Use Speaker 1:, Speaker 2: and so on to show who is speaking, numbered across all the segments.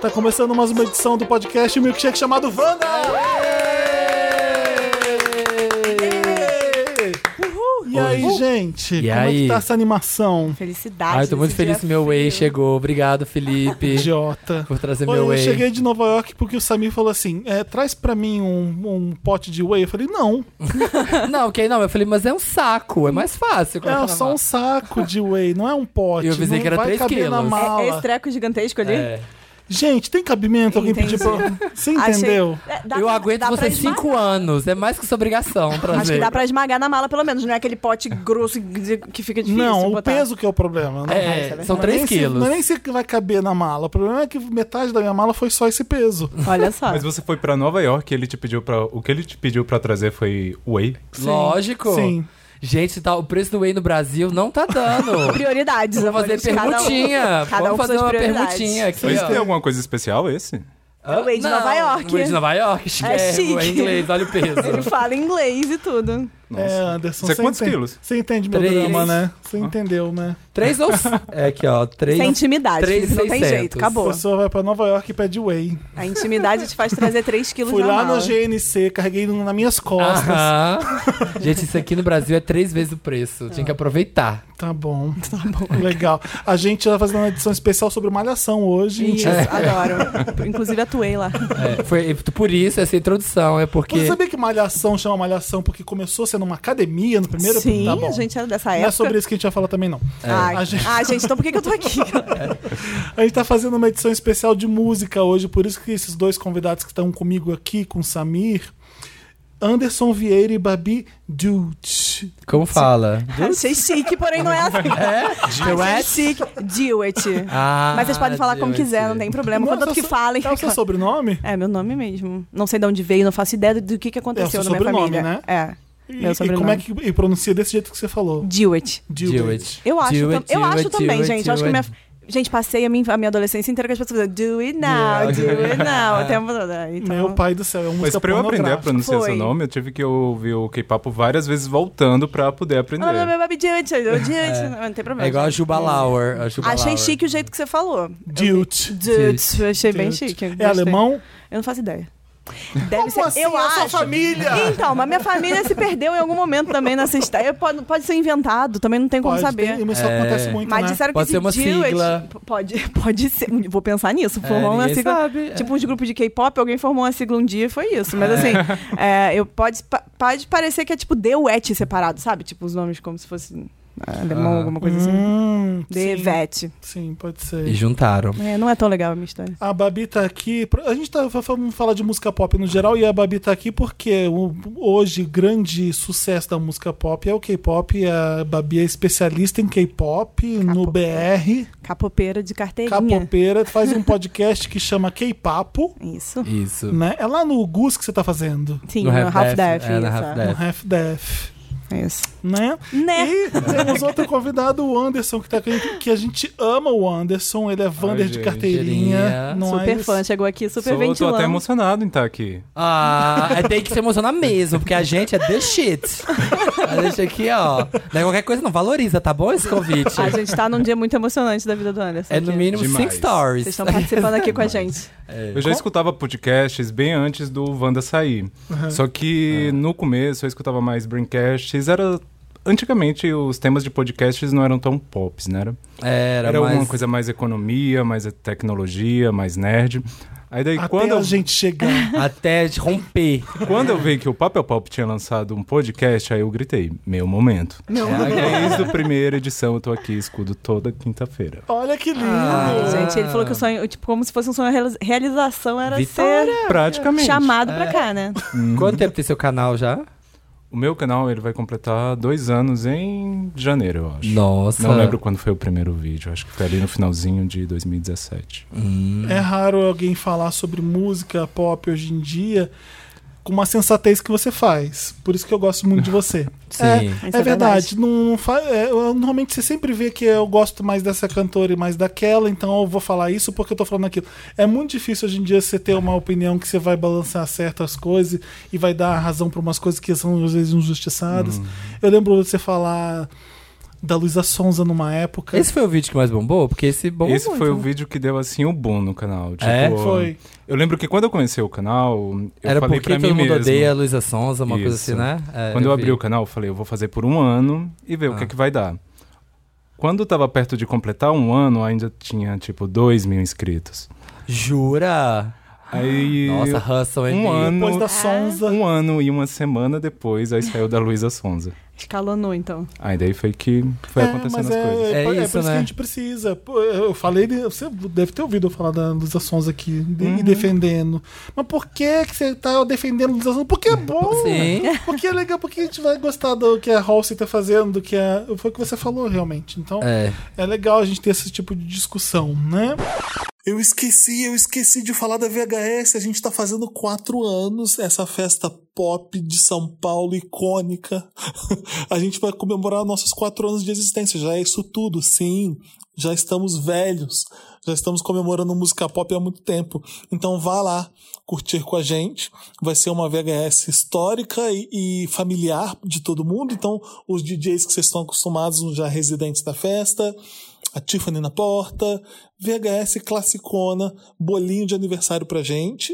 Speaker 1: Tá começando mais uma edição do podcast Milkshake chamado Wanda! Uhul! E aí, gente?
Speaker 2: E
Speaker 1: como é que
Speaker 2: aí?
Speaker 1: tá essa animação?
Speaker 3: Felicidade.
Speaker 2: Ai, tô muito
Speaker 3: nesse dia
Speaker 2: feliz que meu
Speaker 3: feio.
Speaker 2: Way chegou. Obrigado, Felipe,
Speaker 1: Idiota.
Speaker 2: por trazer
Speaker 1: Olha,
Speaker 2: é meu
Speaker 1: eu
Speaker 2: Way.
Speaker 1: cheguei de Nova York porque o Samir falou assim: é, traz pra mim um, um pote de whey. Eu falei: não,
Speaker 2: Não, ok, não. Eu falei, mas é um saco, é mais fácil.
Speaker 1: é só um saco de whey, não é um pote.
Speaker 2: Eu avisei
Speaker 1: não
Speaker 2: que era
Speaker 1: vai
Speaker 2: três
Speaker 1: caber na
Speaker 2: quilos.
Speaker 1: mala.
Speaker 3: É, é esse treco gigantesco ali?
Speaker 2: é.
Speaker 1: Gente, tem cabimento alguém
Speaker 3: Entendi.
Speaker 1: pedir pra. Você
Speaker 3: Achei-
Speaker 1: entendeu?
Speaker 3: É, dá
Speaker 2: Eu
Speaker 3: pra-
Speaker 2: aguento
Speaker 3: dá pra
Speaker 2: você
Speaker 3: esmagar.
Speaker 2: cinco anos. É mais que sua obrigação trazer.
Speaker 3: Acho que dá pra esmagar na mala, pelo menos. Não é aquele pote grosso que fica difícil
Speaker 1: Não,
Speaker 3: botar.
Speaker 1: o peso que é o problema. Não
Speaker 2: É,
Speaker 1: Não
Speaker 2: são
Speaker 1: nem
Speaker 2: três
Speaker 1: se-
Speaker 2: quilos.
Speaker 1: não é nem se vai caber na mala. O problema é que metade da minha mala foi só esse peso.
Speaker 3: Olha só.
Speaker 4: Mas você foi pra Nova York e ele te pediu pra. O que ele te pediu pra trazer foi Whey.
Speaker 2: Lógico.
Speaker 1: Sim.
Speaker 2: Gente, tá, o preço do Whey no Brasil não tá dando.
Speaker 3: Prioridades.
Speaker 2: Vamos fazer
Speaker 3: amores. Cada um- cada um
Speaker 2: permutinha.
Speaker 3: com
Speaker 2: Vamos fazer
Speaker 3: suas
Speaker 2: uma
Speaker 3: prioridades.
Speaker 2: permutinha aqui.
Speaker 4: Mas
Speaker 2: ó.
Speaker 4: tem um alguma coisa especial esse?
Speaker 2: Hã?
Speaker 3: O Whey de
Speaker 2: Não,
Speaker 3: Nova York.
Speaker 2: O Whey de Nova York. É, O
Speaker 3: chique.
Speaker 2: Whey inglês, olha o
Speaker 3: Ele
Speaker 2: peso.
Speaker 3: fala inglês e tudo.
Speaker 1: É, Anderson.
Speaker 4: Isso é quantos
Speaker 1: entende,
Speaker 4: quilos?
Speaker 1: Você entende meu
Speaker 2: Três.
Speaker 1: drama, né? Você entendeu, né?
Speaker 2: Três ou... É aqui, ó. Três...
Speaker 3: Sem intimidade,
Speaker 2: três
Speaker 3: Felipe, não tem
Speaker 2: 600.
Speaker 3: jeito.
Speaker 1: A
Speaker 3: Acabou.
Speaker 1: pessoa vai pra Nova York e pede whey.
Speaker 3: A intimidade te faz trazer 3 quilos
Speaker 1: Fui
Speaker 3: na
Speaker 1: lá
Speaker 3: mala.
Speaker 1: no GNC, carreguei no- nas minhas costas.
Speaker 2: né? Aham. Gente, isso aqui no Brasil é três vezes o preço. Tinha que aproveitar.
Speaker 1: Tá bom. Tá bom. Legal. A gente vai fazer uma edição especial sobre Malhação hoje.
Speaker 3: Isso, adoro. Inclusive atuei lá.
Speaker 2: É, foi por isso essa introdução. É porque.
Speaker 1: Você sabia que Malhação chama Malhação porque começou sendo uma academia no primeiro?
Speaker 3: Sim,
Speaker 1: tá bom.
Speaker 3: a gente era dessa
Speaker 1: Não
Speaker 3: época.
Speaker 1: é sobre isso que a gente vai falar também, não.
Speaker 2: É.
Speaker 3: Ai,
Speaker 1: A gente-
Speaker 3: ah, gente, então por que, que eu tô aqui?
Speaker 1: A gente tá fazendo uma edição especial de música hoje, por isso que esses dois convidados que estão comigo aqui, com o Samir, Anderson Vieira e Babi Dutch.
Speaker 2: Como fala?
Speaker 3: Achei chique, porém não é assim. Achei chique. Do it.
Speaker 2: Ah,
Speaker 3: Mas vocês podem falar como
Speaker 2: Deus,
Speaker 3: quiser,
Speaker 2: Deus.
Speaker 3: não tem problema. Contanto que falem.
Speaker 1: É o seu sobrenome?
Speaker 3: É, meu nome mesmo. Não sei de onde veio, não faço ideia do, do que, que aconteceu
Speaker 1: É o seu
Speaker 3: na minha
Speaker 1: sobrenome,
Speaker 3: família.
Speaker 1: né?
Speaker 3: É.
Speaker 1: E,
Speaker 3: Meu
Speaker 1: e
Speaker 3: sobrenome.
Speaker 1: como é que e pronuncia desse jeito que você falou?
Speaker 3: Do it.
Speaker 2: Do it.
Speaker 3: Eu acho,
Speaker 2: Do
Speaker 3: tam-
Speaker 2: it,
Speaker 3: eu
Speaker 2: do
Speaker 3: acho
Speaker 2: it,
Speaker 3: também,
Speaker 2: do it,
Speaker 3: gente.
Speaker 2: do
Speaker 3: Eu acho que a
Speaker 2: it.
Speaker 3: minha. Gente, passei a minha, a minha adolescência inteira com as pessoas. Do it now,
Speaker 2: Yeah,
Speaker 3: do
Speaker 2: yeah.
Speaker 3: it now. O tempo todo. É, Então,
Speaker 1: Meu pai do céu, é uma
Speaker 4: Mas
Speaker 1: música
Speaker 4: pra eu aprender a
Speaker 1: pornográfica.
Speaker 4: pronunciar
Speaker 3: Foi.
Speaker 4: seu nome, eu tive que ouvir o K-papo várias vezes voltando pra poder aprender.
Speaker 3: Meu nome é Babi, do it, do it. Não tem problema.
Speaker 2: É igual a Juba Lauer. A Juba
Speaker 3: Achei
Speaker 2: Lauer.
Speaker 3: chique o jeito que você falou.
Speaker 1: Dutch.
Speaker 3: Dudes, eu achei bem
Speaker 1: Dutch.
Speaker 3: chique.
Speaker 1: É
Speaker 3: gostei.
Speaker 1: alemão?
Speaker 3: Eu não faço ideia. Deve ser.
Speaker 1: Como assim?
Speaker 3: eu
Speaker 1: É a
Speaker 3: acho.
Speaker 1: sua família!
Speaker 3: Então, mas minha família se perdeu em algum momento também nessa história. Pode, pode ser inventado, também não tem como
Speaker 1: Pode,
Speaker 3: saber.
Speaker 1: tem- Isso
Speaker 2: É.
Speaker 1: acontece muito,
Speaker 3: Mas
Speaker 1: né?
Speaker 3: disseram
Speaker 2: Pode
Speaker 3: que
Speaker 2: ser
Speaker 3: esse
Speaker 2: uma
Speaker 3: Duet-
Speaker 2: sigla.
Speaker 3: p- Pode, pode ser. Um Vou pensar nisso.
Speaker 2: É,
Speaker 3: Formou uma
Speaker 2: ninguém
Speaker 3: sigla.
Speaker 2: sabe, é.
Speaker 3: Tipo, uns grupos de K-pop, alguém formou uma sigla um dia e foi isso. Mas assim, é, eu pode, pa- pode parecer que é tipo The Wet separado, sabe? Tipo, os nomes como se fosse ah, alemão,
Speaker 2: Ah.
Speaker 3: alguma coisa assim.
Speaker 1: Hum,
Speaker 3: The
Speaker 1: sim,
Speaker 3: Vet.
Speaker 1: sim, pode
Speaker 2: E
Speaker 1: ser.
Speaker 2: juntaram.
Speaker 3: É, não é tão legal a minha história.
Speaker 1: A Babi tá aqui. pro- A gente tá fa- fa- vamos falar de música pop no geral e a Babi tá aqui porque o- hoje grande sucesso da música pop é o K-pop. e A Babi é especialista em K-pop no
Speaker 3: Capopeira.
Speaker 1: BR,
Speaker 3: Capopeira de carteirinha.
Speaker 1: capopeira, faz um podcast que chama K-papo,
Speaker 3: Isso.
Speaker 2: Isso.
Speaker 1: né? É lá no Gus que você tá fazendo,
Speaker 3: Sim, no Half Death. isso,
Speaker 2: É, no
Speaker 3: é.
Speaker 2: Half
Speaker 1: no
Speaker 2: Death.
Speaker 1: Half Death,
Speaker 3: Isso.
Speaker 1: né?
Speaker 3: Né?
Speaker 1: E temos outro convidado, o Anderson, que tá aqui, que a gente ama o Anderson, ele é Vander de
Speaker 4: gente.
Speaker 1: carteirinha.
Speaker 2: Cheirinha.
Speaker 1: Não é
Speaker 3: super
Speaker 1: isso?
Speaker 3: fã, chegou aqui super
Speaker 4: Sou, tô
Speaker 3: ventilando.
Speaker 4: até emocionado em estar aqui.
Speaker 2: Ah, é, tem que se emocionar mesmo, porque a gente é the shit. A gente aqui, ó. Não é qualquer coisa, não. Valoriza, tá bom esse convite?
Speaker 3: A gente tá num dia muito emocionante da vida do Anderson.
Speaker 2: É no
Speaker 3: aqui.
Speaker 2: mínimo
Speaker 4: Demais.
Speaker 2: cinco stories.
Speaker 3: Vocês estão participando aqui com a gente.
Speaker 2: É.
Speaker 4: Eu já escutava podcasts bem antes do Wanda sair. Só
Speaker 2: Ah.
Speaker 4: que no começo eu escutava mais Braincasts. Era. Antigamente os temas de podcasts não eram tão pops, né? Era,
Speaker 2: Era,
Speaker 4: era
Speaker 2: mais...
Speaker 4: uma coisa mais economia, mais tecnologia, mais nerd. Aí daí
Speaker 1: Até
Speaker 4: quando eu
Speaker 1: a gente chegar.
Speaker 2: Até de romper.
Speaker 4: Quando eu vi que o Papel Pop tinha lançado um podcast, aí eu gritei, meu momento.
Speaker 2: É,
Speaker 4: Desde a primeira edição eu tô aqui, escudo toda quinta-feira.
Speaker 1: Olha que lindo!
Speaker 2: Ah.
Speaker 3: Ai,
Speaker 4: Ah.
Speaker 3: gente, ele falou que o sonho, tipo, como se fosse um sonho, reali- realização era
Speaker 2: Vitória. É.
Speaker 3: ser
Speaker 4: Praticamente.
Speaker 3: chamado pra cá, né?
Speaker 2: Quanto tempo tem seu canal já?
Speaker 4: O meu canal, ele vai completar dois anos em janeiro, eu acho.
Speaker 2: Nossa.
Speaker 4: Não lembro quando foi o primeiro vídeo, acho que foi ali no finalzinho de 2017.
Speaker 1: É raro alguém falar sobre música pop hoje em dia com uma sensatez que você faz. Por isso que eu gosto muito de você.
Speaker 2: Sim.
Speaker 1: É,
Speaker 2: Isso
Speaker 1: é verdade. Não, não fa- é, eu- normalmente você sempre vê que eu gosto mais dessa cantora e mais daquela, então eu vou falar isso porque eu tô falando aquilo. É muito difícil hoje em dia você ter uma opinião que você vai balançar certas coisas e vai dar razão pra umas coisas que são às vezes injustiçadas. Eu lembro você falar. da Luísa Sonza numa época.
Speaker 2: Esse foi o vídeo que mais bombou? Porque esse bombou
Speaker 4: Esse
Speaker 2: muito,
Speaker 4: foi o
Speaker 2: né?
Speaker 4: vídeo que deu assim o boom no canal. Tipo,
Speaker 2: É?
Speaker 1: Foi.
Speaker 4: Eu lembro que quando eu comecei o canal, eu
Speaker 2: Era
Speaker 4: falei
Speaker 2: porque
Speaker 4: pra
Speaker 2: todo
Speaker 4: mim
Speaker 2: mundo
Speaker 4: mesmo.
Speaker 2: odeia a Luísa Sonza, uma coisa
Speaker 4: Isso.
Speaker 2: assim, né? É,
Speaker 4: Quando eu abri
Speaker 2: vi.
Speaker 4: o canal, eu falei, eu vou fazer por um ano e ver o que
Speaker 2: Ah.
Speaker 4: é que vai dar. Quando eu tava perto de completar um ano, ainda tinha, tipo, dois mil inscritos.
Speaker 2: Jura?
Speaker 4: Aí.
Speaker 2: Nossa, Russell, hein?
Speaker 4: um ano.
Speaker 1: Depois da Sonza.
Speaker 4: Um ano e uma semana depois, aí saiu da Luísa Sonza.
Speaker 3: Escalonou, então.
Speaker 4: Aí daí foi que foi acontecendo
Speaker 1: mas
Speaker 4: as
Speaker 1: é,
Speaker 4: coisas.
Speaker 2: É
Speaker 1: É, por- é
Speaker 2: isso,
Speaker 1: por isso
Speaker 2: né?
Speaker 1: que a gente precisa. Pô, Eu falei, de- você deve ter ouvido eu falar da Luísa Sonza aqui, de,
Speaker 4: Uhum.
Speaker 1: e defendendo. Mas por que, que você tá defendendo a Luísa Sonza? Porque é bom!
Speaker 2: Sim.
Speaker 1: Porque é legal, porque a gente vai gostar do que a Halsey tá fazendo, do que a. Foi o que você falou realmente. Então é.
Speaker 2: É.
Speaker 1: legal a gente ter esse tipo de discussão, né? Eu esqueci, eu esqueci de falar da VHS. A gente tá fazendo quatro anos, essa festa pop de São Paulo icônica. A gente vai comemorar nossos quatro anos de existência. Já é isso tudo, sim. Já estamos velhos. Já estamos comemorando música pop há muito tempo. Então vá lá curtir com a gente. Vai ser uma VHS histórica e, e familiar de todo mundo. Então, os DJs que vocês estão acostumados, os já residentes da festa, a Tiffany na porta, VHS classicona, bolinho de aniversário pra gente.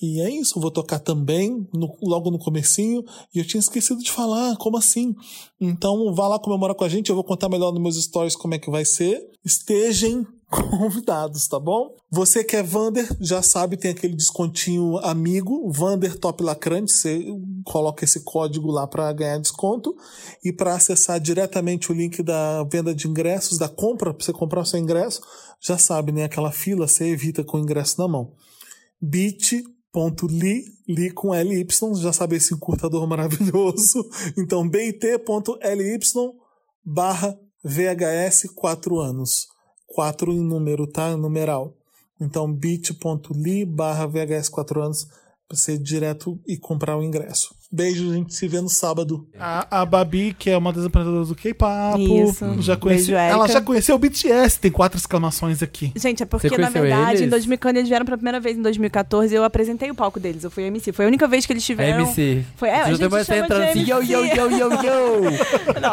Speaker 1: E é isso, vou tocar também no- logo no comecinho. E eu tinha esquecido de falar, como assim? Então vá lá comemorar com a gente, eu vou contar melhor nos meus stories como é que vai ser. Estejam convidados, tá bom? Você que é Vander, já sabe, tem aquele descontinho amigo, Vander Top Lacrante, você coloca esse código lá para ganhar desconto e para acessar diretamente o link da venda de ingressos, da compra, para você comprar o seu ingresso, já sabe, né, aquela fila você evita com o ingresso na mão bit.ly, li com ly, já sabe esse encurtador maravilhoso. Então, bit.ly barra VHS 4 anos. 4 em número, tá? Em numeral. Então, bit.ly barra VHS 4 anos pra você ir direto e comprar o ingresso. Beijo, a gente se vê no sábado. A, a Babi, que é uma das apresentadoras do K-Pop,
Speaker 3: Isso.
Speaker 1: já conheceu.
Speaker 3: Beijo, Érica.
Speaker 1: Ela já conheceu o BTS, tem quatro exclamações aqui.
Speaker 3: Gente, é porque,
Speaker 2: Você
Speaker 3: na
Speaker 2: conheceu
Speaker 3: verdade,
Speaker 2: eles?
Speaker 3: em 2000, quando eles vieram pela primeira vez, em 2014, eu apresentei o palco deles. Eu fui MC. Foi a única vez que eles
Speaker 2: É
Speaker 3: tiveram.
Speaker 2: MC.
Speaker 3: Foi, é, a
Speaker 2: Você
Speaker 3: gente
Speaker 2: vai
Speaker 3: chama
Speaker 2: entrando
Speaker 3: de
Speaker 2: assim, yo, yo,
Speaker 3: MC.
Speaker 2: yo, yo, yo.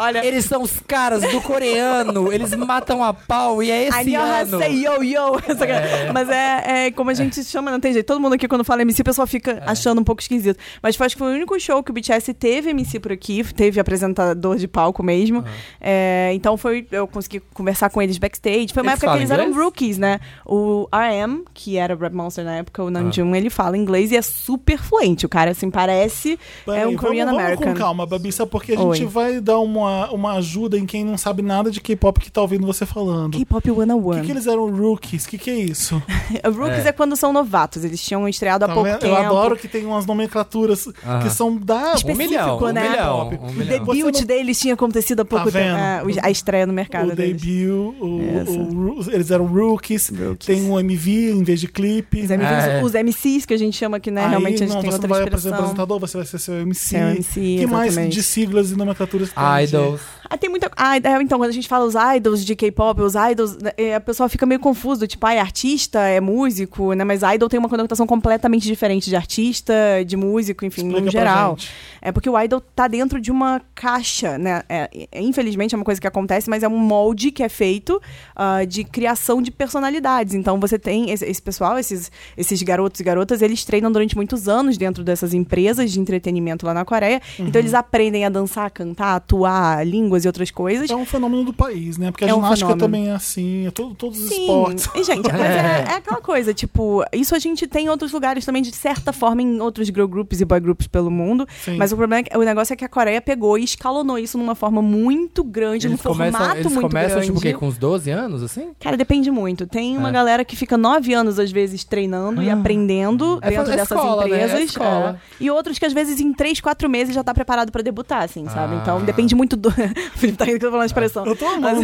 Speaker 3: Olha.
Speaker 2: Eles são os caras do coreano, eles matam a pau e é esse ano.
Speaker 3: Say yo yo. Essa cara. Mas é, é como a gente chama, não tem jeito. Todo mundo aqui, quando fala MC, o pessoal fica
Speaker 2: É.
Speaker 3: achando um pouco esquisito. Mas foi- acho que foi o único show que o BTS teve MC por aqui, teve apresentador de palco mesmo. É, então foi. Eu consegui conversar com eles backstage. Foi uma
Speaker 2: Eles
Speaker 3: época que eles
Speaker 2: falam
Speaker 3: eram
Speaker 2: inglês?
Speaker 3: rookies, né? O RM, que era o Rap Monster na época, o Namjoon,
Speaker 2: Ah.
Speaker 3: ele fala inglês e é super fluente. O cara, assim, parece.
Speaker 1: Peraí,
Speaker 3: é um
Speaker 1: vamos-
Speaker 3: Korean
Speaker 1: vamos,
Speaker 3: American.
Speaker 1: com calma, Babi, sabe? Porque a gente
Speaker 3: Oi.
Speaker 1: vai dar uma, uma ajuda em quem não sabe nada de K-pop que tá ouvindo você falando.
Speaker 3: K-pop
Speaker 1: O
Speaker 3: 101.
Speaker 1: que, que eles eram rookies? O que, que é isso?
Speaker 3: Rookies é. quando são novatos. Eles tinham estreado
Speaker 1: Tá
Speaker 3: há pouco
Speaker 1: vendo?
Speaker 3: tempo.
Speaker 1: Eu adoro que tem umas nomenclaturas
Speaker 3: Ah.
Speaker 1: que são da
Speaker 2: Um milhão, um
Speaker 3: né?
Speaker 2: milhão,
Speaker 1: Pop.
Speaker 2: um
Speaker 1: The
Speaker 2: milhão.
Speaker 1: Boy-
Speaker 3: debut
Speaker 1: Você não-
Speaker 3: deles tinha acontecido há pouco
Speaker 1: Tá
Speaker 3: tempo.
Speaker 1: vendo?
Speaker 3: É, o- a estreia no mercado
Speaker 1: o
Speaker 3: deles.
Speaker 1: debut, o-
Speaker 3: Essa.
Speaker 1: o- o- eles eram rookies, tem um MV em vez de clipe.
Speaker 3: Os, MVs,
Speaker 2: É.
Speaker 3: os MCs que a gente chama que né,
Speaker 1: Aí,
Speaker 3: realmente a gente
Speaker 1: não,
Speaker 3: tem
Speaker 1: você
Speaker 3: outra
Speaker 1: não
Speaker 3: É,
Speaker 1: vai ser
Speaker 3: expressão.
Speaker 1: apresentador, você vai ser seu MC.
Speaker 3: Seu MC,
Speaker 1: que mais
Speaker 3: exatamente.
Speaker 1: de siglas e nomenclaturas tem? de-
Speaker 2: Idols.
Speaker 3: Ah, tem muita. Ah, é, então, quando a gente fala os idols de K-pop, os idols, né, é, a pessoa fica meio confusa, do tipo, ah, é artista, é músico, né? Mas idol tem uma conotação completamente diferente de artista, de músico, enfim,
Speaker 1: Explica
Speaker 3: no
Speaker 1: pra
Speaker 3: geral.
Speaker 1: gente.
Speaker 3: É porque o idol tá dentro de uma caixa, né? É, é, infelizmente é uma coisa que acontece, mas é um molde que é feito ah, de criação de personalidades. Então você tem esse, esse pessoal, esses, esses garotos e garotas, eles treinam durante muitos anos dentro dessas empresas de entretenimento lá na Coreia. Então eles aprendem a dançar, a cantar, a atuar, línguas e outras coisas.
Speaker 1: É
Speaker 5: Então,
Speaker 1: um fenômeno do país, né? Porque a
Speaker 3: É um
Speaker 1: ginástica
Speaker 3: fenômeno.
Speaker 1: também é assim, é todo- todos os esportes.
Speaker 3: E, gente, mas é, é aquela coisa, tipo, isso a gente tem em outros lugares também, de certa forma, em outros girl groups e boy groups pelo mundo.
Speaker 1: Sim.
Speaker 3: Mas o problema é que, o negócio é que a Coreia pegou e escalonou isso numa forma muito grande, num
Speaker 2: Eles
Speaker 3: um formato
Speaker 2: começam, eles
Speaker 3: muito
Speaker 2: começam
Speaker 3: grande.
Speaker 2: tipo, o quê? Com uns 12 anos, assim?
Speaker 3: Cara, depende muito. Tem uma
Speaker 2: É. Ah.
Speaker 3: galera que fica nove anos, às vezes, treinando e aprendendo
Speaker 2: É fa-
Speaker 3: dentro
Speaker 2: é
Speaker 3: dessas
Speaker 2: escola, né? É
Speaker 3: empresas.
Speaker 2: escola.
Speaker 3: É. E outros que, às vezes, em três, quatro meses já tá preparado pra debutar, assim, sabe?
Speaker 2: Ah.
Speaker 3: Então, depende muito do... o Felipe tá rindo que eu tô falando a expressão.
Speaker 1: Eu tô amando.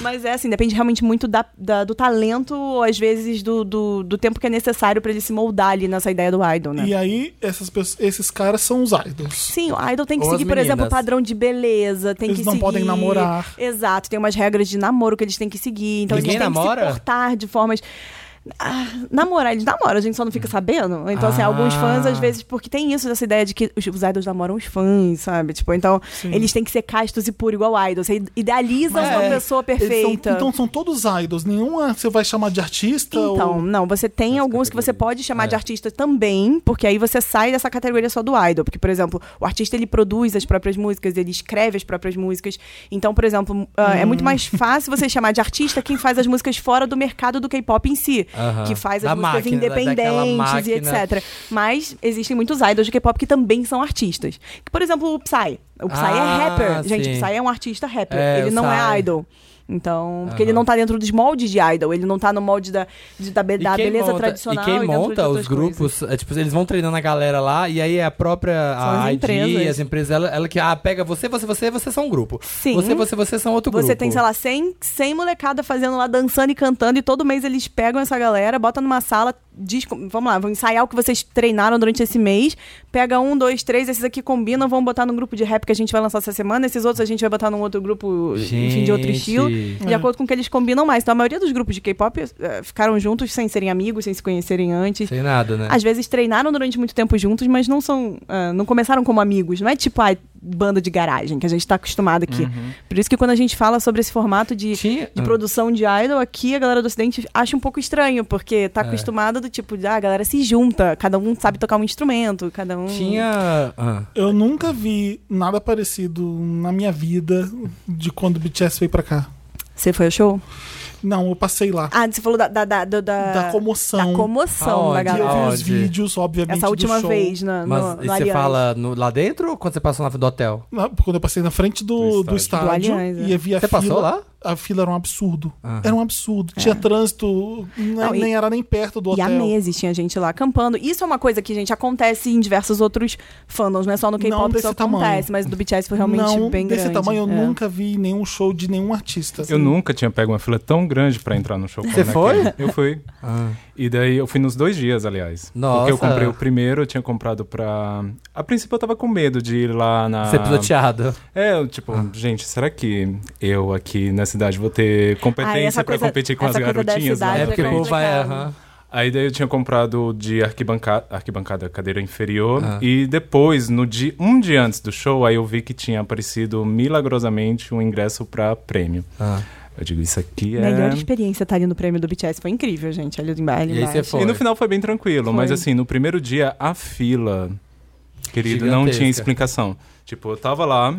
Speaker 3: Mas é assim, depende realmente muito da, da- do talento, ou às vezes do, do, do tempo que é necessário pra ele se moldar ali nessa ideia do idol, né?
Speaker 1: E aí, essas pessoas- esses caras são os idols.
Speaker 3: Sim, o idol tem que
Speaker 2: Ou as
Speaker 3: seguir, por exemplo, o
Speaker 2: meninas.
Speaker 3: padrão de beleza, tem
Speaker 1: Eles
Speaker 3: que
Speaker 1: não
Speaker 3: seguir-
Speaker 1: podem namorar.
Speaker 3: Exato, tem umas regras de namoro que eles têm que seguir, então
Speaker 2: Ninguém
Speaker 3: eles não têm
Speaker 2: namora?
Speaker 3: que se portar de formas Ah, namorar, eles namoram, a gente só não fica sabendo. Então, assim,
Speaker 2: Ah.
Speaker 3: alguns fãs, às vezes, porque tem isso dessa ideia de que os, os idols namoram os fãs, sabe? Tipo, então, eles têm que ser castos e puros igual idols. Você idealizam
Speaker 2: Mas
Speaker 3: uma
Speaker 2: é,
Speaker 3: pessoa
Speaker 1: Eles são-
Speaker 3: perfeita.
Speaker 2: um
Speaker 1: então são todos idols, nenhum é- você vai chamar de artista?
Speaker 3: Então,
Speaker 1: ou...
Speaker 3: não, você tem
Speaker 4: Essa
Speaker 3: alguns que você pode chamar
Speaker 2: É.
Speaker 3: de artista também, porque aí você sai dessa categoria só do idol. Porque, por exemplo, o artista ele produz as próprias músicas, ele escreve as próprias músicas. Então, por exemplo, ah,
Speaker 2: Hum.
Speaker 3: é muito mais fácil você chamar de artista quem faz as músicas fora do mercado do K-pop em si,
Speaker 2: Aham.
Speaker 3: que faz as
Speaker 2: Da
Speaker 3: músicas
Speaker 2: máquina, da- daquela
Speaker 3: independentes e
Speaker 2: máquina.
Speaker 3: etc. Mas existem muitos idols de K-pop que também são artistas. Que, por exemplo, o Psy. O Psy
Speaker 2: Ah,
Speaker 3: é rapper. Gente, o
Speaker 2: sim.
Speaker 3: Psy é um artista rapper.
Speaker 2: É,
Speaker 3: ele
Speaker 2: o
Speaker 3: não é
Speaker 2: Psy.
Speaker 3: idol. Então, porque ele
Speaker 2: Aham.
Speaker 3: não tá dentro dos moldes de idol, ele não tá no molde da, de- da, be- da
Speaker 2: quem
Speaker 3: beleza
Speaker 2: monta-
Speaker 3: tradicional.
Speaker 2: E quem
Speaker 3: dentro de
Speaker 2: monta
Speaker 3: outras
Speaker 2: os grupos, é, tipo, eles vão treinando a galera lá, e aí é a própria
Speaker 3: São as
Speaker 2: a ID,
Speaker 3: empresas.
Speaker 2: as empresas, ela, ela que ah, pega você, você, você, você são um grupo.
Speaker 3: Sim.
Speaker 2: Você, você, você são outro
Speaker 3: Coisas.
Speaker 2: grupo.
Speaker 3: Você tem, sei lá, 100, 100 molecada fazendo lá, dançando e cantando, e todo mês eles pegam essa galera, botam numa sala, diz, com- vamos lá, vão ensaiar o que vocês treinaram durante esse mês, pega um, dois, três, esses aqui combinam, vão botar num grupo de rap que a gente vai lançar essa semana, esses outros a gente vai botar num outro grupo, enfim, um de outro
Speaker 2: Gente.
Speaker 3: estilo,
Speaker 2: É.
Speaker 3: de acordo com o que eles combinam mais. Então a maioria dos grupos de K-pop eh, ficaram juntos sem serem amigos, sem se conhecerem antes.
Speaker 2: Sem nada, né?
Speaker 3: Às vezes treinaram durante muito tempo juntos, mas não são. ah, não começaram como amigos. Não é tipo a banda de garagem que a gente tá acostumado aqui.
Speaker 2: Uhum.
Speaker 3: Por isso que quando a gente fala sobre esse formato de,
Speaker 2: Tinha-
Speaker 3: de produção de idol, aqui a galera do Ocidente acha um pouco estranho, porque
Speaker 2: É.
Speaker 3: tá acostumada do tipo, de, ah, a galera se junta, cada um sabe tocar um instrumento, cada um.
Speaker 2: Tinha. ah.
Speaker 1: Eu nunca vi nada parecido na minha vida de quando o BTS veio pra cá.
Speaker 3: Você foi ao show?
Speaker 1: Não, eu passei lá.
Speaker 3: Ah, você falou da. Da, da, da,
Speaker 1: da comoção.
Speaker 3: da comoção da
Speaker 2: Aonde?
Speaker 1: E eu vi
Speaker 3: galera.
Speaker 1: os
Speaker 2: Aonde?
Speaker 1: vídeos, obviamente,
Speaker 3: É Essa última
Speaker 1: do show.
Speaker 3: vez na,
Speaker 2: Mas
Speaker 3: no,
Speaker 2: e
Speaker 3: no
Speaker 2: você
Speaker 3: Allianz.
Speaker 2: fala no- lá dentro ou quando você passou na frente do hotel?
Speaker 1: Lá, Quando eu passei na frente do,
Speaker 4: Do
Speaker 1: do
Speaker 4: estádio.
Speaker 1: estádio,
Speaker 3: Do Allianz, é.
Speaker 1: "Tá, e eu vi a
Speaker 2: Você
Speaker 1: fila.
Speaker 2: passou lá?
Speaker 1: A fila era um absurdo.
Speaker 2: Aham.
Speaker 1: Era um absurdo. Tinha trânsito, nem,
Speaker 3: É. Não, e-
Speaker 1: é nem era nem perto do
Speaker 3: E
Speaker 1: hotel.
Speaker 3: há meses tinha gente lá acampando. Isso é uma coisa que, gente, acontece em diversos outros fandoms, não é só no
Speaker 1: Não
Speaker 3: K-pop que
Speaker 1: desse
Speaker 3: isso acontece,
Speaker 1: tamanho.
Speaker 3: mas do BTS foi realmente
Speaker 1: não,
Speaker 3: bem
Speaker 1: desse
Speaker 3: grande.
Speaker 1: tamanho eu
Speaker 3: é.
Speaker 1: nunca vi nenhum show de nenhum artista.
Speaker 4: Eu nunca tinha pego uma fila tão grande pra entrar no show. como
Speaker 2: Você
Speaker 4: naquele.
Speaker 2: foi? Ah.
Speaker 4: Eu fui. E daí eu fui nos dois dias, aliás. Porque eu
Speaker 2: Nossa.
Speaker 4: comprei o primeiro, eu tinha comprado pra. A princípio eu tava com medo de ir lá na.
Speaker 2: Ser pisoteado.
Speaker 4: É, eu, tipo,
Speaker 3: Ah.
Speaker 4: gente, será que eu aqui na cidade vou ter
Speaker 3: Ah,
Speaker 4: competência
Speaker 3: essa
Speaker 4: pra
Speaker 3: coisa-
Speaker 4: competir com
Speaker 3: essa
Speaker 4: as
Speaker 3: coisa da
Speaker 4: garotinhas? né? lá
Speaker 3: cidade
Speaker 4: na
Speaker 2: É porque o
Speaker 4: frente?
Speaker 2: povo vai.
Speaker 3: complicado.
Speaker 2: aham.
Speaker 4: Aí daí eu tinha comprado de arquibancada, arquibancada cadeira inferior.
Speaker 3: Ah.
Speaker 4: E depois, no dia, um dia antes do show, aí eu vi que tinha aparecido milagrosamente um ingresso pra prêmio.
Speaker 2: Ah.
Speaker 4: Eu digo, isso aqui é.
Speaker 3: Melhor experiência tá ali no prêmio do BTS. Foi incrível, gente. Ali do embaixo.
Speaker 2: E aí você foi.
Speaker 4: E no final foi bem tranquilo, mas
Speaker 3: Foi.
Speaker 4: assim, no primeiro dia, a fila, querido, não
Speaker 2: Gigantesca.
Speaker 4: tinha explicação. Tipo, eu tava lá.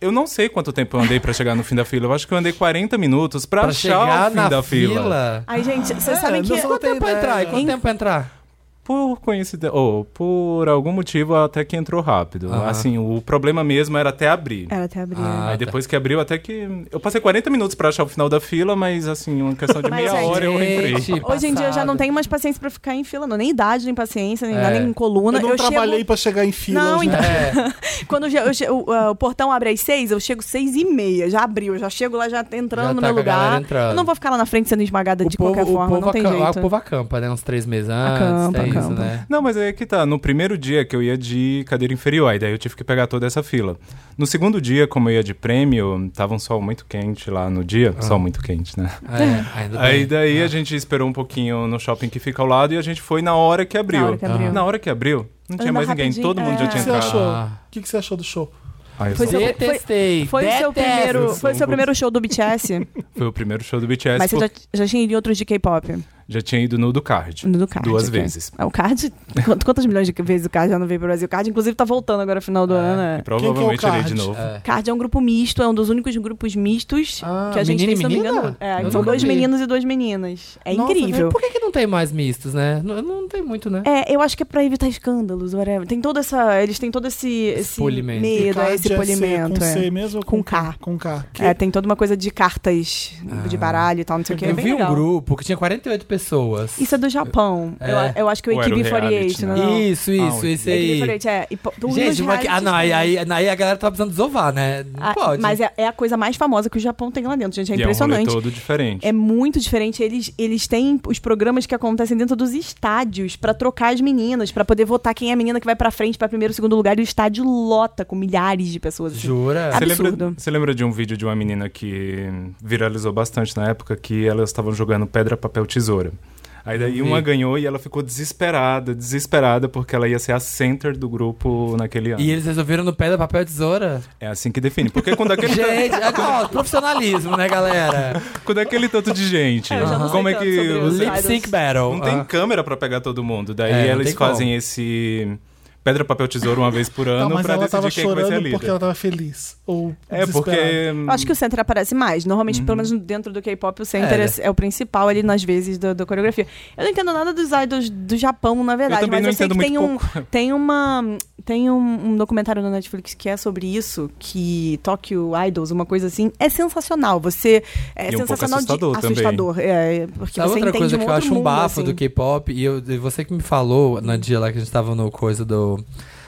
Speaker 4: Eu não sei quanto tempo eu andei pra chegar no fim da fila. Eu acho que eu andei 40 minutos pra,
Speaker 2: Pra
Speaker 4: achar
Speaker 2: chegar
Speaker 4: o fim
Speaker 2: na
Speaker 4: da fila.
Speaker 3: Ai, gente, vocês sabem Ah, que.
Speaker 1: É, não sou-
Speaker 2: Quanto tempo pra entrar? E quanto
Speaker 3: Em-
Speaker 2: tempo pra entrar?
Speaker 4: Por coincidência, ou por algum motivo, até que entrou rápido.
Speaker 2: Aham.
Speaker 4: Assim, o problema mesmo era até abrir.
Speaker 3: Era até abrir. né?
Speaker 2: Ah,
Speaker 4: Aí
Speaker 2: tá.
Speaker 4: depois que abriu, até que. Eu passei 40 minutos pra achar o final da fila, mas assim, uma questão de
Speaker 3: Mas,
Speaker 4: meia
Speaker 3: gente,
Speaker 4: hora eu entrei.
Speaker 2: Gente,
Speaker 3: Hoje em dia eu já não
Speaker 2: passado.
Speaker 3: tenho mais paciência pra ficar em fila, não. Nem idade, nem paciência, nem nada,
Speaker 2: É.
Speaker 3: nem coluna.
Speaker 1: Eu não trabalhei
Speaker 3: chego...
Speaker 1: pra chegar em fila.
Speaker 3: Não,
Speaker 1: gente.
Speaker 3: então-
Speaker 2: É.
Speaker 3: Quando eu che- eu che- o, ah, o portão abre às seis, eu chego seis e meia. Já abriu, eu já chego lá, já tá entrando
Speaker 2: Já
Speaker 3: no
Speaker 2: tá
Speaker 3: meu
Speaker 2: com a galera
Speaker 3: lugar.
Speaker 2: entrando.
Speaker 3: Eu não vou ficar lá na frente sendo esmagada de qualquer
Speaker 2: o
Speaker 3: forma,
Speaker 2: povo
Speaker 3: não tem
Speaker 2: acampa,
Speaker 3: jeito.
Speaker 2: O povo acampa, né? Uns três meses antes,
Speaker 3: Acampa,
Speaker 2: tem isso,
Speaker 3: acampa.
Speaker 2: né?
Speaker 4: Não, mas aí que tá. No primeiro dia que eu ia de cadeira inferior, aí daí eu tive que pegar toda essa fila. No segundo dia, como eu ia de prêmio, tava um sol muito quente lá no dia. Sol muito quente, né?
Speaker 2: É, ainda bem.
Speaker 4: Aí daí a gente esperou um pouquinho no shopping que fica ao lado e a gente foi na hora que abriu.
Speaker 3: Na hora que abriu.
Speaker 4: Na hora que abriu, não tinha
Speaker 3: Anda
Speaker 4: mais ninguém.
Speaker 3: rapidinho.
Speaker 4: Todo mundo já
Speaker 1: O que
Speaker 4: tinha
Speaker 1: você
Speaker 4: entrado.
Speaker 1: achou?
Speaker 2: Ah.
Speaker 1: O que que você achou do show?
Speaker 4: Aí eu
Speaker 3: Foi
Speaker 4: só-
Speaker 3: seu-
Speaker 2: Detestei.
Speaker 3: Foi o seu
Speaker 2: detesto.
Speaker 3: primeiro,
Speaker 4: Esse
Speaker 3: foi o seu
Speaker 4: grupo.
Speaker 3: primeiro show do BTS,
Speaker 4: foi o primeiro show do BTS,
Speaker 3: é. mas você
Speaker 4: por-
Speaker 3: já, já tinha ido em outros de K-pop,
Speaker 4: já... tinha ido no do Card.
Speaker 3: no do Card.
Speaker 4: Duas
Speaker 3: ok.
Speaker 4: vezes.
Speaker 3: Ah, O Card, quant- quantas milhões de vezes o Card já não veio pro Brasil? O Card, inclusive, tá voltando agora no final do ano, né?
Speaker 4: Provavelmente
Speaker 1: Quem que é o
Speaker 4: irei de
Speaker 1: Card?
Speaker 4: novo.
Speaker 2: É.
Speaker 3: Card é um grupo misto, é um dos únicos grupos mistos
Speaker 2: Ah,
Speaker 3: que a gente
Speaker 2: menino
Speaker 3: tem,
Speaker 2: e
Speaker 3: se não me
Speaker 2: menina?
Speaker 3: engano. É,
Speaker 2: Eu
Speaker 3: são
Speaker 2: nunca
Speaker 3: dois
Speaker 2: vi.
Speaker 3: meninos e duas meninas. É
Speaker 2: Nossa,
Speaker 3: incrível.
Speaker 2: Por que, que não tem mais mistos, né? Não, não tem muito, né?
Speaker 3: É, eu acho que é pra evitar escândalos, whatever. Tem toda essa. Eles têm todo esse, esse
Speaker 2: polimento.
Speaker 3: medo, é, esse
Speaker 1: Card é C
Speaker 3: polimento.
Speaker 1: Com
Speaker 3: é.
Speaker 1: C mesmo ou
Speaker 3: Com K.
Speaker 1: Com K. Que-
Speaker 3: É, tem toda uma coisa de cartas de baralho e tal, não sei o que. é
Speaker 2: Ah. eu
Speaker 3: bem
Speaker 2: vi
Speaker 3: legal.
Speaker 2: um grupo que tinha 48 pessoas.
Speaker 3: Isso é do Japão.
Speaker 2: É.
Speaker 3: Eu, eu acho que é o
Speaker 4: Ou era o
Speaker 3: Equipe 48,
Speaker 4: reality,
Speaker 3: não
Speaker 4: né?
Speaker 3: é? não?
Speaker 2: Isso, isso,
Speaker 4: Ah,
Speaker 2: esse
Speaker 3: Equipe
Speaker 2: aí.
Speaker 3: 48, é. E po- um dos
Speaker 2: Gente, uma que- ah, não, aí,
Speaker 3: realities
Speaker 2: aí, aí a galera tá precisando desovar, né? Não
Speaker 3: Ah,
Speaker 2: pode.
Speaker 3: Mas é, é a coisa mais famosa que o Japão tem lá dentro, gente. É
Speaker 4: e é um rolê
Speaker 3: impressionante.
Speaker 4: todo diferente.
Speaker 3: É muito diferente. Eles, eles têm os programas que acontecem dentro dos estádios pra trocar as meninas, pra poder votar quem é a menina que vai pra frente, pra primeiro, segundo lugar. E o estádio lota com milhares de pessoas. assim.
Speaker 2: Jura?
Speaker 4: Você lembra,
Speaker 3: Absurdo.
Speaker 4: você lembra de um vídeo de uma menina que viralizou bastante na época que elas estavam jogando pedra, papel, tesoura? cantora. Aí daí uma ganhou e ela ficou desesperada, desesperada, porque ela ia ser a center do grupo naquele ano.
Speaker 2: E eles resolveram no pé da papel e tesoura.
Speaker 4: É assim que define. Porque quando aquele,
Speaker 2: Gente, agora, ó, profissionalismo, né, galera?
Speaker 4: quando aquele tanto de gente,
Speaker 3: É, eu já não sei
Speaker 4: como é
Speaker 3: tanto
Speaker 4: que
Speaker 3: sobre
Speaker 4: os-
Speaker 3: isso.
Speaker 2: Lip Sync Battle.
Speaker 4: Não tem
Speaker 2: Ah.
Speaker 4: câmera pra pegar todo mundo. Daí
Speaker 2: É, não
Speaker 4: elas
Speaker 2: tem como.
Speaker 4: fazem esse pedra, papel, tesoura uma vez por
Speaker 1: Tá,
Speaker 4: ano
Speaker 1: mas
Speaker 4: pra
Speaker 1: ela tava
Speaker 4: decidir quem é que vai ser a
Speaker 1: chorando
Speaker 4: líder.
Speaker 1: porque ela tava feliz. Ou
Speaker 4: É,
Speaker 1: desesperada.
Speaker 4: porque...
Speaker 3: Acho que o center aparece mais. Normalmente, pelo
Speaker 4: Uhum.
Speaker 3: menos dentro do K-pop, o center
Speaker 2: É.
Speaker 3: é, é o principal ali nas vezes da da coreografia. Eu não entendo nada dos idols do Japão, na verdade, mas
Speaker 4: também não
Speaker 3: eu sei que
Speaker 4: entendo
Speaker 3: tem um,
Speaker 4: muito
Speaker 3: tem uma tem um, um documentário na Netflix que é sobre isso, que Tokyo Idols, uma coisa assim, é sensacional. Você é
Speaker 4: E um pouco
Speaker 3: sensacional
Speaker 4: assustador
Speaker 3: de
Speaker 4: também.
Speaker 3: assustador, é, porque
Speaker 2: Sabe
Speaker 3: você
Speaker 2: outra
Speaker 3: entende
Speaker 2: coisa
Speaker 3: um
Speaker 2: que eu
Speaker 3: outro
Speaker 2: acho um
Speaker 3: mundo,
Speaker 2: bafo
Speaker 3: assim.
Speaker 2: do K-pop? E eu, e você que me falou, no dia lá que a gente tava no coisa do...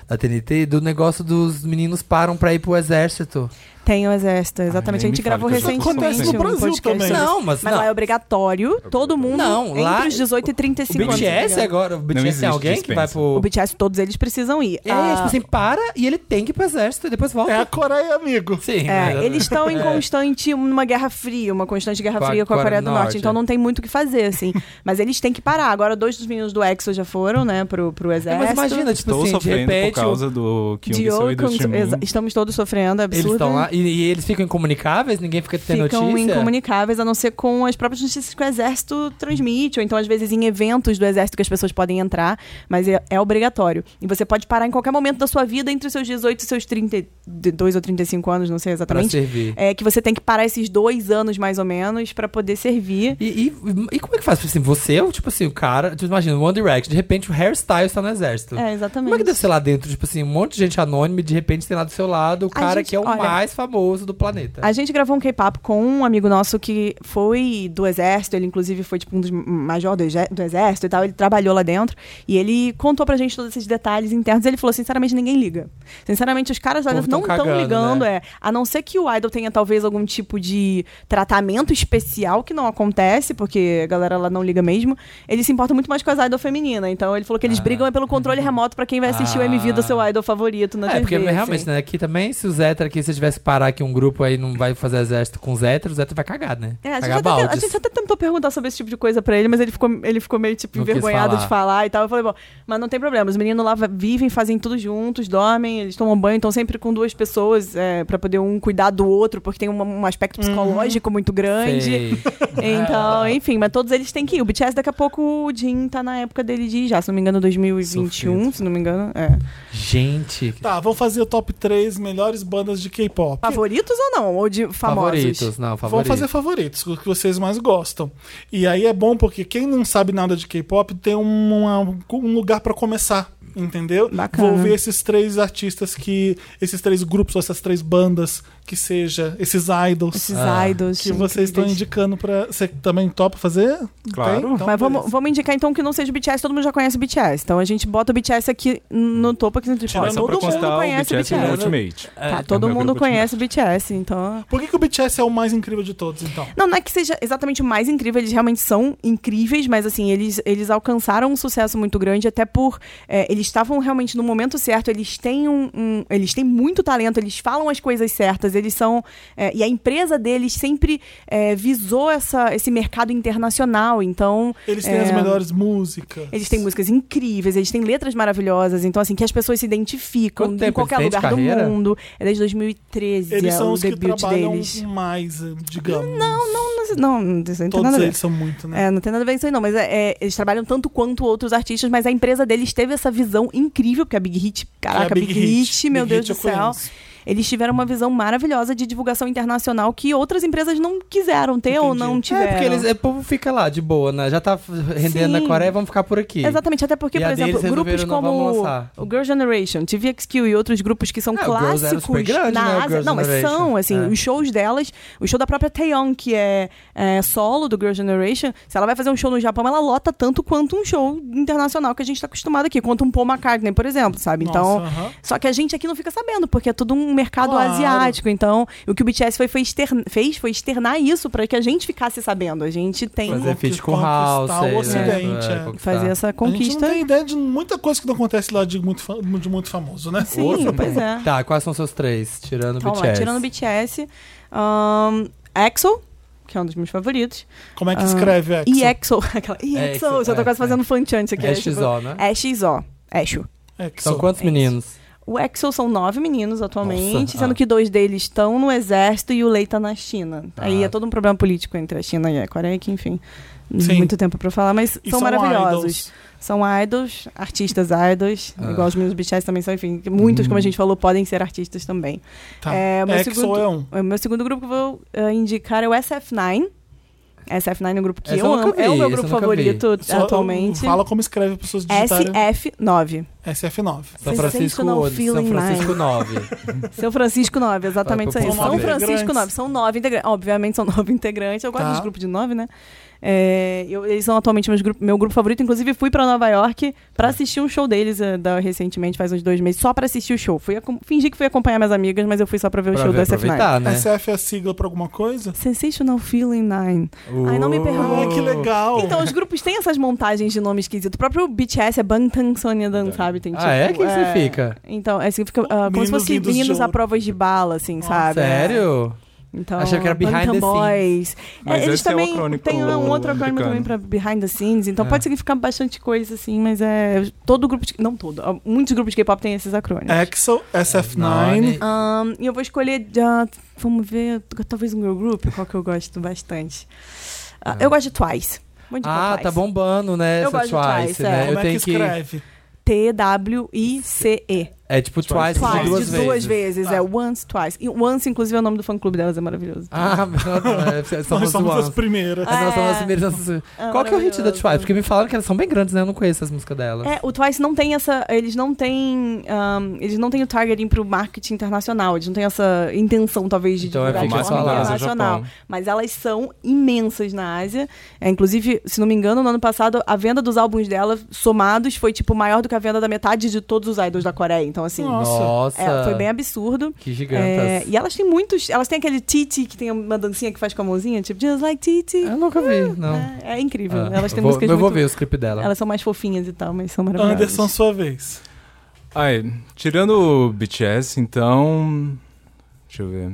Speaker 2: Da TNT, do negócio dos meninos param pra ir pro exército.
Speaker 3: Tem o exército, exatamente.
Speaker 4: nem
Speaker 3: a gente
Speaker 4: me fale
Speaker 3: gravou
Speaker 4: que eu sou
Speaker 3: recentemente.
Speaker 1: Acontece no
Speaker 3: um
Speaker 1: Brasil
Speaker 3: podcast
Speaker 1: também.
Speaker 3: sobre
Speaker 2: Não, mas
Speaker 3: Mas
Speaker 2: não.
Speaker 3: lá é obrigatório, todo mundo
Speaker 2: Não,
Speaker 3: entre
Speaker 2: lá-
Speaker 3: os 18 e 35
Speaker 2: O
Speaker 3: anos. se não me
Speaker 2: BTS
Speaker 3: engano.
Speaker 2: agora, o BTS tem
Speaker 4: existe
Speaker 2: é alguém que vai
Speaker 4: dispensa.
Speaker 2: pro...
Speaker 3: O BTS, todos eles precisam ir.
Speaker 2: É,
Speaker 3: Ah,
Speaker 2: tipo assim, para e ele tem que ir pro exército e depois volta.
Speaker 1: É a Coreia, amigo.
Speaker 2: Sim.
Speaker 3: é,
Speaker 2: mas-
Speaker 3: eles estão em
Speaker 2: É.
Speaker 3: constante, uma guerra fria, uma constante guerra
Speaker 2: Com a
Speaker 3: fria com a Coreia do Norte, então
Speaker 2: é.
Speaker 3: não tem muito o que fazer, assim. Mas eles têm que parar. Agora, dois dos meninos do EXO já foram, né, pro, pro
Speaker 2: É,
Speaker 3: exército.
Speaker 2: mas imagina, tipo
Speaker 4: Estou
Speaker 2: assim, de
Speaker 4: sofrendo
Speaker 2: repente...
Speaker 4: por causa do Kyung
Speaker 3: De
Speaker 4: Soo e do
Speaker 3: Ocon- exa-
Speaker 4: Jimin.
Speaker 3: Estamos todos sofrendo, é
Speaker 2: o- Eles
Speaker 3: absurdo.
Speaker 2: estão lá e, e eles ficam incomunicáveis? Ninguém fica tendo
Speaker 3: ficam
Speaker 2: notícia?
Speaker 3: incomunicáveis, a não ser com as próprias notícias que o exército transmite, ou então às vezes em eventos do exército que as pessoas podem entrar, mas é, é obrigatório. E você pode parar em qualquer momento da sua vida, entre os seus 18 e seus 32 ou 35 anos, não sei
Speaker 2: Pra
Speaker 3: exatamente.
Speaker 2: servir.
Speaker 3: É que você tem que parar esses dois anos mais ou menos pra poder servir.
Speaker 2: E, e- e como é que faz? Tipo assim, você, ou, tipo assim, o cara... Tu imagina, o One Direction, de repente o hairstyle está no exército.
Speaker 3: É, exatamente.
Speaker 2: Como é que deve ser lá dentro? Tipo assim, um monte de gente anônima e de repente tem lá do seu lado o
Speaker 3: A
Speaker 2: cara
Speaker 3: gente-
Speaker 2: que é o
Speaker 3: olha-
Speaker 2: mais famoso do planeta.
Speaker 3: A gente gravou um K-pop com um amigo nosso que foi do exército, ele inclusive foi tipo um dos major do, eje- do exército e tal, ele trabalhou lá dentro e ele contou pra gente todos esses detalhes internos. Ele falou, sinceramente, ninguém liga. Sinceramente, os caras lá
Speaker 2: O
Speaker 3: dentro
Speaker 2: povo
Speaker 3: não
Speaker 2: tão
Speaker 3: estão
Speaker 2: cagando,
Speaker 3: ligando,
Speaker 2: né?
Speaker 3: é. A não ser que o idol tenha talvez algum tipo de tratamento especial que não acontece, porque a galera lá não liga mesmo. Ele se importa muito mais com as idols femininas. Então ele falou que eles brigam é pelo controle remoto pra quem vai assistir
Speaker 2: Ah.
Speaker 3: o MV do seu idol favorito na
Speaker 2: é,
Speaker 3: TV.
Speaker 2: porque
Speaker 3: assim.
Speaker 2: realmente, né? Aqui também, se os héteros aqui, se eu tivesse que parar aqui um grupo aí, não vai fazer exército com os héteros, os héteros vai cagar, né?
Speaker 3: É, a gente,
Speaker 2: cagar
Speaker 3: até, a
Speaker 2: baldes.
Speaker 3: gente até tentou perguntar sobre esse tipo de coisa pra ele, mas ele ficou, ele ficou meio, tipo,
Speaker 2: Não quis
Speaker 3: envergonhado
Speaker 2: falar.
Speaker 3: de falar e tal. Eu falei, bom, mas não tem problema. Os meninos lá va- vivem, fazem tudo juntos, dormem, eles tomam banho, estão sempre com duas pessoas é, pra poder um cuidar do outro, porque tem uma- um aspecto
Speaker 1: Uhum.
Speaker 3: psicológico muito tá grande.
Speaker 2: Sei.
Speaker 3: Então, enfim, mas todos eles têm que ir. O BTS, daqui a pouco, o Jin tá na época dele de ir já, se não me engano, 2021,
Speaker 2: Sofrido.
Speaker 3: se não me engano. É.
Speaker 2: Gente,
Speaker 1: Tá, vamos fazer o top 3 melhores bandas de K-pop.
Speaker 3: Favoritos ou não? Ou de famosos?
Speaker 2: favoritos, não,
Speaker 1: Vamos
Speaker 2: favoritos.
Speaker 1: fazer favoritos, o que vocês mais gostam. E aí é bom porque quem não sabe nada de K-pop tem uma- um lugar pra começar, entendeu?
Speaker 3: Bacana.
Speaker 1: Vou ver esses três artistas que. Esses três grupos, ou essas três bandas, que seja, esses idols.
Speaker 3: Esses
Speaker 2: Ah,
Speaker 3: idols.
Speaker 1: Que vocês estão
Speaker 3: incríveis.
Speaker 1: indicando pra. Você também topa fazer?
Speaker 4: Claro.
Speaker 1: Tem? Então,
Speaker 3: Mas vamos,
Speaker 1: beleza.
Speaker 3: vamos indicar então que não seja o BTS, todo mundo já conhece o BTS. Então a gente bota o BTS aqui no topo aqui no tipo,
Speaker 1: Mas
Speaker 4: Mas só
Speaker 3: todo
Speaker 4: pra
Speaker 3: mundo
Speaker 4: constar, o
Speaker 3: conhece o
Speaker 4: BTS é o
Speaker 3: BTS.
Speaker 4: Ultimate.
Speaker 3: Tá,
Speaker 2: É,
Speaker 4: é
Speaker 3: todo
Speaker 4: o meu
Speaker 3: mundo
Speaker 4: grupo de
Speaker 3: conhece o BTS, então.
Speaker 1: Por que, que o BTS é o mais incrível de todos, então?
Speaker 3: Não, não é que seja exatamente o mais incrível, eles realmente são incríveis, mas assim, eles, eles alcançaram um sucesso muito grande, até por. é, eles estavam realmente no momento certo, eles têm um, um- Eles têm muito talento, eles falam as coisas certas, eles são. é, e a empresa deles sempre é, visou essa, esse mercado internacional. Então.
Speaker 1: Eles têm as
Speaker 3: é,
Speaker 1: melhores músicas.
Speaker 3: Eles têm músicas incríveis, eles têm letras maravilhosas, então assim, que as pessoas se identificam
Speaker 2: Quanto
Speaker 3: em
Speaker 2: tempo
Speaker 3: qualquer
Speaker 2: eles têm
Speaker 3: lugar
Speaker 2: de
Speaker 3: do
Speaker 2: carreira?
Speaker 3: mundo. É desde 2013,
Speaker 1: Eles
Speaker 3: é
Speaker 1: são
Speaker 3: o
Speaker 1: os que
Speaker 3: debut
Speaker 1: trabalham
Speaker 3: deles.
Speaker 1: mais, digamos.
Speaker 3: Não, não, não, não, não tem nada
Speaker 1: Todos
Speaker 3: a ver.
Speaker 1: eles são muito, né?
Speaker 3: É, não tem nada a ver com isso aí, não. Mas é, é, eles trabalham tanto quanto outros artistas, mas a empresa deles teve essa visão incrível, porque a Big Hit, caraca,
Speaker 1: Que é a
Speaker 3: Big, Hit, meu
Speaker 1: Big
Speaker 3: Deus
Speaker 1: Hit eu
Speaker 3: do céu.
Speaker 1: conheço.
Speaker 3: Eles tiveram uma visão maravilhosa de divulgação internacional que outras empresas não quiseram ter ou
Speaker 1: Entendi.
Speaker 3: não tiveram.
Speaker 2: É, porque eles, o povo fica lá, de boa, né? Já tá rendendo na
Speaker 3: Sim.
Speaker 2: Coreia, vamos ficar por aqui.
Speaker 3: Exatamente, até porque,
Speaker 2: E
Speaker 3: por
Speaker 2: a
Speaker 3: exemplo,
Speaker 2: deles
Speaker 3: grupos
Speaker 2: resolveram, não, vamos
Speaker 3: como
Speaker 2: lançar.
Speaker 3: o Girl Generation, TVXQ e outros grupos que são
Speaker 2: É, o Girls era
Speaker 3: clássicos
Speaker 2: super grande,
Speaker 3: na
Speaker 2: né, o
Speaker 3: Ásia.
Speaker 2: Girls
Speaker 3: Não, mas
Speaker 2: Generation.
Speaker 3: são, assim,
Speaker 2: É.
Speaker 3: os shows delas, o show da própria Taeyong, que é, é, solo do Girl Generation, se ela vai fazer um show no Japão, ela lota tanto quanto um show internacional que a gente tá acostumado aqui, quanto um Paul McCartney, por exemplo, sabe? Então,
Speaker 1: Nossa, aham.
Speaker 3: só que a gente aqui não fica sabendo, porque é todo um mercado
Speaker 1: Claro.
Speaker 3: asiático. Então, o que o BTS foi, foi externa- fez foi externar isso para que a gente ficasse sabendo. A gente tem
Speaker 2: Fazer
Speaker 1: Conquist-
Speaker 2: feat com House.
Speaker 1: conquistar o
Speaker 2: sei né? lá,
Speaker 1: Ocidente, é.
Speaker 2: conquistar.
Speaker 3: fazer essa
Speaker 1: A gente
Speaker 3: conquista.
Speaker 1: não tem ideia de muita coisa que não acontece lá de muito, fa- de muito famoso, né?
Speaker 3: Sim,
Speaker 4: Outro,
Speaker 3: pois é.
Speaker 2: Tá, quais são seus três? Tirando o
Speaker 3: Então,
Speaker 2: BTS.
Speaker 3: lá, tirando o BTS. ahn, Axl, que é um dos meus favoritos.
Speaker 1: Como é que escreve
Speaker 3: Ah, E
Speaker 1: EXO?
Speaker 3: EXO, aquela EXO, eu já tô
Speaker 2: é,
Speaker 3: quase
Speaker 2: é.
Speaker 3: fazendo flanchante aqui.
Speaker 2: É XO, né?
Speaker 3: É XO. Exo.
Speaker 2: São
Speaker 1: EXO.
Speaker 2: quantos meninos?
Speaker 3: O EXO são nove meninos atualmente,
Speaker 2: Nossa,
Speaker 3: sendo
Speaker 2: ah.
Speaker 3: que dois deles estão no exército e o Lei tá na China. Aí
Speaker 2: Ah.
Speaker 3: é todo um problema político entre a China e a Coreia, que enfim,
Speaker 1: Sim.
Speaker 3: muito tempo pra falar, mas
Speaker 1: E
Speaker 3: são, maravilhosos.
Speaker 1: idols.
Speaker 3: São idols, artistas idols,
Speaker 2: Ah. Hum.
Speaker 3: igual os meus bichais também são, enfim, muitos, como a gente falou, podem ser artistas também.
Speaker 1: Tá.
Speaker 3: É, meu
Speaker 1: EXO
Speaker 3: segundo-
Speaker 1: é um.
Speaker 3: O meu segundo grupo que eu vou eh, indicar é o SF9. SF9 é um grupo que
Speaker 2: Essa
Speaker 3: eu
Speaker 2: eu nunca
Speaker 3: amo, é o
Speaker 2: vi,
Speaker 3: meu
Speaker 2: essa
Speaker 3: grupo
Speaker 2: eu nunca vi.
Speaker 3: favorito
Speaker 1: Só- um
Speaker 3: atualmente.
Speaker 1: Fala como escreve para pessoas digitarem.
Speaker 3: SF9.
Speaker 1: SF9.
Speaker 2: São
Speaker 3: Sensational
Speaker 2: Francisco 8, São
Speaker 3: feeling
Speaker 2: Francisco 9.
Speaker 3: São Francisco 9, exatamente isso aí.
Speaker 2: São
Speaker 3: São
Speaker 2: nove
Speaker 3: Francisco
Speaker 1: integrantes.
Speaker 3: 9, são nove integrantes. Obviamente são nove integrantes. Eu gosto
Speaker 1: Tá.
Speaker 3: dos grupos de nove, né? É, eu- eles são atualmente meus grupo- meu grupo favorito. Inclusive, fui pra Nova York pra assistir um show deles eh, da- recentemente, faz uns dois meses, só pra assistir o show. Fui acom- fingi que fui acompanhar minhas amigas, mas eu fui só pra ver o
Speaker 2: pra
Speaker 3: show
Speaker 2: ver,
Speaker 3: do SF9.
Speaker 2: aproveitar, né?
Speaker 1: SF é a sigla para alguma coisa?
Speaker 3: Sensational Feeling 9. Ai, não me
Speaker 1: Ah,
Speaker 3: pergunte.
Speaker 1: que legal.
Speaker 3: Então, os grupos têm essas montagens de nome esquisito. O próprio BTS é Bangtan Sonyeondan, sabe? Tem, tipo,
Speaker 2: Ah, é? O que que significa?
Speaker 3: Então, é, significa ah, como
Speaker 1: Meninos
Speaker 3: se fosse
Speaker 1: lindos de
Speaker 3: meninos à
Speaker 1: ouro.
Speaker 3: prova de bala, assim, sabe?
Speaker 2: Sério?
Speaker 3: Então,
Speaker 2: Achei que era behind
Speaker 3: Bangtan
Speaker 2: the
Speaker 3: Boys.
Speaker 4: Mas
Speaker 3: É, eles
Speaker 4: esse é o
Speaker 3: também
Speaker 4: acrônimo
Speaker 3: tem um outro acrônimo
Speaker 4: americano.
Speaker 3: também pra behind the scenes, então
Speaker 2: É.
Speaker 3: pode significar bastante coisa, assim, mas é. Todo grupo de. Não todo. ah, Muitos grupos de K-pop têm esses acrônimos.
Speaker 2: É.
Speaker 1: EXO,
Speaker 3: é.
Speaker 1: SF9.
Speaker 3: Ahn, e eu vou escolher. ah, vamos ver, talvez um girl group, qual que eu gosto bastante. Ah,
Speaker 2: É.
Speaker 3: Eu gosto de Twice. Vou indicar
Speaker 2: Ah,
Speaker 3: Twice.
Speaker 2: tá bombando, né?
Speaker 3: Eu
Speaker 2: Essa
Speaker 3: gosto de
Speaker 2: Twice,
Speaker 3: Twice, é.
Speaker 2: né?
Speaker 1: Como
Speaker 2: Eu
Speaker 1: é que
Speaker 2: tenho que.
Speaker 1: escreve?
Speaker 3: T-W-I-C-E.
Speaker 2: É tipo Twice,
Speaker 3: Twice,
Speaker 2: de duas
Speaker 3: de
Speaker 2: vezes. Tá.
Speaker 3: duas vezes.
Speaker 1: Ah.
Speaker 3: É Once, Twice. E Once, inclusive, é o nome do fã-clube delas, é maravilhoso.
Speaker 2: Ah, meu Deus, é,
Speaker 1: Nós
Speaker 2: somos
Speaker 1: somos
Speaker 2: duas.
Speaker 1: as primeiras.
Speaker 3: Ah,
Speaker 2: As nossas-
Speaker 3: é.
Speaker 2: nossas primeiras- nossas- Qual que é o hit da
Speaker 3: maravilhoso.
Speaker 2: Twice? Porque me falaram que elas são bem grandes, né? Eu não conheço as músicas delas.
Speaker 3: É, o Twice não tem essa. Eles não têm. ahn, eles não têm o targeting pro marketing internacional. Eles não têm essa intenção, talvez, de
Speaker 2: Então, é
Speaker 3: divulgar de
Speaker 2: ficar
Speaker 3: forma
Speaker 2: só lá.
Speaker 3: internacional.
Speaker 4: Mas é
Speaker 3: Mas elas são imensas na Ásia. É, inclusive, se não me engano, no ano passado, a venda dos álbuns dela, somados, foi, tipo, maior do que a venda da metade de todos os idols da Coreia. Então, assim.
Speaker 1: Nossa.
Speaker 3: é, foi bem absurdo.
Speaker 2: Que gigantas.
Speaker 3: É, e elas têm muitos. Elas têm aquele Titi que tem uma dancinha que faz com a mãozinha, tipo, just like Titi.
Speaker 2: Eu nunca vi, Ah, não.
Speaker 3: É, é incrível.
Speaker 2: Ah,
Speaker 3: elas têm
Speaker 2: eu vou,
Speaker 3: músicas
Speaker 2: Eu vou
Speaker 3: muito-
Speaker 2: ver o clipe dela.
Speaker 3: Elas são mais fofinhas e tal, mas são maravilhosas.
Speaker 1: Anderson, sua vez.
Speaker 4: Ai, tirando o BTS, então. Deixa eu ver.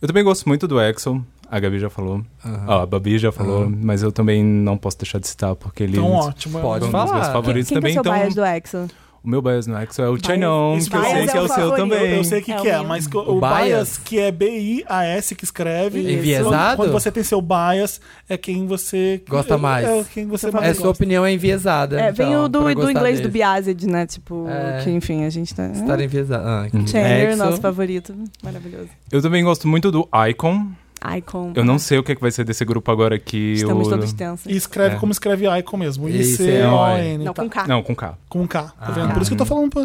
Speaker 4: Eu também gosto muito do EXO. A Gabi já falou.
Speaker 2: Aham.
Speaker 4: Ah, a Babi já falou.
Speaker 2: Aham.
Speaker 4: Mas eu também não posso deixar de citar, porque ele.
Speaker 1: Então, ótimo.
Speaker 2: Pode
Speaker 4: um
Speaker 1: Anderson.
Speaker 2: falar.
Speaker 4: dos
Speaker 3: Quem,
Speaker 2: Quem-
Speaker 4: meus
Speaker 3: quem
Speaker 4: favoritos
Speaker 3: que é o
Speaker 4: também.
Speaker 3: seu bias
Speaker 4: então,
Speaker 3: do EXO?
Speaker 4: o meu bias no EXO é o
Speaker 1: Bias-
Speaker 4: Chainon,
Speaker 1: isso
Speaker 4: que eu
Speaker 3: bias
Speaker 4: sei
Speaker 3: é
Speaker 4: que é
Speaker 3: o
Speaker 4: o seu
Speaker 3: favorito.
Speaker 4: também.
Speaker 1: Eu sei o que,
Speaker 3: É
Speaker 1: que é,
Speaker 3: o meu.
Speaker 1: mas o, o
Speaker 2: O
Speaker 1: bias,
Speaker 2: bias,
Speaker 1: que é B-I-A-S que escreve.
Speaker 3: Isso.
Speaker 2: Enviesado?
Speaker 1: Quando você tem seu bias, é quem você...
Speaker 2: Gosta mais.
Speaker 1: É quem você
Speaker 3: Você
Speaker 1: mais
Speaker 2: É, sua
Speaker 1: gosta.
Speaker 2: opinião é enviesada.
Speaker 3: É, vem
Speaker 2: então,
Speaker 3: o do,
Speaker 2: pra
Speaker 3: do
Speaker 2: gostar
Speaker 3: inglês do
Speaker 2: dele.
Speaker 3: Biased, né? Tipo,
Speaker 2: É.
Speaker 3: que enfim, a gente tá.
Speaker 2: Estar enviesada. Ah,
Speaker 4: Uhum.
Speaker 2: que-
Speaker 3: Chandler,
Speaker 2: Exo.
Speaker 3: nosso favorito. Maravilhoso.
Speaker 4: Eu também gosto muito do Icon.
Speaker 3: Icon.
Speaker 4: Eu não sei o que, é que vai ser desse grupo agora que
Speaker 3: Uhum. Estamos
Speaker 4: o...
Speaker 3: todos tensos.
Speaker 1: E escreve
Speaker 4: É.
Speaker 1: como escreve Icon mesmo.
Speaker 2: Isso, é
Speaker 1: I-C-O-N.
Speaker 3: Não,
Speaker 1: tá?
Speaker 3: com K.
Speaker 4: Não, com K.
Speaker 1: Com K, tá
Speaker 2: Ah.
Speaker 1: vendo? Por isso que eu tô falando pra,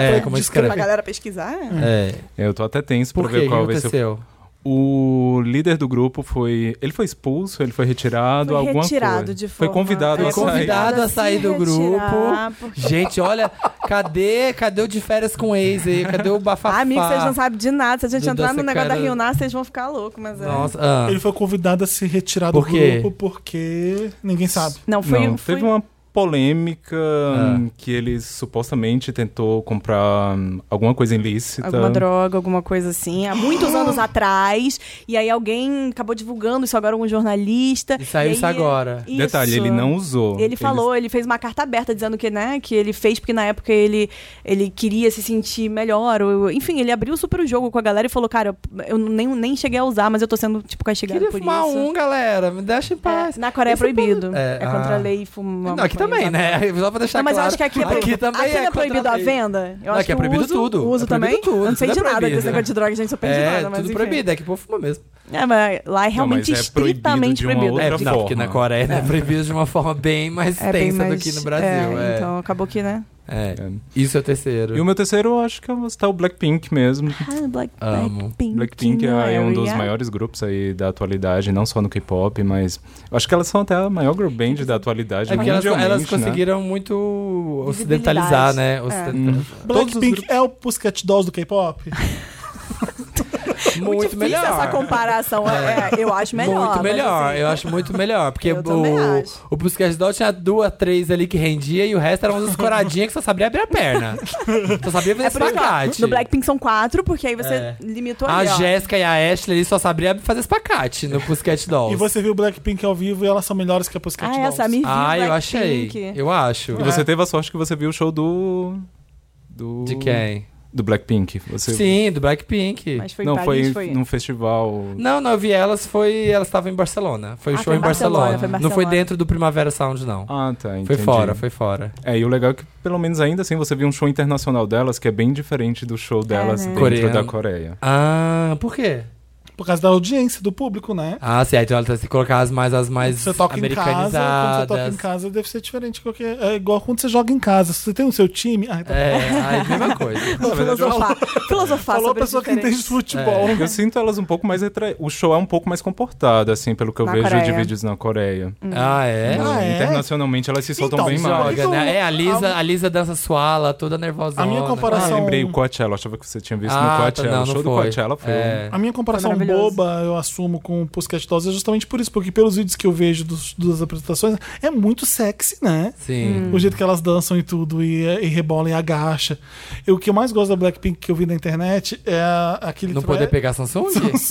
Speaker 2: É,
Speaker 1: pra
Speaker 2: como
Speaker 1: descrever.
Speaker 3: Pra galera pesquisar.
Speaker 2: É.
Speaker 4: Eu tô até tenso pra
Speaker 2: Por quê?
Speaker 4: ver
Speaker 2: O que
Speaker 4: qual vai ser o
Speaker 2: aconteceu?
Speaker 4: O líder do grupo foi. Ele foi expulso, ele foi retirado,
Speaker 3: Foi
Speaker 4: alguma
Speaker 3: retirado
Speaker 4: coisa.
Speaker 3: de
Speaker 4: Foi
Speaker 3: forma- É,
Speaker 4: convidado
Speaker 2: Foi
Speaker 4: a sair.
Speaker 2: convidado a sair do
Speaker 3: Se retirar, porque-
Speaker 2: Gente, olha, cadê, cadê o de férias com ex aí? Cadê o bafafá?
Speaker 3: Ah, amigo, vocês não sabem de nada. Se a gente
Speaker 2: Do-
Speaker 3: entrar no
Speaker 2: dessa
Speaker 3: negócio da
Speaker 2: cara-
Speaker 3: Rio vocês vão ficar loucos, mas é.
Speaker 2: Nossa, ah.
Speaker 1: Ele foi convidado a se retirar do
Speaker 2: Por quê?
Speaker 1: grupo porque ninguém sabe.
Speaker 3: Não, foi.
Speaker 4: Não,
Speaker 3: foi...
Speaker 2: um
Speaker 4: teve uma polêmica
Speaker 2: Ah.
Speaker 4: hum, que ele supostamente tentou comprar hum, alguma coisa ilícita.
Speaker 2: então.
Speaker 3: Alguma droga, alguma coisa assim, há muitos anos atrás. E aí alguém acabou divulgando isso agora, algum jornalista.
Speaker 2: E saiu
Speaker 3: e
Speaker 2: isso
Speaker 3: aí-
Speaker 2: agora.
Speaker 3: Isso.
Speaker 4: Detalhe, ele não usou.
Speaker 3: Ele falou, ele fez uma carta aberta dizendo que, né, que ele fez porque na época ele, ele queria se sentir melhor. Ou, enfim, ele abriu super o jogo com a galera e falou, cara, eu nem, nem cheguei a usar, mas eu tô sendo, tipo, castigado
Speaker 2: Queria
Speaker 3: por isso.
Speaker 2: fumar um, galera. Me deixa em paz.
Speaker 3: É, na Coreia é
Speaker 2: Esse
Speaker 3: proibido.
Speaker 2: é,
Speaker 3: É, contra
Speaker 2: ah.
Speaker 3: a lei fumar.
Speaker 2: Não, aqui também,
Speaker 3: maconha, sabe?
Speaker 2: né? Só pra deixar
Speaker 3: Não, mas eu
Speaker 2: claro.
Speaker 3: acho que aqui é proibido.
Speaker 2: também
Speaker 3: aqui não é
Speaker 2: contra
Speaker 3: proibido a
Speaker 2: lei.
Speaker 3: venda? Eu
Speaker 2: Não,
Speaker 3: acho
Speaker 2: aqui é
Speaker 3: que eu
Speaker 2: proibido
Speaker 3: uso,
Speaker 2: tudo.
Speaker 3: Uso
Speaker 2: É proibido
Speaker 3: também?
Speaker 2: tudo,
Speaker 3: Eu não sei
Speaker 2: tudo
Speaker 3: de
Speaker 2: é
Speaker 3: nada
Speaker 2: proibido.
Speaker 3: desse negócio de droga, gente. Só perde
Speaker 2: É,
Speaker 3: nada, mas
Speaker 2: tudo
Speaker 3: enfim.
Speaker 2: proibido. É que o povo fuma mesmo.
Speaker 3: É, mas lá é realmente
Speaker 4: mas é proibido
Speaker 3: estritamente
Speaker 4: de uma
Speaker 3: proibido.
Speaker 4: outra
Speaker 2: é, não, porque
Speaker 4: forma.
Speaker 2: na Coreia né, é proibido de uma forma bem mais
Speaker 3: É bem
Speaker 2: tensa
Speaker 3: mais...
Speaker 2: do que no Brasil.
Speaker 3: é,
Speaker 2: É,
Speaker 3: Então acabou que, né?
Speaker 2: É.
Speaker 4: É.
Speaker 2: Isso é o terceiro.
Speaker 4: E o meu terceiro, eu acho que eu vou citar o Blackpink mesmo.
Speaker 3: Ah, Black, né,
Speaker 2: Amo.
Speaker 3: Blackpink.
Speaker 4: Blackpink
Speaker 3: no
Speaker 4: é um dos
Speaker 3: area.
Speaker 4: maiores grupos aí da atualidade, não só no K-pop, mas eu acho que elas são até a maior girl band da atualidade
Speaker 2: É porque elas,
Speaker 4: mundialmente,
Speaker 2: elas
Speaker 4: né?
Speaker 2: conseguiram muito ocidentalizar,
Speaker 3: É.
Speaker 4: Uhum.
Speaker 2: né? Ocidentalizar.
Speaker 4: Hum.
Speaker 1: Blackpink é o Pussycat Dolls do K-pop?
Speaker 2: Muito
Speaker 3: difícil
Speaker 2: melhor.
Speaker 3: essa comparação. É, eu acho melhor.
Speaker 2: muito
Speaker 3: mas,
Speaker 2: melhor,
Speaker 3: assim,
Speaker 2: eu acho muito melhor. Porque
Speaker 3: Eu também
Speaker 2: o,
Speaker 3: acho.
Speaker 2: o Pussycat Doll tinha duas, três ali que rendia e o resto eram umas escoradinhas que só sabia abrir a perna. só sabia fazer
Speaker 3: É por isso que, ó,
Speaker 2: espacate.
Speaker 3: no Blackpink são quatro, porque aí você
Speaker 2: É.
Speaker 3: limitou
Speaker 2: a
Speaker 3: ali, ó.
Speaker 2: Jéssica e a Ashley ali só sabiam fazer espacate no Pussycat Dolls.
Speaker 1: E você viu Blackpink ao vivo e elas são melhores que a Pussycat
Speaker 3: Ah,
Speaker 1: Dolls.
Speaker 3: essa me viu,
Speaker 2: Ah, eu achei.
Speaker 3: Blackpink.
Speaker 2: Eu acho.
Speaker 1: Ah.
Speaker 4: E você teve a sorte que você viu o show do. do
Speaker 2: É. De quem?
Speaker 4: Do Blackpink. Você...
Speaker 2: Sim, do Blackpink.
Speaker 3: Mas foi em
Speaker 4: não,
Speaker 3: Paris,
Speaker 4: foi,
Speaker 3: foi...
Speaker 4: num festival.
Speaker 2: Não, não, eu vi elas, foi. Elas estavam em Barcelona. Foi um
Speaker 3: Ah,
Speaker 2: show
Speaker 3: foi
Speaker 2: em
Speaker 3: em Barcelona,
Speaker 2: Barcelona.
Speaker 3: foi em
Speaker 2: Não foi
Speaker 3: Barcelona.
Speaker 2: dentro do Primavera Sound, não.
Speaker 4: Ah, tá. Entendi.
Speaker 2: foi fora, foi fora.
Speaker 4: É, e o legal é que, pelo menos ainda assim, você viu um show internacional delas, que é bem diferente do show delas
Speaker 3: né?
Speaker 4: dentro
Speaker 2: Coreano.
Speaker 4: da Coreia.
Speaker 2: Ah, por quê?
Speaker 1: Por causa da audiência, do público, né?
Speaker 2: Ah, sim, aí então ela se colocar as mais as mais
Speaker 1: Você toca em casa, quando você toca em
Speaker 2: americanizadas.
Speaker 1: casa deve ser diferente. Qualquer... É igual quando você joga em casa. Se você tem o seu time. Ai, tá...
Speaker 2: É, aí, mesma coisa.
Speaker 3: Vamos filosofar. filosofar
Speaker 1: Falou a
Speaker 3: sobre as
Speaker 1: pessoa que entende de
Speaker 3: diferenças.
Speaker 1: futebol.
Speaker 4: Eu sinto elas um pouco mais retra... O show é um pouco mais comportado, assim, pelo que eu
Speaker 3: Na
Speaker 4: vejo de
Speaker 3: Coreia.
Speaker 4: vídeos na Coreia.
Speaker 2: Ah, é?
Speaker 1: Ah, é?
Speaker 4: Internacionalmente elas se soltam
Speaker 1: Então,
Speaker 4: bem
Speaker 1: joga.
Speaker 4: mais.
Speaker 2: Joga,
Speaker 1: Então,
Speaker 2: né? É, a Lisa,
Speaker 1: a-
Speaker 2: a Lisa dança suala, toda nervosa.
Speaker 1: A minha
Speaker 4: Ah,
Speaker 1: comparação- São-
Speaker 4: lembrei o Coachella, achava que você tinha visto
Speaker 2: Ah,
Speaker 4: no
Speaker 2: tá,
Speaker 4: Coachella.
Speaker 2: não,
Speaker 4: o show
Speaker 2: não
Speaker 4: do
Speaker 2: foi.
Speaker 4: Coachella foi. um
Speaker 2: É.
Speaker 1: A minha comparação
Speaker 3: Foi maravilhoso.
Speaker 1: boba, eu assumo, com o Pussycat Dolls é justamente por isso. Porque pelos vídeos que eu vejo dos- das apresentações, é muito sexy, né?
Speaker 2: Ah, Sim.
Speaker 3: Hum.
Speaker 1: O jeito que elas dançam e tudo, e, e rebolam e agacha. E o que eu mais gosto da Blackpink que eu vi na internet é a- aquele...
Speaker 2: Não
Speaker 1: tra-
Speaker 2: poder pegar Samsung?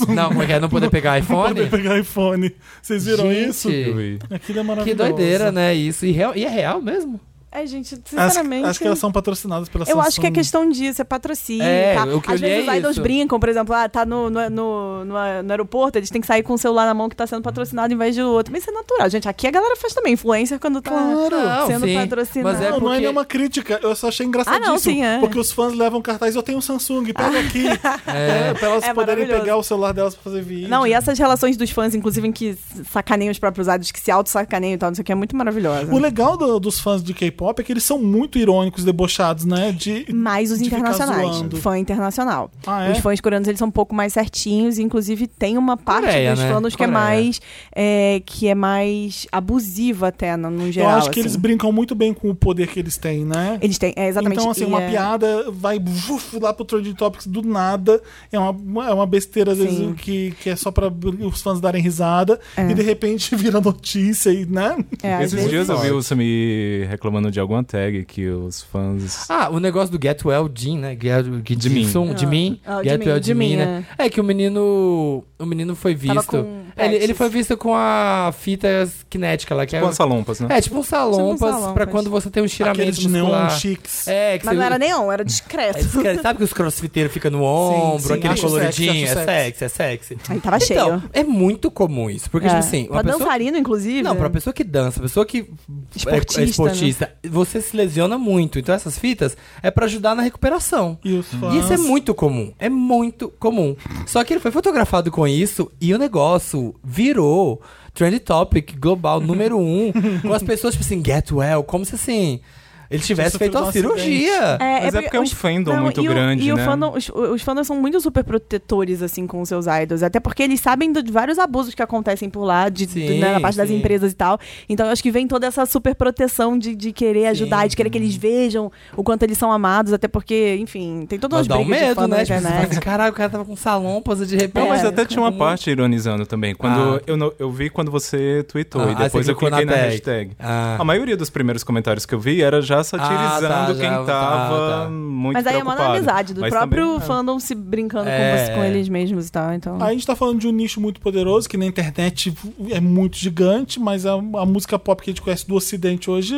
Speaker 2: Não, como é que é? Não poder pegar
Speaker 1: é Não
Speaker 2: iPhone?
Speaker 1: poder pegar iPhone. Vocês viram
Speaker 2: Gente,
Speaker 1: isso?
Speaker 4: Eu vi.
Speaker 1: Aquilo é
Speaker 2: Que
Speaker 1: maravilhoso.
Speaker 2: doideira, né? Isso. E, real- e é real mesmo?
Speaker 3: É, gente,
Speaker 1: Acho,
Speaker 3: sinceramente.
Speaker 1: acho que elas são patrocinadas pela
Speaker 3: Eu acho que é
Speaker 1: Samsung.
Speaker 3: questão disso, é patrocínio.
Speaker 2: É,
Speaker 3: tá?
Speaker 2: o que eu
Speaker 3: Às
Speaker 2: li é
Speaker 3: vezes os idols
Speaker 2: isso.
Speaker 3: brincam, por exemplo, ah, tá no, no, no, no- no aeroporto, eles têm que sair com o celular na mão que tá sendo patrocinado em vez de outro. Mas isso é natural, gente. Aqui a galera faz também, influencer quando tá
Speaker 1: Claro.
Speaker 2: Não,
Speaker 3: sendo
Speaker 2: sim,
Speaker 3: patrocinado.
Speaker 2: mas
Speaker 1: Não,
Speaker 2: é
Speaker 1: não é
Speaker 2: porque-
Speaker 1: nenhuma crítica. Eu só achei engraçadíssimo.
Speaker 3: Ah, não, sim, é. Ah,
Speaker 1: Porque os fãs levam cartaz. Eu tenho um Samsung, pega aqui. É, pra elas
Speaker 3: É
Speaker 1: poderem
Speaker 3: maravilhoso.
Speaker 1: pegar o celular delas pra fazer vídeo.
Speaker 3: Não, e essas relações dos fãs, inclusive, em que sacaneiam os próprios idols, que se auto-sacaneiam e tal, não sei o que, é muito maravilhosa.
Speaker 1: O legal do- dos fãs de K-pop é que eles são muito irônicos, debochados, né? De,
Speaker 3: Mas os
Speaker 1: de ficar
Speaker 3: internacionais,
Speaker 1: zoando.
Speaker 3: fã internacional.
Speaker 1: Ah, é?
Speaker 3: Os fãs coreanos, eles são um pouco mais certinhos, inclusive tem uma parte
Speaker 2: Coreia,
Speaker 3: dos
Speaker 2: né?
Speaker 3: fãs que é
Speaker 2: Coreia.
Speaker 3: mais é, que é mais abusiva até no, no
Speaker 1: Eu
Speaker 3: geral.
Speaker 1: acho que
Speaker 3: assim.
Speaker 1: eles brincam muito bem com o poder que eles têm, né?
Speaker 3: Eles têm, é, exatamente.
Speaker 1: Então, assim,
Speaker 3: e
Speaker 1: uma
Speaker 3: é-
Speaker 1: piada vai vuf, lá pro Trending Topics do nada. É uma, é uma besteira, às
Speaker 3: Sim.
Speaker 1: vezes, que, que é só pra os fãs darem risada.
Speaker 3: É.
Speaker 1: E, de repente, vira notícia e, né?
Speaker 3: É, às
Speaker 4: Esses
Speaker 3: vezes-
Speaker 4: dias eu vi
Speaker 2: Sorte.
Speaker 4: o Sami reclamando de alguma tag que os fãs.
Speaker 2: Ah, o negócio do Get Well Jin, né? Get, Get
Speaker 4: De mim.
Speaker 2: Jisung, de mim.
Speaker 3: Ah, de
Speaker 2: Get
Speaker 3: mim,
Speaker 2: Well
Speaker 3: de
Speaker 2: de mim,
Speaker 3: mim,
Speaker 2: né? É que o menino. O menino foi
Speaker 3: Tava
Speaker 2: visto.
Speaker 3: com
Speaker 2: Ele, ele
Speaker 3: patches.
Speaker 2: foi visto com a fita quinética lá, que
Speaker 4: Com
Speaker 2: é.
Speaker 4: as salompas, né?
Speaker 2: É, tipo
Speaker 3: Tipo
Speaker 2: um
Speaker 3: um
Speaker 2: salompas
Speaker 3: salompas.
Speaker 2: pra quando você tem um estiramento
Speaker 1: Aqueles de neon
Speaker 2: muscular.
Speaker 1: chiques.
Speaker 2: É, que
Speaker 3: Mas
Speaker 2: você...
Speaker 3: não era neon, era
Speaker 2: é
Speaker 3: discreto.
Speaker 2: descre- Sabe que os crossfiteiros ficam no ombro,
Speaker 1: sim,
Speaker 2: aquele
Speaker 1: acho
Speaker 2: coloridinho,
Speaker 1: sexy, acho
Speaker 2: é sexy, é sexy.
Speaker 3: Aí tava cheio.
Speaker 2: Então, é muito comum isso. Porque,
Speaker 3: É.
Speaker 2: tipo assim, uma
Speaker 3: pra
Speaker 2: pessoa
Speaker 3: dançarino, inclusive.
Speaker 2: Não, pra pessoa que dança, pessoa que
Speaker 3: Esportista, né?
Speaker 2: é, é esportista, você se lesiona muito. Então essas fitas é pra ajudar na recuperação.
Speaker 1: E os fãs...
Speaker 2: E isso é muito comum, é muito comum. Só que ele foi fotografado com isso e o negócio virou trend topic global número um, com as pessoas tipo assim, get well, como se assim ele tivesse
Speaker 1: sofreu
Speaker 2: feito
Speaker 1: um
Speaker 2: uma cirurgia.
Speaker 3: É,
Speaker 4: Mas é porque é um
Speaker 3: os-
Speaker 4: fandom muito
Speaker 3: e o-
Speaker 4: grande,
Speaker 3: e o
Speaker 4: né?
Speaker 3: fandom- os, os fandoms são muito super protetores, assim, com os seus idols. Até porque eles sabem do- de vários abusos que acontecem por lá, de,
Speaker 2: Sim,
Speaker 3: de- né, na parte das
Speaker 2: sim.
Speaker 3: empresas e tal. Então, eu acho que vem toda essa super proteção de, de querer ajudar, de querer que eles vejam o quanto eles são amados. Até porque, enfim, tem todas
Speaker 2: Mas
Speaker 3: as
Speaker 2: dá um
Speaker 3: brigas de
Speaker 2: medo,
Speaker 3: fã na
Speaker 2: né? Tipo, você fala
Speaker 3: internet.
Speaker 2: assim, caralho, o cara tava com salompas de repente.
Speaker 4: Não, mas
Speaker 3: É,
Speaker 4: até tinha uma
Speaker 2: como-
Speaker 4: parte ironizando também. Quando
Speaker 2: Ah.
Speaker 4: eu, não- eu vi quando você tweetou
Speaker 2: Ah,
Speaker 4: e
Speaker 2: aí
Speaker 4: depois
Speaker 2: você
Speaker 4: eu
Speaker 2: clicou
Speaker 4: cliquei na,
Speaker 2: na tag.
Speaker 4: hashtag.
Speaker 2: Ah.
Speaker 4: A maioria dos primeiros comentários que eu vi era já satirizando
Speaker 2: Ah, tá, já,
Speaker 4: quem
Speaker 2: tá,
Speaker 4: tava
Speaker 2: tá.
Speaker 4: muito
Speaker 3: Mas aí é uma
Speaker 4: preocupado.
Speaker 3: amizade do
Speaker 4: Mas
Speaker 3: próprio
Speaker 4: também-
Speaker 3: fandom se brincando com,
Speaker 2: É.
Speaker 3: você- com eles mesmos e tal. Então,
Speaker 1: A gente tá falando de um nicho muito poderoso, que na internet é muito gigante, mas a, a música pop que a gente conhece do ocidente hoje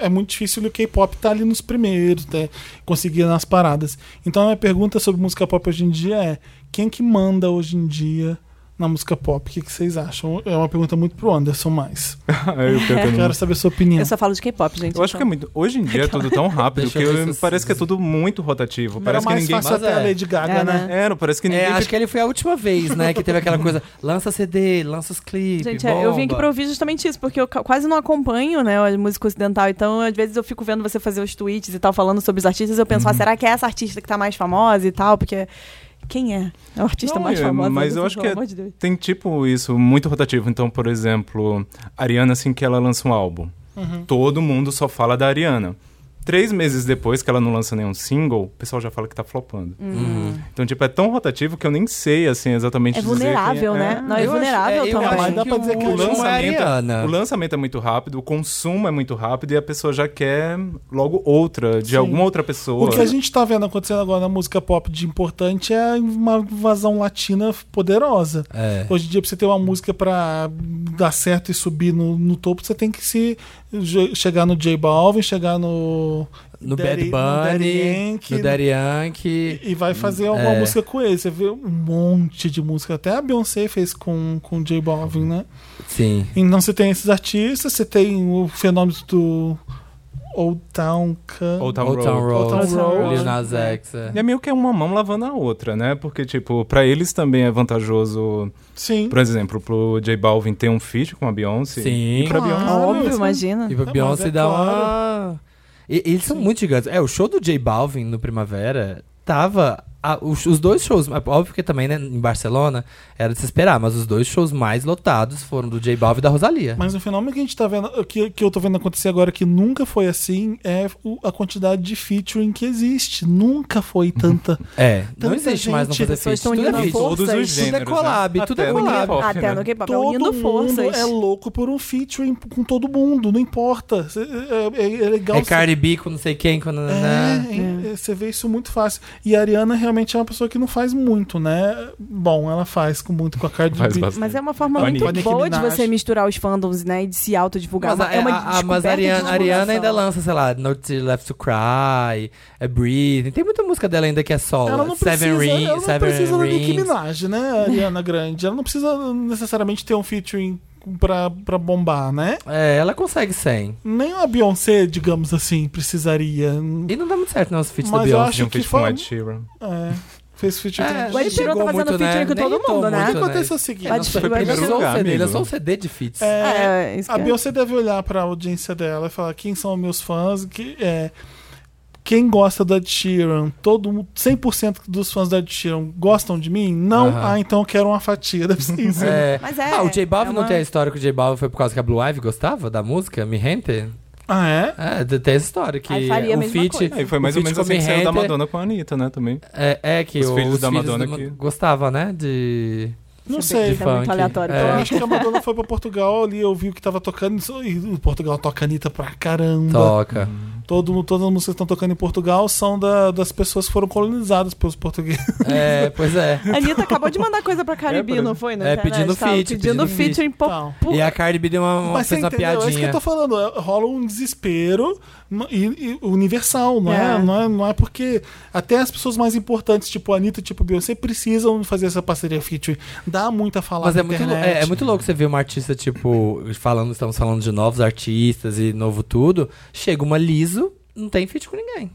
Speaker 1: é, é muito difícil e o K-pop tá ali nos primeiros, né? conseguir nas paradas. Então a minha pergunta sobre música pop hoje em dia é: quem que manda hoje em dia na música pop? O que, que vocês acham? É uma pergunta muito pro Anderson, mas
Speaker 4: eu, É, pior que eu não-
Speaker 1: quero saber a sua opinião.
Speaker 3: eu só falo de K-pop, gente. então.
Speaker 4: Eu acho que é muito. Hoje em dia é tudo tão rápido
Speaker 2: Deixa
Speaker 4: que
Speaker 2: eu ver
Speaker 4: eu-
Speaker 2: se-
Speaker 4: parece que é tudo muito rotativo.
Speaker 1: Era
Speaker 4: Parece que
Speaker 1: mais
Speaker 4: ninguém.
Speaker 1: fácil
Speaker 2: Mas
Speaker 1: até a
Speaker 2: é.
Speaker 1: Lady Gaga,
Speaker 3: É,
Speaker 1: né?
Speaker 3: né?
Speaker 4: Era, parece que ninguém.
Speaker 2: É,
Speaker 4: fica-
Speaker 2: acho que ele foi a última vez, né? Que teve aquela coisa, lança CD, lança os clipes.
Speaker 3: Gente, é, eu vim aqui
Speaker 2: bomba.
Speaker 3: pra ouvir justamente isso, porque eu ca- quase não acompanho, né, a música ocidental. Então, às vezes eu fico vendo você fazer os tweets e tal, falando sobre os artistas, e eu penso, ah, será que é essa artista que tá mais famosa e tal? Porque quem é? É o artista
Speaker 4: Não,
Speaker 3: mais
Speaker 4: é,
Speaker 3: famoso.
Speaker 4: mas eu acho que é-
Speaker 3: Pelo amor de Deus.
Speaker 4: Tem tipo isso, muito rotativo. Então, por exemplo, a Ariana, assim que ela lança um álbum, todo mundo só fala da Ariana. três meses depois que ela não lança nenhum single, o pessoal já fala que tá flopando.
Speaker 3: Uhum.
Speaker 4: Então, tipo, é tão rotativo que eu nem sei, assim, exatamente
Speaker 3: É
Speaker 4: dizer quem
Speaker 3: vulnerável,
Speaker 4: é.
Speaker 3: né? Não, é
Speaker 2: Eu acho-
Speaker 3: vulnerável
Speaker 2: é, eu
Speaker 3: também.
Speaker 1: acho
Speaker 2: acho
Speaker 1: dá pra dizer que
Speaker 4: O
Speaker 1: o
Speaker 2: último é a
Speaker 4: lançamento,
Speaker 2: Ariana.
Speaker 4: o lançamento é muito rápido, o consumo é muito rápido e a pessoa já quer logo outra, de
Speaker 1: Sim.
Speaker 4: alguma outra pessoa.
Speaker 1: O que a gente tá vendo acontecendo agora na música pop de importante é uma invasão latina poderosa.
Speaker 2: É.
Speaker 1: Hoje em dia, pra você ter uma música pra dar certo e subir no, no topo, você tem que se je- chegar no J Balvin, chegar no.
Speaker 2: No
Speaker 1: Daddy-
Speaker 2: Bad
Speaker 1: no Daddy
Speaker 2: Bunny,
Speaker 1: Yankee,
Speaker 2: no Daddy Yankee.
Speaker 1: E vai fazer alguma
Speaker 2: É.
Speaker 1: música com ele. Você vê um monte de música. Até a Beyoncé fez com com o J Balvin, né?
Speaker 2: Sim.
Speaker 1: Então você tem esses artistas, você tem o fenômeno do Old Town Can.
Speaker 4: Old Town
Speaker 2: Old Town
Speaker 4: Road.
Speaker 2: Road.
Speaker 1: Old Town Road.
Speaker 2: Lil Nas X. é.
Speaker 4: E é meio que é uma mão lavando a outra, né? Porque, tipo, pra eles também é vantajoso,
Speaker 1: Sim.
Speaker 4: por exemplo, pro J Balvin ter um feat com a Beyoncé.
Speaker 2: Sim.
Speaker 4: E pra
Speaker 1: Claro.
Speaker 4: Beyoncé.
Speaker 3: Óbvio,
Speaker 1: Sim.
Speaker 3: imagina.
Speaker 2: E pra
Speaker 1: mas
Speaker 2: Beyoncé
Speaker 1: é
Speaker 2: dá uma. E- eles são muito gigantes. É, o show do J Balvin no Primavera tava. a- os, os dois shows, óbvio que também, né, em Barcelona, era de se esperar, mas os dois shows mais lotados foram do J Balvin e da Rosalia.
Speaker 1: Mas o fenômeno que a gente tá vendo, que, que eu tô vendo acontecer agora, que nunca foi assim, é o- a quantidade de featuring que existe. Nunca foi tanta.
Speaker 2: é, não
Speaker 1: tanta
Speaker 2: existe mais não
Speaker 1: gente,
Speaker 2: fazer
Speaker 1: as
Speaker 2: feat.
Speaker 3: pessoas tão
Speaker 2: Tudo é
Speaker 3: unindo
Speaker 2: feat.
Speaker 3: forças.
Speaker 4: Todos os
Speaker 3: Tudo é
Speaker 2: Tudo é
Speaker 4: gêneros,
Speaker 2: collab,
Speaker 4: né?
Speaker 2: tudo é
Speaker 4: Até no
Speaker 2: collab.
Speaker 4: K-pop,
Speaker 3: Até
Speaker 4: né?
Speaker 3: no K-pop, é
Speaker 1: todo
Speaker 3: unindo
Speaker 1: mundo
Speaker 3: forças.
Speaker 1: é louco por um featuring com todo mundo, não importa. Cê- É, é- é legal.
Speaker 2: É
Speaker 1: cê-
Speaker 2: Cardi B com não sei quem, com...
Speaker 1: É, é, Você vê isso muito fácil. E a Ariana realmente é uma pessoa que não faz muito, né? Bom, ela faz com muito com a Cardi
Speaker 4: Faz
Speaker 1: B.
Speaker 4: bastante.
Speaker 3: Mas é uma forma
Speaker 4: Panique.
Speaker 3: muito
Speaker 1: Panique
Speaker 3: boa de
Speaker 1: Minaj.
Speaker 3: você misturar os fandoms, né? E de se autodivulgar.
Speaker 2: Mas, a,
Speaker 3: é uma
Speaker 2: a- a- mas a
Speaker 3: descoberta e
Speaker 2: Ariana, a Ariana
Speaker 3: divulgação.
Speaker 2: ainda é lança, sei lá, No Tear Left to Cry, é Breathing. Tem muita música dela ainda que é solo.
Speaker 1: Ela não
Speaker 2: Seven
Speaker 1: precisa,
Speaker 2: Ring-
Speaker 1: ela não
Speaker 2: Seven
Speaker 1: precisa da Nicki
Speaker 2: Rings.
Speaker 1: Minaj, né, a Ariana Grande? Ela não precisa necessariamente ter um featuring pra, pra bombar, né?
Speaker 2: É, ela consegue 100.
Speaker 1: Nem a Beyoncé, digamos assim, precisaria.
Speaker 2: E não dá muito certo, né, os feats da
Speaker 1: Mas eu
Speaker 2: Beyoncé.
Speaker 1: acho
Speaker 4: Tinha um
Speaker 1: que
Speaker 4: feat
Speaker 1: foi
Speaker 4: com
Speaker 1: um-
Speaker 4: Ed Sheeran.
Speaker 1: É, fez featuring.
Speaker 2: É,
Speaker 1: com-
Speaker 3: O Ed Sheeran tá
Speaker 2: chegou
Speaker 3: fazendo featuring com
Speaker 2: Nem
Speaker 3: todo
Speaker 2: hitou
Speaker 3: mundo, né?
Speaker 1: O
Speaker 2: muito,
Speaker 1: que acontece é o seguinte.
Speaker 2: É, não, foi
Speaker 3: Ed Sheeran-
Speaker 2: primeiro lugar,
Speaker 4: amigo.
Speaker 2: Ele lançou um CD de feats.
Speaker 1: É,
Speaker 3: É, isso
Speaker 1: a
Speaker 3: que é.
Speaker 1: Beyoncé deve olhar pra audiência dela e falar quem são meus fãs, que é quem gosta do Ed Sheeran, todo mundo, 100% dos fãs do Ed Sheeran gostam de mim? Não,
Speaker 2: Aham.
Speaker 1: ah, então eu quero uma fatia, deve ser isso.
Speaker 2: É.
Speaker 3: Mas é,
Speaker 2: ah, o J Balvin
Speaker 3: é
Speaker 2: não
Speaker 3: uma-
Speaker 2: tem a história que o J Balvin foi por causa que a Blue Ivy gostava da música, Me Rente?
Speaker 1: Ah, é?
Speaker 2: É, tem essa história que
Speaker 3: Aí faria a
Speaker 2: o
Speaker 3: mesma
Speaker 2: feat...
Speaker 3: coisa.
Speaker 4: Aí foi mais
Speaker 2: o
Speaker 4: ou
Speaker 2: feat
Speaker 4: menos
Speaker 2: com
Speaker 4: assim
Speaker 2: Me
Speaker 4: que saiu da
Speaker 2: Rente
Speaker 4: Madonna com a Anitta, né, também.
Speaker 2: É, é que
Speaker 4: Os
Speaker 2: o-
Speaker 4: filhos da Madonna
Speaker 2: Ma-
Speaker 4: que-
Speaker 2: gostava, né? De.
Speaker 1: Não
Speaker 3: Isso é
Speaker 1: sei.
Speaker 2: de
Speaker 3: muito
Speaker 2: funk.
Speaker 3: aleatório.
Speaker 1: Então, Eu
Speaker 2: É,
Speaker 1: acho que a Madonna foi pra Portugal ali, eu vi o que tava tocando, e o Portugal toca Anitta pra caramba.
Speaker 2: toca.
Speaker 1: Hum. Todo, mundo- todas as músicas que estão tocando em Portugal são da- das pessoas que foram colonizadas pelos portugueses.
Speaker 2: É, pois é.
Speaker 3: A Anitta acabou de mandar coisa pra Caribe,
Speaker 4: É, por-
Speaker 3: não foi? Na
Speaker 2: é,
Speaker 3: internet,
Speaker 2: pedindo
Speaker 3: tava
Speaker 2: feat, pedindo
Speaker 3: Pedindo featuring. pô,
Speaker 1: Tal.
Speaker 3: pô.
Speaker 2: E a Cardi B deu uma, uma,
Speaker 1: Mas você
Speaker 2: fez uma
Speaker 1: entendeu? É isso que eu
Speaker 2: piadinha.
Speaker 1: tô falando. é, Rola um desespero ma- e, e universal, não é.
Speaker 3: É.
Speaker 1: Não, é, não é porque até as pessoas mais importantes, tipo a Anitta, tipo a Beyoncé, precisam fazer essa parceria feature. Dá muita falar
Speaker 2: Mas
Speaker 1: na
Speaker 2: é muito, lou-
Speaker 1: internet.
Speaker 2: é, é muito louco você ver uma artista, tipo, falando, estamos falando de novos artistas e novo tudo. Chega uma liso, não tem feat com ninguém.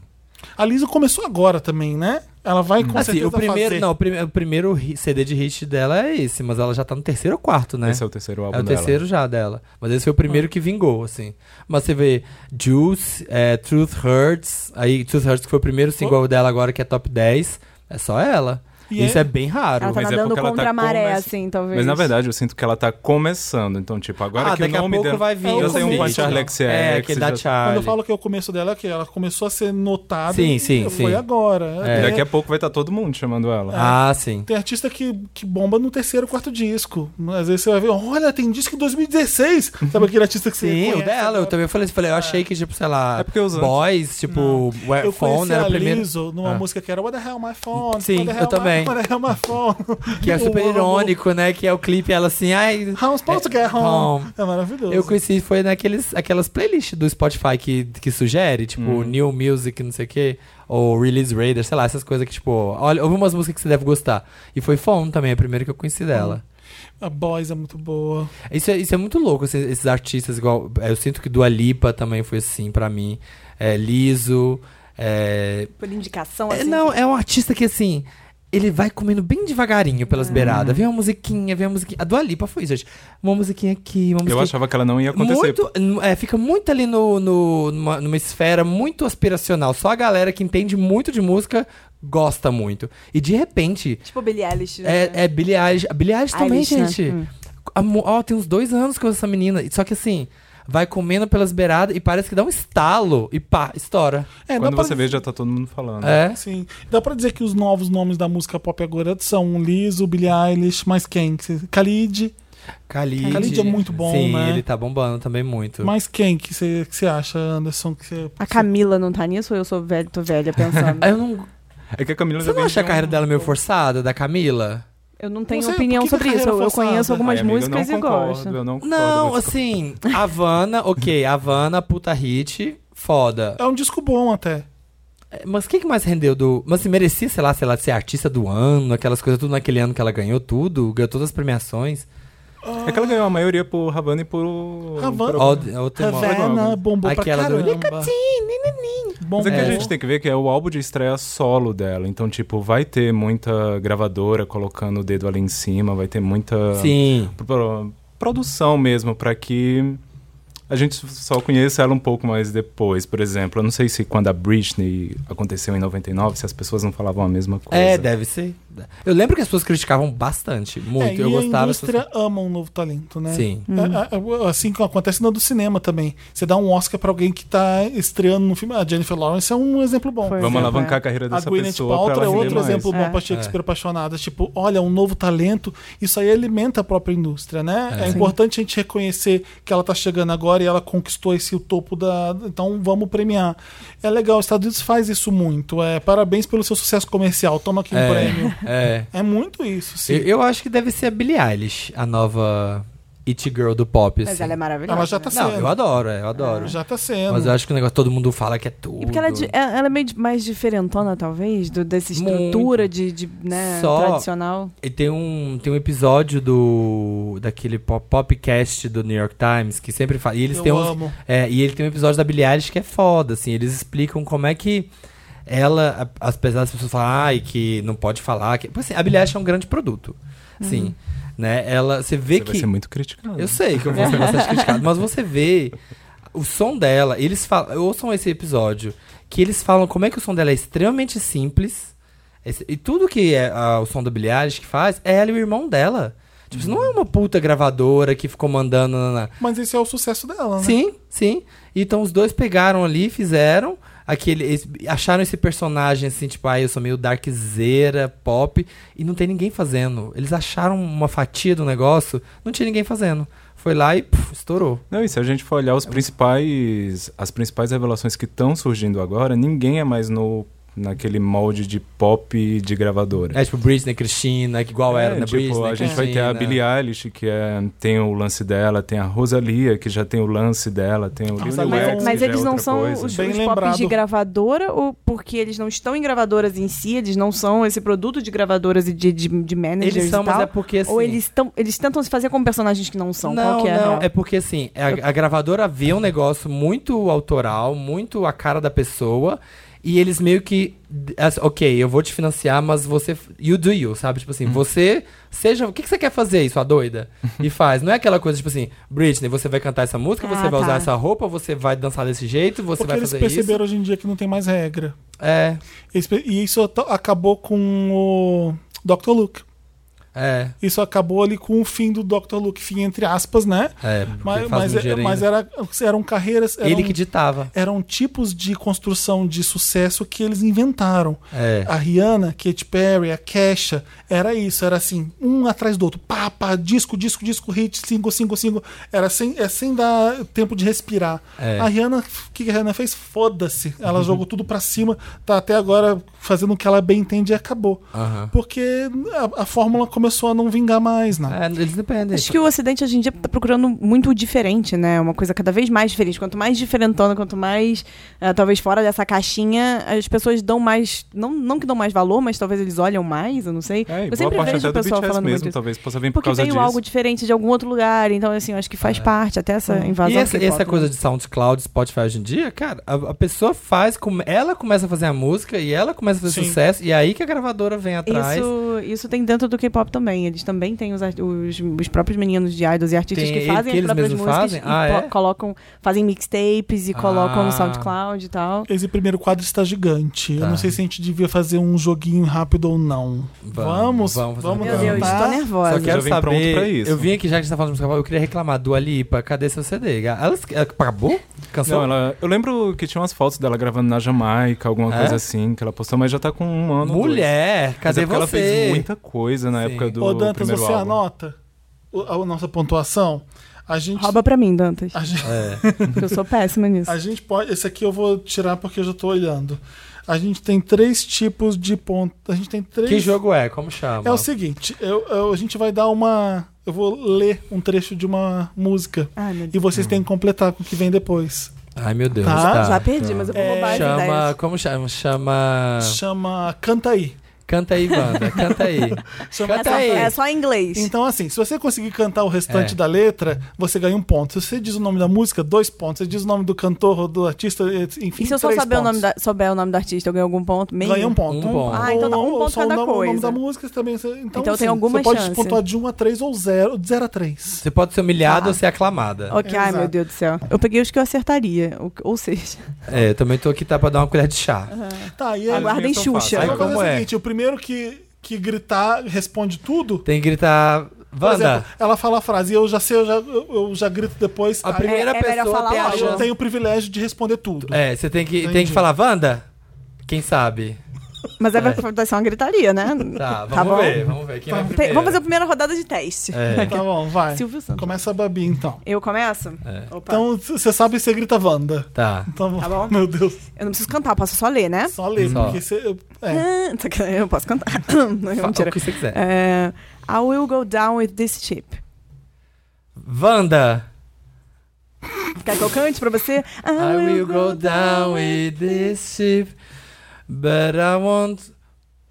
Speaker 1: A Lisa começou agora também, né? Ela vai com
Speaker 2: Assim,
Speaker 1: certeza
Speaker 2: o primeiro,
Speaker 1: fazer.
Speaker 2: não, o, prime- o primeiro hi- CD de hit dela é esse, mas ela já tá no terceiro ou quarto, né?
Speaker 4: Esse é o terceiro álbum
Speaker 2: É o
Speaker 4: dela.
Speaker 2: terceiro já dela. Mas esse foi o
Speaker 1: Ah.
Speaker 2: primeiro que vingou, assim. Mas você vê Juice, é, Truth Hurts, aí Truth Hurts que foi o primeiro
Speaker 1: Oh.
Speaker 2: single dela agora que é top 10, é só ela.
Speaker 1: E
Speaker 2: Isso
Speaker 1: é-
Speaker 2: é bem raro.
Speaker 3: Ela tá
Speaker 4: mas é
Speaker 3: nadando
Speaker 4: porque ela
Speaker 3: contra
Speaker 4: tá
Speaker 3: a maré,
Speaker 4: começa-
Speaker 3: assim, talvez.
Speaker 4: Mas na verdade eu sinto que ela tá começando. Então, tipo, agora
Speaker 2: ah,
Speaker 4: que o
Speaker 2: daqui a
Speaker 4: nome
Speaker 2: pouco
Speaker 4: dela-
Speaker 2: vai vir.
Speaker 1: Eu
Speaker 2: o
Speaker 1: sei um
Speaker 2: feat.
Speaker 1: com a Charli
Speaker 4: XCX,
Speaker 2: É, aquele da
Speaker 4: né,
Speaker 1: Quando
Speaker 4: já-
Speaker 2: Charlie.
Speaker 1: eu falo que é o começo dela, é que ela começou a ser notada.
Speaker 2: Sim,
Speaker 1: e
Speaker 2: sim,
Speaker 1: Foi
Speaker 2: sim.
Speaker 1: agora.
Speaker 2: É.
Speaker 1: Tem-
Speaker 4: Daqui a pouco vai estar todo mundo chamando
Speaker 1: É.
Speaker 4: ela.
Speaker 2: Ah, sim.
Speaker 1: Tem artista que, que bomba no terceiro, quarto disco. Às vezes você vai ver, olha, tem disco em 2016. Sabe aquele artista que você
Speaker 2: Sim, o
Speaker 1: conhece
Speaker 2: dela, eu
Speaker 1: agora?
Speaker 2: também falei, falei, eu achei que, tipo, sei lá,
Speaker 4: É porque os antes-
Speaker 2: Boys, tipo, Where
Speaker 1: Eu
Speaker 2: Phone
Speaker 1: conheci
Speaker 2: era
Speaker 1: a
Speaker 2: o primeiro.
Speaker 1: Lizzo numa
Speaker 2: Ah.
Speaker 1: música que era What the Hell My Phone.
Speaker 2: Sim,
Speaker 1: What the
Speaker 2: eu
Speaker 1: Hell My-
Speaker 2: também.
Speaker 1: What the Hell My Phone.
Speaker 2: Que é super
Speaker 1: Eu amo.
Speaker 2: irônico, né? Que é o clipe, ela assim, ai.
Speaker 1: How I'm supposed to get home.
Speaker 2: Home.
Speaker 1: É maravilhoso.
Speaker 2: Eu conheci, foi naqueles, aquelas playlists do Spotify que, que sugere, tipo, New Music, não sei o quê, ou Release Radar, sei lá, essas coisas que, tipo, olha, houve umas músicas que você deve gostar. E foi Phone também, a primeira que eu conheci dela.
Speaker 1: A Boys é muito boa.
Speaker 2: Isso é, isso é muito louco, assim, esses artistas igual. é, Eu sinto que Dua Lipa também foi assim pra mim. É, Liso. é,
Speaker 3: Por indicação,
Speaker 2: é,
Speaker 3: assim.
Speaker 2: não, é um artista que assim. Ele vai comendo bem devagarinho pelas beiradas. Vem uma musiquinha, vem uma musiquinha. A Dua Lipa foi isso, gente. Uma musiquinha aqui, uma
Speaker 4: Eu
Speaker 2: musiquinha.
Speaker 4: achava que ela não ia acontecer.
Speaker 2: Muito, n- é, fica muito ali no, no- numa, numa esfera muito aspiracional. Só a galera que entende muito de música gosta muito. E de repente,
Speaker 3: Tipo Billie Eilish. né?
Speaker 2: é, é Billie Eilish. A Billie Eilish também,
Speaker 3: Eilish, né?
Speaker 2: gente.
Speaker 3: Hum.
Speaker 2: A mu- Ó, tem uns dois anos que eu ouço essa menina. Só que assim, vai comendo pelas beiradas e parece que dá um estalo e pá, estoura.
Speaker 1: É, dá
Speaker 4: Quando
Speaker 1: pra
Speaker 4: você vê, já tá todo mundo falando.
Speaker 2: É.
Speaker 1: Sim. Dá pra dizer que os novos nomes da música pop agora são Lizzo, Billie Eilish, mais quem? Que- Khalid.
Speaker 2: Khalid.
Speaker 1: Khalid é muito bom,
Speaker 2: Sim,
Speaker 1: né?
Speaker 2: ele tá bombando também muito.
Speaker 1: Mais quem que você que você acha, Anderson? Que você-
Speaker 3: A Camila não tá nisso ou eu sou velho, tô velha pensando?
Speaker 2: Eu não...
Speaker 4: É que a Camila
Speaker 2: Você
Speaker 4: já
Speaker 2: não
Speaker 4: vem
Speaker 2: acha a
Speaker 4: de um-
Speaker 2: carreira dela meio forçada, da Camila?
Speaker 3: Eu não tenho
Speaker 1: Não sei,
Speaker 3: opinião
Speaker 1: por que que
Speaker 3: sobre
Speaker 1: a
Speaker 3: isso. Eu,
Speaker 1: carreira
Speaker 3: eu conheço
Speaker 1: forçada?
Speaker 3: algumas
Speaker 4: um- Ai, amigo, eu
Speaker 3: música
Speaker 4: não
Speaker 3: músicas e
Speaker 4: concordo,
Speaker 3: gosto.
Speaker 4: Eu não, concordo,
Speaker 2: Não,
Speaker 4: mas-
Speaker 2: assim, Havana, ok, Havana, puta hit, foda. É,
Speaker 1: É um disco bom até.
Speaker 2: Mas o que, que mais rendeu do. Mas se merecia, sei lá, sei lá, ser artista do ano, aquelas coisas tudo naquele ano que ela ganhou tudo, ganhou todas as premiações.
Speaker 4: É que ela ganhou a maioria por Havana e por.
Speaker 1: Havana.
Speaker 4: por-
Speaker 2: Ó, d- outra mó-
Speaker 1: Havana bombou
Speaker 2: Aquela
Speaker 1: pra
Speaker 2: do-
Speaker 1: caramba.
Speaker 4: Mas
Speaker 1: Bombou.
Speaker 4: é que a
Speaker 2: É.
Speaker 4: gente tem que ver que é o álbum de estreia solo dela. Então, tipo, vai ter muita gravadora colocando o dedo ali em cima, vai ter
Speaker 1: Ah.
Speaker 4: muita
Speaker 2: Sim.
Speaker 4: pro- produção mesmo pra que a gente só conheça ela um pouco mais depois. Por exemplo, eu não sei se quando a Britney aconteceu em 99, se as pessoas não falavam a mesma coisa.
Speaker 2: É, deve ser. Eu lembro que as pessoas criticavam bastante, muito.
Speaker 1: É,
Speaker 2: eu
Speaker 1: e
Speaker 2: gostava.
Speaker 1: a
Speaker 2: as pessoas-
Speaker 1: indústria ama um novo talento, né?
Speaker 2: Sim.
Speaker 1: É, é, é, assim como acontece na do cinema também. Você dá um Oscar pra alguém que tá estreando no filme. A Jennifer Lawrence é um exemplo bom.
Speaker 3: Foi.
Speaker 4: Vamos
Speaker 3: exemplo,
Speaker 4: alavancar
Speaker 3: é.
Speaker 4: a carreira
Speaker 1: A
Speaker 4: dessa
Speaker 1: Gwyneth
Speaker 4: pessoa pra
Speaker 1: Paltrow
Speaker 4: ela
Speaker 1: é
Speaker 4: render
Speaker 1: outro
Speaker 4: mais.
Speaker 1: exemplo bom
Speaker 3: É.
Speaker 1: pra Shakespeare apaixonada. Tipo, olha, um novo talento. Isso aí alimenta a própria indústria, né? É, importante a gente reconhecer que ela tá chegando agora e ela conquistou esse o topo da... Então, vamos premiar. É legal, os Estados Unidos faz isso muito. É, parabéns pelo seu sucesso comercial. Toma aqui um
Speaker 2: É,
Speaker 1: prêmio.
Speaker 2: É.
Speaker 1: É muito isso, sim.
Speaker 2: Eu, eu acho que deve ser a Billie Eilish, a nova It Girl do pop.
Speaker 3: Mas
Speaker 2: assim.
Speaker 3: ela é maravilhosa.
Speaker 1: Ela já tá
Speaker 3: né?
Speaker 2: Não,
Speaker 1: sendo.
Speaker 2: eu adoro, é, eu adoro.
Speaker 1: Já tá sendo.
Speaker 2: Mas eu acho que o negócio todo mundo fala que é tudo.
Speaker 3: E porque ela é, di- é- ela é meio di- mais diferentona, talvez, do- dessa estrutura de, de, né,
Speaker 2: Só-
Speaker 3: tradicional.
Speaker 2: E tem um, tem um episódio do daquele po- popcast do New York Times que sempre fala. E eles
Speaker 1: Eu
Speaker 2: têm uns-
Speaker 1: amo.
Speaker 2: é, e ele tem um episódio da Billie Eilish que é foda, assim. Eles explicam como é que ela, a- as, pessoas- as pessoas falam, ai, que não pode falar. Que, Porque, assim, a Billie Eilish é um grande produto. Sim. Né? Ela, você vê
Speaker 4: Você
Speaker 2: que
Speaker 4: vai ser muito criticado.
Speaker 2: eu sei que eu vou ser bastante criticado, mas você vê o som dela, eles falam. Ouçam esse episódio, que eles falam como é que o som dela é extremamente simples. esse- e tudo que é ah, o som da Billie Eilish que faz é ela e o irmão dela. Tipo, isso não é uma puta gravadora que ficou mandando. na- na-
Speaker 1: Mas esse é o sucesso dela, né?
Speaker 2: Sim, sim. Então os dois pegaram ali, fizeram. Aquele, esse- acharam esse personagem assim, tipo, ah, eu sou meio darkzeira, pop, e não tem ninguém fazendo. Eles acharam uma fatia do negócio, não tinha ninguém fazendo. Foi lá e puf, estourou.
Speaker 4: Não, e se a gente for olhar os principais, as principais revelações que estão surgindo agora, ninguém é mais no naquele molde de pop de gravadora.
Speaker 2: É tipo Britney, Cristina, que igual era né?
Speaker 4: É,
Speaker 2: na
Speaker 4: tipo,
Speaker 2: Britney.
Speaker 4: a gente vai ter
Speaker 2: Christina.
Speaker 4: a Billie Eilish, que é, tem o lance dela, tem a Rosalia, que já tem o lance dela, tem o Lil
Speaker 1: Rosalia.
Speaker 4: Wax,
Speaker 1: Mas-
Speaker 4: que
Speaker 3: Mas, mas
Speaker 4: já é
Speaker 3: eles não
Speaker 4: outra
Speaker 3: são
Speaker 4: coisa.
Speaker 3: os,
Speaker 1: Bem
Speaker 3: os pop
Speaker 1: lembrado.
Speaker 3: de gravadora, ou porque eles não estão em gravadoras em si, eles não são esse produto de gravadoras e de, de, de managers
Speaker 2: Eles são,
Speaker 3: e tal?
Speaker 2: mas é porque assim.
Speaker 3: Ou eles, tão, eles tentam se fazer como personagens que não são?
Speaker 2: não,
Speaker 3: Qual que é? a
Speaker 2: não,
Speaker 3: real?
Speaker 1: né?
Speaker 2: é porque assim, a, a gravadora vê um negócio muito autoral, muito a cara da pessoa, e eles meio que. as- ok, eu vou te financiar, mas você. You do you, sabe? Tipo
Speaker 1: Uhum.
Speaker 2: assim, você. Seja. O que, que você quer fazer, isso, a doida? E faz. Não é aquela coisa, tipo assim, Britney, você vai cantar essa música, você
Speaker 3: Ah,
Speaker 2: vai usar
Speaker 3: tá.
Speaker 2: essa roupa, você vai dançar desse jeito, você
Speaker 1: Porque
Speaker 2: vai
Speaker 1: eles
Speaker 2: fazer
Speaker 1: perceberam hoje em dia que não tem mais regra.
Speaker 2: isso. É,
Speaker 1: Eles pe- E isso at- acabou com o Dr. Luke.
Speaker 2: é,
Speaker 1: Isso acabou ali com o fim do Dr. Luke, fim entre aspas, né?
Speaker 2: é.
Speaker 1: Mas,
Speaker 2: Mas,
Speaker 1: mas, é- mas era, eram carreiras. Eram,
Speaker 2: Ele que ditava.
Speaker 1: eram tipos de construção de sucesso que eles inventaram.
Speaker 2: É.
Speaker 1: A Rihanna, Katy Perry, a Kesha, era isso, era assim, um atrás do outro, pá, pá, disco, disco, disco, hit, single, single, single, era sem, é sem dar tempo de respirar.
Speaker 2: É.
Speaker 1: A Rihanna, o que a Rihanna fez? Foda-se, ela jogou tudo pra cima, tá até agora fazendo o que ela bem entende e acabou.
Speaker 2: Aham.
Speaker 1: Porque a, a fórmula começou a não vingar mais, né?
Speaker 2: É, eles dependem.
Speaker 3: Acho que o Ocidente hoje em dia tá procurando muito o diferente, né? Uma coisa cada vez mais diferente. Quanto mais diferentona, quanto mais, eh, talvez fora dessa caixinha, as pessoas dão mais. Não, não que dão mais valor, mas talvez eles olham mais, eu não sei.
Speaker 4: É, e
Speaker 3: eu
Speaker 4: boa
Speaker 3: sempre
Speaker 4: parte
Speaker 3: vejo
Speaker 4: até
Speaker 3: o
Speaker 4: do
Speaker 3: pessoal
Speaker 4: BTS
Speaker 3: falando muito
Speaker 4: mesmo,
Speaker 3: isso.
Speaker 4: talvez possa vir por
Speaker 3: Porque
Speaker 4: causa
Speaker 3: veio
Speaker 4: disso. É.
Speaker 3: algo diferente de algum outro lugar, então assim, eu acho que faz parte até
Speaker 5: É.
Speaker 3: essa invasão.
Speaker 2: E essa,
Speaker 3: K-pop,
Speaker 2: essa
Speaker 3: né?
Speaker 2: coisa de SoundCloud, Spotify hoje em dia, cara, a, a pessoa faz, come- ela começa a fazer a música e ela começa a fazer
Speaker 1: Sim.
Speaker 2: sucesso, e aí que a gravadora vem atrás.
Speaker 3: Isso, isso tem dentro do K-pop também. Eles também têm os, ar- os, os próprios meninos de idols e artistas
Speaker 2: Tem
Speaker 3: que
Speaker 2: ele-
Speaker 3: fazem
Speaker 2: que
Speaker 3: as
Speaker 2: eles
Speaker 3: próprias
Speaker 2: mesmo
Speaker 3: músicas
Speaker 2: fazem?
Speaker 3: e
Speaker 2: Ah,
Speaker 3: co-
Speaker 2: é?
Speaker 3: colocam, fazem mixtapes e colocam
Speaker 2: Ah.
Speaker 3: no SoundCloud e tal.
Speaker 5: Esse primeiro quadro está gigante.
Speaker 2: Tá.
Speaker 5: Eu não sei se a gente devia fazer um joguinho rápido ou não.
Speaker 2: Vamos,
Speaker 5: Vamos?
Speaker 2: vamos fazer
Speaker 5: vamos
Speaker 2: um
Speaker 3: Meu Deus,
Speaker 5: tentar?
Speaker 3: estou nervosa.
Speaker 2: Só quero
Speaker 4: vem pronto
Speaker 2: saber.
Speaker 4: pra isso.
Speaker 2: Eu vim aqui, já que a gente tá falando de música, eu queria reclamar do Alipa. Cadê seu CD? Ela, ela acabou? Cansou?
Speaker 4: Não, ela, eu lembro que tinha umas fotos dela gravando na Jamaica, alguma
Speaker 2: É?
Speaker 4: coisa assim, que ela postou, mas já tá com um ano.
Speaker 2: Mulher,
Speaker 4: dois. Mas
Speaker 2: cadê
Speaker 4: é porque
Speaker 2: você?
Speaker 4: Ela fez muita coisa na
Speaker 2: Sim.
Speaker 4: época do.
Speaker 5: Ô, Dantas,
Speaker 4: primeiro
Speaker 5: você é
Speaker 4: álbum.
Speaker 5: anota o- a nossa pontuação? A gente.
Speaker 3: Rouba pra mim, Dantas.
Speaker 5: a gente-
Speaker 2: É.
Speaker 3: Porque eu sou péssima nisso.
Speaker 5: A gente pode. Esse aqui eu vou tirar porque eu já tô olhando. A gente tem três tipos de ponto. A gente tem três.
Speaker 2: Que jogo é? Como chama?
Speaker 5: É o seguinte, eu- eu- a gente vai dar uma. Eu vou ler um trecho de uma música.
Speaker 3: Ai, meu
Speaker 5: E
Speaker 3: Deus.
Speaker 2: Hum.
Speaker 5: vocês têm que completar com o que vem depois.
Speaker 2: Ai, meu Deus.
Speaker 5: Tá.
Speaker 2: Tá.
Speaker 3: Já né? perdi, mas eu vou
Speaker 5: É,
Speaker 3: roubar as
Speaker 2: Chama.
Speaker 3: ideias.
Speaker 2: Como chama? Chama.
Speaker 5: Chama Canta aí.
Speaker 2: Canta aí, Wanda. Canta aí.
Speaker 5: Chama-
Speaker 3: É só,
Speaker 2: Canta aí.
Speaker 3: é só em inglês.
Speaker 5: Então, assim, se você conseguir cantar o restante
Speaker 2: É.
Speaker 5: da letra, você ganha um ponto. Se você diz o nome da música, dois pontos. Se você diz o nome do cantor ou do artista, assim, enfim.
Speaker 3: e se eu só
Speaker 5: três
Speaker 3: saber o
Speaker 5: pontos.
Speaker 3: nome da, souber o nome do artista, eu ganho algum ponto? Meio?
Speaker 5: Ganha um ponto.
Speaker 2: Um ponto.
Speaker 3: Ah, então dá um
Speaker 5: Ou- ou
Speaker 3: ponto
Speaker 5: só
Speaker 3: cada
Speaker 5: o nome, O nome
Speaker 3: coisa.
Speaker 5: da música também. você- Então,
Speaker 3: Então
Speaker 5: assim,
Speaker 3: tem alguma
Speaker 5: Você pode
Speaker 3: chance.
Speaker 5: pontuar de 1 a 3 ou 0, de 0 a 3.
Speaker 2: Você pode ser humilhado
Speaker 3: Tá.
Speaker 2: ou ser aclamada.
Speaker 3: Ok, ai
Speaker 5: Exato.
Speaker 3: meu Deus do céu. Eu peguei os que eu acertaria, ou, ou seja.
Speaker 2: É, eu também tô aqui tá, pra dar uma colher de chá.
Speaker 5: Tá, e aí,
Speaker 3: Aguarda. Aguardem
Speaker 4: As minhas são
Speaker 3: Xuxa.
Speaker 4: fáceis.
Speaker 5: aí
Speaker 2: Aí
Speaker 5: vai fazer
Speaker 2: como
Speaker 5: o
Speaker 2: é?
Speaker 5: seguinte, o primeiro que, que gritar responde tudo.
Speaker 2: Tem que gritar.
Speaker 5: Por
Speaker 2: Wanda,
Speaker 5: exemplo, ela fala a frase e eu já sei, eu já, eu, eu já grito depois.
Speaker 2: a
Speaker 5: aí-
Speaker 2: primeira
Speaker 3: É- é melhor
Speaker 2: pessoa
Speaker 3: falar
Speaker 2: até
Speaker 5: aí
Speaker 3: logo.
Speaker 5: eu
Speaker 2: achou.
Speaker 5: tenho o privilégio de responder tudo.
Speaker 2: É, você tem que, tem
Speaker 5: Entendi.
Speaker 2: que falar, Wanda? Quem sabe?
Speaker 3: Mas é aí
Speaker 2: É.
Speaker 3: vai- vai ser uma gritaria, né?
Speaker 2: Tá, vamos
Speaker 3: bom?
Speaker 2: ver, vamos ver. Quem vai
Speaker 3: Tem-
Speaker 2: primeiro?
Speaker 3: vamos fazer a primeira rodada de teste.
Speaker 2: É.
Speaker 5: Tá bom, vai.
Speaker 3: Silvio Santos.
Speaker 5: Começa a Babi, então.
Speaker 3: Eu começo?
Speaker 2: É.
Speaker 3: Opa.
Speaker 5: Então, c- você sabe e você grita Wanda.
Speaker 2: Tá.
Speaker 5: Então,
Speaker 3: Tá bom.
Speaker 5: Meu Deus.
Speaker 3: Eu não preciso cantar, eu posso só ler, né?
Speaker 5: Só lê,
Speaker 2: Só.
Speaker 5: porque você... eu- É.
Speaker 3: Ah, só que Eu posso cantar. Não,
Speaker 2: Fala
Speaker 3: mentira.
Speaker 2: o que você quiser.
Speaker 3: É, I will go down with this ship.
Speaker 2: Wanda,
Speaker 3: Quer que eu cante pra você? I,
Speaker 2: I will go down with this ship, but I won't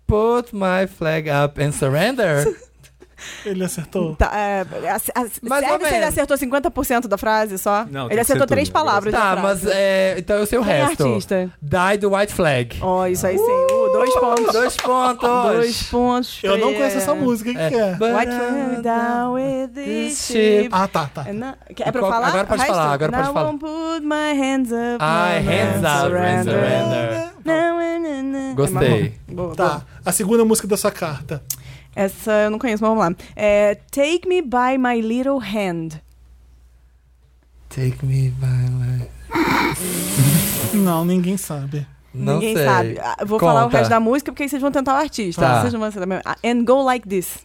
Speaker 2: put my flag up and surrender.
Speaker 5: Ele acertou.
Speaker 3: Tá, é, ac- ac-
Speaker 2: Mais ou
Speaker 3: serve se ele
Speaker 2: menos.
Speaker 3: acertou 50% da frase só?
Speaker 4: Não, tem
Speaker 3: ele
Speaker 4: que ser
Speaker 3: acertou três
Speaker 4: tudo.
Speaker 3: palavras.
Speaker 2: tá,
Speaker 3: da
Speaker 2: mas
Speaker 3: frase.
Speaker 2: é, então eu sei o
Speaker 3: Quem é
Speaker 2: resto.
Speaker 3: artista?
Speaker 2: Die the white flag.
Speaker 3: Ó, isso aí sim. Uh, dois pontos.
Speaker 2: Dois pontos.
Speaker 3: Dois pontos.
Speaker 5: Eu não conheço essa
Speaker 3: três.
Speaker 5: música, o que que é?
Speaker 2: But
Speaker 3: White
Speaker 2: I-
Speaker 3: flag down with this
Speaker 2: This
Speaker 3: ship.
Speaker 2: ship.
Speaker 5: Ah, tá, tá.
Speaker 3: And I- É pra eu
Speaker 2: Qual-
Speaker 3: falar?
Speaker 2: agora pode
Speaker 3: O resto?
Speaker 2: falar, agora pode
Speaker 3: Now
Speaker 2: falar.
Speaker 3: won't put my hands up. now
Speaker 2: I Ah, é hands
Speaker 3: and
Speaker 2: up and surrender.
Speaker 3: Now and- and- and-
Speaker 2: Gostei.
Speaker 3: É uma- boa, boa.
Speaker 5: Tá, a segunda música da sua carta.
Speaker 3: Essa eu não conheço, mas vamos lá. É, Take me by my little hand.
Speaker 2: Take me by my...
Speaker 3: É.
Speaker 5: Não, ninguém sabe.
Speaker 2: Não
Speaker 3: Ninguém
Speaker 2: sei.
Speaker 3: sabe. Ah, eu Vou falar o
Speaker 2: Conta.
Speaker 3: resto da música porque aí vocês vão tentar o artista.
Speaker 2: Tá.
Speaker 3: Vocês não vão saber. Ah, And go like this.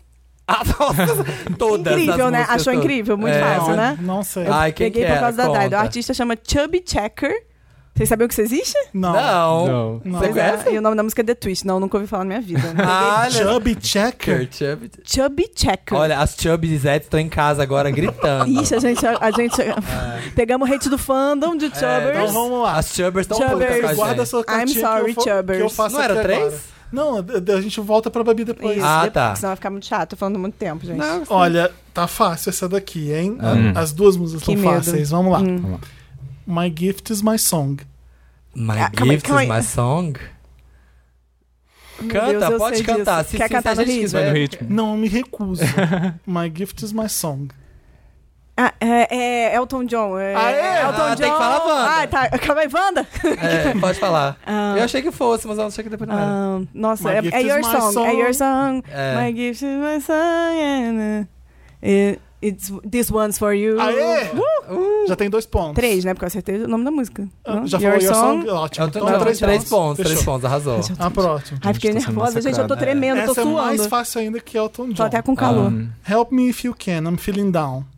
Speaker 2: Ah, nossa, todas as
Speaker 3: incrível, né?
Speaker 2: músicas
Speaker 3: Achou
Speaker 2: todas.
Speaker 3: incrível? Muito
Speaker 2: É.
Speaker 3: fácil, né?
Speaker 5: Não sei.
Speaker 3: Eu
Speaker 2: Ai, quem
Speaker 3: peguei
Speaker 2: que
Speaker 3: por
Speaker 2: era?
Speaker 3: causa da Dai. O
Speaker 2: Conta.
Speaker 3: artista chama Chubby Checker. Vocês sabiam que isso existe?
Speaker 5: Não.
Speaker 2: Não.
Speaker 4: Não.
Speaker 5: Não.
Speaker 2: Você
Speaker 3: Pois é,
Speaker 2: conhece?
Speaker 3: E o nome da música é The Twist. Não, nunca ouvi falar na minha vida. né?
Speaker 2: Ah,
Speaker 5: Chubby Checker?
Speaker 2: Kurt Chubb.
Speaker 3: Chubby Checker.
Speaker 2: Olha, as Chubby e Zed estão em casa agora gritando.
Speaker 3: Ixi, a gente. A, a gente
Speaker 2: É.
Speaker 3: Pegamos o hate do fandom de
Speaker 5: Então
Speaker 3: Chubbers.
Speaker 5: vamos lá.
Speaker 2: As Chubbers estão
Speaker 3: Chubbers.
Speaker 2: putas com a
Speaker 3: Mas,
Speaker 5: Guarda a
Speaker 2: gente.
Speaker 5: sua cartinha
Speaker 3: sorry,
Speaker 5: que eu, fa-
Speaker 3: Chubbers.
Speaker 5: que eu faço
Speaker 2: Não era
Speaker 5: aqui agora.
Speaker 2: três?
Speaker 5: Não, d- d- a gente volta pra Babi depois.
Speaker 3: Isso,
Speaker 2: Ah,
Speaker 3: depois,
Speaker 2: tá.
Speaker 3: porque Senão vai ficar muito chato. Tô falando muito tempo, gente.
Speaker 5: Olha, tá fácil essa daqui, hein?
Speaker 4: Ah.
Speaker 5: Hum. As duas músicas
Speaker 3: Que
Speaker 5: são
Speaker 3: medo.
Speaker 5: fáceis. Vamos lá.
Speaker 3: Hum.
Speaker 5: My Gift is My Song.
Speaker 2: My
Speaker 3: Ah, calma aí,
Speaker 2: gift
Speaker 3: calma
Speaker 2: is
Speaker 3: aí.
Speaker 2: my song.
Speaker 3: Meu
Speaker 2: Canta,
Speaker 3: Deus, eu
Speaker 2: pode
Speaker 3: sei
Speaker 2: cantar.
Speaker 3: disso.
Speaker 2: Se,
Speaker 3: Quer
Speaker 2: se,
Speaker 3: cantar
Speaker 2: se a
Speaker 3: no
Speaker 2: gente
Speaker 3: ritmo?
Speaker 4: Vai no
Speaker 2: quiser.
Speaker 4: ritmo.
Speaker 5: Não, me recuso. my Gift is My Song.
Speaker 3: Ah, é, é Elton John. É,
Speaker 5: Ah, é?
Speaker 3: Elton
Speaker 2: Ah,
Speaker 3: John.
Speaker 2: tem que falar Wanda.
Speaker 3: Ah, tá. Calma aí, Wanda.
Speaker 2: É, pode falar.
Speaker 3: Ah,
Speaker 2: Eu achei que fosse, mas eu achei que depois não era.
Speaker 3: ah, nossa,
Speaker 5: My
Speaker 3: é,
Speaker 5: gift
Speaker 3: é
Speaker 5: is
Speaker 3: your
Speaker 5: my
Speaker 3: song, É
Speaker 5: song.
Speaker 3: your song.
Speaker 2: É.
Speaker 3: My gift is my song. And, uh, it- it's, this one's for you.
Speaker 5: Aê!
Speaker 2: Uh,
Speaker 5: Já tem dois pontos.
Speaker 3: Três, né? Porque eu acertei o nome da música.
Speaker 5: Ah,
Speaker 3: Não?
Speaker 5: Já falou Your Song? Ótimo.
Speaker 2: eu tô,
Speaker 5: Então,
Speaker 2: não,
Speaker 5: três, pontos.
Speaker 2: Tipo, três
Speaker 5: Fechou.
Speaker 2: pontos, arrasou.
Speaker 5: A próxima.
Speaker 3: Ai, fiquei
Speaker 4: Gente, tô sendo
Speaker 3: nervosa, gente. Eu tô
Speaker 4: massacrado.
Speaker 3: tremendo, tô
Speaker 5: Essa é mais
Speaker 3: suando.
Speaker 5: fácil ainda que Elton John.
Speaker 3: Tô até com calor.
Speaker 4: Hum.
Speaker 5: Help me if you can, I'm feeling down.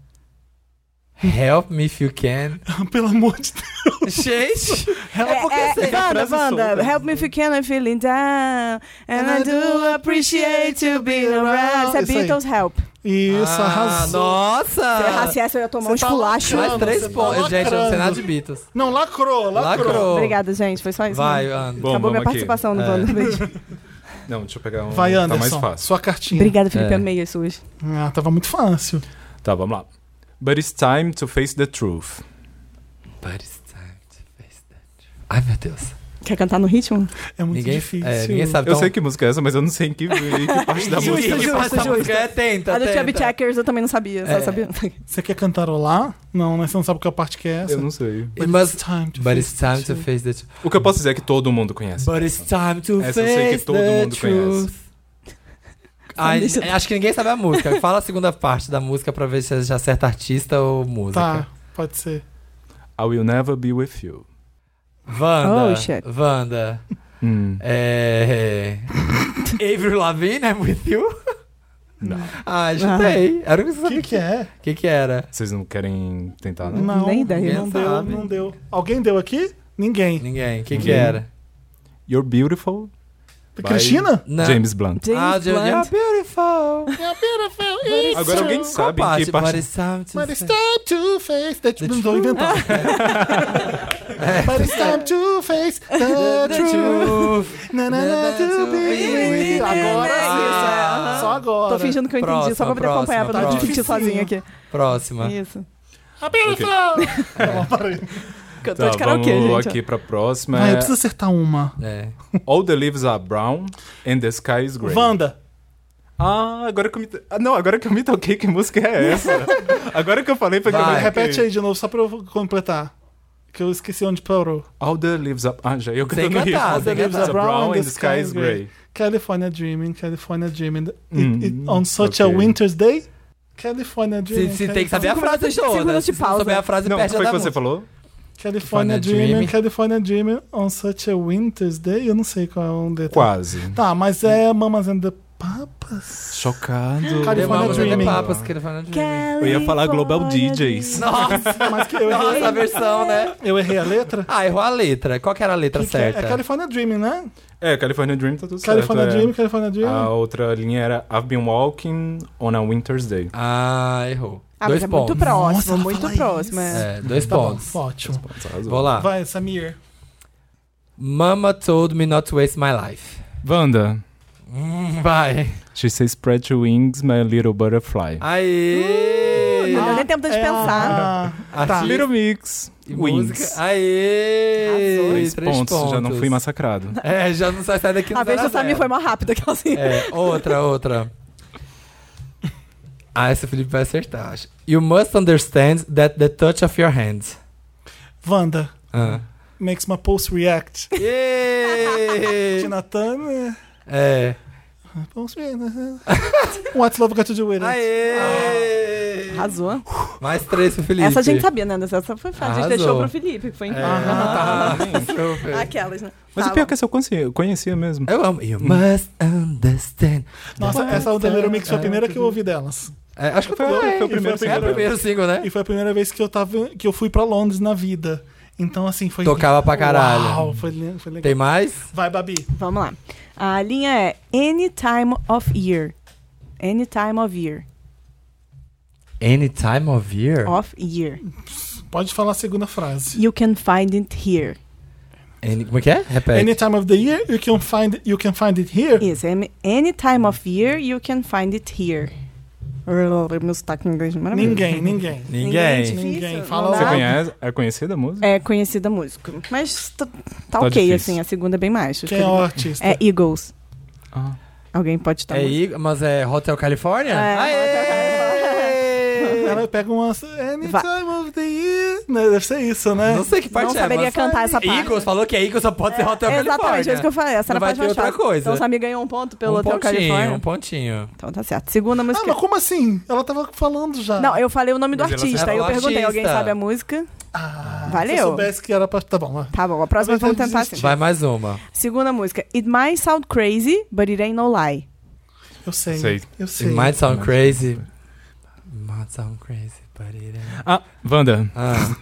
Speaker 2: Help me if you can.
Speaker 5: Pelo amor de Deus.
Speaker 2: Gente!
Speaker 3: É,
Speaker 2: Help
Speaker 3: é,
Speaker 2: porque
Speaker 3: Wanda,
Speaker 4: frase
Speaker 3: Wanda,
Speaker 4: solta.
Speaker 3: help me if you can, I'm feeling down. And I do appreciate you being around. Isso é
Speaker 5: Isso aí.
Speaker 3: Beatles Help.
Speaker 5: Isso,
Speaker 2: ah,
Speaker 5: arrasou.
Speaker 3: Se eu
Speaker 2: Nossa!
Speaker 3: errasse essa, eu ia tomar um
Speaker 5: Você tá
Speaker 3: esculacho.
Speaker 5: lascando.
Speaker 2: Mais três
Speaker 5: Você tá
Speaker 2: pontos. Gente, eu não sei nada de
Speaker 5: lacrando.
Speaker 2: Beatles.
Speaker 5: Não, lacrou, lacrou.
Speaker 2: Lacrou.
Speaker 3: Obrigada, gente. Foi só isso.
Speaker 2: Vai,
Speaker 3: né?
Speaker 2: Ana.
Speaker 3: Acabou
Speaker 4: Bom, vamos
Speaker 3: minha
Speaker 4: aqui.
Speaker 3: participação no
Speaker 2: É.
Speaker 3: Wanda. Beijo.
Speaker 4: Não, deixa eu pegar um.
Speaker 5: Vai, Anderson.
Speaker 4: Tá mais fácil.
Speaker 5: Sua cartinha.
Speaker 3: Obrigada, Felipe.
Speaker 2: É.
Speaker 3: Amei as suas.
Speaker 5: Ah, tava muito fácil.
Speaker 4: Tá, vamos lá. But it's time to face the truth.
Speaker 2: But it's time to face that. Ai, meu Deus.
Speaker 3: Quer cantar no ritmo?
Speaker 5: É muito
Speaker 2: Ninguém,
Speaker 5: difícil.
Speaker 2: é, ninguém sabe.
Speaker 4: Eu
Speaker 2: Então-
Speaker 4: sei que música é essa, mas eu não sei em que, em que parte da
Speaker 2: Justo,
Speaker 4: música.
Speaker 2: justo,
Speaker 3: Justo,
Speaker 2: essa música
Speaker 3: justo.
Speaker 2: é, tenta,
Speaker 3: a do Chubby
Speaker 2: tenta.
Speaker 3: Checkers Ah, eu também não sabia, só
Speaker 2: É.
Speaker 3: sabia.
Speaker 5: Você quer cantarolar? Não, né? Você não sabe qual parte que é essa.
Speaker 4: Eu não sei.
Speaker 5: But
Speaker 2: Mas-
Speaker 5: it's time to
Speaker 2: But
Speaker 5: face
Speaker 2: it's time
Speaker 5: the
Speaker 2: to
Speaker 5: truth.
Speaker 2: face the truth.
Speaker 4: O que eu posso dizer é que todo mundo conhece.
Speaker 2: But it's time to
Speaker 4: Essa eu sei que
Speaker 2: face
Speaker 4: todo
Speaker 2: the
Speaker 4: mundo conhece.
Speaker 2: truth. Ai,
Speaker 3: Deixa eu-
Speaker 2: acho que ninguém sabe a música. Fala a segunda parte da música pra ver se já acerta artista ou música.
Speaker 5: Tá, pode ser.
Speaker 4: I will never be with you.
Speaker 2: Wanda.
Speaker 3: Oh, shit.
Speaker 2: Wanda.
Speaker 4: Hum.
Speaker 2: É. Avril Lavigne, é with you?
Speaker 4: Não.
Speaker 2: Ah, chutei. Era o que você sabia.
Speaker 5: O que, que é?
Speaker 2: O que que era?
Speaker 4: Vocês não querem tentar, né?
Speaker 5: Não,
Speaker 3: Nem ideia.
Speaker 5: não
Speaker 2: Ninguém
Speaker 5: deu,
Speaker 2: sabe.
Speaker 5: não deu. Alguém deu aqui? Ninguém.
Speaker 2: Ninguém. O que que
Speaker 4: Ninguém.
Speaker 2: era?
Speaker 4: You're beautiful. Vai.
Speaker 5: Cristina?
Speaker 2: Não.
Speaker 4: James Blunt.
Speaker 3: James
Speaker 2: ah, James
Speaker 3: Blunt.
Speaker 2: You're beautiful.
Speaker 4: Agora alguém
Speaker 2: Qual
Speaker 4: sabe em
Speaker 2: parte?
Speaker 4: que
Speaker 2: But
Speaker 4: parte.
Speaker 2: it's time to
Speaker 5: But it's
Speaker 2: say-
Speaker 5: time to face the truth.
Speaker 2: The
Speaker 5: Não vou inventar. But it's time to face the truth. Na, na, na, to be with you. Agora
Speaker 2: Ah.
Speaker 5: sim, só- só agora.
Speaker 3: Tô fingindo que eu entendi, só pra
Speaker 2: Próxima,
Speaker 3: poder acompanhar, pra não
Speaker 2: próxima,
Speaker 3: discutir sozinha aqui.
Speaker 2: Próxima.
Speaker 3: Isso.
Speaker 5: Não, parei.
Speaker 3: Cantor
Speaker 4: Tá,
Speaker 3: de
Speaker 4: vamos
Speaker 3: karaokê, gente. ó.
Speaker 4: aqui pra próxima.
Speaker 5: Vai,
Speaker 4: é
Speaker 5: eu preciso acertar uma.
Speaker 2: É.
Speaker 4: All the leaves are brown and the sky is grey.
Speaker 5: Wanda.
Speaker 4: Ah, agora que eu me... ah, não, agora que eu me toquei, que música é essa? agora que eu falei foi que eu
Speaker 2: Vai.
Speaker 4: me toquei.
Speaker 5: Repete aí de novo, só pra eu completar. Que eu esqueci onde parou.
Speaker 4: All the leaves are... Ah, já eu
Speaker 2: Sem
Speaker 4: cantando isso.
Speaker 2: cantar,
Speaker 4: All
Speaker 2: sem
Speaker 5: é
Speaker 4: the leaves
Speaker 2: cantar.
Speaker 4: are brown and the sky is grey.
Speaker 5: California Dreaming, California Dreaming. It-
Speaker 4: Hum,
Speaker 5: it- on such a
Speaker 4: ok.
Speaker 5: winter's day? California Dreaming.
Speaker 2: Se, se tem que saber a
Speaker 3: Cinco
Speaker 2: frase
Speaker 3: minutos de- cinco
Speaker 2: toda.
Speaker 3: minutos
Speaker 2: Se
Speaker 3: de
Speaker 2: não souber
Speaker 3: pausa.
Speaker 2: a frase,
Speaker 4: Não, o que
Speaker 2: perde a
Speaker 4: foi que
Speaker 2: da
Speaker 4: você
Speaker 2: música.
Speaker 4: falou?
Speaker 5: California,
Speaker 2: California
Speaker 5: Dreaming,
Speaker 2: Dreaming.
Speaker 5: California Dreaming, on such a winter's day. Eu não sei qual é o detalhe.
Speaker 4: Quase.
Speaker 5: Tá, mas é Mamas and the Papas?
Speaker 4: Chocado.
Speaker 5: California
Speaker 2: Demora pra
Speaker 4: é
Speaker 5: Dreaming.
Speaker 2: ter papas, California Dreaming.
Speaker 4: Eu ia falar Global DJs.
Speaker 2: Nossa,
Speaker 5: Mas que eu errei,
Speaker 2: nossa, a versão, né?
Speaker 5: eu errei a letra?
Speaker 2: Ah, errou a letra. Qual que era a letra
Speaker 5: Que que é?
Speaker 2: certa?
Speaker 5: É California Dreaming, né?
Speaker 4: É, California Dream tá tudo certo.
Speaker 5: California
Speaker 4: é.
Speaker 5: Dreaming, California
Speaker 4: A
Speaker 5: Dreaming.
Speaker 4: outra linha era I've been walking on a winter's day.
Speaker 2: Ah, errou.
Speaker 3: Ah,
Speaker 2: dois
Speaker 3: mas é
Speaker 2: pontos.
Speaker 3: muito próximo,
Speaker 5: Nossa, ela
Speaker 3: muito
Speaker 5: fala
Speaker 3: próximo. é.
Speaker 2: É, dois
Speaker 5: Tá bom,
Speaker 2: pontos.
Speaker 5: ótimo.
Speaker 2: Vou lá.
Speaker 5: Vai, Samir.
Speaker 2: Mama told me not to waste my life.
Speaker 4: Wanda.
Speaker 2: Hum, vai.
Speaker 4: She says spread your wings, my little butterfly.
Speaker 2: Aê!
Speaker 3: Uh, Não tá. deu nem tempo de
Speaker 5: É
Speaker 3: pensar.
Speaker 5: a-
Speaker 2: Artista
Speaker 4: Little Mix.
Speaker 2: Ah, e
Speaker 4: Wings.
Speaker 2: música. Ah, Aê!
Speaker 3: Arrasou.
Speaker 4: Três, pontos. Já não fui
Speaker 2: mais.
Speaker 4: massacrado.
Speaker 2: É, já não sai, sai daqui no
Speaker 3: A vez
Speaker 2: zero
Speaker 3: do
Speaker 2: zero.
Speaker 3: Samir foi mais rápida que ela assim.
Speaker 2: É, outra, outra. Ah, essa o Felipe vai acertar, acho. You must understand that the touch of your hands.
Speaker 5: Wanda.
Speaker 2: Ah.
Speaker 5: Makes my pulse react.
Speaker 2: Yay!
Speaker 5: Tina Turner.
Speaker 2: é.
Speaker 5: Pulse react. What's Love Got To Do With It?
Speaker 2: Aê!
Speaker 3: Ah, Arrasou.
Speaker 2: Mais três pro Felipe.
Speaker 3: Essa a gente sabia, né? Essa foi fácil. A gente
Speaker 2: Arrasou.
Speaker 3: deixou pro Felipe, que
Speaker 2: É.
Speaker 3: foi incrível.
Speaker 2: Ah,
Speaker 3: Aquelas, né?
Speaker 4: Tá. Mas
Speaker 3: Tá
Speaker 4: o pior é
Speaker 3: bom.
Speaker 4: que essa eu conhecia, eu conhecia mesmo.
Speaker 2: Eu amo. You must understand.
Speaker 5: Nossa, essa The Little Mix foi a primeira que eu ouvi delas.
Speaker 2: É, acho que foi,
Speaker 5: Foi-
Speaker 2: foi
Speaker 5: foi
Speaker 2: o
Speaker 5: o
Speaker 2: primeiro
Speaker 5: primeiro
Speaker 2: single. É o
Speaker 5: single.
Speaker 2: primeiro single, né?
Speaker 5: E foi a primeira vez que eu tava que eu fui pra Londres na vida. Então assim, foi
Speaker 2: Tocava pra caralho.
Speaker 5: Uau, foi, le- foi legal.
Speaker 2: Tem mais?
Speaker 5: Vai, Babi.
Speaker 3: Vamos lá. A linha é Any Time of Year. Any Time of Year.
Speaker 2: Any time of year?
Speaker 3: Of Year.
Speaker 5: Pode falar a segunda frase.
Speaker 3: You can find it here.
Speaker 2: Any- como é que é? Repete.
Speaker 5: Any time of the year, you can find you can find it here.
Speaker 3: Isso. é Any Time of Year, you can find it here. Meu sotaque em inglês é maravilhoso.
Speaker 5: Ninguém, ninguém.
Speaker 2: Ninguém.
Speaker 3: Difícil,
Speaker 5: Ninguém.
Speaker 3: não
Speaker 5: Fala
Speaker 3: dá.
Speaker 4: Você
Speaker 5: Ah.
Speaker 4: conhece? É conhecida a música?
Speaker 3: É conhecida a música. Mas tá, tá
Speaker 4: Tá
Speaker 3: ok,
Speaker 4: difícil.
Speaker 3: assim. A segunda é bem mais.
Speaker 5: Quem é o artista?
Speaker 3: É Eagles.
Speaker 4: Ah.
Speaker 3: Alguém pode estar.
Speaker 2: É Eagle- mas é Hotel California?
Speaker 3: É,
Speaker 2: Aê!
Speaker 5: Ela pega umas Any
Speaker 3: Vai.
Speaker 5: time of the year. Né, Deve ser isso, né?
Speaker 2: Não sei que parte
Speaker 3: Não
Speaker 2: é,
Speaker 3: saberia
Speaker 2: mas-
Speaker 3: cantar essa parte.
Speaker 2: Eagles, falou que é Eagles, só pode ser Hotel California.
Speaker 3: Exatamente, é isso que eu falei. Essa
Speaker 2: Não
Speaker 3: era a
Speaker 2: vai
Speaker 3: parte
Speaker 2: ter
Speaker 3: mais
Speaker 2: outra
Speaker 3: fácil.
Speaker 2: coisa.
Speaker 3: Então o Samir ganhou um ponto pelo
Speaker 2: um
Speaker 3: Hotel
Speaker 2: pontinho,
Speaker 3: California.
Speaker 2: um pontinho.
Speaker 3: Então tá certo. Segunda
Speaker 5: Ah,
Speaker 3: música.
Speaker 5: mas como assim? Ela tava falando já.
Speaker 3: Não, eu falei o nome do
Speaker 4: Mas ela
Speaker 3: artista.
Speaker 2: sabe
Speaker 3: Aí eu
Speaker 2: falar
Speaker 3: perguntei, alguém
Speaker 2: artista.
Speaker 3: sabe a música?
Speaker 5: Ah, Se eu
Speaker 3: Valeu.
Speaker 5: soubesse que era pra. Tá bom, vai.
Speaker 3: Tá bom, a próxima
Speaker 5: Talvez
Speaker 3: vamos
Speaker 5: eu
Speaker 3: tentar
Speaker 5: desista.
Speaker 3: assim.
Speaker 2: Vai mais uma.
Speaker 3: Segunda música. It might sound crazy, but it ain't no lie.
Speaker 5: Eu sei.
Speaker 4: Sei.
Speaker 5: Eu
Speaker 2: It
Speaker 5: sei.
Speaker 2: might sound
Speaker 4: Mas-
Speaker 2: crazy. Might sound crazy, but it ain't.
Speaker 4: Ah, Wanda.
Speaker 2: Ah,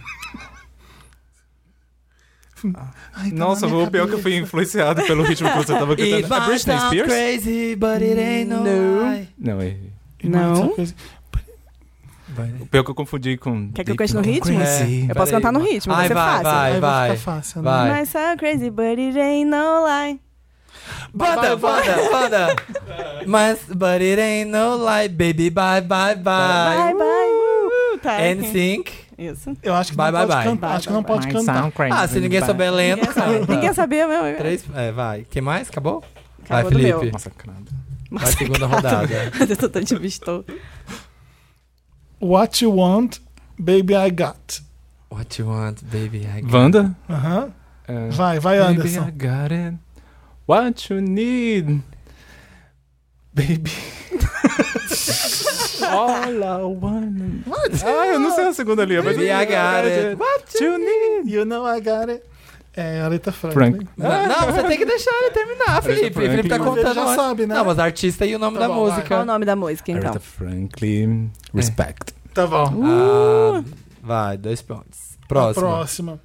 Speaker 5: Ai, tá
Speaker 4: Nossa,
Speaker 5: na minha
Speaker 4: o pior é que eu fui
Speaker 5: cabeça.
Speaker 4: influenciado pelo ritmo que você tava
Speaker 2: it
Speaker 4: cantando. É
Speaker 2: might
Speaker 4: Britney
Speaker 2: sound
Speaker 4: Spears?
Speaker 2: crazy, but it ain't no
Speaker 3: No.
Speaker 2: lie.
Speaker 4: Não, errei.
Speaker 5: It might sound
Speaker 3: Não.
Speaker 5: crazy.
Speaker 4: O pior é que eu confundi com...
Speaker 3: Quer que eu
Speaker 4: Deep
Speaker 3: cante no
Speaker 4: Down
Speaker 3: ritmo?
Speaker 2: É.
Speaker 4: Crazy.
Speaker 3: Eu posso
Speaker 2: Peraí,
Speaker 3: cantar no
Speaker 2: vai.
Speaker 3: ritmo, vai
Speaker 2: Ai,
Speaker 3: ser
Speaker 2: vai,
Speaker 3: fácil.
Speaker 2: vai.
Speaker 5: Aí vai. ficar fácil, né?
Speaker 2: Vai.
Speaker 3: It might sound crazy, but it ain't no lie.
Speaker 2: Banda, banda, banda. Mas, but it ain't no lie, baby. Bye,
Speaker 3: Bye,
Speaker 2: bye, bye.
Speaker 3: bye. Uh, tá.
Speaker 2: NSYNC.
Speaker 3: Isso.
Speaker 5: Eu acho que
Speaker 2: Bye,
Speaker 5: não
Speaker 2: bye,
Speaker 5: pode
Speaker 2: bye.
Speaker 5: cantar. Acho que não pode cantar.
Speaker 2: Ah, se ninguém souber a lenda.
Speaker 3: Ninguém sabe- Ninguém sabia mesmo.
Speaker 2: Três. É, vai. Quem mais? Acabou? vai,
Speaker 3: Acabou do meu.
Speaker 2: Felipe.
Speaker 4: Massacrado.
Speaker 2: Vai, segunda rodada.
Speaker 3: Eu tô tão te avistou.
Speaker 5: What you want, baby I got.
Speaker 2: What you want, baby? I got-
Speaker 4: Wanda?
Speaker 5: Aham.
Speaker 4: É.
Speaker 5: Vai, vai,
Speaker 4: Baby, I
Speaker 5: Anderson.
Speaker 4: got it. What you need. Baby. All I wanna... Ah, eu não sei a segunda linha, mas...
Speaker 2: Baby, I got it.
Speaker 4: What you need.
Speaker 5: You know I got it. É, Aretha Franklin.
Speaker 4: Frank.
Speaker 2: Não, não, você tem que deixar ele terminar, Felipe.
Speaker 4: Franklin.
Speaker 2: Felipe tá
Speaker 5: Mas ele
Speaker 2: contando.
Speaker 5: já
Speaker 2: antes.
Speaker 5: sabe, né?
Speaker 2: Não, mas artista e o nome
Speaker 5: Tá
Speaker 2: da
Speaker 5: bom, vai.
Speaker 2: música.
Speaker 3: Qual o nome da música, então?
Speaker 4: Aretha Franklin. Respect.
Speaker 5: Tá bom.
Speaker 2: Ah, vai, dois pontos. Próximo.
Speaker 5: Próxima.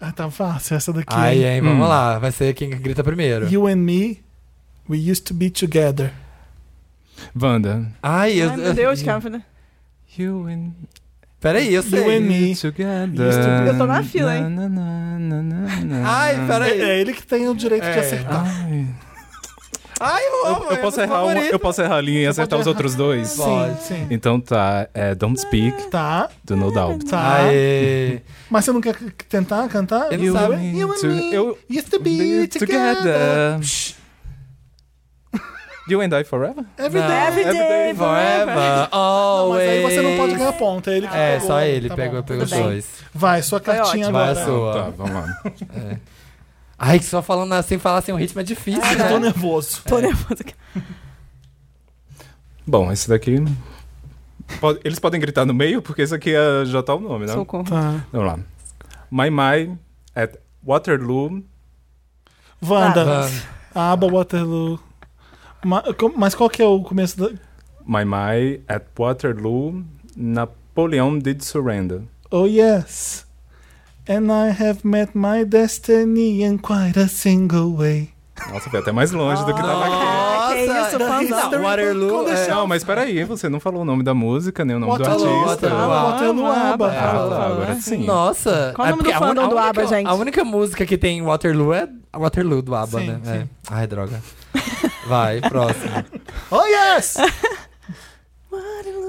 Speaker 5: Ah, tá fácil essa daqui.
Speaker 2: Aí, hein, vamos
Speaker 4: Hum.
Speaker 2: lá. Vai ser quem grita primeiro.
Speaker 5: You and me, we used to be together.
Speaker 4: Wanda.
Speaker 2: Ai, eu,
Speaker 3: Ai,
Speaker 2: eu-
Speaker 3: meu Deus, né? cara.
Speaker 4: You and...
Speaker 2: Peraí, eu sei.
Speaker 5: You and me.
Speaker 4: Together.
Speaker 3: Eu tô na fila, hein?
Speaker 4: Na, na, na, na, na.
Speaker 2: Ai,
Speaker 5: É,
Speaker 2: peraí.
Speaker 5: é ele que tem o direito de
Speaker 2: É.
Speaker 5: acertar.
Speaker 4: Ai.
Speaker 2: Ai, eu amo.
Speaker 4: Eu, eu
Speaker 2: é
Speaker 4: posso
Speaker 2: meu
Speaker 4: errar uma,
Speaker 2: favorito.
Speaker 4: eu posso errar a linha e acertar os
Speaker 5: pode
Speaker 4: outros dois?
Speaker 5: Sim,
Speaker 2: Pode.
Speaker 5: sim.
Speaker 4: Então tá, é Don't Speak,
Speaker 5: Tá,
Speaker 4: do No Doubt.
Speaker 5: tá.
Speaker 2: Aê.
Speaker 5: Mas você não quer c- tentar cantar?
Speaker 2: Ele não sabe.
Speaker 5: You and
Speaker 4: To-
Speaker 5: me
Speaker 4: eu-
Speaker 5: used to be together.
Speaker 4: You and I Forever?
Speaker 5: Every
Speaker 2: Não.
Speaker 5: day.
Speaker 3: Every day,
Speaker 2: Forever,
Speaker 5: Não, mas
Speaker 2: always.
Speaker 5: aí você não pode ganhar ponto. É ele que
Speaker 2: É,
Speaker 5: pegou.
Speaker 2: só ele.
Speaker 5: Tá
Speaker 2: pegou
Speaker 5: bom.
Speaker 2: pegou os
Speaker 3: Tudo bem.
Speaker 2: dois.
Speaker 5: Vai, sua
Speaker 3: Foi
Speaker 5: cartinha
Speaker 3: ótimo.
Speaker 2: Vai
Speaker 5: agora.
Speaker 2: a sua.
Speaker 4: Tá, vamos lá.
Speaker 2: É. Ai, que só falando assim, falar sem um ritmo é difícil,
Speaker 5: Eu tô
Speaker 2: né?
Speaker 5: nervoso.
Speaker 3: Tô nervosa.
Speaker 4: Bom, esse daqui. Pode- eles podem gritar no meio, porque esse aqui é- já tá o nome, né?
Speaker 3: Socorro.
Speaker 5: Tá.
Speaker 4: Vamos lá. My My at Waterloo.
Speaker 5: Wanda,
Speaker 3: Tá.
Speaker 5: a aba Waterloo. Ma- com- Mas qual que é o começo da...
Speaker 4: My My at Waterloo. Napoleon did surrender.
Speaker 5: Oh, yes. And I have met my destiny in quite a single way.
Speaker 4: Nossa, foi até mais longe do que tava aqui.
Speaker 3: Ah, que
Speaker 2: Nossa,
Speaker 3: isso, fãzão.
Speaker 2: não, Waterloo.
Speaker 5: Quando
Speaker 2: é-
Speaker 4: Não, mas peraí, você não falou o nome da música, nem o nome
Speaker 5: Waterloo,
Speaker 4: do artista.
Speaker 2: Waterloo.
Speaker 5: Waterloo, Waterloo,
Speaker 3: Aba.
Speaker 5: aba.
Speaker 4: Ah,
Speaker 3: Falou,
Speaker 4: tá,
Speaker 3: falou,
Speaker 4: agora
Speaker 3: né?
Speaker 4: sim.
Speaker 2: Nossa.
Speaker 3: Qual o nome
Speaker 2: É porque
Speaker 3: do
Speaker 2: a
Speaker 3: fandom
Speaker 2: un- a
Speaker 3: do
Speaker 2: única-
Speaker 3: ABBA, gente?
Speaker 2: A única música que tem Waterloo é a Waterloo do ABBA,
Speaker 5: Sim,
Speaker 2: né?
Speaker 5: sim.
Speaker 2: É. Ai, droga. Vai, próximo.
Speaker 5: Oh, yes!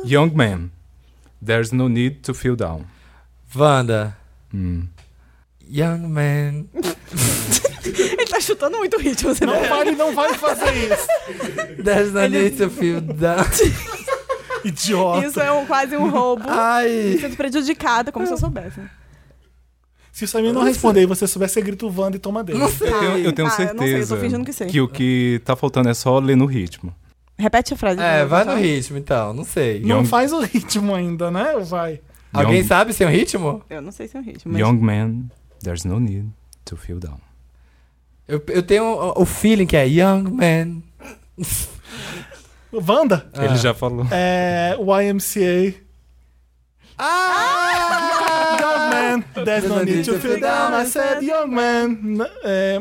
Speaker 4: Young Man. There's no need to feel down.
Speaker 2: Wanda.
Speaker 4: Hum.
Speaker 2: Young Man.
Speaker 3: Ele tá chutando muito ritmo, você
Speaker 5: Não
Speaker 3: né?
Speaker 5: vale, não vale fazer isso.
Speaker 2: There's no need to feel down.
Speaker 5: Idiota.
Speaker 3: Isso é um- quase um roubo.
Speaker 2: Ah. Ai.
Speaker 3: Sendo prejudicada, como se eu soubesse.
Speaker 5: Se o Samir não responder e você souber, você grita o Wanda e toma dele.
Speaker 2: Não sei.
Speaker 4: Eu tenho, eu tenho
Speaker 3: Ah, eu não sei, eu
Speaker 4: certeza
Speaker 3: tô fingindo que sei.
Speaker 4: o que tá faltando é só ler no ritmo.
Speaker 3: Repete a frase.
Speaker 2: É,
Speaker 3: por favor,
Speaker 2: vai
Speaker 3: pessoal.
Speaker 2: no ritmo então, não sei.
Speaker 5: Não
Speaker 4: Young-
Speaker 5: faz o ritmo ainda, né? Vai.
Speaker 2: Alguém
Speaker 4: Young-
Speaker 2: sabe sem o ritmo?
Speaker 3: Eu não sei se é um ritmo, mas...
Speaker 4: Young man, there's no need to feel down.
Speaker 2: Eu, eu tenho o, o feeling que é Young Man.
Speaker 5: Wanda?
Speaker 2: Ah.
Speaker 4: Ele já falou.
Speaker 5: É. YMCA. Young
Speaker 2: Ah!
Speaker 5: man, there's no need to feel down. I said young man. N- é,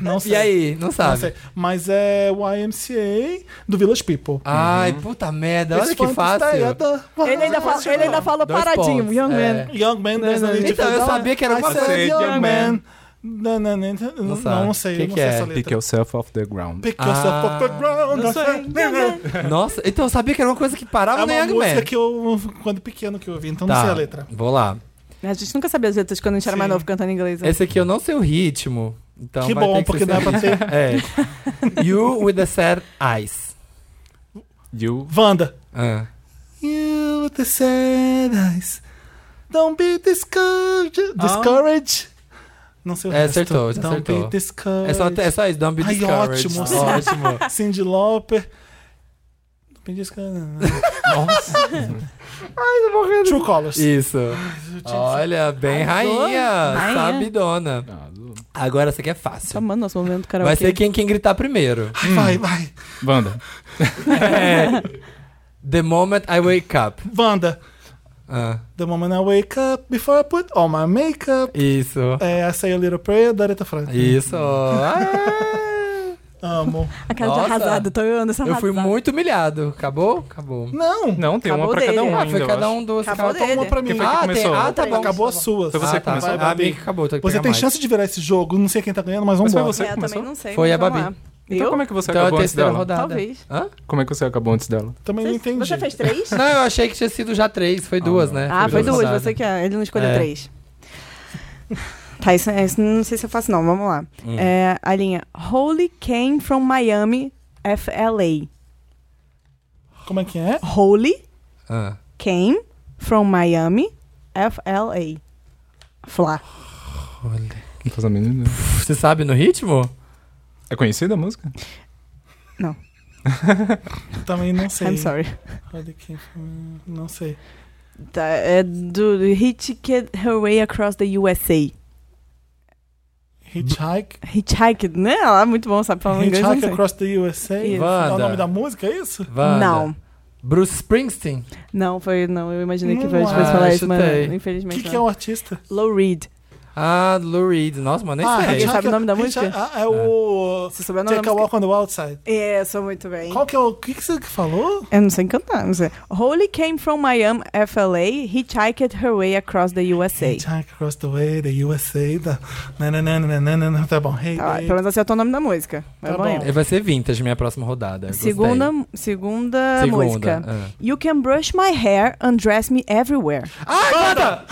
Speaker 5: não sei.
Speaker 2: E aí, não
Speaker 5: Não
Speaker 2: sabe?
Speaker 5: sei. Mas é YMCA do Village People.
Speaker 2: Ai, puta merda, olha
Speaker 5: Esse
Speaker 2: que
Speaker 5: funk está aí,
Speaker 2: fácil.
Speaker 5: é da-
Speaker 3: Ele ainda, fala, ele ainda falou
Speaker 2: Dois
Speaker 3: paradinho,
Speaker 2: pontos,
Speaker 3: Young
Speaker 2: é.
Speaker 3: Man.
Speaker 5: Young man, there's no need to
Speaker 2: Então,
Speaker 5: feel
Speaker 2: eu
Speaker 5: down.
Speaker 2: sabia que era
Speaker 5: I
Speaker 2: uma
Speaker 5: said
Speaker 4: coisa.
Speaker 5: Young
Speaker 4: Young
Speaker 5: man.
Speaker 4: man.
Speaker 5: Não, não, não, não, não,
Speaker 2: sabe.
Speaker 5: não sei.
Speaker 2: Que
Speaker 5: não
Speaker 2: que
Speaker 5: sei
Speaker 2: é?
Speaker 5: essa letra.
Speaker 4: Pick yourself off the ground.
Speaker 5: Pick yourself
Speaker 2: Ah.
Speaker 5: off the ground.
Speaker 2: Não sei. Nossa, então eu sabia que era uma coisa que parava
Speaker 5: É
Speaker 2: no
Speaker 5: uma
Speaker 2: Young
Speaker 5: música
Speaker 2: Man.
Speaker 5: que eu, quando pequeno, que eu ouvi, então não
Speaker 2: Tá,
Speaker 5: sei a letra.
Speaker 2: Vou lá.
Speaker 3: A gente nunca sabia as letras quando a gente era mais
Speaker 5: Sim.
Speaker 3: novo cantando inglês. né?
Speaker 2: Esse aqui eu não sei o ritmo. Então
Speaker 5: Que
Speaker 2: vai
Speaker 5: bom,
Speaker 2: ter que ser
Speaker 5: porque dá pra
Speaker 2: sem
Speaker 5: ter.
Speaker 2: ritmo. É. You with the sad eyes.
Speaker 4: You.
Speaker 5: Wanda.
Speaker 2: Ah.
Speaker 5: You with the sad eyes. Don't be discouraged. discouraged. Não sei o
Speaker 2: Ah. É,
Speaker 5: resto.
Speaker 2: acertou, já
Speaker 5: Don't
Speaker 2: acertou.
Speaker 5: be discouraged.
Speaker 2: É só, é só isso, don't be
Speaker 5: Ai,
Speaker 2: discouraged.
Speaker 5: ótimo,
Speaker 2: ótimo.
Speaker 5: Cindy Lauper. Don't be discouraged. né?
Speaker 2: Nossa.
Speaker 5: True Colors.
Speaker 2: Isso. Olha, bem
Speaker 3: Arrasou.
Speaker 2: rainha,
Speaker 3: Rainha.
Speaker 2: sabidona.
Speaker 4: Ah, do-
Speaker 2: Agora essa aqui é fácil.
Speaker 3: Chamando Tá nosso momento do karaokê.
Speaker 2: Vai ser quem, quem gritar primeiro.
Speaker 5: Ai, vai, vai.
Speaker 4: Wanda.
Speaker 2: The moment I wake up.
Speaker 5: Wanda.
Speaker 2: Ah,
Speaker 5: The moment I wake up, before I put on my makeup.
Speaker 2: isso.
Speaker 5: É, I say a little prayer da Aretha Franklin.
Speaker 2: Isso. Ah,
Speaker 5: Amo.
Speaker 3: A cara
Speaker 2: Nossa.
Speaker 3: de Tá arrasado, tô eu ando essa
Speaker 2: eu fui
Speaker 3: arrasada.
Speaker 2: muito humilhado. Acabou? Acabou.
Speaker 5: Não.
Speaker 4: Não, tem
Speaker 3: Acabou
Speaker 4: uma pra cada
Speaker 3: dele.
Speaker 4: um.
Speaker 2: Ah,
Speaker 4: ainda,
Speaker 2: foi
Speaker 4: eu
Speaker 2: cada
Speaker 4: acho.
Speaker 2: um dos.
Speaker 3: Acabou
Speaker 2: cada um.
Speaker 5: Então, uma pra mim.
Speaker 4: Quem foi que
Speaker 2: Ah, tem.
Speaker 4: começou?
Speaker 2: Ah, tá bom.
Speaker 5: Acabou as suas.
Speaker 4: Foi você
Speaker 2: ah,
Speaker 4: que
Speaker 2: tá.
Speaker 4: começou.
Speaker 2: Ah, amigo, acabou. Tem que
Speaker 5: Você
Speaker 2: pegar
Speaker 5: tem
Speaker 2: mais.
Speaker 5: chance de virar esse jogo. Não sei quem tá ganhando, mas vamos
Speaker 4: Mas foi
Speaker 5: embora.
Speaker 4: você.
Speaker 3: É, eu
Speaker 4: começou?
Speaker 3: também não sei.
Speaker 2: Foi
Speaker 3: mas
Speaker 2: a
Speaker 3: vamos
Speaker 2: Babi.
Speaker 3: lá.
Speaker 4: Então
Speaker 3: Eu?
Speaker 4: como é que você
Speaker 2: Então é a
Speaker 4: acabou antes
Speaker 2: terceira
Speaker 4: dela?
Speaker 2: rodada.
Speaker 3: Talvez.
Speaker 2: Hã?
Speaker 4: Como é que você acabou antes dela?
Speaker 5: Também não entendi.
Speaker 6: Você fez três?
Speaker 2: Não, eu achei que tinha sido já três, foi duas, né?
Speaker 3: Ah, foi duas, você que é. Ele não escolheu
Speaker 2: É.
Speaker 3: três. Tá, isso, isso não sei se eu faço, não. Vamos lá.
Speaker 2: Hum.
Speaker 3: É, a linha Holy Came from Miami, FLA.
Speaker 5: Como é que é?
Speaker 3: Holy
Speaker 2: Ah.
Speaker 3: Came from Miami, FLA. Fla.
Speaker 4: Não faço a mínima ideia.
Speaker 2: Você sabe no ritmo?
Speaker 4: É conhecida a música?
Speaker 5: Também não sei.
Speaker 3: I'm sorry.
Speaker 5: Olha aqui, hum, Não sei.
Speaker 3: Tá, é do, do Hitchhicked Her Way Across the USA.
Speaker 5: Hitchhike.
Speaker 3: Hitchhiked, né? Ela é muito bom, sabe? Falando inglês, eu não
Speaker 5: Hitchhike
Speaker 3: sei.
Speaker 5: Across the USA.
Speaker 3: Isso.
Speaker 5: É o
Speaker 2: Wanda.
Speaker 5: nome da música, é isso?
Speaker 2: Wanda.
Speaker 3: Não,
Speaker 2: Bruce Springsteen.
Speaker 3: não, foi, não. Eu imaginei que
Speaker 5: Não,
Speaker 3: foi
Speaker 5: ah,
Speaker 3: depois falar isso, mas
Speaker 2: chutei.
Speaker 5: O
Speaker 3: infelizmente
Speaker 5: que,
Speaker 3: não.
Speaker 5: que é o artista?
Speaker 3: Low Reed.
Speaker 2: Ah, Lou Reed. Nossa, mano, nem sei.
Speaker 3: Ah, Hitchhiker. É. sabe o nome da
Speaker 5: Hitchhike-
Speaker 3: música?
Speaker 5: Ah, é o.
Speaker 3: Você souber o nome
Speaker 5: Take
Speaker 3: da música?
Speaker 5: a Walk on the Wild Side.
Speaker 3: É, sou muito bem.
Speaker 5: Qual que é o. O que, que você falou?
Speaker 3: Eu não sei cantar, não sei. Holy came from Miami, FLA, hitchhiked her way across the USA.
Speaker 5: Hitchhike Across the Way, the USA. Da... Nananana, tá bom. Hey,
Speaker 3: Tá,
Speaker 5: hey.
Speaker 3: pelo menos acertou o nome da música. Mas
Speaker 5: Tá
Speaker 3: bom.
Speaker 5: bom.
Speaker 2: É, Vai ser vintage minha próxima rodada. eu gostei.
Speaker 3: Segunda, segunda,
Speaker 2: Segunda,
Speaker 3: música.
Speaker 2: ah.
Speaker 3: You can brush my hair, undress me everywhere.
Speaker 2: Ai, Wanda!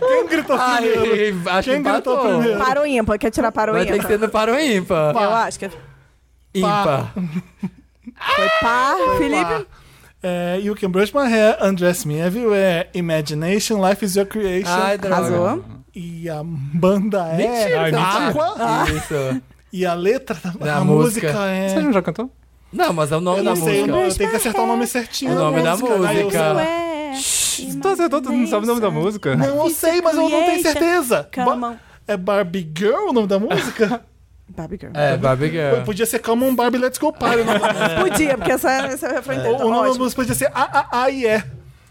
Speaker 5: Quem gritou primeiro?
Speaker 2: Ai, acho que
Speaker 5: Quem gritou
Speaker 2: empatou.
Speaker 5: primeiro?
Speaker 3: Para o ímpar, quer tirar para o
Speaker 2: Vai ter que
Speaker 3: ímpar?
Speaker 2: ser no par ou ímpar?
Speaker 3: Eu acho que é-
Speaker 2: Ímpar.
Speaker 3: foi par, Felipe.
Speaker 5: É, you can brush my hair, undress me everywhere. Imagination, life is your creation.
Speaker 2: Ai, droga.
Speaker 3: Arrasou.
Speaker 5: E a banda é
Speaker 2: Mentira.
Speaker 4: Ai, mentira.
Speaker 5: Aqua.
Speaker 2: Ah. Isso.
Speaker 5: E a letra da
Speaker 2: Da
Speaker 5: a
Speaker 2: música.
Speaker 5: música, é.
Speaker 4: Você não já cantou?
Speaker 2: Não, mas é o nome
Speaker 5: Eu
Speaker 2: da
Speaker 5: não sei, eu
Speaker 2: música.
Speaker 5: não- eu tenho que acertar o nome certinho.
Speaker 2: O nome da
Speaker 5: né? Eu
Speaker 3: é
Speaker 2: música.
Speaker 5: sei-
Speaker 3: Ué,
Speaker 4: Tá acertou, tu não sabe o nome da música?
Speaker 5: Não, eu
Speaker 3: é
Speaker 5: sei, mas eu não tenho certeza.
Speaker 3: Come
Speaker 5: Ba-
Speaker 3: on.
Speaker 5: É Barbie Girl o nome da música?
Speaker 3: Baby girl.
Speaker 2: É, Barbie
Speaker 5: Pô,
Speaker 2: Girl.
Speaker 5: Podia ser Come on Barbie Let's Go Party. o nome da música.
Speaker 3: É. Podia, porque essa, essa é o refrão inteiro.
Speaker 5: O o nome da
Speaker 3: Ótimo.
Speaker 5: música podia ser A, A, A e E.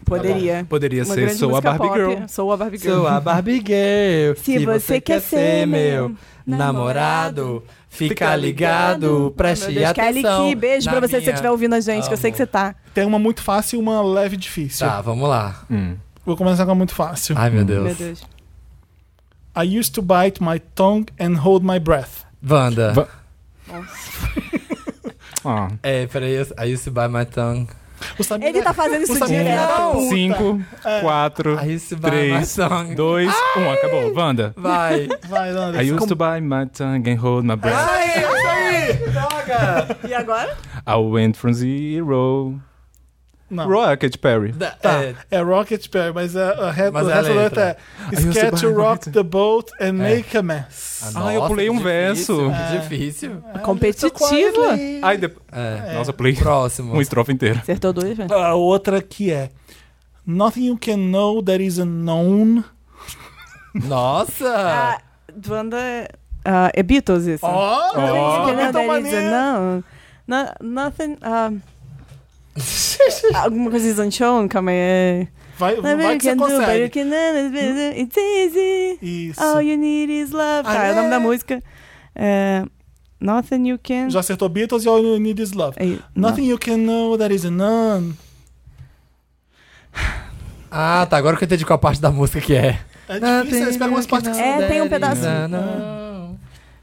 Speaker 3: Poderia.
Speaker 4: Poderia
Speaker 3: Uma
Speaker 4: ser
Speaker 3: grande
Speaker 4: Tá Sou a
Speaker 3: música
Speaker 4: Barbie
Speaker 3: pop.
Speaker 4: Girl.
Speaker 3: Sou a Barbie Girl.
Speaker 2: Sou a Barbie Girl.
Speaker 3: Se você quer ser meu
Speaker 2: namorado, fica ligado, preste
Speaker 3: Meu Deus, Kelly
Speaker 2: atenção.
Speaker 3: Key, beijo
Speaker 2: na
Speaker 3: pra você se você
Speaker 2: minha-
Speaker 3: estiver ouvindo a gente, que eu sei que você tá.
Speaker 5: Tem uma muito fácil e uma leve difícil.
Speaker 2: Tá, vamos lá.
Speaker 4: Hum.
Speaker 5: Vou começar com a muito fácil.
Speaker 2: Ai, meu Deus.
Speaker 3: Meu Deus.
Speaker 5: I used to bite my tongue and hold my breath.
Speaker 2: Wanda.
Speaker 4: Va- Ah.
Speaker 2: É, peraí, eu- I used to buy my tongue.
Speaker 5: O Sabino
Speaker 3: Ele
Speaker 5: é-
Speaker 3: tá fazendo
Speaker 5: o
Speaker 3: isso
Speaker 5: Sabino é
Speaker 3: direto.
Speaker 5: da puta.
Speaker 4: Cinco, quatro,
Speaker 2: I used to buy
Speaker 4: três,
Speaker 2: my tongue.
Speaker 4: dois, um. Acabou. Wanda.
Speaker 2: Vai.
Speaker 5: Vai, Anderson.
Speaker 4: I used to buy my tongue and hold my breath.
Speaker 2: Ai,
Speaker 3: E agora?
Speaker 4: I went from zero.
Speaker 5: Não.
Speaker 4: Roa Katy Perry.
Speaker 2: Da-
Speaker 5: Tá,
Speaker 2: é,
Speaker 5: é Rocket Perry, mas a, a, re-
Speaker 2: Mas
Speaker 5: o
Speaker 2: é a
Speaker 5: resto da letra é
Speaker 4: I used to
Speaker 5: Scared
Speaker 4: buy
Speaker 5: to
Speaker 4: my
Speaker 5: rock
Speaker 4: tongue."
Speaker 5: the boat and
Speaker 2: É.
Speaker 5: make a mess.
Speaker 2: Ah,
Speaker 4: Ai, eu
Speaker 2: nossa,
Speaker 4: pulei
Speaker 2: que
Speaker 4: um
Speaker 2: difícil,
Speaker 4: verso.
Speaker 2: que
Speaker 5: É.
Speaker 2: Difícil.
Speaker 3: Competitiva.
Speaker 4: Ai, de...
Speaker 2: É.
Speaker 4: Nossa, um play.
Speaker 2: Próximo.
Speaker 4: Uma estrofe inteira.
Speaker 3: Acertou dois, né? velho.
Speaker 5: A outra que é Nothing you can know that is unknown.
Speaker 2: Nossa!
Speaker 3: Ah, Wanda é- ah, é Beatles isso.
Speaker 5: Ó,
Speaker 3: Não,
Speaker 4: Ó.
Speaker 3: não,
Speaker 5: muito
Speaker 3: não,
Speaker 5: maneiro.
Speaker 3: não, não, nothing, ah, alguma coisa is unshown, calma aí. é-
Speaker 5: Vai, vai que você
Speaker 3: Nothing you can do, but you
Speaker 5: consegue. Hum?
Speaker 3: can understand, It's easy.
Speaker 5: Isso.
Speaker 3: All you need is love. Tá, é o nome da música. É, Nothing you can.
Speaker 5: Já acertou Beatles e All You Need Is Love.
Speaker 3: É, não.
Speaker 5: Nothing you can know that is unknown.
Speaker 2: Ah, tá. Agora que eu entendi qual a parte da música que é.
Speaker 5: É difícil, eles pegam umas partes que
Speaker 3: É, tem um pedaço.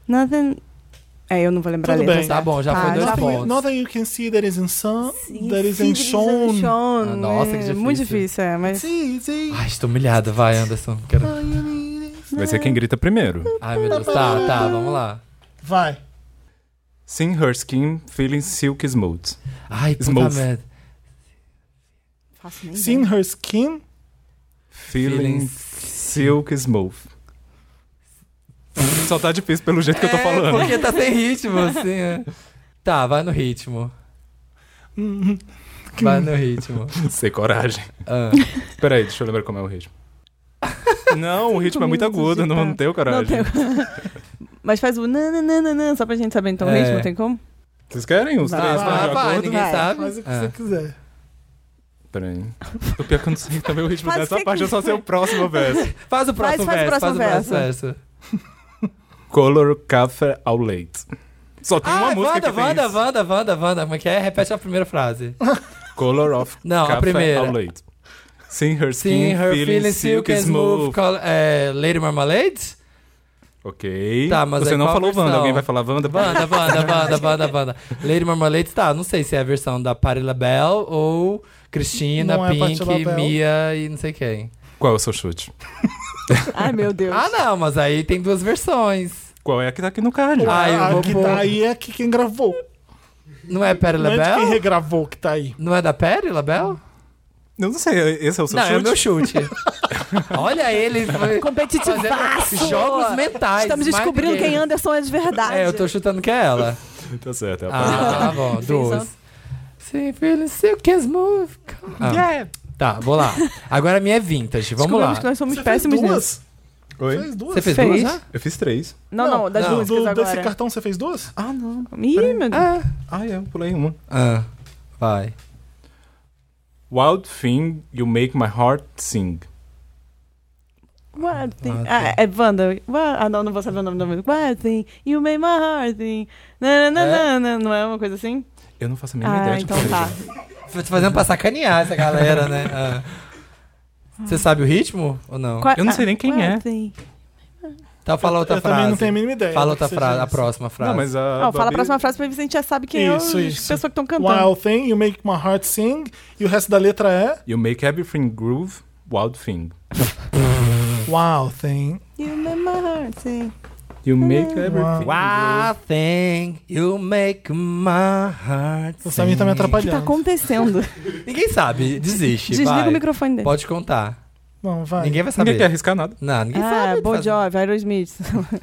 Speaker 3: Nothing. É, eu não vou lembrar
Speaker 5: Tudo
Speaker 3: a letra.
Speaker 5: bem.
Speaker 2: Tá bom, já
Speaker 3: Tá,
Speaker 2: foi dois
Speaker 3: já
Speaker 5: Nothing,
Speaker 2: pontos.
Speaker 5: nothing you can see that is unseen,
Speaker 3: Sim,
Speaker 5: that is
Speaker 3: sim,
Speaker 5: unshown.
Speaker 3: Shown.
Speaker 2: Ah, nossa, que
Speaker 3: É,
Speaker 2: difícil.
Speaker 3: Muito difícil, é, mas.
Speaker 5: Sim, sim.
Speaker 2: Ai, estou humilhada. Vai, Anderson. Quero-
Speaker 5: All you need is-
Speaker 4: Vai ser quem grita primeiro.
Speaker 2: Ai, meu Deus. Tá, tá. Vamos lá.
Speaker 5: Vai.
Speaker 4: Sing her skin feeling silk smooth.
Speaker 2: Ai, puta
Speaker 4: Smooth.
Speaker 2: merda.
Speaker 3: Faço nem
Speaker 5: Seen
Speaker 3: ideia.
Speaker 5: her skin.
Speaker 4: Feeling silk smooth. Só tá difícil pelo jeito que eu tô
Speaker 2: É,
Speaker 4: falando.
Speaker 2: porque tá sem ritmo, assim. é. Tá, vai no ritmo.
Speaker 4: Hum.
Speaker 2: Vai no ritmo.
Speaker 4: Sem coragem.
Speaker 2: Ah.
Speaker 4: Peraí, deixa eu lembrar como é o ritmo. Não, o ritmo é muito
Speaker 3: minutos
Speaker 4: agudo,
Speaker 3: de
Speaker 4: não,
Speaker 3: tá.
Speaker 4: não tem o coragem.
Speaker 3: Não Mas faz o nananana, só pra gente saber então o
Speaker 2: É.
Speaker 3: ritmo, tem como?
Speaker 4: Vocês querem os
Speaker 3: Vai,
Speaker 4: três?
Speaker 5: vai,
Speaker 4: né, de
Speaker 2: tá, vai,
Speaker 4: acordo?
Speaker 2: ninguém
Speaker 3: Vai.
Speaker 2: sabe.
Speaker 5: Faz o que
Speaker 2: Ah.
Speaker 5: você quiser.
Speaker 4: Peraí. O pior que eu não sei também o ritmo
Speaker 3: Faz o
Speaker 4: dessa
Speaker 3: que
Speaker 4: parte, eu só sei o próximo verso.
Speaker 2: Faz
Speaker 3: Faz-
Speaker 2: o próximo
Speaker 3: faz o
Speaker 2: verso. Faz o
Speaker 3: próximo
Speaker 2: próximo verso.
Speaker 4: Color café ao leite. Só tem uma
Speaker 2: Ah,
Speaker 4: música
Speaker 2: Wanda,
Speaker 4: que tem
Speaker 2: Wanda,
Speaker 4: isso.
Speaker 2: Wanda, Wanda, Wanda. Como é que é? Repete a primeira frase.
Speaker 4: Color of
Speaker 2: Não, a
Speaker 4: café
Speaker 2: primeira.
Speaker 4: ao leite. Sing her skin
Speaker 2: Sim, her
Speaker 4: feeling, silk smooth.
Speaker 2: col- é, Lady Marmalade?
Speaker 4: Ok.
Speaker 2: Tá, mas
Speaker 4: Você
Speaker 2: aí
Speaker 4: não
Speaker 2: qual a
Speaker 4: falou
Speaker 2: versão?
Speaker 4: Wanda, alguém vai falar Wanda?
Speaker 2: Wanda, Wanda, Wanda, Wanda, Wanda. Lady Marmalade, tá. Não sei se é a versão da Patti LaBelle ou Cristina,
Speaker 5: Não é Patti
Speaker 2: Pink,
Speaker 5: LaBelle.
Speaker 2: Mia e não sei quem.
Speaker 4: Qual é o seu chute?
Speaker 3: Ai, meu Deus.
Speaker 2: Ah, não, mas aí tem duas versões.
Speaker 4: Qual é a que tá aqui no card?
Speaker 2: Ah, eu
Speaker 5: a
Speaker 2: vou
Speaker 5: que
Speaker 2: pôr-
Speaker 5: tá aí é que quem gravou.
Speaker 2: Não é Patti
Speaker 5: Não é de quem
Speaker 2: LaBelle?
Speaker 5: regravou que tá aí.
Speaker 2: Não é da Patti LaBelle?
Speaker 4: Eu não sei, esse é o seu
Speaker 2: Não,
Speaker 4: chute?
Speaker 2: é o meu chute. Olha ele. foi-
Speaker 3: Competitivaço!
Speaker 2: fazendo Jogos mentais.
Speaker 3: Estamos descobrindo quem
Speaker 2: anda.
Speaker 3: Anderson é de verdade.
Speaker 2: É, eu tô chutando que é ela.
Speaker 4: Tá certo, é a
Speaker 2: Ah, tá bom, duas. Sim, filho, seu que as move. Ah, Tá, vou lá. Agora a minha é vintage, vamos lá.
Speaker 3: Descobrimos que nós somos
Speaker 5: Você fez
Speaker 3: péssimos nisso.
Speaker 5: duas?
Speaker 4: Oi?
Speaker 5: Fez duas?
Speaker 2: Você fez
Speaker 3: Fez.
Speaker 2: duas já?
Speaker 4: Eu fiz três.
Speaker 3: Não, não, das
Speaker 2: não.
Speaker 5: Do-
Speaker 3: músicas agora.
Speaker 5: desse cartão você fez duas?
Speaker 4: Ah, não.
Speaker 3: Ih, meu Deus.
Speaker 2: Ah.
Speaker 4: Ah, é, eu pulei uma.
Speaker 2: ah, vai.
Speaker 4: Wild Thing, You Make My Heart Sing.
Speaker 3: Wild thing.
Speaker 2: Ah,
Speaker 3: Ah, é Wanda. Wild- Ah, não, não vou saber o nome da música. Wild thing, you made my heart thing. Na, na, na, na, na. Não é uma coisa assim?
Speaker 4: Eu não faço a mínima
Speaker 3: Ah,
Speaker 4: ideia de
Speaker 3: então
Speaker 4: como
Speaker 3: tá.
Speaker 4: seja.
Speaker 2: Tô te fazendo pra sacanear essa galera, né? Ah. Você sabe o ritmo ou não?
Speaker 3: Qua-
Speaker 4: Eu não sei nem quem
Speaker 3: Wild
Speaker 4: é.
Speaker 3: Thing.
Speaker 2: Tá, fala outra
Speaker 5: eu
Speaker 2: frase.
Speaker 5: também não tenho a mínima ideia.
Speaker 2: Fala
Speaker 5: do que
Speaker 2: outra
Speaker 5: seja
Speaker 2: frase, a
Speaker 5: isso.
Speaker 2: próxima frase.
Speaker 4: Não, mas a.
Speaker 3: Não, fala a
Speaker 4: Babi-
Speaker 3: próxima frase pra ver se a gente já sabe quem
Speaker 5: Isso,
Speaker 3: é as
Speaker 5: isso.
Speaker 3: pessoas que estão cantando.
Speaker 5: Wild Thing, You Make My Heart Sing. E o resto da letra é...
Speaker 4: You Make Everything Groove, Wild Thing.
Speaker 5: Wild Thing.
Speaker 3: You made my heart sing.
Speaker 2: Ah.
Speaker 4: You Make Everything.
Speaker 2: Wild thing, you make my heart
Speaker 5: O Samir tá
Speaker 3: O que tá
Speaker 2: sing.
Speaker 5: me atrapalhando.
Speaker 3: acontecendo?
Speaker 2: Ninguém sabe, desiste,
Speaker 3: Desliga
Speaker 2: vai.
Speaker 3: o microfone dele.
Speaker 2: Pode contar.
Speaker 5: Não, vai.
Speaker 2: Ninguém vai saber.
Speaker 4: Ninguém quer arriscar nada.
Speaker 2: Não, ninguém
Speaker 3: Ah,
Speaker 2: sabe.
Speaker 3: Bon
Speaker 2: faz-
Speaker 3: Jovi, Aerosmith,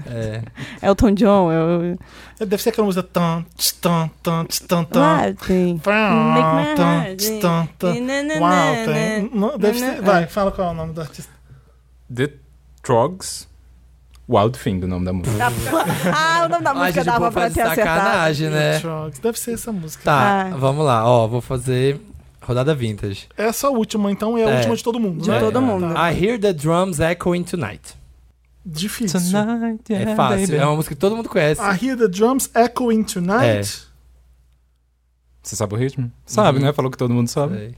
Speaker 2: É.
Speaker 3: Elton John. é Eu...
Speaker 5: Deve ser aquela música... Tan, tch, tan, tan, tch, tan, tan.
Speaker 3: Wild Thing.
Speaker 5: Tan,
Speaker 3: my
Speaker 5: tan,
Speaker 3: heart
Speaker 5: tch,
Speaker 3: sing.
Speaker 5: tan, tan.
Speaker 3: Na, na,
Speaker 5: Wild
Speaker 3: na,
Speaker 5: Thing. Não, Deve
Speaker 3: na.
Speaker 5: ser... Vai, fala qual é o nome do artista.
Speaker 4: The Trogs, Wild Thing, o nome da música.
Speaker 2: Tá.
Speaker 3: Da- Ah, o nome da
Speaker 2: Ai,
Speaker 3: música
Speaker 2: gente, o
Speaker 3: dava
Speaker 2: povo
Speaker 3: pra
Speaker 2: faz
Speaker 3: ter acertado.
Speaker 2: sacanagem, né?
Speaker 5: Drugs. Deve ser essa música.
Speaker 2: Tá,
Speaker 3: Ah.
Speaker 2: vamos lá. Ó, vou fazer rodada vintage.
Speaker 5: Essa última, então, é a
Speaker 2: É.
Speaker 5: última de todo mundo,
Speaker 3: De
Speaker 5: né?
Speaker 3: todo
Speaker 5: É.
Speaker 3: mundo.
Speaker 5: Tá.
Speaker 2: I hear the drums echoing tonight.
Speaker 5: Difícil.
Speaker 2: é fácil. É uma música que todo mundo conhece.
Speaker 4: Ah,
Speaker 5: I hear the drums echoing tonight.
Speaker 4: Você sabe o ritmo? Sabe,
Speaker 2: Uhum.
Speaker 4: né? Falou que todo mundo sabe.
Speaker 2: Sei.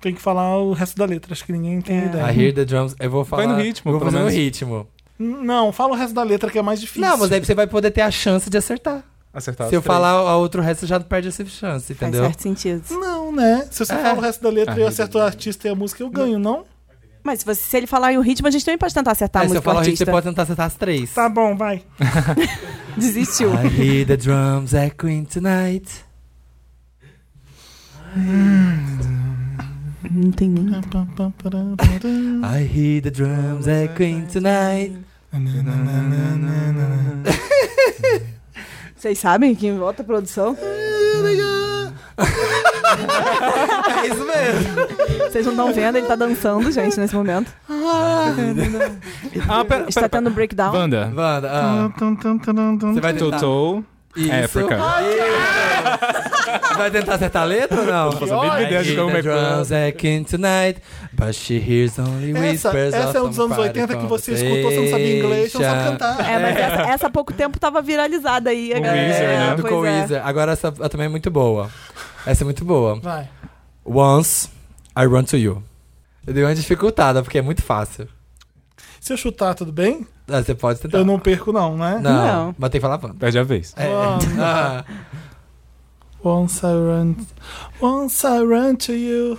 Speaker 5: Tem que falar o resto da letra, acho que ninguém tem
Speaker 3: É.
Speaker 5: ideia.
Speaker 2: I hear the drums. Eu vou falar.
Speaker 4: Vai no ritmo,
Speaker 2: Vou
Speaker 4: pelo
Speaker 2: fazer no
Speaker 4: menos.
Speaker 2: ritmo.
Speaker 5: Não, fala o resto da letra que é mais difícil.
Speaker 2: Não, mas aí você vai poder ter a chance de acertar.
Speaker 4: Acertar as
Speaker 2: Se eu
Speaker 4: três.
Speaker 2: falar a outro resto, você já perde essa chance,
Speaker 3: Faz
Speaker 2: entendeu?
Speaker 3: Tá certo sentido.
Speaker 5: Não, né? Se você
Speaker 2: É.
Speaker 5: fala o resto da letra
Speaker 4: I
Speaker 5: e eu
Speaker 4: hear
Speaker 5: acerto
Speaker 4: the
Speaker 5: o
Speaker 4: drums.
Speaker 5: artista e a música, eu ganho, não?
Speaker 3: Mas se, você- se ele falar em o ritmo, a gente também pode tentar acertar a
Speaker 2: Aí É, se eu
Speaker 3: Tá, música do
Speaker 2: falar o ritmo,
Speaker 3: artista.
Speaker 2: você pode tentar acertar as três.
Speaker 5: Tá bom, vai.
Speaker 3: Desistiu.
Speaker 2: I hear the drums echoing tonight.
Speaker 3: Não tem nem.
Speaker 2: I hear the drums echoing tonight.
Speaker 3: Vocês sabem quem volta a produção?
Speaker 2: É isso mesmo.
Speaker 3: Vocês não estão vendo, ele tá dançando, gente, nesse momento.
Speaker 4: Ah, pera,
Speaker 3: Está
Speaker 4: pera, pera.
Speaker 3: tendo breakdown.
Speaker 4: Wanda.
Speaker 2: Wanda, ah, você vai tentar.
Speaker 4: Toto,
Speaker 2: Isso.
Speaker 4: Africa.
Speaker 2: Isso. Vai tentar acertar a letra ou não?
Speaker 4: faço a mínima ideia de como é que é.
Speaker 2: drums echoing tonight, but she hears only
Speaker 5: Essa,
Speaker 2: whispers
Speaker 5: essa
Speaker 2: of
Speaker 5: é um dos anos
Speaker 2: somebody
Speaker 5: 80 que você escutou, você não sabia inglês, você não sabe
Speaker 2: conversation.
Speaker 5: cantar.
Speaker 3: É, mas essa, essa há pouco tempo tava viralizada aí. a
Speaker 4: O
Speaker 3: galera-
Speaker 4: Weezer,
Speaker 3: é,
Speaker 4: né?
Speaker 2: Do
Speaker 3: pois
Speaker 2: Cole
Speaker 3: é.
Speaker 2: Weezer. Agora essa também é muito boa. Essa é muito boa.
Speaker 5: Vai.
Speaker 2: Once, I run to you. Eu dei uma dificultada, porque é muito fácil.
Speaker 5: Se eu chutar, tudo bem?
Speaker 2: Ah, Você pode tentar.
Speaker 5: Eu não perco, não, né?
Speaker 2: Não,
Speaker 3: Não.
Speaker 2: mas tem que falar Wanda.
Speaker 4: Perde a vez.
Speaker 2: É.
Speaker 5: Vamos.
Speaker 2: Ah.
Speaker 5: Once I run, once I run to you,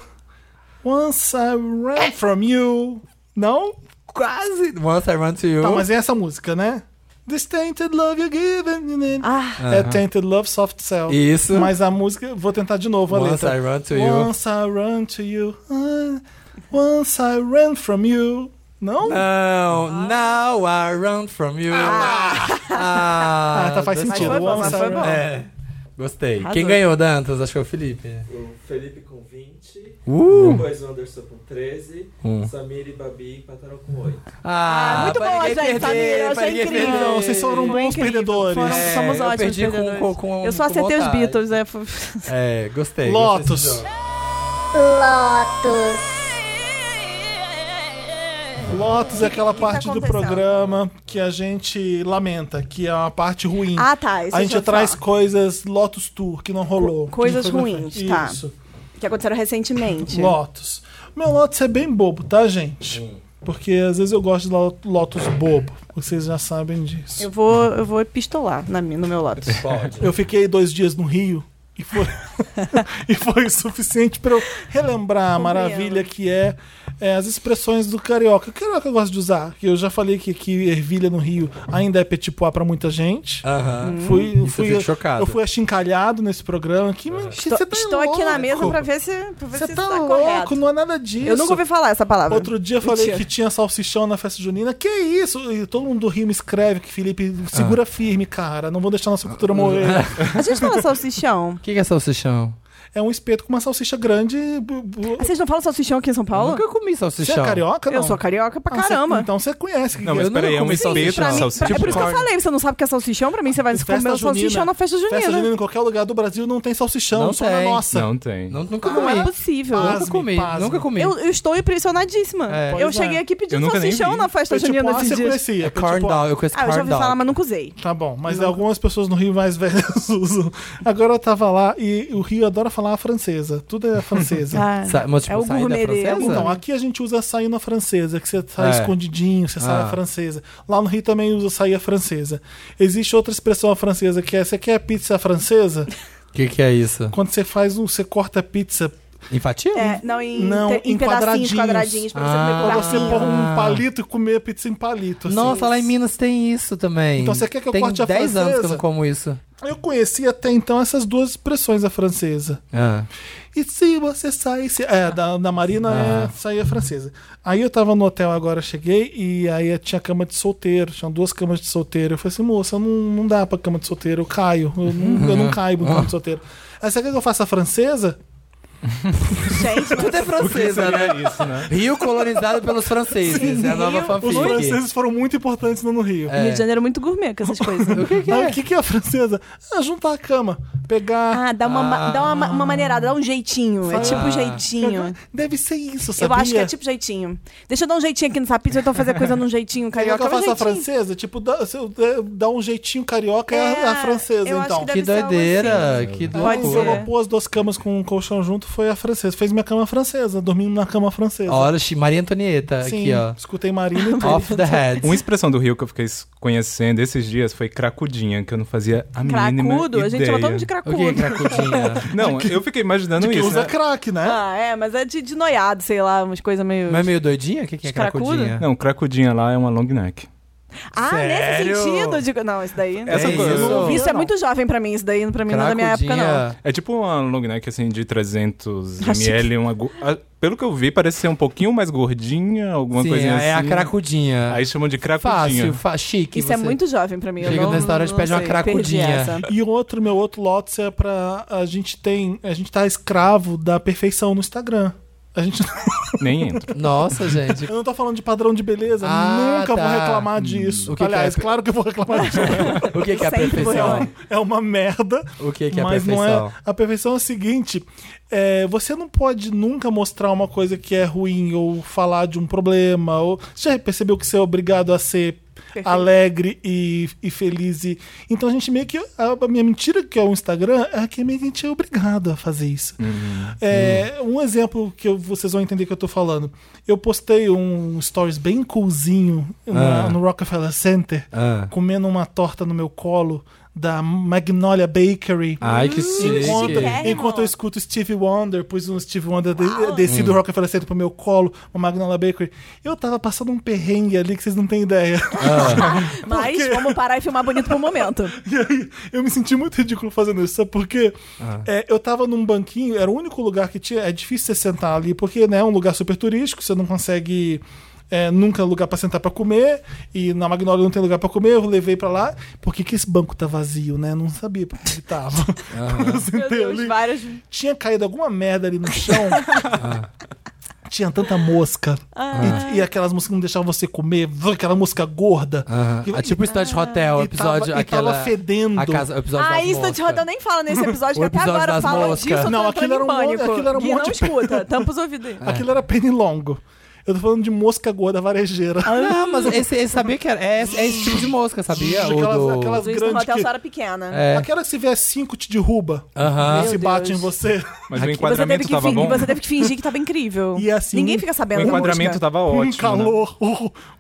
Speaker 5: once I ran from you. Não?
Speaker 2: Quase. Once I run to you.
Speaker 5: Tá, mas é essa música, né? This tainted love you're giving.
Speaker 3: Ah,
Speaker 5: É
Speaker 2: Aham.
Speaker 5: tainted love, soft cell.
Speaker 2: Isso.
Speaker 5: Mas a música, vou tentar de novo a
Speaker 2: Once
Speaker 3: tá?
Speaker 5: letra.
Speaker 2: I run to you.
Speaker 5: Once I run to you, ah, once I ran from you. Não?
Speaker 2: Não, now I run from you. Ah,
Speaker 5: Ah, tá, faz
Speaker 2: gostei.
Speaker 5: sentido.
Speaker 3: Mas foi bom,
Speaker 5: Once
Speaker 3: mas
Speaker 5: I
Speaker 3: foi
Speaker 5: run-
Speaker 3: bom.
Speaker 2: É, gostei.
Speaker 3: Arrasou.
Speaker 2: Quem ganhou, Dantas? Acho que foi o Felipe.
Speaker 7: O Felipe com 20,
Speaker 2: Uh!
Speaker 7: depois o Anderson com 13,
Speaker 2: Hum.
Speaker 7: Samir e Babi empataram com 8.
Speaker 3: Ah, muito
Speaker 2: pra
Speaker 3: boa,
Speaker 2: ninguém
Speaker 3: gente, Samir, eu
Speaker 2: pra
Speaker 3: achei
Speaker 2: ninguém
Speaker 3: incrível.
Speaker 2: perder.
Speaker 5: Não, vocês foram
Speaker 3: Foi
Speaker 5: bons
Speaker 3: incrível.
Speaker 5: perdedores.
Speaker 3: Foram-
Speaker 2: É,
Speaker 3: somos
Speaker 2: eu
Speaker 3: ótimos
Speaker 2: perdi com-
Speaker 3: perdedores.
Speaker 2: com- com-
Speaker 3: eu só
Speaker 2: com
Speaker 3: acertei os
Speaker 2: vontade.
Speaker 3: Beatles. É, foi-
Speaker 2: É, gostei.
Speaker 5: Lotus.
Speaker 2: gostei desse jogo.
Speaker 8: Lotus.
Speaker 5: Lotus é aquela parte do
Speaker 3: acontecendo?
Speaker 5: programa que a gente lamenta, que é uma parte ruim.
Speaker 3: Ah, tá. isso
Speaker 5: a
Speaker 3: eu
Speaker 5: gente
Speaker 3: já
Speaker 5: traz
Speaker 3: falo.
Speaker 5: coisas Lotus Tour que não rolou.
Speaker 3: Co- coisas
Speaker 5: que não foi pra
Speaker 3: ruins,
Speaker 5: frente.
Speaker 3: tá.
Speaker 5: Isso.
Speaker 3: Que aconteceram recentemente.
Speaker 5: Lotus. Meu Lotus é bem bobo, tá, gente? Porque às vezes eu gosto de lo- Lotus bobo. Vocês já sabem disso.
Speaker 3: Eu vou, eu vou epistolar na, mi- no meu Lotus.
Speaker 2: Pode.
Speaker 5: Eu fiquei dois dias no Rio e foi, e foi o suficiente para eu relembrar a
Speaker 3: Compreendo.
Speaker 5: maravilha que é, é, as expressões do carioca. O carioca eu gosto de usar. que Eu já falei que, que ervilha no Rio ainda é petit pois pra muita gente. Hum.
Speaker 2: Aham.
Speaker 5: Fui, eu
Speaker 2: Ah, Isso eu
Speaker 5: fui,
Speaker 2: fico chocado. Uhum.
Speaker 5: eu fui achincalhado nesse programa. Que, mas,
Speaker 3: Estou,
Speaker 5: você tá
Speaker 3: estou aqui na
Speaker 5: louco.
Speaker 3: mesa pra ver se, pra ver
Speaker 5: Você
Speaker 3: se
Speaker 5: tá
Speaker 3: está
Speaker 5: louco,
Speaker 3: correto.
Speaker 5: não é nada disso.
Speaker 3: Eu nunca ouvi falar essa palavra.
Speaker 5: Outro dia eu falei
Speaker 3: Mentira.
Speaker 5: que tinha salsichão na festa junina. Que isso? E todo mundo do Rio me escreve que Felipe
Speaker 2: Ah.
Speaker 5: segura firme, cara. Não vou deixar nossa cultura morrer.
Speaker 3: A gente fala salsichão.
Speaker 2: O que, que é salsichão?
Speaker 5: É um espeto com uma salsicha grande. bu- bu-
Speaker 3: Ah, Vocês não falam salsichão aqui em São Paulo?
Speaker 2: Nunca comi
Speaker 5: Você
Speaker 2: salsichão.
Speaker 5: é carioca? Não?
Speaker 3: Eu sou carioca pra
Speaker 5: Ah, você-
Speaker 3: caramba.
Speaker 5: então você conhece. o que
Speaker 4: Não,
Speaker 5: que é.
Speaker 4: mas
Speaker 2: Eu nunca
Speaker 4: peraí, é um
Speaker 2: comi
Speaker 4: espeto
Speaker 2: salsicha.
Speaker 3: Pra
Speaker 4: de
Speaker 3: mim-
Speaker 4: salsicha?
Speaker 3: é por isso que eu
Speaker 5: corne.
Speaker 3: falei, você não sabe o que é salsichão? Pra mim, você vai
Speaker 5: Festa
Speaker 3: comer um salsichão
Speaker 5: junina.
Speaker 3: na festa junina.
Speaker 5: Festa junina em qualquer lugar do Brasil não tem salsichão,
Speaker 2: Não
Speaker 5: só na
Speaker 2: tem.
Speaker 5: nossa.
Speaker 4: Não tem.
Speaker 2: Não, nunca
Speaker 3: Não
Speaker 2: comi.
Speaker 3: é possível.
Speaker 5: Ah,
Speaker 2: Nunca comi.
Speaker 5: pasme.
Speaker 2: Nunca comi.
Speaker 3: Eu, tipo, eu estou impressionadíssima.
Speaker 2: É.
Speaker 3: eu
Speaker 5: Pois
Speaker 3: cheguei
Speaker 5: é.
Speaker 3: aqui
Speaker 4: Eu
Speaker 3: pedindo
Speaker 4: nunca nem
Speaker 3: salsichão
Speaker 4: vi.
Speaker 3: na festa
Speaker 5: Foi tipo,
Speaker 3: junina
Speaker 5: ah,
Speaker 3: esses
Speaker 5: você
Speaker 3: dias.
Speaker 5: conhecia.
Speaker 2: É
Speaker 5: foi
Speaker 2: corn
Speaker 5: tipo, ah,
Speaker 2: dog. Eu conheço
Speaker 3: Ah, eu já
Speaker 2: corn
Speaker 3: ouvi falar,
Speaker 2: dog.
Speaker 3: mas nunca usei.
Speaker 5: Tá bom, mas algumas pessoas no Rio mais velhas usam. Agora eu tava lá e o Rio adora falar a francesa. Tudo é a francesa.
Speaker 3: Ah,
Speaker 2: Sa- mas, tipo,
Speaker 3: é o
Speaker 2: saída
Speaker 3: gourmet dele.
Speaker 2: francesa?
Speaker 5: Então, aqui a gente usa a saína francesa, que você sai
Speaker 2: É.
Speaker 5: escondidinho, você sai
Speaker 2: Ah.
Speaker 5: a francesa. Lá no Rio também usa saia francesa. Existe outra expressão à francesa que é: você quer pizza francesa?
Speaker 2: O que, que é isso?
Speaker 5: Quando você faz um, você corta a pizza
Speaker 2: Em fatia?
Speaker 3: É, não, em,
Speaker 5: Não,
Speaker 3: te- em
Speaker 5: em
Speaker 3: pedacinhos,
Speaker 5: quadradinhos.
Speaker 3: Assim, quadradinhos, pra
Speaker 2: Ah.
Speaker 5: pra
Speaker 3: você
Speaker 5: você
Speaker 3: comer
Speaker 5: pôr
Speaker 3: com
Speaker 5: um palito e comer a pizza em palito. assim.
Speaker 2: Nossa, lá em Minas tem isso também.
Speaker 5: Então você quer que eu
Speaker 2: tem
Speaker 5: corte a
Speaker 2: 10 anos que eu
Speaker 5: francesa?
Speaker 2: não como isso.
Speaker 5: Eu conheci até então essas duas expressões da francesa.
Speaker 2: Ah.
Speaker 5: E se você saísse. É, da, da Marina
Speaker 2: Ah.
Speaker 5: é saía francesa. Aí eu tava no hotel agora, cheguei, e aí tinha cama de solteiro, tinham duas camas de solteiro. Eu falei assim, moça, não, não dá pra cama de solteiro, eu caio. Eu não, eu não caio em cama de solteiro. Aí você quer que eu faça a francesa?
Speaker 3: Gente,
Speaker 2: Tudo é francesa, né?
Speaker 4: É isso, né?
Speaker 2: Rio colonizado pelos franceses. É a nova
Speaker 3: Rio-
Speaker 5: Os
Speaker 2: fanfic.
Speaker 5: franceses foram muito importantes lá no Rio.
Speaker 2: É.
Speaker 3: Rio de Janeiro é muito gourmet com essas coisas.
Speaker 2: O que, que
Speaker 5: Ah,
Speaker 2: é?
Speaker 5: o que, que é a francesa? Ah, juntar a cama, pegar.
Speaker 3: Ah, dá uma, ma- dá uma, ma- uma maneirada, dá um jeitinho. É
Speaker 5: Sabe?
Speaker 3: tipo
Speaker 2: Ah.
Speaker 3: jeitinho.
Speaker 5: Deve ser isso,
Speaker 3: Eu
Speaker 5: sabia?
Speaker 3: acho que é tipo jeitinho. Deixa eu dar um jeitinho aqui nessa pizza, então fazer coisa num jeitinho
Speaker 5: Quer é que
Speaker 3: carioca.
Speaker 5: eu
Speaker 3: Mas
Speaker 5: faça a
Speaker 3: jeitinho.
Speaker 5: francesa? Tipo, dá, se eu der- dar um jeitinho carioca é, a- a
Speaker 3: É,
Speaker 5: francesa,
Speaker 3: eu acho
Speaker 5: então.
Speaker 3: que
Speaker 2: Que
Speaker 3: Deve ser algo
Speaker 2: doideira. Que
Speaker 3: Pode
Speaker 5: Quando
Speaker 3: ser.
Speaker 2: loucura.
Speaker 5: ela pôs as duas camas com um colchão junto, foi a francesa. Fez minha cama francesa, dormindo na cama francesa.
Speaker 2: Olha, Chi- Maria Antonieta
Speaker 5: Sim,
Speaker 2: aqui, ó.
Speaker 5: escutei Marina e tudo.
Speaker 2: Off the head.
Speaker 4: Uma expressão do Rio que eu fiquei s- conhecendo esses dias foi cracudinha, que eu não fazia a mínima
Speaker 3: Cracudo?
Speaker 4: ideia.
Speaker 3: A gente chama todo mundo de
Speaker 2: O
Speaker 3: cracudo.
Speaker 2: que é cracudinha?
Speaker 4: Não, eu fiquei imaginando
Speaker 5: Que
Speaker 4: isso,
Speaker 5: usa
Speaker 4: né?
Speaker 5: crack, né?
Speaker 3: Ah, é, mas é de, de noiado, sei lá, umas coisas meio.
Speaker 2: Mas é meio doidinha? O que, que é
Speaker 3: Cracudo?
Speaker 2: cracudinha?
Speaker 4: Não, cracudinha lá é uma long neck.
Speaker 3: Ah,
Speaker 2: Sério?
Speaker 3: nesse sentido? eu Digo, não, isso daí.
Speaker 4: Essa
Speaker 2: é
Speaker 4: coisa-
Speaker 2: isso.
Speaker 3: Isso é muito jovem pra mim, isso daí pra mim não é da minha época, não.
Speaker 2: Cracudinha.
Speaker 4: É tipo uma long neck assim de 300
Speaker 3: Acho que-
Speaker 4: ml, uma go- a- pelo que eu vi parece ser um pouquinho mais gordinha, alguma
Speaker 2: Sim,
Speaker 4: coisinha assim.
Speaker 2: é a cracudinha.
Speaker 4: Aí chamam de cracudinha.
Speaker 2: Fácil, fa chique.
Speaker 3: Isso é
Speaker 2: você-
Speaker 3: muito jovem pra mim. eu
Speaker 2: Chega
Speaker 3: não,
Speaker 2: no restaurante,
Speaker 3: não
Speaker 2: pede uma
Speaker 3: sei, perdi
Speaker 2: cracudinha.
Speaker 3: essa.
Speaker 5: E outro, meu outro lotus é pra. A gente tem. A gente tá escravo da perfeição no Instagram. A gente,
Speaker 4: Nem entro.
Speaker 2: Nossa, gente.
Speaker 5: eu não tô falando de padrão de beleza,
Speaker 2: Ah,
Speaker 5: nunca
Speaker 2: tá.
Speaker 5: vou reclamar disso.
Speaker 2: o que que
Speaker 5: Aliás,
Speaker 2: é?
Speaker 5: claro que eu vou reclamar disso.
Speaker 2: O que, que é a
Speaker 3: Sempre
Speaker 2: perfeição?
Speaker 3: foi.
Speaker 5: é uma merda.
Speaker 2: O que, que é a
Speaker 5: mas
Speaker 2: perfeição?
Speaker 5: não é. A perfeição é o seguinte: é, você não pode nunca mostrar uma coisa que é ruim ou falar de um problema. Ou, você já percebeu que você é obrigado a ser
Speaker 3: Perfeito.
Speaker 5: alegre e, e feliz? E, então a gente meio que. A, a minha mentira, que é o Instagram, é que meio que a gente é obrigado a fazer isso.
Speaker 2: Uhum.
Speaker 5: É, Um exemplo que eu- vocês vão entender que eu tô falando. Eu postei um stories bem coolzinho na-
Speaker 2: Ah.
Speaker 5: no Rockefeller Center
Speaker 2: Ah.
Speaker 5: comendo uma torta no meu colo da Magnolia Bakery.
Speaker 2: Ai,
Speaker 3: Hum,
Speaker 2: que chique.
Speaker 5: Enquanto,
Speaker 3: chique.
Speaker 5: enquanto eu escuto Steve Wonder, pus um Steve Wonder, de, desci
Speaker 2: Hum.
Speaker 5: do Rockefeller Center pro meu colo, uma Magnolia Bakery. Eu tava passando um perrengue ali que vocês não têm ideia.
Speaker 3: Mas vamos parar e filmar bonito por um momento.
Speaker 5: E aí, eu me senti muito ridículo fazendo isso, sabe por quê?
Speaker 2: Ah.
Speaker 5: É, eu tava num banquinho, era o único lugar que tinha. É difícil você sentar ali, porque né, é um lugar super turístico, você não consegue. é, nunca lugar pra sentar pra comer, e na Magnolia não tem lugar pra comer, eu levei pra lá. Por que, que esse banco tá vazio, né? Não sabia por que ele tava. Quando eu
Speaker 3: Meu
Speaker 5: sentei
Speaker 3: Deus,
Speaker 5: ali,
Speaker 3: vários.
Speaker 5: tinha caído alguma merda ali no chão.
Speaker 2: Ah.
Speaker 5: Tinha tanta mosca. E, e aquelas moscas que não deixavam você comer, aquela mosca gorda.
Speaker 2: Aham.
Speaker 5: E-
Speaker 2: É tipo o Stunt Hotel, o
Speaker 5: e tava-
Speaker 2: episódio
Speaker 5: e
Speaker 2: aquela...
Speaker 5: tava fedendo.
Speaker 2: A casa, o episódio
Speaker 3: Ah,
Speaker 2: das
Speaker 3: isso
Speaker 2: moscas.
Speaker 3: de Rodão nem fala nesse episódio,
Speaker 2: O
Speaker 3: que até
Speaker 2: episódio
Speaker 3: agora
Speaker 2: das
Speaker 3: fala
Speaker 2: moscas.
Speaker 3: disso. eu tô
Speaker 5: Não,
Speaker 3: entrando
Speaker 5: aquilo
Speaker 3: em
Speaker 5: era um monte-
Speaker 3: pânico.
Speaker 5: aquilo era um
Speaker 3: Gui,
Speaker 5: monte
Speaker 3: não
Speaker 5: de-
Speaker 3: escuta, tampa os ouvidos.
Speaker 5: Aquilo era pernilongo. Eu Eu tô falando de mosca gorda varejeira.
Speaker 2: Não, Ah, mas esse, esse sabia que era. É, é esse tipo de mosca, sabia? O
Speaker 5: Aquelas-
Speaker 2: do...
Speaker 5: aquelas-
Speaker 3: Às vezes no
Speaker 5: grande
Speaker 3: hotel
Speaker 5: que-
Speaker 3: Sara Pequena.
Speaker 2: É.
Speaker 5: Aquela que se vier cinco te derruba
Speaker 2: Aham.
Speaker 5: e se
Speaker 3: Meu
Speaker 5: bate em
Speaker 3: Deus.
Speaker 4: Mas
Speaker 5: você.
Speaker 3: E
Speaker 4: o
Speaker 3: Você teve,
Speaker 4: enquadramento
Speaker 3: que
Speaker 4: tava
Speaker 3: fingir,
Speaker 4: bom.
Speaker 3: você teve que fingir que tava incrível.
Speaker 5: E assim,
Speaker 3: Ninguém fica sabendo
Speaker 4: O
Speaker 3: da
Speaker 4: enquadramento
Speaker 3: música.
Speaker 4: tava ótimo. né?
Speaker 5: um calor,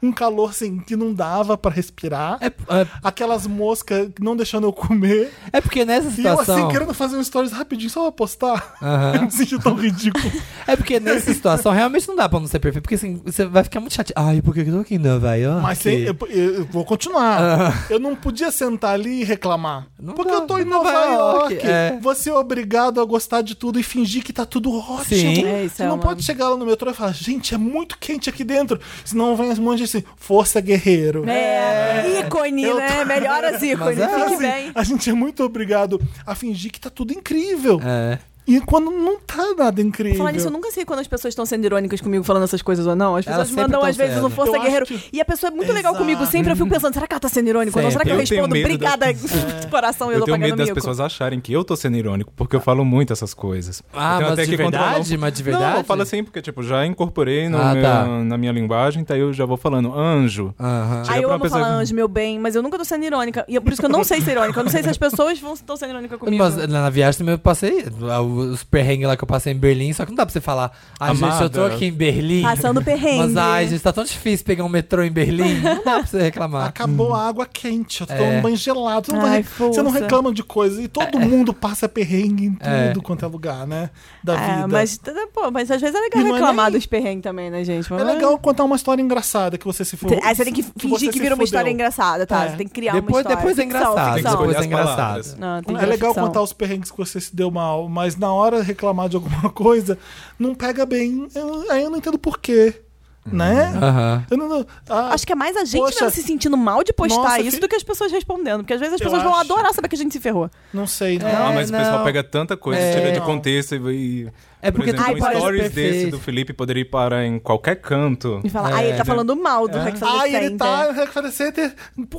Speaker 5: um calor assim que não dava pra respirar.
Speaker 2: É, é,
Speaker 5: Aquelas moscas não deixando eu comer.
Speaker 2: é porque nessa
Speaker 5: E eu assim
Speaker 2: situação.
Speaker 5: querendo fazer um stories rapidinho só pra postar. Eu
Speaker 2: Aham.
Speaker 5: me senti tão ridículo.
Speaker 2: É porque nessa situação realmente não dá pra não ser perfeito. Porque assim, você vai ficar muito chateado. Ai, por que que eu tô aqui em Nova York?
Speaker 5: Mas sem- eu, eu- eu vou continuar. Eu não podia sentar ali e reclamar.
Speaker 2: Não
Speaker 5: porque
Speaker 2: dá.
Speaker 5: eu tô em
Speaker 2: Nova
Speaker 5: Nova,
Speaker 2: York,
Speaker 5: York.
Speaker 2: é.
Speaker 5: Você é obrigado a gostar de tudo e fingir que tá tudo ótimo.
Speaker 2: Sim.
Speaker 3: É, isso
Speaker 5: Você
Speaker 3: é
Speaker 5: não
Speaker 3: uma-
Speaker 5: pode chegar lá no metrô e falar, gente, é muito quente aqui dentro. Senão vem um monte de assim, força guerreiro.
Speaker 3: É. Ícone,
Speaker 5: Eu tô-
Speaker 3: né? Melhoras ícone.
Speaker 2: Mas é
Speaker 3: Fique
Speaker 5: Assim,
Speaker 3: bem.
Speaker 5: a gente é muito obrigado a fingir que tá tudo incrível.
Speaker 2: É.
Speaker 5: E quando não tá nada incrível.
Speaker 3: Falar nisso, eu nunca sei quando as pessoas estão sendo irônicas comigo falando essas coisas ou não. As pessoas
Speaker 2: Elas sempre
Speaker 3: mandam,
Speaker 2: tão
Speaker 3: às vezes,
Speaker 2: sendo.
Speaker 3: um Força
Speaker 5: Eu acho
Speaker 3: Guerreiro.
Speaker 5: que-
Speaker 3: E a pessoa é muito legal
Speaker 5: Exato.
Speaker 3: comigo sempre. Eu fico pensando, será que ela tá sendo irônica ou não? Será que eu,
Speaker 2: Sempre.
Speaker 4: Eu tenho
Speaker 3: respondo?
Speaker 4: medo
Speaker 3: Obrigada. Coração, eu,
Speaker 4: Eu
Speaker 3: tô
Speaker 4: tenho
Speaker 3: pagando
Speaker 4: medo das
Speaker 3: mico.
Speaker 4: pessoas acharem que eu tô sendo irônico, porque eu falo muito essas coisas. Eu
Speaker 2: Ah,
Speaker 4: tenho
Speaker 2: mas de
Speaker 4: controlar um
Speaker 2: verdade? Mas de verdade?
Speaker 4: Não, eu falo assim, porque, tipo, já incorporei no
Speaker 2: Ah,
Speaker 4: meu-
Speaker 2: tá.
Speaker 4: na minha linguagem, daí eu já vou falando anjo.
Speaker 2: Aham.
Speaker 4: Chega
Speaker 3: Aí eu amo
Speaker 4: pra uma pessoa-
Speaker 3: falar anjo, meu bem, mas eu nunca tô sendo irônica. E eu- por isso que eu não sei ser irônica. Eu não sei se as pessoas vão estão sendo irônicas comigo.
Speaker 2: Mas na na viagem também eu passei ah, os perrengues lá que eu passei em Berlim, só que não dá pra você falar, ai gente, eu tô
Speaker 4: Amada.
Speaker 2: aqui em Berlim.
Speaker 3: Passando perrengue.
Speaker 2: é- Mas ai, gente, tá tão difícil pegar um metrô em Berlim. Não dá pra você reclamar.
Speaker 5: Acabou a água quente, eu tô
Speaker 2: É.
Speaker 5: um banho gelado. Você não,
Speaker 3: Ai,
Speaker 5: vai- você não
Speaker 3: força. É.
Speaker 5: reclama de coisa. E todo mundo passa perrengue em tudo
Speaker 2: É.
Speaker 5: quanto é lugar, né? Da
Speaker 3: É,
Speaker 5: vida.
Speaker 3: mas, t- pô, mas às vezes é legal
Speaker 5: E não é
Speaker 3: reclamar
Speaker 5: nem-
Speaker 3: dos perrengues também, né, gente?
Speaker 5: É legal contar uma história engraçada que você se for.
Speaker 3: Aí você tem que fingir
Speaker 5: você
Speaker 3: que,
Speaker 5: se
Speaker 3: virou uma história
Speaker 5: fudeu.
Speaker 3: engraçada, tá?
Speaker 5: É.
Speaker 3: Você tem que criar uma
Speaker 2: Depois,
Speaker 3: história.
Speaker 2: depois é
Speaker 3: Ficção,
Speaker 2: engraçado.
Speaker 4: Tem que
Speaker 3: ficção.
Speaker 2: Depois é
Speaker 4: escolher as
Speaker 2: engraçado.
Speaker 4: palavras.
Speaker 3: Não, tem que
Speaker 5: É
Speaker 3: criar
Speaker 5: legal
Speaker 3: ficção.
Speaker 5: contar os perrengues que você se deu mal, mas na hora reclamar de alguma coisa, não pega bem. Eu- aí eu não entendo porquê. Né?
Speaker 2: Aham.
Speaker 5: Eu não, ah,
Speaker 3: Acho que é mais a gente
Speaker 5: Poxa.
Speaker 3: mesmo se sentindo mal de postar
Speaker 5: Nossa,
Speaker 3: isso
Speaker 5: que-
Speaker 3: do que as pessoas respondendo. Porque às vezes as
Speaker 5: Eu
Speaker 3: pessoas vão
Speaker 5: acho.
Speaker 3: adorar saber que a gente se ferrou.
Speaker 5: não sei, né? não.
Speaker 4: Ah,
Speaker 2: É,
Speaker 4: mas o
Speaker 2: não.
Speaker 4: pessoal pega tanta coisa,
Speaker 2: É.
Speaker 4: tira de
Speaker 5: Não.
Speaker 4: contexto e. e
Speaker 2: É
Speaker 4: por
Speaker 2: porque
Speaker 4: exemplo,
Speaker 3: Ai,
Speaker 4: um
Speaker 3: parece
Speaker 4: stories desse
Speaker 2: perfeito.
Speaker 4: do Felipe poderia ir parar em qualquer canto.
Speaker 3: E falar,
Speaker 2: É,
Speaker 3: ah, ele tá
Speaker 2: né?
Speaker 3: falando mal do Rex né?"
Speaker 5: Ah, ele
Speaker 3: Adolescente.
Speaker 5: tá reconhecendo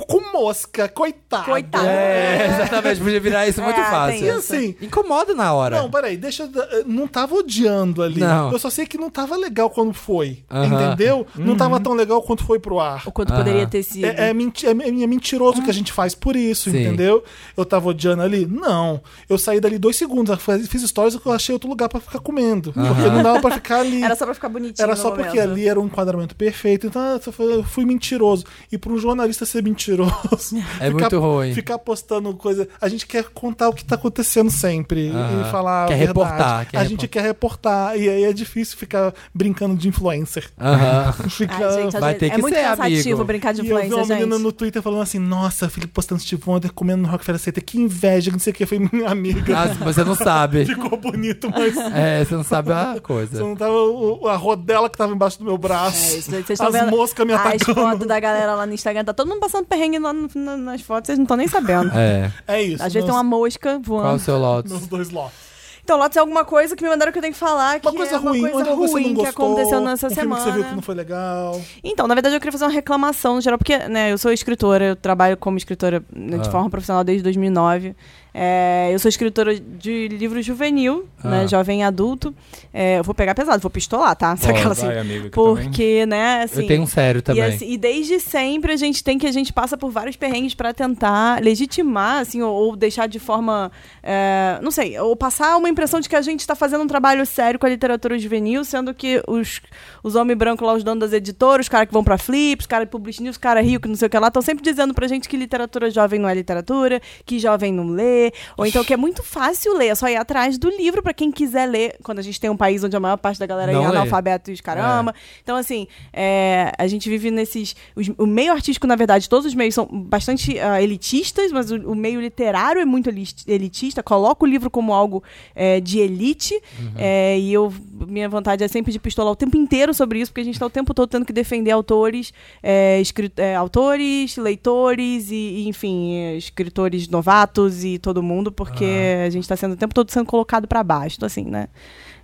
Speaker 5: com mosca, coitado.
Speaker 3: Coitado.
Speaker 2: É, exatamente, podia virar isso muito
Speaker 3: É, tem
Speaker 2: fácil.
Speaker 5: E assim,
Speaker 2: Incomoda na hora.
Speaker 5: Não, peraí, deixa. eu- eh, Não tava odiando ali.
Speaker 2: É. Não.
Speaker 5: Eu só sei que não tava legal quando foi.
Speaker 2: Aham. Uhum.
Speaker 5: Entendeu? Não tava tão legal quanto foi pro ar.
Speaker 3: O quanto
Speaker 2: Ah.
Speaker 3: poderia ter sido.
Speaker 5: É, é menti- é- é mentiroso que a gente faz por isso,
Speaker 2: Sim.
Speaker 5: entendeu? Eu tava odiando ali? Não. Eu saí dali dois segundos, eu faz- fiz stories que eu achei outro lugar pra ficar comendo. Porque não dava pra ficar ali.
Speaker 3: Era só pra ficar bonitinho.
Speaker 5: Era
Speaker 3: no
Speaker 5: só porque
Speaker 3: momento.
Speaker 5: ali era um enquadramento perfeito, então eu só fui- eu fui mentiroso. E para um jornalista ser mentiroso,
Speaker 2: É muito ruim.
Speaker 5: Ficar postando coisa. A gente quer contar o que tá acontecendo sempre
Speaker 2: Aham.
Speaker 5: e falar.
Speaker 2: Quer
Speaker 5: a verdade.
Speaker 2: reportar, quer
Speaker 5: a gente quer reportar. E aí é difícil ficar brincando de influencer.
Speaker 2: Aham.
Speaker 5: Fica...
Speaker 3: Ai, gente, às
Speaker 2: Vai
Speaker 3: vezes
Speaker 2: ter
Speaker 3: é
Speaker 2: que
Speaker 3: muito
Speaker 2: ser,
Speaker 3: cansativo
Speaker 2: amigo.
Speaker 3: brincar de
Speaker 5: E eu vi uma
Speaker 3: influência,
Speaker 5: menina
Speaker 3: gente.
Speaker 5: no Twitter falando assim: Nossa, Felipe postando Steve Wonder, comendo no Rockefeller Center, que inveja, que não sei o que. Foi minha amiga.
Speaker 2: Ah, você não sabe.
Speaker 5: Ficou bonito, mas
Speaker 2: É, você não sabe a
Speaker 5: você
Speaker 2: coisa.
Speaker 5: não tava, o- a rodela que tava embaixo do meu braço.
Speaker 3: É isso, vocês estão
Speaker 5: as
Speaker 3: vendo Ah,
Speaker 5: moscas me
Speaker 3: as
Speaker 5: atacando.
Speaker 3: fotos da galera lá no Instagram. Tá todo mundo passando perrengue lá no- na- nas fotos, vocês não estão nem sabendo.
Speaker 2: É.
Speaker 5: É isso.
Speaker 3: Às vezes tem um
Speaker 5: meus-
Speaker 3: uma mosca
Speaker 2: Qual o
Speaker 3: voando.
Speaker 2: seu Lotus?
Speaker 5: Meus dois lotes.
Speaker 3: Então, lá tem alguma coisa que me mandaram que eu tenho que falar. Que
Speaker 5: Uma coisa
Speaker 3: é uma
Speaker 5: ruim,
Speaker 3: coisa
Speaker 5: onde você
Speaker 3: ruim
Speaker 5: não gostou,
Speaker 3: que aconteceu nessa
Speaker 5: um
Speaker 3: semana.
Speaker 5: Filme que você viu que não foi legal.
Speaker 3: Então, na verdade, eu queria fazer uma reclamação no geral, porque né, eu sou escritora, eu trabalho como escritora né, de
Speaker 2: Ah.
Speaker 3: forma profissional desde 2009. É, eu sou escritora de livro juvenil,
Speaker 2: Ah.
Speaker 3: né, jovem adulto. É, eu vou pegar pesado, vou pistolar, tá? Aquela assim,
Speaker 4: vai, amigo, aqui também.
Speaker 3: porque, né, assim...
Speaker 2: Eu tenho um sério também.
Speaker 3: E, assim, e desde sempre a gente tem que a gente passa por vários perrengues para tentar legitimar, assim, ou, ou deixar de forma, é, não sei, ou passar uma impressão de que a gente está fazendo um trabalho sério com a literatura juvenil, sendo que os, os homens brancos lá, os donos das editoras, os caras que vão para flips, os caras de publish news, os caras ricos, não sei o que lá, estão sempre dizendo pra gente que literatura jovem não é literatura, que jovem não lê, ou então que é muito fácil ler, é só ir atrás do livro para quem quiser ler, quando a gente tem um país onde a maior parte da galera
Speaker 2: Não
Speaker 3: é
Speaker 2: lê.
Speaker 3: analfabeto e os caramba. Então, assim, é, a gente vive nesses. os- o meio artístico, na verdade, todos os meios são bastante ah, elitistas, mas o, o meio literário é muito elis- elitista, coloca o livro como algo eh, de elite. eh, e eu, minha vontade é sempre de pistolar o tempo inteiro sobre isso, porque a gente está o tempo todo tendo que defender autores, eh, escrit- eh, autores, leitores e, e, enfim, eh, escritores novatos e todo mundo, porque a gente está sendo o tempo todo sendo colocado para baixo, então, assim, né?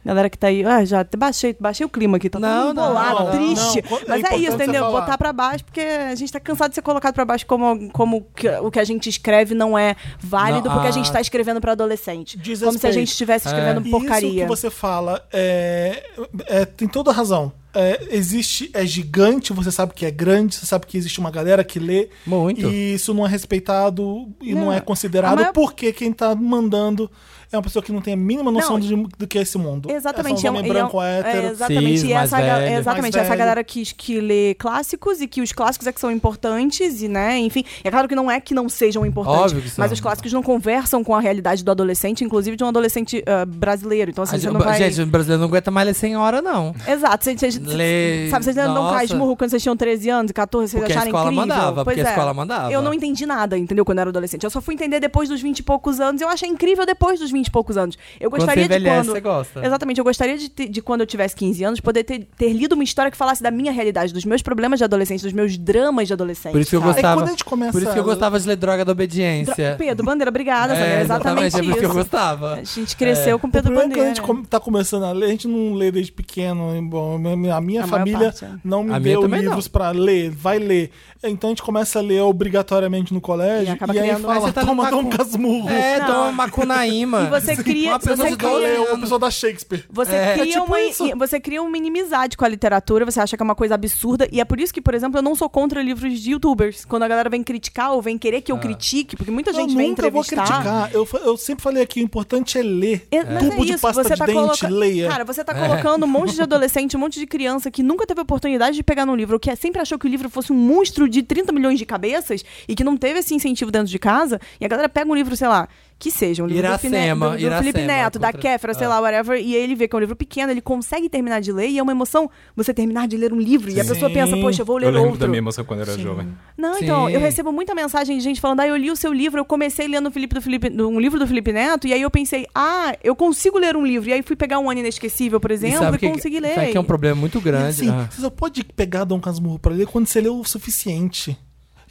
Speaker 3: Galera que tá aí, ah, já te baixei, baixei o clima aqui, tá
Speaker 2: Não,
Speaker 3: todo mundo
Speaker 2: não,
Speaker 3: bolado,
Speaker 2: não,
Speaker 3: triste.
Speaker 5: não. É
Speaker 3: Mas é,
Speaker 5: importante
Speaker 3: isso,
Speaker 5: você
Speaker 3: entendeu?
Speaker 5: falar.
Speaker 3: Botar pra baixo, porque a gente tá cansado de ser colocado pra baixo como, como que- o que a gente escreve não é válido,
Speaker 2: Não,
Speaker 3: porque
Speaker 2: ah.
Speaker 3: a gente tá escrevendo pra adolescente.
Speaker 5: Desrespeito.
Speaker 1: É,
Speaker 5: É.
Speaker 3: Como se a gente estivesse escrevendo
Speaker 5: E Isso
Speaker 3: porcaria.
Speaker 5: que você fala é, é- tem toda a razão.
Speaker 1: é, existe, é gigante, você sabe que é grande, você sabe que existe uma galera que lê.
Speaker 2: Muito.
Speaker 1: E isso não é respeitado e não,
Speaker 3: Não,
Speaker 1: é considerado
Speaker 3: a maior-
Speaker 1: porque quem tá mandando é uma pessoa que não tem a mínima noção
Speaker 3: Não,
Speaker 1: de- do que é esse mundo.
Speaker 3: Exatamente.
Speaker 1: É só um homem
Speaker 3: e é um-
Speaker 1: branco
Speaker 3: é,
Speaker 1: hétero.
Speaker 3: exatamente.
Speaker 2: Cis,
Speaker 3: e
Speaker 2: mais
Speaker 3: essa, ga-
Speaker 2: velho.
Speaker 1: Mais
Speaker 3: exatamente, essa
Speaker 1: velho.
Speaker 3: galera que, que lê clássicos e que os clássicos é que são importantes, e, né? Enfim, é claro que não é que não sejam importantes,
Speaker 2: Óbvio que são.
Speaker 3: mas os clássicos não conversam com a realidade do adolescente, inclusive de um adolescente ah, brasileiro. Então, assim,
Speaker 2: A
Speaker 3: você
Speaker 2: gente,
Speaker 3: não vai...
Speaker 2: gente, o brasileiro não aguenta mais ler 100 horas, não.
Speaker 3: Exato, vocês, vocês,
Speaker 2: Lê-
Speaker 3: sabe, vocês não
Speaker 2: Nossa.
Speaker 3: caem de murro quando vocês tinham 13 anos, 14, vocês
Speaker 2: Porque a
Speaker 3: acharam
Speaker 2: escola
Speaker 3: incrível.
Speaker 2: mandava,
Speaker 3: pois
Speaker 2: porque a
Speaker 3: é.
Speaker 2: escola mandava.
Speaker 3: Eu não entendi nada, entendeu? Quando eu era adolescente. Eu só fui entender depois dos 20 e poucos anos. Eu achei incrível depois dos 20 e poucos anos. Eu
Speaker 2: Quando você
Speaker 3: gostaria de
Speaker 2: envelhece,
Speaker 3: quando.
Speaker 2: você gosta.
Speaker 3: Exatamente, eu gostaria de, ter- de quando eu tivesse 15 anos poder ter, ter lido uma história que falasse da minha realidade, dos meus problemas de adolescente, dos meus dramas de adolescente.
Speaker 2: Por isso que eu
Speaker 3: sabe?
Speaker 1: É que
Speaker 2: gostava.
Speaker 1: quando a gente começa.
Speaker 2: Por isso que eu gostava de ler Droga da Obediência.
Speaker 3: Dra- Pedro Bandeira, obrigada,
Speaker 2: É,
Speaker 3: Sabrina, exatamente,
Speaker 2: é por isso que eu
Speaker 3: isso.
Speaker 2: gostava.
Speaker 3: A gente cresceu com
Speaker 1: O
Speaker 3: Pedro
Speaker 1: problema é que quando a
Speaker 3: Bandeira.
Speaker 1: gente come- tá começando a ler, a gente não lê desde pequeno. e, bom, a minha- a minha
Speaker 3: A maior
Speaker 1: família
Speaker 3: parte, é.
Speaker 1: não me
Speaker 2: A minha
Speaker 1: deu
Speaker 2: também não.
Speaker 1: livros pra ler, vai ler. Então a gente começa a ler obrigatoriamente no colégio
Speaker 3: E acaba
Speaker 1: e, aí
Speaker 3: criando-
Speaker 1: fala,
Speaker 2: Aí você tá no
Speaker 1: toma, toma um
Speaker 2: macu-
Speaker 1: casmurro.
Speaker 2: É,
Speaker 3: Não.
Speaker 2: toma Macunaíma.
Speaker 3: E você cria-
Speaker 2: Uma pessoa
Speaker 3: você
Speaker 2: de
Speaker 1: Você
Speaker 3: cria-
Speaker 2: 12
Speaker 1: leu o
Speaker 2: anos.
Speaker 1: pessoal da Shakespeare.
Speaker 3: Você,
Speaker 2: É.
Speaker 3: cria
Speaker 1: É tipo
Speaker 3: uma,
Speaker 1: isso.
Speaker 3: você cria uma inimizade com a literatura, você acha que é uma coisa absurda, e é por isso que, por exemplo, eu não sou contra livros de youtubers. Quando a galera vem criticar ou vem querer que eu critique, porque muita gente
Speaker 1: Ah. eu
Speaker 3: vem
Speaker 1: nunca vou
Speaker 3: entrevistar.
Speaker 1: criticar. Eu, fa- eu sempre falei aqui, o importante é ler.
Speaker 3: É, mas
Speaker 1: Tubo
Speaker 3: é
Speaker 1: de
Speaker 3: isso,
Speaker 1: pasta
Speaker 3: você
Speaker 1: de
Speaker 3: tá
Speaker 1: dente,
Speaker 3: coloca-
Speaker 1: leia. É.
Speaker 3: Cara, você tá colocando um monte de adolescente, um monte de criança que nunca teve oportunidade de pegar num livro, que é- sempre achou que o livro fosse um monstro de 30 milhões de cabeças e que não teve esse incentivo dentro de casa, e a galera pega um livro, sei lá, que seja, um livro do Fine-
Speaker 2: Iracema,
Speaker 3: do, do
Speaker 2: Iracema,
Speaker 3: Felipe Neto, da
Speaker 2: contra-
Speaker 3: Kéfera, sei
Speaker 2: Ah.
Speaker 3: lá, whatever, e ele vê que é um livro pequeno, ele consegue terminar de ler, e é uma emoção você terminar de ler um livro, e a
Speaker 1: Sim.
Speaker 3: pessoa pensa, poxa, eu vou
Speaker 4: Eu
Speaker 3: ler
Speaker 4: lembro da
Speaker 3: outro.
Speaker 4: minha emoção quando era jovem.
Speaker 3: Não,
Speaker 2: Sim.
Speaker 3: então, eu recebo muita mensagem de gente falando, ah, eu li o seu livro, eu comecei lendo o Felipe do Felipe, um livro do Felipe Neto, e aí eu pensei, ah, eu consigo ler um livro. E aí fui pegar um ano inesquecível, por
Speaker 2: E
Speaker 3: exemplo,
Speaker 2: sabe
Speaker 3: e, consegui ler. assim,
Speaker 2: Isso aqui é um problema muito grande.
Speaker 1: Sim,
Speaker 2: Ah.
Speaker 1: assim, você só pode pegar Dom Casmurro pra ler quando você leu o suficiente.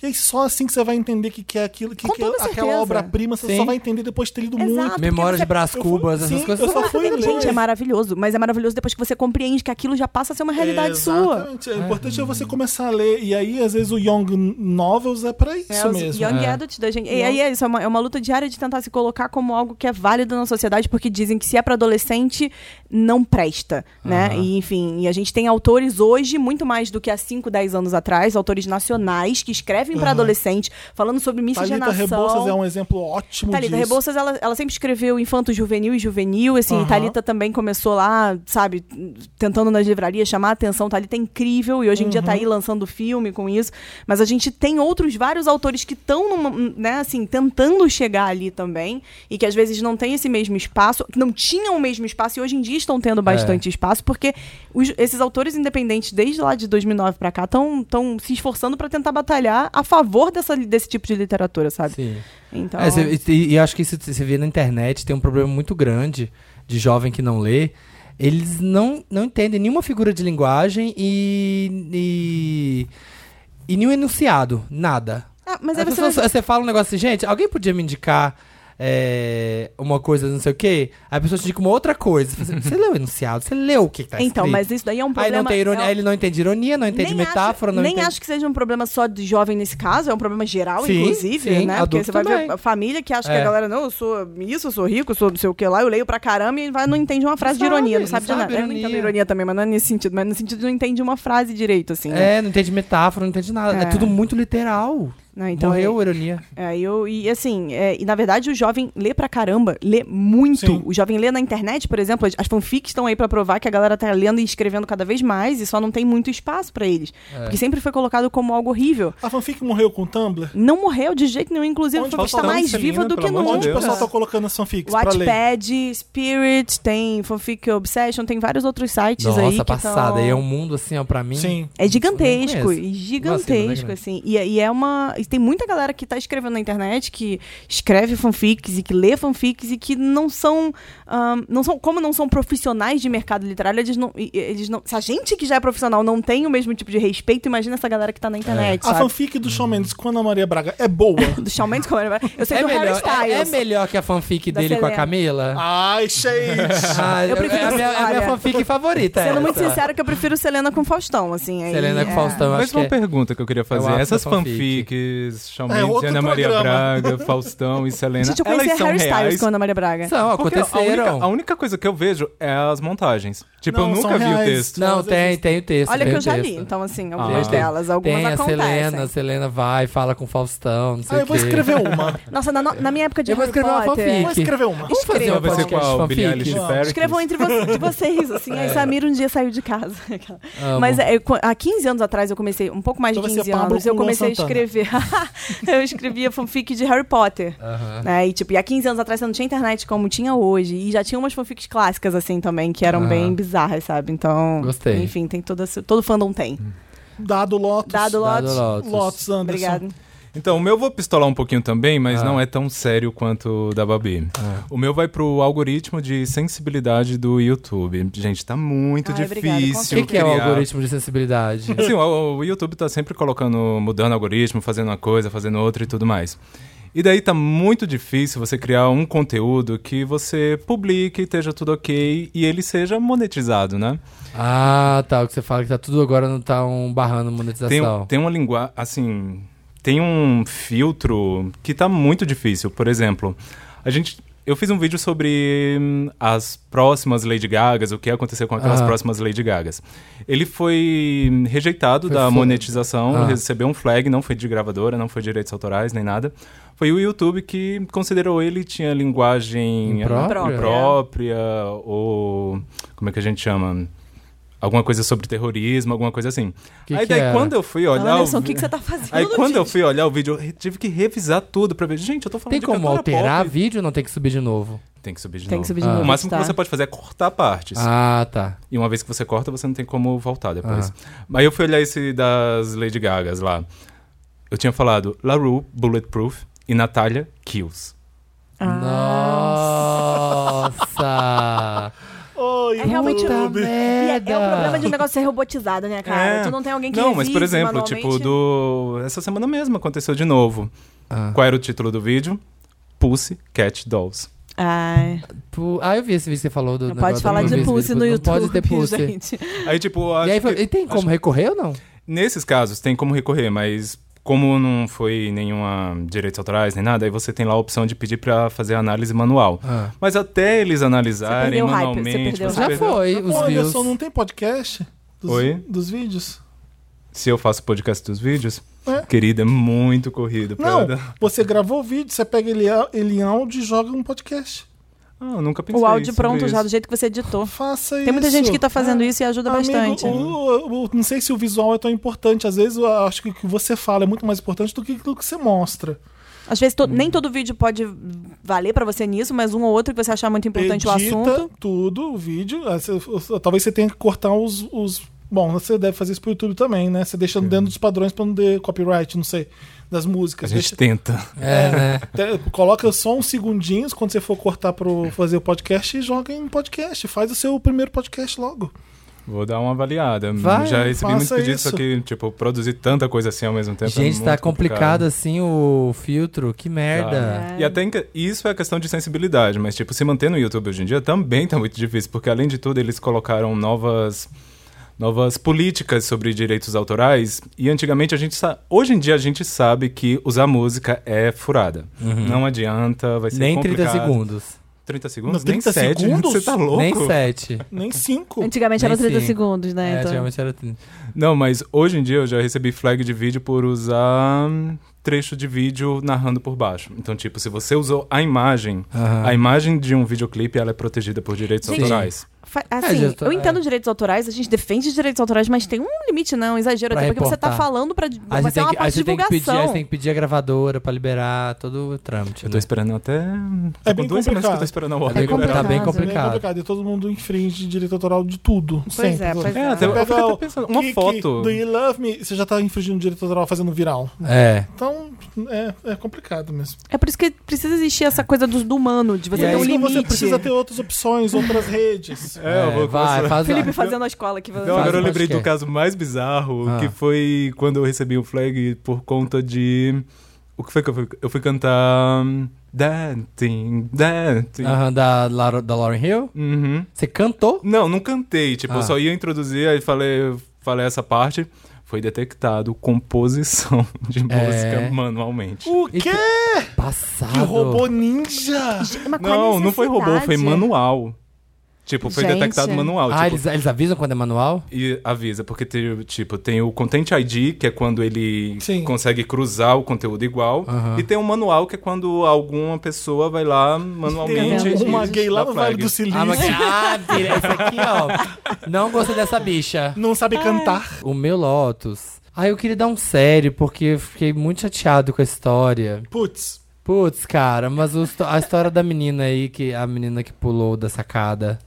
Speaker 1: E aí só assim que você vai entender o que, que é aquilo, o que,
Speaker 3: Com
Speaker 1: que é
Speaker 3: toda
Speaker 1: aquela
Speaker 3: certeza.
Speaker 1: obra-prima, você
Speaker 2: Sim.
Speaker 1: só vai entender depois de ter lido
Speaker 3: Exato.
Speaker 1: muito.
Speaker 2: Memórias de Brás
Speaker 1: eu fui-
Speaker 2: Cubas,
Speaker 1: sim,
Speaker 2: essas coisas.
Speaker 1: eu só
Speaker 2: são-
Speaker 1: fui ler.
Speaker 3: Gente, é maravilhoso, mas é maravilhoso depois que você compreende que aquilo já passa a ser uma realidade sua.
Speaker 1: Exatamente. O importante é você começar a ler. E aí, às vezes, o Young Novels é pra isso
Speaker 3: é, os
Speaker 1: mesmo.
Speaker 3: Young
Speaker 2: É.
Speaker 3: Adult da gente. E aí é isso, é uma, é uma luta diária de tentar se colocar como algo que é válido na sociedade, porque dizem que se é pra adolescente, não presta, né? E, enfim, e a gente tem autores hoje, muito mais do que há 5, 10 anos atrás, autores nacionais que escrevem pra adolescente, falando sobre
Speaker 1: Thalita
Speaker 3: miscigenação.
Speaker 1: Rebouças é um exemplo ótimo
Speaker 3: Thalita
Speaker 1: disso.
Speaker 3: Rebouças, Tá ela, ela sempre escreveu infanto juvenil e juvenil, assim,
Speaker 1: Aham.
Speaker 3: Thalita também começou lá, sabe, tentando nas livrarias chamar a atenção, Thalita é incrível e hoje em dia tá
Speaker 2: Uhum.
Speaker 3: aí lançando filme com isso, mas a gente tem outros vários autores que estão, né, assim, tentando chegar ali também e que às vezes não tem esse mesmo espaço, que não tinham o mesmo espaço e hoje em dia estão
Speaker 2: É.
Speaker 3: tendo bastante espaço porque os- esses autores independentes desde lá de 2009 pra cá estão tão se esforçando pra tentar batalhar a favor dessa, desse tipo de literatura, sabe?
Speaker 2: Sim.
Speaker 3: Então,
Speaker 2: É, cê- e, e eu acho que isso você vê na internet, tem um problema muito grande de jovem que não lê. Eles não, não entendem nenhuma figura de linguagem e. e, e nenhum enunciado, nada.
Speaker 3: Ah, mas aí
Speaker 2: As
Speaker 3: você
Speaker 2: pessoas-
Speaker 3: vai-
Speaker 2: você fala um negócio assim, gente, alguém podia me indicar é, uma coisa, não sei o quê? Aí a pessoa te indica uma outra coisa. Você, assim, você leu o enunciado, você leu o que que tá
Speaker 3: Então,
Speaker 2: escrito.
Speaker 3: mas isso daí é um
Speaker 2: Aí
Speaker 3: problema.
Speaker 2: não tem ironia,
Speaker 3: é-
Speaker 2: aí ele não entende ironia, não entende
Speaker 3: nem
Speaker 2: metáfora,
Speaker 3: acho,
Speaker 2: não
Speaker 3: Nem
Speaker 2: entende.
Speaker 3: acho que seja um problema só de jovem nesse caso, é um problema geral,
Speaker 2: Sim,
Speaker 3: inclusive,
Speaker 2: sim,
Speaker 3: né? Porque
Speaker 2: adulto
Speaker 3: você vai
Speaker 2: também.
Speaker 3: ver a família que acha que
Speaker 2: É.
Speaker 3: a galera, não, eu sou isso, eu sou rico, eu sou não sei o que lá, eu leio pra caramba e vai, não entende uma frase de
Speaker 2: sabe,
Speaker 3: ironia,
Speaker 2: não
Speaker 3: não sabe de
Speaker 2: sabe
Speaker 3: nada. Eu não
Speaker 2: ironia.
Speaker 3: entendo ironia também, mas não é nesse sentido, mas no sentido de não entende uma frase direito, assim. né?
Speaker 2: É, não entende metáfora, não entende nada. É,
Speaker 3: É.
Speaker 2: tudo muito literal.
Speaker 3: Né, Então,
Speaker 2: Morreu a ironia.
Speaker 3: É, eu, e assim, é, e na verdade o jovem lê pra caramba, lê muito.
Speaker 1: Sim.
Speaker 3: O jovem lê na internet, por exemplo, as- as fanfics estão aí pra provar que a galera tá lendo e escrevendo cada vez mais e só não tem muito espaço pra eles.
Speaker 1: É.
Speaker 3: Porque sempre foi colocado como algo horrível.
Speaker 1: A fanfic morreu com o Tumblr?
Speaker 3: Não morreu de jeito nenhum, inclusive
Speaker 1: Onde
Speaker 3: a fanfic
Speaker 1: falta
Speaker 3: tá mais
Speaker 4: Celina,
Speaker 3: viva do
Speaker 4: pelo
Speaker 3: que
Speaker 4: amor de
Speaker 1: Onde
Speaker 3: nunca.
Speaker 1: o
Speaker 4: Deus.
Speaker 1: pessoal tá colocando as fanfics pra ler?
Speaker 3: Watchpad, Spirit, tem fanfic obsession, tem vários outros sites
Speaker 2: Nossa,
Speaker 3: aí que tá-
Speaker 2: passada.
Speaker 3: tão-
Speaker 2: E é um mundo assim, ó, pra mim.
Speaker 1: Sim.
Speaker 3: é
Speaker 2: Eu
Speaker 3: gigantesco,
Speaker 2: nem conheço.
Speaker 3: e
Speaker 2: Vacilo,
Speaker 3: gigantesco,
Speaker 2: né,
Speaker 3: assim. E, e é uma. E tem muita galera que tá escrevendo na internet, que escreve fanfics e que lê fanfics e que não são. ahn, não são como não são profissionais de mercado literário, eles não, e- e- eles não. Se a gente que já é profissional não tem o mesmo tipo de respeito, imagina essa galera que tá na internet.
Speaker 1: A
Speaker 2: É.
Speaker 3: Sabe?
Speaker 1: fanfic do Shawn Mendes com a Ana Maria Braga é boa.
Speaker 3: Do Shawn Mendes, como era? Eu sei
Speaker 2: É
Speaker 3: do Harry
Speaker 2: melhor, é, é
Speaker 3: Styles.
Speaker 2: melhor que a fanfic
Speaker 3: Da
Speaker 2: dele com a
Speaker 3: Selena.
Speaker 2: Camila?
Speaker 1: Ai, shade.
Speaker 2: Ah,
Speaker 3: Eu prefiro
Speaker 2: é a minha, é a minha
Speaker 3: Olha,
Speaker 2: fanfic favorita. é
Speaker 3: Sendo
Speaker 2: essa.
Speaker 3: muito sincera, que eu prefiro Selena com Faustão, assim. aí,
Speaker 2: Selena
Speaker 3: é.
Speaker 2: com Faustão, eu
Speaker 4: Mas
Speaker 2: acho que
Speaker 4: uma
Speaker 2: é.
Speaker 4: pergunta que eu queria fazer.
Speaker 2: ápice da
Speaker 4: Essas
Speaker 2: fanfic.
Speaker 4: fanfic, Mendes, Shawn
Speaker 1: É,
Speaker 4: Mendes,
Speaker 1: outro
Speaker 4: Ana Maria
Speaker 1: programa.
Speaker 4: Braga, Faustão e
Speaker 2: né?
Speaker 4: Selena.
Speaker 3: Gente, eu
Speaker 4: Elas
Speaker 3: conheci a
Speaker 4: são
Speaker 3: Harry Styles
Speaker 4: reais.
Speaker 3: com a Ana Maria Braga.
Speaker 2: São,
Speaker 4: Porque a
Speaker 2: aconteceram.
Speaker 4: única, a única coisa que eu vejo é as montagens. Tipo,
Speaker 1: Não,
Speaker 4: eu
Speaker 1: são
Speaker 4: nunca vi o
Speaker 1: reais.
Speaker 4: texto.
Speaker 2: Não,
Speaker 1: Elas
Speaker 2: tem,
Speaker 1: existem.
Speaker 2: tem o texto.
Speaker 3: Olha
Speaker 2: tem
Speaker 3: que
Speaker 2: o
Speaker 3: eu já
Speaker 2: text.
Speaker 3: li, então assim,
Speaker 2: Ah,
Speaker 3: algumas
Speaker 2: tem-
Speaker 3: delas, algumas
Speaker 2: tem a Selena, a
Speaker 3: acontecem.
Speaker 2: Selena vai, fala com o Faustão, não sei
Speaker 1: Ah,
Speaker 2: o
Speaker 1: eu vou
Speaker 2: quê.
Speaker 1: escrever uma.
Speaker 3: Nossa, na, na minha época de
Speaker 2: Eu vou
Speaker 3: Harry
Speaker 2: escrever uma
Speaker 3: Potter,
Speaker 1: Eu
Speaker 2: fanfic.
Speaker 1: Vou escrever uma.
Speaker 2: Vamos fazer
Speaker 3: Escreva.
Speaker 2: uma
Speaker 4: Vai ser
Speaker 2: podcast
Speaker 4: qual? um- Billie
Speaker 2: fanfic?
Speaker 4: Eilish e
Speaker 1: Vamos.
Speaker 4: Pericles?
Speaker 3: Escrevam entre vo- de vocês, assim. Aí Samir um dia saiu de casa. Aquela.
Speaker 2: É. Amo. é
Speaker 3: Mas é, eu co- há 15 anos atrás, eu comecei, um pouco mais de
Speaker 1: Então vai ser
Speaker 3: 15
Speaker 1: Pablo
Speaker 3: anos,
Speaker 1: com
Speaker 3: eu
Speaker 1: Luan
Speaker 3: comecei a
Speaker 1: Santana.
Speaker 3: escrever. eu escrevia fanfic de Harry Potter.
Speaker 2: Aham.
Speaker 3: Né? E, tipo, e há 15 anos atrás você não tinha internet como tinha hoje. E já tinha umas fanfics clássicas, assim, também, que eram
Speaker 2: Aham.
Speaker 3: bem bizarras, sabe? Então.
Speaker 2: Gostei. Uhum.
Speaker 3: Enfim, tem toda, essa- todo fandom tem.
Speaker 1: Dado Lotus.
Speaker 3: Dado
Speaker 2: Dado
Speaker 3: Lotus.
Speaker 2: Lotus.
Speaker 1: Lotus, Anderson.
Speaker 3: Obrigado.
Speaker 4: Então, o meu eu vou pistolar um pouquinho também, mas
Speaker 2: Ah.
Speaker 4: não é tão sério quanto o da Babi.
Speaker 2: Ah.
Speaker 4: O meu vai pro algoritmo de sensibilidade do YouTube. Gente, tá muito
Speaker 3: Ai, obrigada, com
Speaker 4: difícil.
Speaker 2: O que, que é o
Speaker 4: criar-
Speaker 2: algoritmo de sensibilidade?
Speaker 4: Assim, o, o YouTube tá sempre colocando, mudando algoritmo, fazendo uma coisa, fazendo outra e tudo mais. E daí tá muito difícil você criar um conteúdo que você publique, esteja tudo ok e ele seja monetizado, né?
Speaker 2: ah, tá. O que você fala que tá tudo agora não tá um barrando monetização.
Speaker 4: Tem, tem um- uma linguagem, assim, tem um filtro que tá muito difícil. Por exemplo, a gente, eu fiz um vídeo sobre hum, as próximas Lady Gagas, o que aconteceu com aquelas
Speaker 2: Ah.
Speaker 4: próximas Lady Gagas. Ele foi hum, rejeitado
Speaker 2: Foi
Speaker 4: da
Speaker 2: fo-
Speaker 4: monetização,
Speaker 2: Ah.
Speaker 4: recebeu um flag, não foi de gravadora, não foi de direitos autorais, nem nada. Foi o YouTube que considerou ele tinha linguagem ah,
Speaker 2: Imprópria?
Speaker 4: imprópria, ou como é que a gente chama? Alguma coisa sobre terrorismo, alguma coisa assim.
Speaker 2: Que
Speaker 4: Aí
Speaker 2: que
Speaker 4: daí
Speaker 2: era?
Speaker 4: quando eu fui olhar.
Speaker 3: Anderson,
Speaker 4: o
Speaker 3: o que,
Speaker 4: vi-
Speaker 3: que você tá fazendo?
Speaker 4: Aí quando eu
Speaker 3: gente?
Speaker 4: fui olhar o vídeo, eu re- tive que revisar tudo pra ver. Gente, eu tô falando
Speaker 2: Tem
Speaker 4: de
Speaker 2: como
Speaker 4: cantora
Speaker 2: alterar
Speaker 4: pop.
Speaker 2: vídeo ou não tem que subir de novo?
Speaker 4: Tem que subir de
Speaker 3: Tem
Speaker 4: novo.
Speaker 3: que subir de
Speaker 2: Ah.
Speaker 3: novo.
Speaker 4: O máximo
Speaker 3: tá?
Speaker 4: que você pode fazer é cortar partes.
Speaker 2: Ah, tá.
Speaker 4: E uma vez que você corta, você não tem como voltar depois. Aí eu fui olhar esse das Lady Gagas lá. Eu tinha falado LaRue, Bulletproof e Natalia Kills.
Speaker 3: Ah.
Speaker 2: Nossa!
Speaker 1: Oi,
Speaker 3: É realmente-
Speaker 2: Puta
Speaker 1: YouTube.
Speaker 3: E é, é
Speaker 2: merda!
Speaker 3: o problema de um negócio ser robotizado, né, cara?
Speaker 4: É.
Speaker 3: Tu não tem alguém que
Speaker 4: Não, mas por
Speaker 3: revise
Speaker 4: exemplo, tipo,
Speaker 3: manualmente.
Speaker 4: do. Essa semana mesmo aconteceu de novo.
Speaker 2: Ah.
Speaker 4: Qual era o título do vídeo? Pulse Cat Dolls.
Speaker 3: Ai,
Speaker 2: Pu- Ah, eu vi esse vídeo que você falou do
Speaker 3: não pode
Speaker 2: negócio
Speaker 3: falar
Speaker 2: do-
Speaker 3: de
Speaker 2: do-
Speaker 3: pussy
Speaker 2: do-
Speaker 3: no
Speaker 2: não
Speaker 3: YouTube,
Speaker 2: Pode ter pussy.
Speaker 3: gente.
Speaker 4: Aí, tipo,
Speaker 2: E,
Speaker 4: acho
Speaker 2: aí, foi-
Speaker 4: que-
Speaker 2: e tem como recorrer ou não?
Speaker 4: Nesses casos, tem como recorrer, mas como não foi nenhuma direitos autorais nem nada, aí você tem lá a opção de pedir pra fazer a análise manual.
Speaker 2: Ah.
Speaker 4: Mas até eles analisarem
Speaker 3: perdeu o hype, você
Speaker 4: manualmente.
Speaker 3: perdeu o
Speaker 2: Já
Speaker 4: perdeu-
Speaker 2: foi os
Speaker 1: Olha
Speaker 2: views.
Speaker 1: só, não tem podcast dos,
Speaker 4: Oi?
Speaker 1: dos vídeos?
Speaker 4: Se eu faço podcast dos vídeos,
Speaker 1: É.
Speaker 4: querida, é muito corrido. pra
Speaker 1: Não,
Speaker 4: dar-
Speaker 1: você gravou o vídeo, você pega ele, ele em áudio e joga um podcast.
Speaker 4: Ah, eu nunca pensei
Speaker 3: O áudio
Speaker 4: sobre
Speaker 3: pronto
Speaker 4: isso.
Speaker 3: já, do jeito que você editou.
Speaker 1: Faça isso.
Speaker 3: Tem muita gente que tá fazendo
Speaker 2: É.
Speaker 3: isso e ajuda
Speaker 1: Amigo,
Speaker 3: bastante.
Speaker 1: o- o- o- não sei se o visual é tão importante. Às vezes eu acho que o que você fala é muito mais importante do que aquilo que você mostra.
Speaker 3: Às vezes, to- nem todo vídeo pode valer pra você nisso, mas um ou outro que você achar muito importante
Speaker 1: Edita
Speaker 3: o assunto.
Speaker 1: tudo, o vídeo. Ah, você- Talvez você tenha que cortar os, os- Bom, você deve fazer isso pro YouTube também, né? Você deixa dentro dos padrões pra não ter copyright, não sei, das
Speaker 4: A
Speaker 1: músicas.
Speaker 4: gente
Speaker 1: Deixa-
Speaker 4: tenta.
Speaker 2: É, né?
Speaker 1: Te- Coloca só uns segundinhos quando você for cortar
Speaker 4: É.
Speaker 1: pro fazer o podcast e joga em podcast. Faz o seu primeiro podcast logo.
Speaker 4: Vou dar uma avaliada.
Speaker 2: Vai,
Speaker 4: já recebi muitos
Speaker 1: faça
Speaker 4: pedidos,
Speaker 1: isso.
Speaker 4: só que, tipo, produzir tanta coisa assim ao mesmo tempo.
Speaker 2: Gente,
Speaker 4: é
Speaker 2: tá
Speaker 4: muito
Speaker 2: complicado, assim o filtro. Que merda.
Speaker 4: E até em que- isso é questão de sensibilidade, mas tipo, se manter no YouTube hoje em dia também tá muito difícil, porque além de tudo, eles colocaram novas novas políticas sobre direitos autorais e antigamente a gente sa- hoje em dia a gente sabe que usar música é furada. Não adianta, vai ser
Speaker 2: Nem 30
Speaker 4: complicado.
Speaker 2: segundos.
Speaker 4: 30 segundos?
Speaker 1: Não, 30
Speaker 4: Nem sete?
Speaker 1: segundos?
Speaker 4: Você tá louco?
Speaker 2: Nem 7.
Speaker 4: É
Speaker 1: Nem cinco.
Speaker 3: Antigamente
Speaker 2: Nem
Speaker 3: era 30
Speaker 2: sim.
Speaker 3: segundos, né?
Speaker 2: É,
Speaker 3: É, então...
Speaker 2: geralmente era 30.
Speaker 4: Não, mas hoje em dia eu já recebi flag de vídeo por usar hum, trecho de vídeo narrando por baixo. Então, tipo, se você usou a imagem,
Speaker 2: Aham.
Speaker 4: a imagem de um videoclipe, ela é protegida por direitos
Speaker 3: Gente,
Speaker 4: autorais.
Speaker 3: Fa-
Speaker 2: É,
Speaker 3: Assim,
Speaker 2: gente,
Speaker 3: eu
Speaker 2: é.
Speaker 3: entendo direitos autorais, a gente defende direitos autorais, mas tem um limite, não, um exagero.
Speaker 2: Pra
Speaker 3: até porque você tá
Speaker 2: reportar.
Speaker 3: falando pra.
Speaker 2: A
Speaker 3: Vai ser
Speaker 2: gente, tem
Speaker 3: é uma
Speaker 2: que, a
Speaker 3: parte de
Speaker 2: gente tem que pedir, a
Speaker 3: divulgação.
Speaker 2: gente tem que pedir a gravadora pra liberar todo o trâmite.
Speaker 4: Eu
Speaker 2: né?
Speaker 4: tô esperando até.
Speaker 1: É
Speaker 4: É
Speaker 1: bem
Speaker 4: bem duas semanas que eu né?
Speaker 1: complicado.
Speaker 4: tô esperando a
Speaker 2: Tá
Speaker 4: ordem.
Speaker 2: bem, compli- tá
Speaker 3: complicado.
Speaker 2: bem
Speaker 1: É
Speaker 2: complicado.
Speaker 1: complicado. E todo mundo infringe direito autoral de tudo.
Speaker 3: Pois
Speaker 1: sempre.
Speaker 3: é, pois
Speaker 4: É, até-
Speaker 3: é.
Speaker 4: eu fico
Speaker 1: Pega o
Speaker 4: até pensando, uma
Speaker 1: Kiki,
Speaker 4: foto.
Speaker 1: Do You Love Me, você já tá infringindo direito autoral fazendo viral.
Speaker 2: É.
Speaker 1: Então, é, é complicado mesmo.
Speaker 3: É por isso que precisa existir essa coisa do, do humano, de você
Speaker 2: E
Speaker 1: Por
Speaker 3: ter
Speaker 2: aí
Speaker 3: um
Speaker 1: isso que
Speaker 3: limite.
Speaker 1: você precisa ter outras opções, outras redes.
Speaker 4: É, eu vou
Speaker 2: vai,
Speaker 4: começar.
Speaker 2: faz
Speaker 3: Felipe fazendo assim. a escola que você.
Speaker 4: Não,
Speaker 2: Faz
Speaker 4: agora eu
Speaker 2: um
Speaker 4: lembrei do
Speaker 2: podcast.
Speaker 4: caso mais bizarro,
Speaker 2: Ah.
Speaker 4: que foi quando eu recebi o flag por conta de. O que foi que eu fui? Eu fui cantar. hum, Dancing, dancing.
Speaker 2: Aham, da, Lara- da Lauren Hill.
Speaker 4: Uhum.
Speaker 2: Você cantou?
Speaker 4: Não, não cantei. Tipo,
Speaker 2: Ah.
Speaker 4: eu só ia introduzir, aí falei, falei essa parte. foi detectado composição de música
Speaker 2: É.
Speaker 4: manualmente.
Speaker 1: O
Speaker 2: E
Speaker 1: quê?
Speaker 2: Passado.
Speaker 1: Que robô ninja?
Speaker 3: Mas qual a
Speaker 4: Não, não foi robô, foi
Speaker 3: necessidade?
Speaker 4: manual. Tipo, foi
Speaker 3: Gente.
Speaker 4: detectado manual.
Speaker 2: Ah,
Speaker 4: tipo,
Speaker 2: eles, eles avisam quando é manual?
Speaker 4: E avisa, porque tem, tipo, tem o Content ID, que é quando ele
Speaker 1: Sim.
Speaker 4: consegue cruzar o conteúdo igual.
Speaker 2: Aham.
Speaker 4: E tem o manual, que é quando alguma pessoa vai lá manualmente.
Speaker 1: Tem
Speaker 4: e-
Speaker 1: uma gay lá
Speaker 4: dá
Speaker 1: no Vale
Speaker 4: flag.
Speaker 1: do Silício.
Speaker 2: Ah, mas... ah, tira esse aqui, ó. Não gostei dessa bicha.
Speaker 1: Não sabe cantar.
Speaker 2: O meu Lotus. Ah, eu queria dar um sério, porque eu fiquei muito chateado com a história.
Speaker 1: Putz.
Speaker 2: Putz, cara, mas o histó- a história da menina aí, que a menina que pulou da sacada.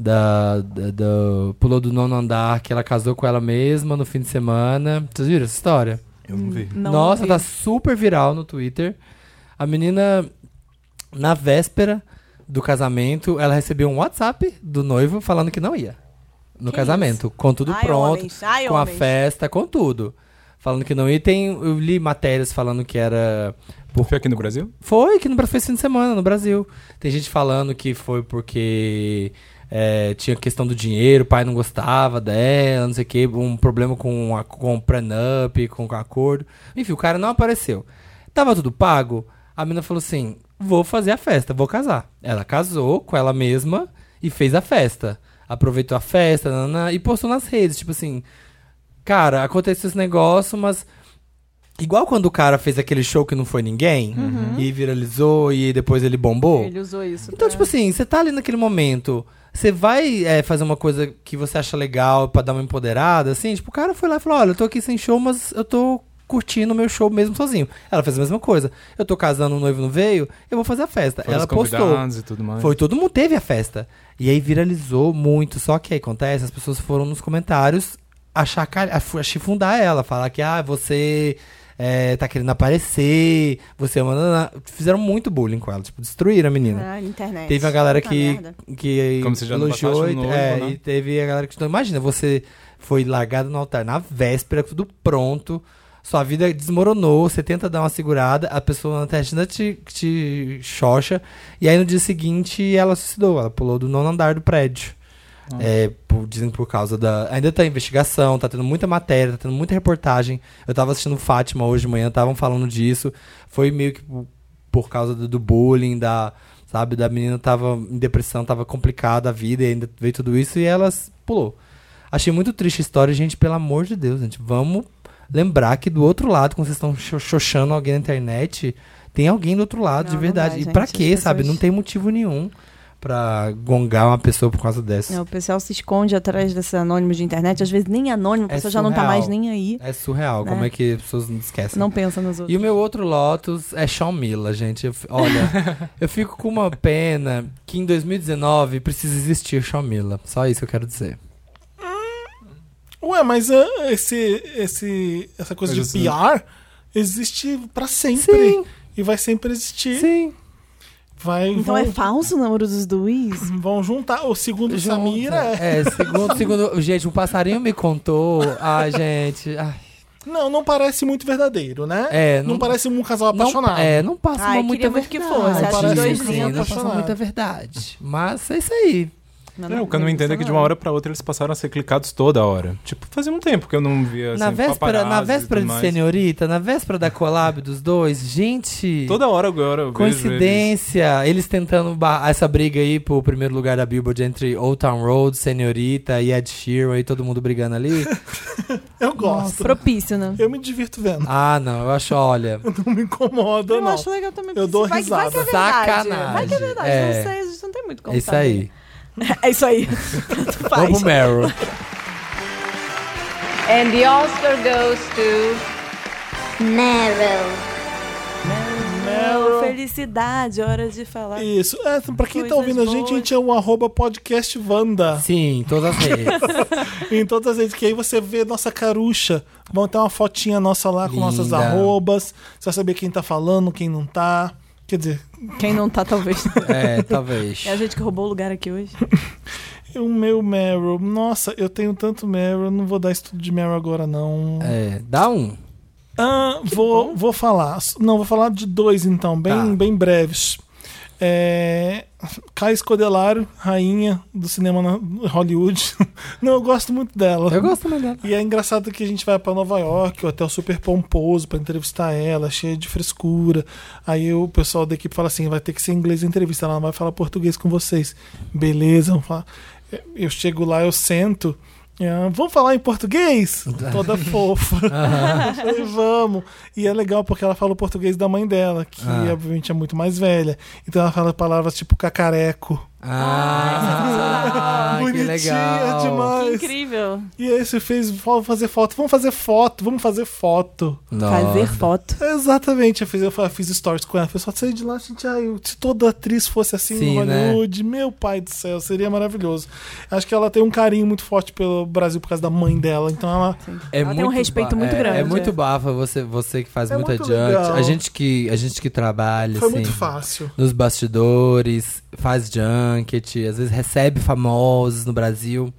Speaker 2: Da, da- do- pulou do nono andar, que ela casou com ela mesma no fim de semana. Vocês viram essa história?
Speaker 4: Eu não vi.
Speaker 3: Não,
Speaker 2: Nossa,
Speaker 3: não
Speaker 2: tá
Speaker 3: vi.
Speaker 2: super viral no Twitter. A menina, na véspera do casamento, ela recebeu um WhatsApp do noivo falando que não ia. No
Speaker 3: Que
Speaker 2: casamento, com tudo
Speaker 3: Ai,
Speaker 2: pronto,
Speaker 3: homens, ai,
Speaker 2: com a
Speaker 3: homens.
Speaker 2: festa, com tudo. Falando que não ia. E tem, eu li matérias falando que era
Speaker 4: Foi aqui no Brasil?
Speaker 2: foi, que no Brasil foi esse fim de semana, no Brasil. Tem gente falando que foi porque é, tinha questão do dinheiro, o pai não gostava dela, não sei o que, um problema com, a, com o prenup, com o acordo. Enfim, o cara não apareceu. Tava tudo pago, a menina falou assim: vou fazer a festa, vou casar. Ela casou com ela mesma e fez a festa. Aproveitou a festa nananã, e postou nas redes, tipo assim. Cara, aconteceu esse negócio, mas Igual quando o cara fez aquele show que não foi ninguém e viralizou e depois ele bombou.
Speaker 3: Uhum. Ele usou isso. é.
Speaker 2: Então,
Speaker 3: pra-
Speaker 2: tipo assim, você tá ali naquele momento, você vai é, fazer uma coisa que você acha legal pra dar uma empoderada, assim, tipo, o cara foi lá e falou, olha, eu tô aqui sem show, mas eu tô curtindo o meu show mesmo sozinho. Ela fez a mesma coisa. Eu tô casando, o noivo não veio, eu vou fazer a festa.
Speaker 4: Foi
Speaker 2: Ela
Speaker 4: os
Speaker 2: postou.
Speaker 4: convidados e tudo mais.
Speaker 2: Foi, todo mundo teve a festa. E aí viralizou muito. Só que aí acontece, as pessoas foram nos comentários achacar, a fu- a chifundar ela, falar que, ah, você é, tá querendo aparecer, você é uma. nanana. Fizeram muito bullying com ela, tipo, destruíram a menina.
Speaker 3: Ah, na internet.
Speaker 2: Teve a galera
Speaker 3: Puta
Speaker 2: que,
Speaker 3: merda.
Speaker 2: que
Speaker 4: Como se já não
Speaker 2: elogiou
Speaker 4: bastasse
Speaker 2: e,
Speaker 4: o noivo,
Speaker 2: é,
Speaker 4: né?
Speaker 2: e teve a galera que. Então, imagina, você foi largado no altar na véspera, tudo pronto. Sua vida desmoronou, você tenta dar uma segurada, a pessoa na internet ainda te, te xoxa. E aí no dia seguinte ela suicidou, ela pulou do nono andar do prédio. É, por- dizem que por causa da. Ainda tá investigação, tá tendo muita matéria, tá tendo muita reportagem. Eu tava assistindo Fátima hoje de manhã, estavam falando disso. Foi meio que por- por causa do, do bullying, da. Sabe, da menina tava em depressão, tava complicada a vida e ainda veio tudo isso e ela s- pulou. Achei muito triste a história, gente, pelo amor de Deus, gente. Vamos lembrar que do outro lado, quando vocês estão xo- xoxando alguém na internet, tem alguém do outro lado,
Speaker 3: Não,
Speaker 2: de
Speaker 3: não
Speaker 2: verdade.
Speaker 3: dá,
Speaker 2: e pra
Speaker 3: gente,
Speaker 2: quê,
Speaker 3: as
Speaker 2: sabe?
Speaker 3: pessoas-
Speaker 2: Não tem motivo nenhum pra gongar uma pessoa por causa dessa.
Speaker 3: É, o pessoal se esconde atrás desse anônimo de internet. Às vezes nem anônimo, a
Speaker 2: É
Speaker 3: pessoa já não tá
Speaker 2: surreal.
Speaker 3: mais nem aí.
Speaker 2: É surreal como
Speaker 3: Né?
Speaker 2: é que as pessoas não esquecem.
Speaker 3: Não pensa nos outros.
Speaker 2: E o meu outro Lotus é Shawn Miller, gente. Eu fi- olha, eu fico com uma pena que em 2019 precisa existir Shawn Miller. Só isso que eu quero dizer.
Speaker 1: Ué, mas ah, esse, esse, essa coisa
Speaker 4: Mas
Speaker 1: de
Speaker 4: isso-
Speaker 1: PR existe pra sempre.
Speaker 2: Sim.
Speaker 1: E vai sempre existir.
Speaker 2: Sim.
Speaker 1: Vai,
Speaker 3: Então
Speaker 1: vão,
Speaker 3: é falso o número dos dois?
Speaker 1: vão juntar. O segundo
Speaker 2: Junta.
Speaker 1: Samira é.
Speaker 2: É, segundo, segundo. Gente, um passarinho me contou. Ai, gente. ai.
Speaker 1: Não, não parece muito verdadeiro, né?
Speaker 2: É,
Speaker 1: não,
Speaker 2: não-
Speaker 1: parece um casal
Speaker 2: não,
Speaker 1: apaixonado.
Speaker 2: é, não passa
Speaker 3: Ai,
Speaker 2: uma muita
Speaker 3: queria muito que
Speaker 2: verdade.
Speaker 3: fosse,
Speaker 1: acho
Speaker 2: Parece
Speaker 1: dois
Speaker 2: que
Speaker 1: lindos
Speaker 2: não passa
Speaker 1: apaixonados.
Speaker 2: muita verdade. Mas é isso aí.
Speaker 3: Não,
Speaker 4: É, o que eu não entendo é que de uma hora pra outra eles passaram a ser clicados toda hora. Tipo, fazia um tempo que eu não via assim,
Speaker 2: na véspera, na
Speaker 4: paparazzi e
Speaker 2: véspera
Speaker 4: tudo
Speaker 2: de
Speaker 4: mais.
Speaker 2: senhorita, na véspera da collab dos dois, gente.
Speaker 4: Toda hora agora eu vejo eles.
Speaker 2: Coincidência, eles tentando barrar essa briga aí pro primeiro lugar da Billboard entre Old Town Road, Senhorita e Ed Sheeran e todo mundo brigando ali.
Speaker 1: Eu
Speaker 5: é
Speaker 1: gosto.
Speaker 3: Propício, né?
Speaker 1: Eu me divirto vendo.
Speaker 2: ah, não, eu acho, olha.
Speaker 1: Não me incomoda,
Speaker 3: Eu
Speaker 1: não.
Speaker 3: acho legal também.
Speaker 1: Eu
Speaker 3: porque
Speaker 1: dou
Speaker 3: vai, vai que é verdade.
Speaker 2: Sacanagem.
Speaker 3: Vai que é verdade.
Speaker 2: É.
Speaker 3: Não sei, a gente não tem muito como
Speaker 2: É isso
Speaker 3: saber.
Speaker 2: aí.
Speaker 3: É isso aí. Tanto faz.
Speaker 2: Vamos, Meryl.
Speaker 9: And the Oscar goes to.
Speaker 8: Meryl.
Speaker 1: Meryl.
Speaker 3: Felicidade, hora de falar.
Speaker 1: Isso. É, pra quem tá
Speaker 3: Coisas
Speaker 1: ouvindo a gente, a gente é um arroba podcast Wanda.
Speaker 2: Sim, todas as redes.
Speaker 1: Em todas as redes, que aí você vê nossa carucha. Vão ter uma fotinha nossa lá com
Speaker 2: Linda.
Speaker 1: nossas arrobas. Você vai saber quem tá falando, quem não tá. Quer dizer,
Speaker 3: Quem não tá, talvez.
Speaker 2: É, talvez.
Speaker 3: É a gente que roubou o lugar aqui hoje.
Speaker 1: o meu Meryl. Nossa, eu tenho tanto Meryl, não vou dar estudo de Meryl agora, não.
Speaker 2: É, dá um.
Speaker 1: Ah, vou, vou falar. Não, vou falar de dois então, bem,
Speaker 2: Tá.
Speaker 1: bem breves. É... Kai Scodelario, rainha do cinema na Hollywood. Não, eu gosto muito dela.
Speaker 2: Eu gosto também dela.
Speaker 1: E é engraçado que a gente vai pra Nova York, o hotel super pomposo pra entrevistar ela, cheio de frescura. Aí o pessoal da equipe fala assim: vai ter que ser inglês a entrevista, ela não vai falar português com vocês. Beleza, vamos falar. "É, Eu chego lá, eu sento. é, Vamos falar em português? Toda fofa. Eu falei, vamos. E é legal porque ela fala o português da mãe dela, que
Speaker 2: Ah.
Speaker 1: obviamente é muito mais velha. Então ela fala palavras tipo cacareco.
Speaker 2: Ah, que
Speaker 1: Bonitinha
Speaker 2: legal.
Speaker 1: demais.
Speaker 3: Incrível.
Speaker 1: E aí você fez, vamos fazer foto, vamos fazer foto, vamos fazer foto.
Speaker 2: Nossa.
Speaker 3: Fazer foto.
Speaker 1: Exatamente, eu fiz, eu fa- fiz stories com ela. O pessoal saiu de lá, gente, ai, eu- se toda atriz fosse assim
Speaker 2: Sim,
Speaker 1: no
Speaker 2: né?
Speaker 1: Hollywood, meu pai do céu, seria maravilhoso. Acho que ela tem um carinho muito forte pelo Brasil por causa da mãe dela, então ela...
Speaker 2: É
Speaker 3: Ela tem um
Speaker 2: muito
Speaker 3: respeito
Speaker 2: ba-
Speaker 3: muito
Speaker 2: é-
Speaker 3: grande,
Speaker 2: É muito
Speaker 3: é.
Speaker 2: bafa você, você que faz
Speaker 1: É
Speaker 2: muito
Speaker 1: muito
Speaker 2: adiante.
Speaker 1: legal.
Speaker 2: A gente que, a gente que trabalha,
Speaker 1: Foi
Speaker 2: assim,
Speaker 1: muito fácil.
Speaker 2: nos bastidores, faz junket, às vezes recebe famosos no Brasil.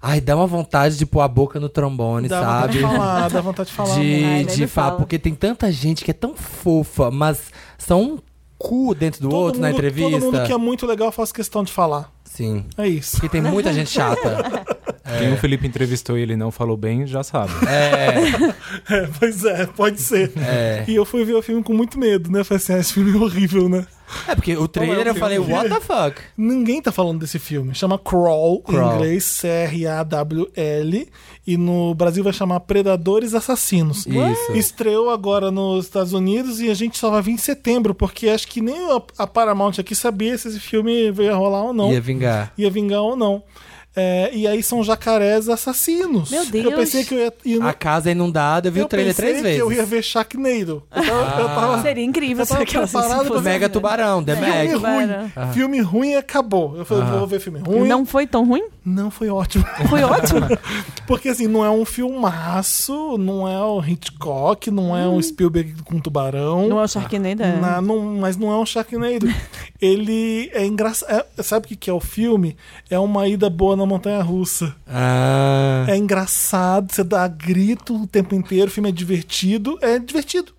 Speaker 2: Ai, dá uma vontade de pôr a boca no trombone,
Speaker 1: Dá vontade
Speaker 2: sabe?
Speaker 1: de falar, dá vontade de falar.
Speaker 2: de,
Speaker 1: muito.
Speaker 3: Ai, nem
Speaker 2: de
Speaker 3: me
Speaker 2: falar,
Speaker 3: fala.
Speaker 2: porque tem tanta gente que é tão fofa, mas são um cu dentro do
Speaker 1: Todo
Speaker 2: outro na
Speaker 1: mundo-
Speaker 2: entrevista.
Speaker 1: Todo mundo que é muito legal, eu faço questão de falar.
Speaker 2: Sim.
Speaker 1: É isso.
Speaker 2: Porque tem muita gente chata.
Speaker 4: É. Quem o Felipe entrevistou e ele não falou bem, já sabe.
Speaker 2: É,
Speaker 1: É, pois é, pode ser.
Speaker 2: é.
Speaker 1: E eu fui ver o filme com muito medo, né? Eu falei assim, ah, esse filme é horrível, né?
Speaker 2: É porque o trailer eu falei, what the fuck?
Speaker 1: Ninguém tá falando desse filme. Chama Crawl,
Speaker 2: Crawl.
Speaker 1: em inglês, C-R-A-W-L. E no Brasil vai chamar Predadores Assassinos.
Speaker 2: Isso.
Speaker 1: Estreou agora nos Estados Unidos e a gente só vai vir em setembro, porque acho que nem a, a Paramount aqui sabia se esse filme ia rolar ou não.
Speaker 2: Ia vingar.
Speaker 1: ia vingar ou não. É, e aí são jacarés assassinos.
Speaker 3: Meu Deus.
Speaker 1: Eu pensei que eu ia. ia
Speaker 2: A casa é inundada, eu vi
Speaker 1: eu
Speaker 2: o trailer
Speaker 1: pensei
Speaker 2: três vezes.
Speaker 1: que eu ia ver Sharknado. Eu tava- eu tava-
Speaker 3: Seria incrível é
Speaker 1: Eu tava
Speaker 3: se aquela
Speaker 1: preparado
Speaker 3: se
Speaker 1: pra-
Speaker 3: fosse
Speaker 2: Mega
Speaker 3: verdade.
Speaker 2: Tubarão, The
Speaker 1: Filme
Speaker 2: Meg.
Speaker 1: é ruim.
Speaker 3: Cara.
Speaker 5: Ah.
Speaker 1: Filme ruim e acabou. Eu falei, vou ver filme ruim.
Speaker 3: Não foi tão ruim?
Speaker 1: não foi ótimo.
Speaker 3: Foi ótimo.
Speaker 1: Porque assim, não é um filmaço, não é o Hitchcock, não é um Spielberg com tubarão.
Speaker 3: Não é o Sharknado? é.
Speaker 1: Na- não- mas não é um Sharknado. Ele é engraçado. sabe o que que é o filme? É uma ida boa na montanha russa.
Speaker 2: Ah,
Speaker 1: É engraçado, você dá grito o tempo inteiro, o filme é divertido. É divertido.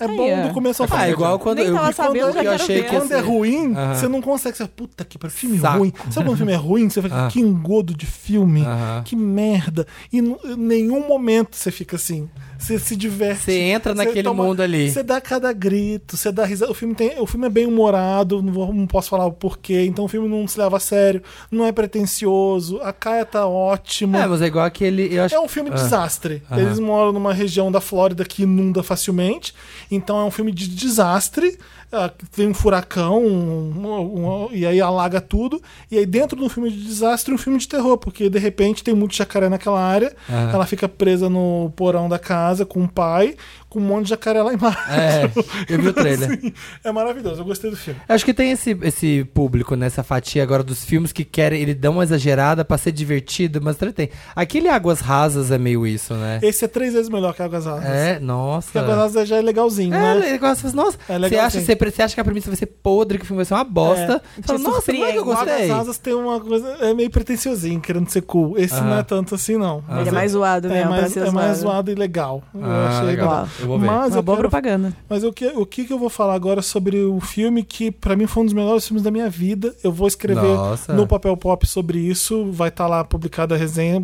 Speaker 1: É
Speaker 3: Aí
Speaker 1: bom
Speaker 3: é.
Speaker 1: do começo ao fim.
Speaker 2: Ah, igual quando
Speaker 3: Nem
Speaker 2: eu
Speaker 3: tava
Speaker 2: vi quando
Speaker 3: sabendo,
Speaker 2: eu,
Speaker 3: já
Speaker 2: eu
Speaker 3: quero
Speaker 2: achei
Speaker 3: ver.
Speaker 2: que
Speaker 1: Quando é
Speaker 2: esse-
Speaker 1: ruim,
Speaker 2: Aham.
Speaker 1: você não consegue. Você, puta que pariu, filme
Speaker 2: Saco.
Speaker 1: ruim. Sabe quando o filme é ruim? Você fica,
Speaker 2: Ah.
Speaker 1: que engodo de filme,
Speaker 2: Aham.
Speaker 1: que merda. E n- em nenhum momento você fica assim. Você se diverte.
Speaker 2: Você entra
Speaker 1: Você
Speaker 2: naquele
Speaker 1: toma-
Speaker 2: mundo ali. É,
Speaker 1: Você dá cada grito, você dá risada. O filme, tem, o filme é bem humorado, não, vou- não posso falar o porquê. Então o filme não se leva a sério, não é pretencioso. A Caia tá ótima.
Speaker 2: É, mas é igual aquele. Eu acho...
Speaker 1: É um filme desastre. Eles moram numa região da Flórida que inunda facilmente. Então é um filme de desastre. Ah, Tem um furacão um- um- um- e aí alaga tudo. E aí, dentro de um filme de desastre, um filme de terror, porque de repente tem muito jacaré naquela área. Ela fica presa no porão da casa com o pai, com um monte de jacaré lá embaixo.
Speaker 2: É, eu vi o trailer.
Speaker 1: Assim, é maravilhoso, eu gostei do filme.
Speaker 2: Eu Acho que tem esse, esse público nessa fatia agora dos filmes que querem, ele dá uma exagerada pra ser divertido, mas tem. Aquele Águas Rasas é meio isso, né?
Speaker 1: Esse é três vezes melhor que Águas Rasas.
Speaker 2: É,
Speaker 1: Porque Águas
Speaker 2: nossa.
Speaker 1: Rasas já é legalzinho,
Speaker 2: É,
Speaker 1: né?
Speaker 2: ele gosta, nossa,
Speaker 1: É
Speaker 2: você,
Speaker 1: legal,
Speaker 2: acha,
Speaker 1: sim.
Speaker 2: você, pre- você acha que a premissa vai ser podre, que o filme vai ser uma bosta.
Speaker 3: Te
Speaker 2: Você fala, nossa, não é que
Speaker 3: surpreende.
Speaker 2: eu gostei.
Speaker 1: As asas tem uma coisa. É meio pretenciosinho, querendo ser cool. Esse não é tanto assim, não. Mas
Speaker 3: Ele é mais zoado
Speaker 1: é
Speaker 3: mesmo, pra
Speaker 1: mais,
Speaker 3: ser
Speaker 1: é mais zoado e legal. Eu
Speaker 2: Ah,
Speaker 1: achei
Speaker 2: legal.
Speaker 1: legal.
Speaker 2: Eu vou ver.
Speaker 1: Mas,
Speaker 3: Uma
Speaker 1: eu
Speaker 3: boa
Speaker 1: quero,
Speaker 3: propaganda.
Speaker 1: mas o, que, o que que eu vou falar agora sobre o filme que, pra mim, foi um dos melhores filmes da minha vida. Eu vou escrever
Speaker 2: Nossa.
Speaker 1: no Papel Pop sobre isso. Vai estar lá publicada a resenha.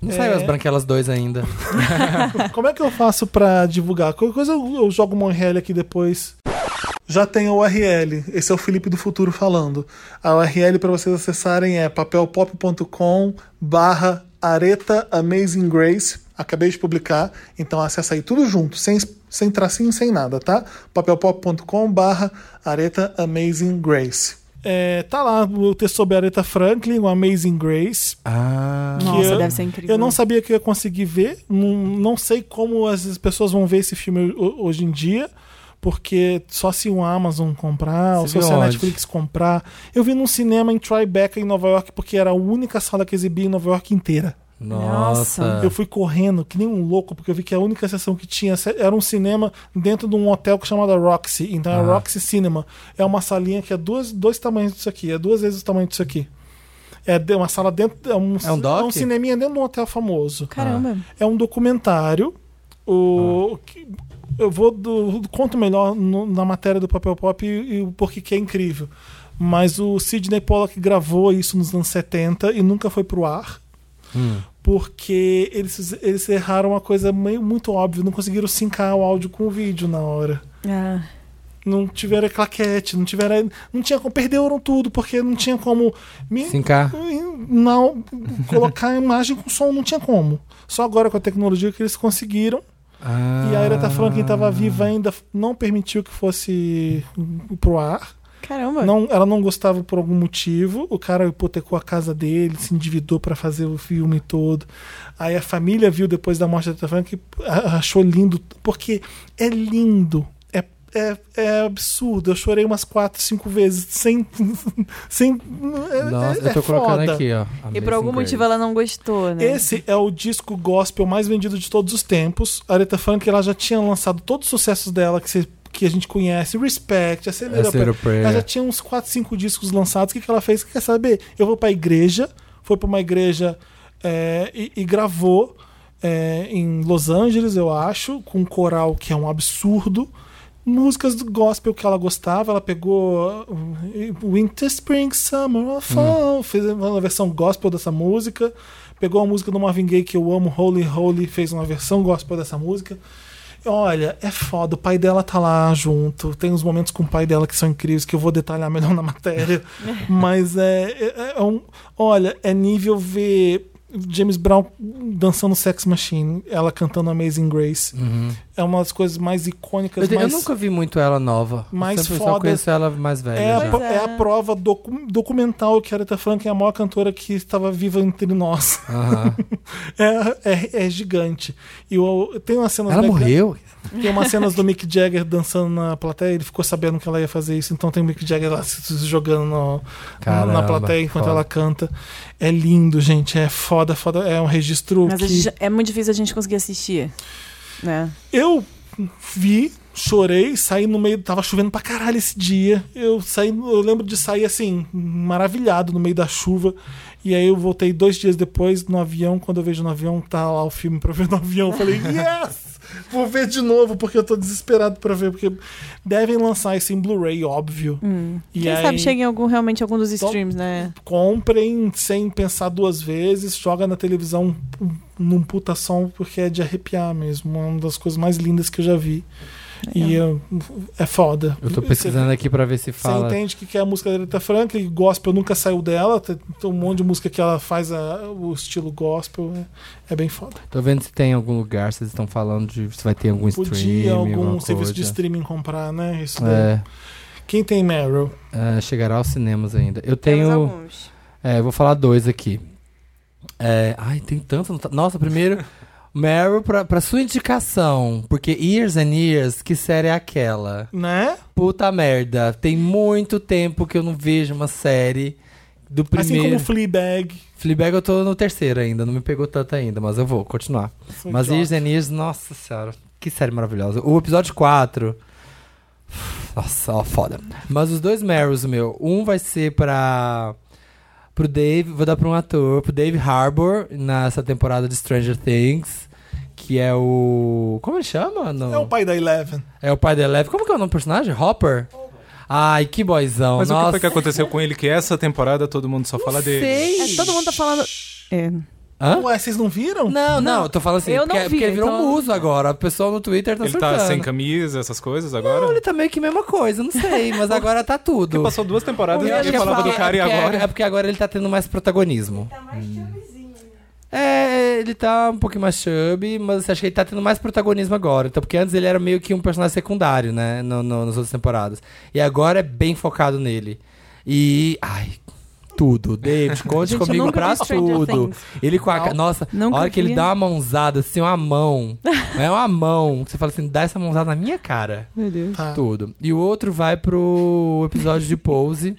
Speaker 2: Não saiu as
Speaker 1: É.
Speaker 2: branquelas 2 ainda.
Speaker 1: Como é que eu faço pra divulgar? Qualquer coisa eu, eu jogo uma URL aqui depois. Já tem a URL. Esse é o Felipe do Futuro falando. A URL pra vocês acessarem é papelpop.com barra Areta Amazing Grace. Acabei de publicar, então acessa aí tudo junto, sem, sem tracinho, sem nada, tá? papelpop.com barra Areta Amazing Grace. É, tá lá o texto sobre a Aretha Franklin, o Amazing Grace.
Speaker 2: Ah.
Speaker 1: Que
Speaker 3: Nossa,
Speaker 1: eu-
Speaker 3: deve ser incrível.
Speaker 1: Eu não sabia que eu ia conseguir ver. Não, não sei como as pessoas vão ver esse filme ho- hoje em dia. Porque só se o Amazon comprar,
Speaker 2: Você
Speaker 1: ou só
Speaker 2: viu
Speaker 1: se a
Speaker 2: onde?
Speaker 1: Netflix comprar. Eu vi num cinema em Tribeca, em Nova York, porque era a única sala que exibia em Nova York inteira.
Speaker 2: Nossa.
Speaker 3: Nossa.
Speaker 1: Eu fui correndo, que nem um louco, porque eu vi que a única sessão que tinha se- era um cinema dentro de um hotel que chamava Roxy. Então é
Speaker 2: Ah.
Speaker 1: Roxy Cinema. É uma salinha que é duas, dois tamanhos disso aqui, é duas vezes o tamanho disso aqui. É de- uma sala dentro. É um,
Speaker 2: É um doc?
Speaker 5: É
Speaker 1: cineminha dentro de um hotel famoso.
Speaker 3: Caramba.
Speaker 1: É um documentário. O, que-
Speaker 5: eu vou do, conto melhor no- na matéria do Papel Pop e, e o porquê que é incrível. Mas o Sidney Pollack gravou isso nos anos 70 e nunca foi pro ar.
Speaker 2: Hum.
Speaker 5: Porque eles, fiz- eles erraram uma coisa meio, muito óbvia, não conseguiram sincar o áudio com o vídeo na hora.
Speaker 10: Ah,
Speaker 5: Não tiveram claquete, não tiveram. Não tinha como. Perderam tudo, porque não tinha como. me-
Speaker 2: 5K.
Speaker 5: não colocar a imagem com som não tinha como. Só agora com a tecnologia que eles conseguiram. E a Aira tá falando que quem tava viva ainda não permitiu que fosse pro ar.
Speaker 10: caramba.
Speaker 5: Não, ela não gostava por algum motivo. O cara hipotecou a casa dele, se endividou pra fazer o filme todo. Aí a família viu depois da morte da Aretha Franklin que a- achou lindo, porque é lindo. É, é, é absurdo. Eu chorei umas quatro, cinco vezes sem. sem é-
Speaker 2: Nossa,
Speaker 5: é-
Speaker 2: eu tô
Speaker 5: é
Speaker 2: colocando
Speaker 5: foda.
Speaker 2: aqui, ó.
Speaker 3: E por algum motivo ela não gostou, né?
Speaker 5: Esse é o disco gospel mais vendido de todos os tempos. A Aretha Franklin ela já tinha lançado todos os sucessos dela que, cê- que a gente conhece, Respect, Acelera
Speaker 2: Acelera Prayer.
Speaker 5: Ela já tinha uns 4, 5 discos lançados. O que, que ela fez? Quer saber? Eu vou pra igreja, foi pra uma igreja é, e, e gravou é, em Los Angeles, eu acho, com um coral que é um absurdo. Músicas do gospel que ela gostava, ela pegou uh, Winter, Spring, Summer, or Fall, fez uma versão gospel dessa música, pegou a música do Marvin Gaye que eu amo, Holy Holy, fez uma versão gospel dessa música. Olha, é foda. O pai dela tá lá junto. Tem uns momentos com o pai dela que são incríveis, que eu vou detalhar melhor na matéria. Mas é. é- é um- olha, é nível ver James Brown dançando Sex Machine, ela cantando Amazing Grace.
Speaker 2: Uhum.
Speaker 5: É uma das coisas mais icônicas.
Speaker 2: Eu, te- eu
Speaker 5: mais-
Speaker 2: nunca vi muito ela nova. Eu
Speaker 5: mais
Speaker 2: sempre só
Speaker 5: foda-
Speaker 2: conheço ela mais velha.
Speaker 5: É, a,
Speaker 2: já.
Speaker 5: pro- é a prova docu- documental que a Aretha Franklin é a maior cantora que estava viva entre nós.
Speaker 2: Aham.
Speaker 5: É, é- é gigante. E eu, tem uma cena
Speaker 2: Ela morreu?
Speaker 5: Tem umas cenas do Mick Jagger dançando na plateia, ele ficou sabendo que ela ia fazer isso, então tem o Mick Jagger lá se se jogando no-
Speaker 2: Caramba,
Speaker 5: na plateia enquanto
Speaker 2: foda.
Speaker 5: ela canta. É lindo, gente, é foda, foda, é um registro
Speaker 3: Mas a
Speaker 5: que
Speaker 3: gente- é muito difícil a gente conseguir assistir. Né?
Speaker 5: eu vi, chorei, saí no meio, tava chovendo pra caralho esse dia. Eu saí, eu lembro de sair assim, maravilhado no meio da chuva. E aí eu voltei dois dias depois no avião, quando eu vejo no avião, tá lá o filme pra eu ver no avião. Eu falei, yes! Vou ver de novo, porque eu tô desesperado pra ver, porque devem lançar isso em Blu-ray, óbvio. E
Speaker 3: Hum. Quem
Speaker 5: aí,
Speaker 3: sabe chega em algum, realmente algum dos
Speaker 5: Então-
Speaker 3: streams, né?
Speaker 5: comprem sem pensar duas vezes, joga na televisão um, num puta som, porque é de arrepiar mesmo. É uma das coisas mais lindas que eu já vi. E eu- é foda.
Speaker 2: Eu tô pesquisando aqui pra ver se
Speaker 5: Você
Speaker 2: fala.
Speaker 5: entende que, que é a música da Aretha Franklin, gospel nunca saiu dela, tem, tem um monte de música que ela faz a- o estilo gospel, é, é bem foda.
Speaker 2: Tô vendo se tem em algum lugar, vocês estão falando de se vai ter algum stream.
Speaker 5: Podia algum
Speaker 2: alguma
Speaker 5: serviço de
Speaker 2: coisa.
Speaker 5: streaming comprar, né? Isso daí.
Speaker 2: É,
Speaker 5: Quem tem Meryl?
Speaker 2: é, chegará aos cinemas ainda. Eu
Speaker 10: Temos
Speaker 2: tenho.
Speaker 10: alguns.
Speaker 2: É, eu vou falar dois aqui. É, ai, tem tanto. no- Nossa, primeiro, Meryl, pra, pra sua indicação. Porque Years and Years, que série é aquela?
Speaker 5: Né?
Speaker 2: Puta merda, tem muito tempo que eu não vejo uma série do
Speaker 5: Assim
Speaker 2: primeiro.
Speaker 5: como Fleabag.
Speaker 2: Fleabag eu tô no terceiro ainda, não me pegou tanto ainda, mas eu vou continuar.
Speaker 5: são
Speaker 2: mas
Speaker 5: idiotas.
Speaker 2: Years and Years, nossa senhora, que série maravilhosa. O episódio 4. Nossa, ó, foda. Mas os dois Meryls, meu, um vai ser pra. Pro Dave, vou dar pra um ator, pro Dave Harbour, nessa temporada de Stranger Things, que é o. Como ele chama? No...
Speaker 5: É o pai da Eleven.
Speaker 2: É o pai da Eleven. Como que é o nome do personagem? Hopper? Ai, que boyzão.
Speaker 4: Mas o
Speaker 2: Nossa.
Speaker 4: que foi que aconteceu com ele que essa temporada todo mundo só fala dele?
Speaker 2: Sei.
Speaker 3: É, todo mundo tá falando. É.
Speaker 2: Hã?
Speaker 5: Ué, vocês não viram?
Speaker 2: Não, não, eu tô falando assim,
Speaker 3: Eu não
Speaker 2: porque,
Speaker 3: vi,
Speaker 2: porque ele virou
Speaker 3: então-
Speaker 2: muso agora. O pessoal no Twitter tá
Speaker 4: Ele
Speaker 2: surtando.
Speaker 4: tá sem camisa, essas coisas agora?
Speaker 2: Não, ele tá meio que mesma coisa, não sei, mas agora tá tudo.
Speaker 4: Passou duas temporadas e
Speaker 2: Eu acho
Speaker 4: ninguém
Speaker 2: que é
Speaker 4: falava
Speaker 2: porque-
Speaker 4: do cara e
Speaker 2: é porque-
Speaker 4: agora. Hum.
Speaker 2: É porque agora ele tá tendo mais protagonismo. Tá mais é, ele tá um pouquinho mais chubby, mas acho que ele tá tendo mais protagonismo agora. Então, porque antes ele era meio que um personagem secundário, né? No, no- nas outras temporadas. E agora é bem focado nele. E. Ai, tudo. David, conte
Speaker 3: Gente, eu
Speaker 2: comigo
Speaker 3: nunca
Speaker 2: pra
Speaker 3: vi Stranger
Speaker 2: tudo.
Speaker 3: Things.
Speaker 2: Ele com a. ca- Nossa,
Speaker 3: Nunca
Speaker 2: a hora que
Speaker 3: vi.
Speaker 2: ele dá uma mãozada, assim, uma mão. é uma mão. Que você fala assim, dá essa mãozada na minha cara.
Speaker 3: Meu Deus.
Speaker 5: Tá.
Speaker 2: Tudo. E o outro vai pro episódio de Pose,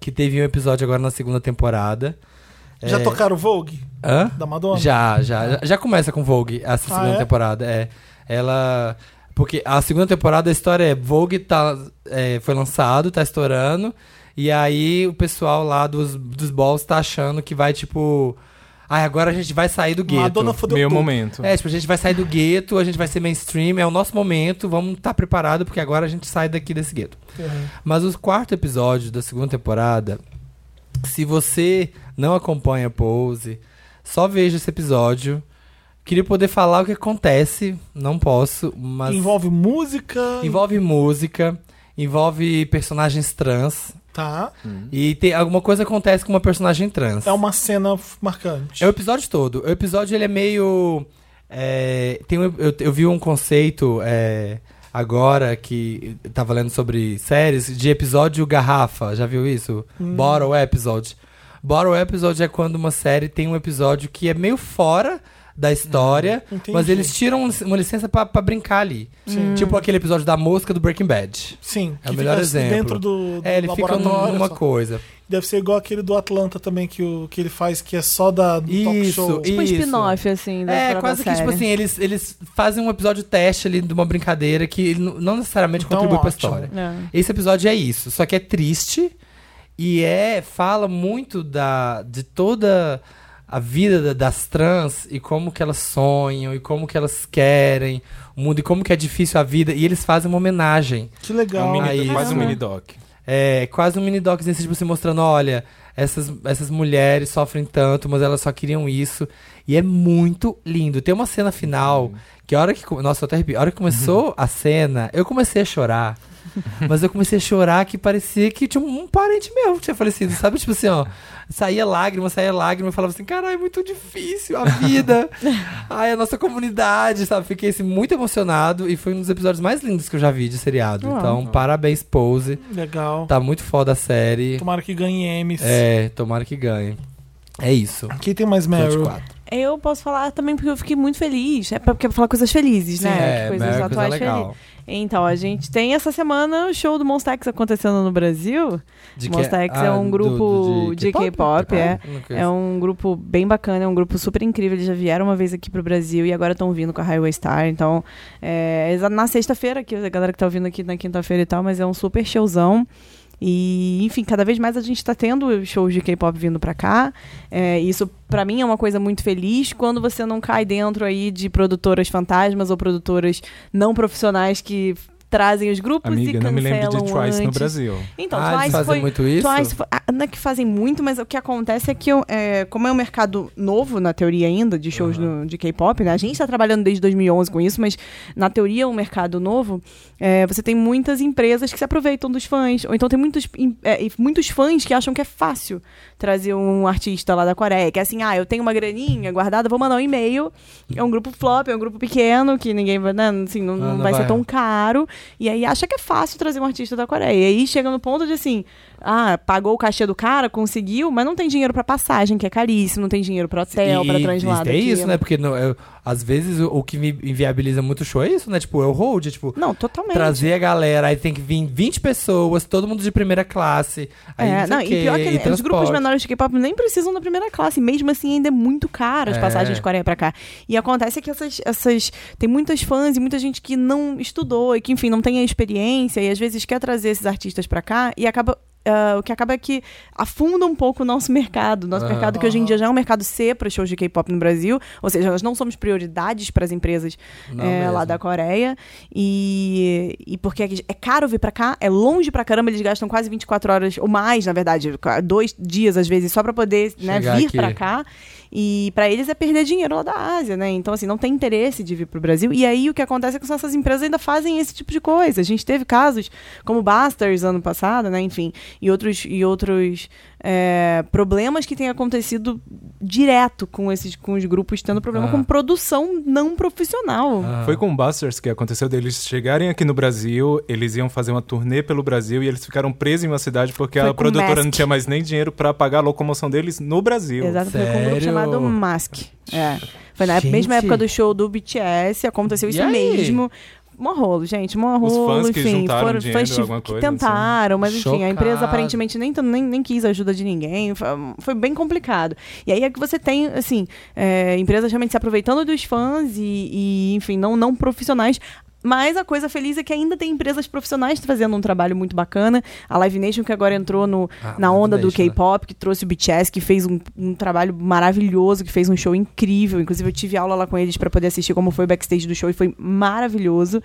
Speaker 2: que teve um episódio agora na segunda temporada.
Speaker 5: Já
Speaker 2: É,
Speaker 5: tocaram Vogue?
Speaker 2: Hã?
Speaker 5: Da Madonna?
Speaker 2: Já, já. já- Já começa com Vogue, essa
Speaker 5: Ah,
Speaker 2: segunda
Speaker 5: é?
Speaker 2: temporada. É. Ela. Porque a segunda temporada a história é Vogue tá, é, foi lançado, tá estourando. E aí o pessoal lá dos, dos balls tá achando que vai, tipo. Ai, agora a gente vai sair do gueto.
Speaker 5: Madonna fodeu
Speaker 4: Meu
Speaker 5: tudo.
Speaker 4: é momento.
Speaker 2: É, tipo, a gente vai sair do gueto, a gente vai ser mainstream, é o nosso momento, vamos estar preparado, porque agora a gente sai daqui desse gueto.
Speaker 5: Uhum.
Speaker 2: Mas o quarto episódio da segunda temporada, se você não acompanha a Pose, só veja esse episódio. Queria poder falar o que acontece, não posso, mas
Speaker 5: Envolve música.
Speaker 2: envolve música, envolve personagens trans.
Speaker 5: Tá.
Speaker 2: E tem alguma coisa acontece com uma personagem trans.
Speaker 5: É uma cena f- marcante.
Speaker 2: É o episódio todo. O episódio ele é meio. é, tem um- eu, eu vi um conceito é, agora que eu tava lendo sobre séries de episódio garrafa. Já viu isso?
Speaker 5: Hum.
Speaker 2: Bottle episode. Bottle episode é quando uma série tem um episódio que é meio fora da história,
Speaker 5: Hum, entendi.
Speaker 2: mas eles tiram um uma licença pra pra brincar ali. Tipo aquele episódio da mosca do Breaking Bad.
Speaker 5: Sim.
Speaker 2: É o
Speaker 5: que
Speaker 2: melhor
Speaker 5: fica assim
Speaker 2: exemplo.
Speaker 5: Dentro do, do
Speaker 2: É, ele fica
Speaker 5: laboratório.
Speaker 2: numa
Speaker 5: só.
Speaker 2: coisa.
Speaker 5: Deve ser igual aquele do Atlanta também, que, o, que ele faz, que é só da do talk
Speaker 2: Isso,
Speaker 5: show.
Speaker 2: e-
Speaker 3: Tipo um
Speaker 2: Isso.
Speaker 3: spin-off, assim, da
Speaker 2: É,
Speaker 3: própria
Speaker 2: quase que,
Speaker 3: série.
Speaker 2: tipo assim, eles, eles fazem um episódio teste ali de uma brincadeira que ele n- não necessariamente
Speaker 5: Então,
Speaker 2: contribui pra
Speaker 5: ótimo.
Speaker 2: história.
Speaker 3: É.
Speaker 2: Esse episódio é isso, só que é triste e é fala muito da de toda a vida da- das trans e como que elas sonham e como que elas querem o mundo e como que é difícil a vida e eles fazem uma homenagem
Speaker 5: Que
Speaker 4: É um
Speaker 5: legal.
Speaker 4: mini-
Speaker 2: Aí,
Speaker 4: quase um
Speaker 2: né?
Speaker 4: mini doc.
Speaker 2: é quase um mini doczinho, assim, tipo, se mostrando, olha, essas, essas mulheres sofrem tanto, mas elas só queriam isso. E é muito lindo. Tem uma cena final que a hora que. co- Nossa, eu até arrepio. A hora que começou a cena, eu comecei a chorar. Mas eu comecei a chorar que parecia que tinha um parente meu que tinha falecido, sabe? Tipo assim, ó. Saía lágrima, saía lágrima, eu falava assim, caralho, é muito difícil a vida. Ai, a nossa comunidade, sabe? Fiquei assim, muito emocionado e foi um dos episódios mais lindos que eu já vi de seriado. Então, parabéns, Pose.
Speaker 5: Legal.
Speaker 2: Tá muito foda a série.
Speaker 5: Tomara que ganhe M's.
Speaker 2: É, tomara que ganhe. É isso.
Speaker 5: Quem tem mais Meryl?
Speaker 2: 24.
Speaker 3: Eu posso falar também porque eu fiquei muito feliz. É pra- porque é pra falar coisas felizes, né?
Speaker 2: é,
Speaker 3: Que coisas
Speaker 2: Meryl é coisa
Speaker 3: atuais
Speaker 2: legal.
Speaker 3: felizes. Então, a gente tem essa semana o show do Monsta X acontecendo no Brasil.
Speaker 2: De Ah,
Speaker 3: Monsta X é um grupo de K-pop, é. É um grupo bem bacana, é um grupo super incrível. Eles já vieram uma vez aqui pro Brasil e agora estão vindo com a Highway Star. Então, é, exa- na sexta-feira, que a galera que tá ouvindo aqui na quinta-feira e tal, mas é um super showzão. E, enfim, cada vez mais a gente tá tendo shows de K-pop vindo pra cá. É, isso, pra mim, é uma coisa muito feliz quando você não cai dentro aí de produtoras fantasmas ou produtoras não profissionais que trazem os grupos e
Speaker 4: Amiga,
Speaker 3: cancelam
Speaker 4: não me lembro
Speaker 2: um
Speaker 4: de Twice
Speaker 3: antes.
Speaker 4: no Brasil.
Speaker 3: Então,
Speaker 2: ah, eles
Speaker 3: Twice
Speaker 2: fazem
Speaker 3: foi,
Speaker 2: muito isso?
Speaker 3: Twice, foi- ah, não é que fazem muito, mas o que acontece é que, é, como é um mercado novo, na teoria ainda, de shows no- de K-pop, né? A gente está trabalhando desde 2011 com isso, mas na teoria é um mercado novo. é, você tem muitas empresas que se aproveitam dos fãs, ou então tem muitos, em- é, e muitos fãs que acham que é fácil trazer um artista lá da Coreia, que é assim, ah, eu tenho uma graninha guardada, vou mandar um e-mail, é um grupo flop, é um grupo pequeno, que ninguém vai, né, assim, não,
Speaker 2: Ah,
Speaker 3: não
Speaker 2: não
Speaker 3: vai ser
Speaker 2: vai.
Speaker 3: tão caro, e aí acha que é fácil trazer um artista da Coreia. E aí chega no ponto de assim, ah, pagou o cachê do cara, conseguiu, mas não tem dinheiro pra passagem, que é caríssimo, não tem dinheiro pra hotel,
Speaker 2: E-
Speaker 3: pra
Speaker 2: e-
Speaker 3: translado.
Speaker 2: É
Speaker 3: aqui.
Speaker 2: isso, né? Porque não, eu- às vezes o, o que me inviabiliza muito o show é isso, né? Tipo, é o hold, é tipo,
Speaker 3: Não, totalmente.
Speaker 2: trazer a galera, aí tem que vir 20 pessoas, todo mundo de primeira classe. Aí
Speaker 3: É,
Speaker 2: não sei
Speaker 3: não,
Speaker 2: o
Speaker 3: e
Speaker 2: quê,
Speaker 3: pior que
Speaker 2: e
Speaker 3: os grupos
Speaker 2: transporte.
Speaker 3: menores de K-pop nem precisam da primeira classe, mesmo assim ainda é muito caro as
Speaker 2: É.
Speaker 3: passagens de Coreia pra cá. E acontece que essas, essas tem muitas fãs e muita gente que não estudou e que enfim não tem a experiência e às vezes quer trazer esses artistas pra cá e acaba ah, o que acaba é que afunda um pouco o nosso mercado. O Nosso
Speaker 2: Aham.
Speaker 3: mercado, que hoje em dia já é um mercado C para shows de K-pop no Brasil, ou seja, nós não somos prioridades para as empresas
Speaker 2: Não
Speaker 3: é,
Speaker 2: mesmo.
Speaker 3: lá da Coreia. E, e porque é caro vir pra cá, é longe pra caramba, eles gastam quase 24 horas ou mais, na verdade, qua- dois dias às vezes, só pra poder né,
Speaker 2: Chegar
Speaker 3: vir
Speaker 2: aqui.
Speaker 3: pra cá. E pra eles é perder dinheiro lá da Ásia, né? Então, assim, não tem interesse de vir pro Brasil. E aí o que acontece é que essas empresas ainda fazem esse tipo de coisa. A gente teve casos como Busters ano passado, né? Enfim, e outros, e outros é, problemas que têm acontecido direto com esses com os grupos tendo problema
Speaker 2: Ah.
Speaker 3: com produção não profissional.
Speaker 2: Ah.
Speaker 4: Foi com o Busters que aconteceu deles chegarem aqui no Brasil, eles iam fazer uma turnê pelo Brasil e eles ficaram presos em uma cidade porque
Speaker 3: Foi
Speaker 4: a
Speaker 3: com
Speaker 4: produtora
Speaker 3: Mask.
Speaker 4: não tinha mais nem dinheiro pra pagar a locomoção deles no Brasil.
Speaker 3: Exato, foi com um grupo
Speaker 2: Sério?
Speaker 3: chamado Mask. É. Foi na
Speaker 2: Gente.
Speaker 3: mesma época do show do BTS, aconteceu
Speaker 2: E
Speaker 3: isso
Speaker 2: aí?
Speaker 3: mesmo. Mó rolo, gente, mó rolo.
Speaker 4: fãs que
Speaker 3: enfim,
Speaker 4: juntaram
Speaker 3: foram
Speaker 4: dinheiro,
Speaker 3: fãs que,
Speaker 4: alguma
Speaker 3: que
Speaker 4: coisa, não sei.
Speaker 3: tentaram, mas enfim, a empresa
Speaker 2: Chocado.
Speaker 3: aparentemente nem, nem, nem quis ajuda de ninguém. Foi, foi bem complicado. E aí é que você tem, assim, é, empresas realmente se aproveitando dos fãs e, e, enfim, não, não profissionais. Mas a coisa feliz é que ainda tem empresas profissionais fazendo um trabalho muito bacana. A Live Nation, que agora entrou no,
Speaker 2: Ah,
Speaker 3: na
Speaker 2: Live
Speaker 3: onda do
Speaker 2: Nation, né?
Speaker 3: K-pop, que trouxe o BTS, que fez um, um trabalho maravilhoso, que fez um show incrível. Inclusive, eu tive aula lá com eles para poder assistir como foi o backstage do show e foi maravilhoso.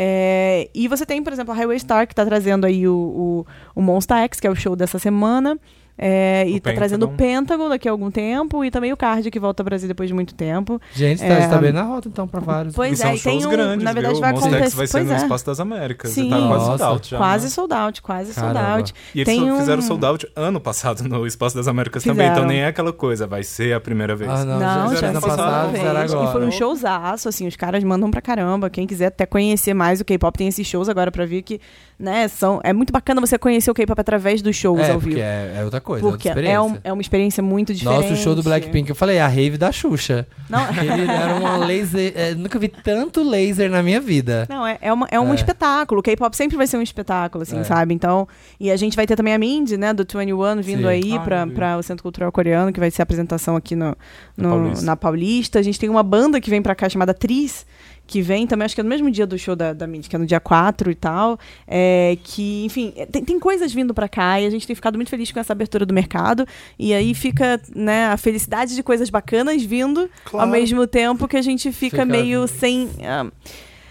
Speaker 3: É, e você tem, por exemplo, a Highway Star, que tá trazendo aí o, o, o Monsta X, que é o show dessa semana. É, e tá
Speaker 4: Pentagon.
Speaker 3: trazendo o Pentagon daqui a algum tempo e também o Card, que volta ao Brasil depois de muito tempo.
Speaker 2: Gente, tá,
Speaker 3: É.
Speaker 2: você tá bem na rota, então, pra vários.
Speaker 3: Pois
Speaker 4: e são
Speaker 3: é, e
Speaker 4: shows
Speaker 3: tem um,
Speaker 4: grandes,
Speaker 3: na verdade
Speaker 4: viu?
Speaker 3: vai
Speaker 4: o Monsta X
Speaker 3: acontecer,
Speaker 4: vai ser
Speaker 3: pois
Speaker 4: no
Speaker 3: é.
Speaker 4: Espaço das Américas.
Speaker 3: Sim.
Speaker 4: Tá quase
Speaker 2: Nossa.
Speaker 4: sold out já. né?
Speaker 3: Quase sold out, quase
Speaker 2: Caramba.
Speaker 3: sold out.
Speaker 4: E eles
Speaker 3: Tem
Speaker 4: só fizeram
Speaker 3: um-
Speaker 4: sold out ano passado no Espaço das Américas também,
Speaker 3: Fizeram.
Speaker 4: então nem é aquela coisa, vai ser a primeira vez.
Speaker 2: Ah, não,
Speaker 3: Não,
Speaker 2: já
Speaker 3: já
Speaker 2: fizeram
Speaker 3: fizeram
Speaker 2: ano
Speaker 3: passado,
Speaker 2: passado,
Speaker 3: vez.
Speaker 2: fizeram agora.
Speaker 3: E foi um showzaço, assim, os caras mandam pra caramba. Quem quiser até conhecer mais o K-pop, tem esses shows agora pra ver que, né, são... É muito bacana você conhecer o K-pop através dos shows
Speaker 2: é,
Speaker 3: ao
Speaker 2: porque
Speaker 3: vivo.
Speaker 2: é, é outra coisa,
Speaker 3: Porque
Speaker 2: é outra
Speaker 3: é, um-
Speaker 2: experiência.
Speaker 3: é uma experiência muito diferente.
Speaker 2: Nossa, o show do Blackpink, eu falei, a rave da Xuxa.
Speaker 3: Não,
Speaker 2: Ele era uma laser... é, nunca vi tanto laser na minha vida.
Speaker 3: Não, é, é, uma- é um
Speaker 2: É.
Speaker 3: espetáculo. O K-pop sempre vai ser um espetáculo, assim,
Speaker 2: É.
Speaker 3: sabe? Então, e a gente vai ter também a Mindy, né, do 21 vindo
Speaker 2: Sim.
Speaker 3: aí
Speaker 4: Ah,
Speaker 3: pra,
Speaker 4: eu vi.
Speaker 3: pra o Centro Cultural Coreano, que vai ser a apresentação aqui no, no- na, Paulista.
Speaker 4: Paulista.
Speaker 3: A gente tem uma banda que vem pra cá chamada Tris, que vem também, acho que é no mesmo dia do show da, da Mindy, que é no dia 4 e tal. É, que, enfim, é, tem, tem coisas vindo pra cá e a gente tem ficado muito feliz com essa abertura do mercado. E aí fica, né, a felicidade de coisas bacanas vindo
Speaker 5: Claro.
Speaker 3: ao mesmo tempo que a gente fica,
Speaker 2: Fica-
Speaker 3: meio sem. ah,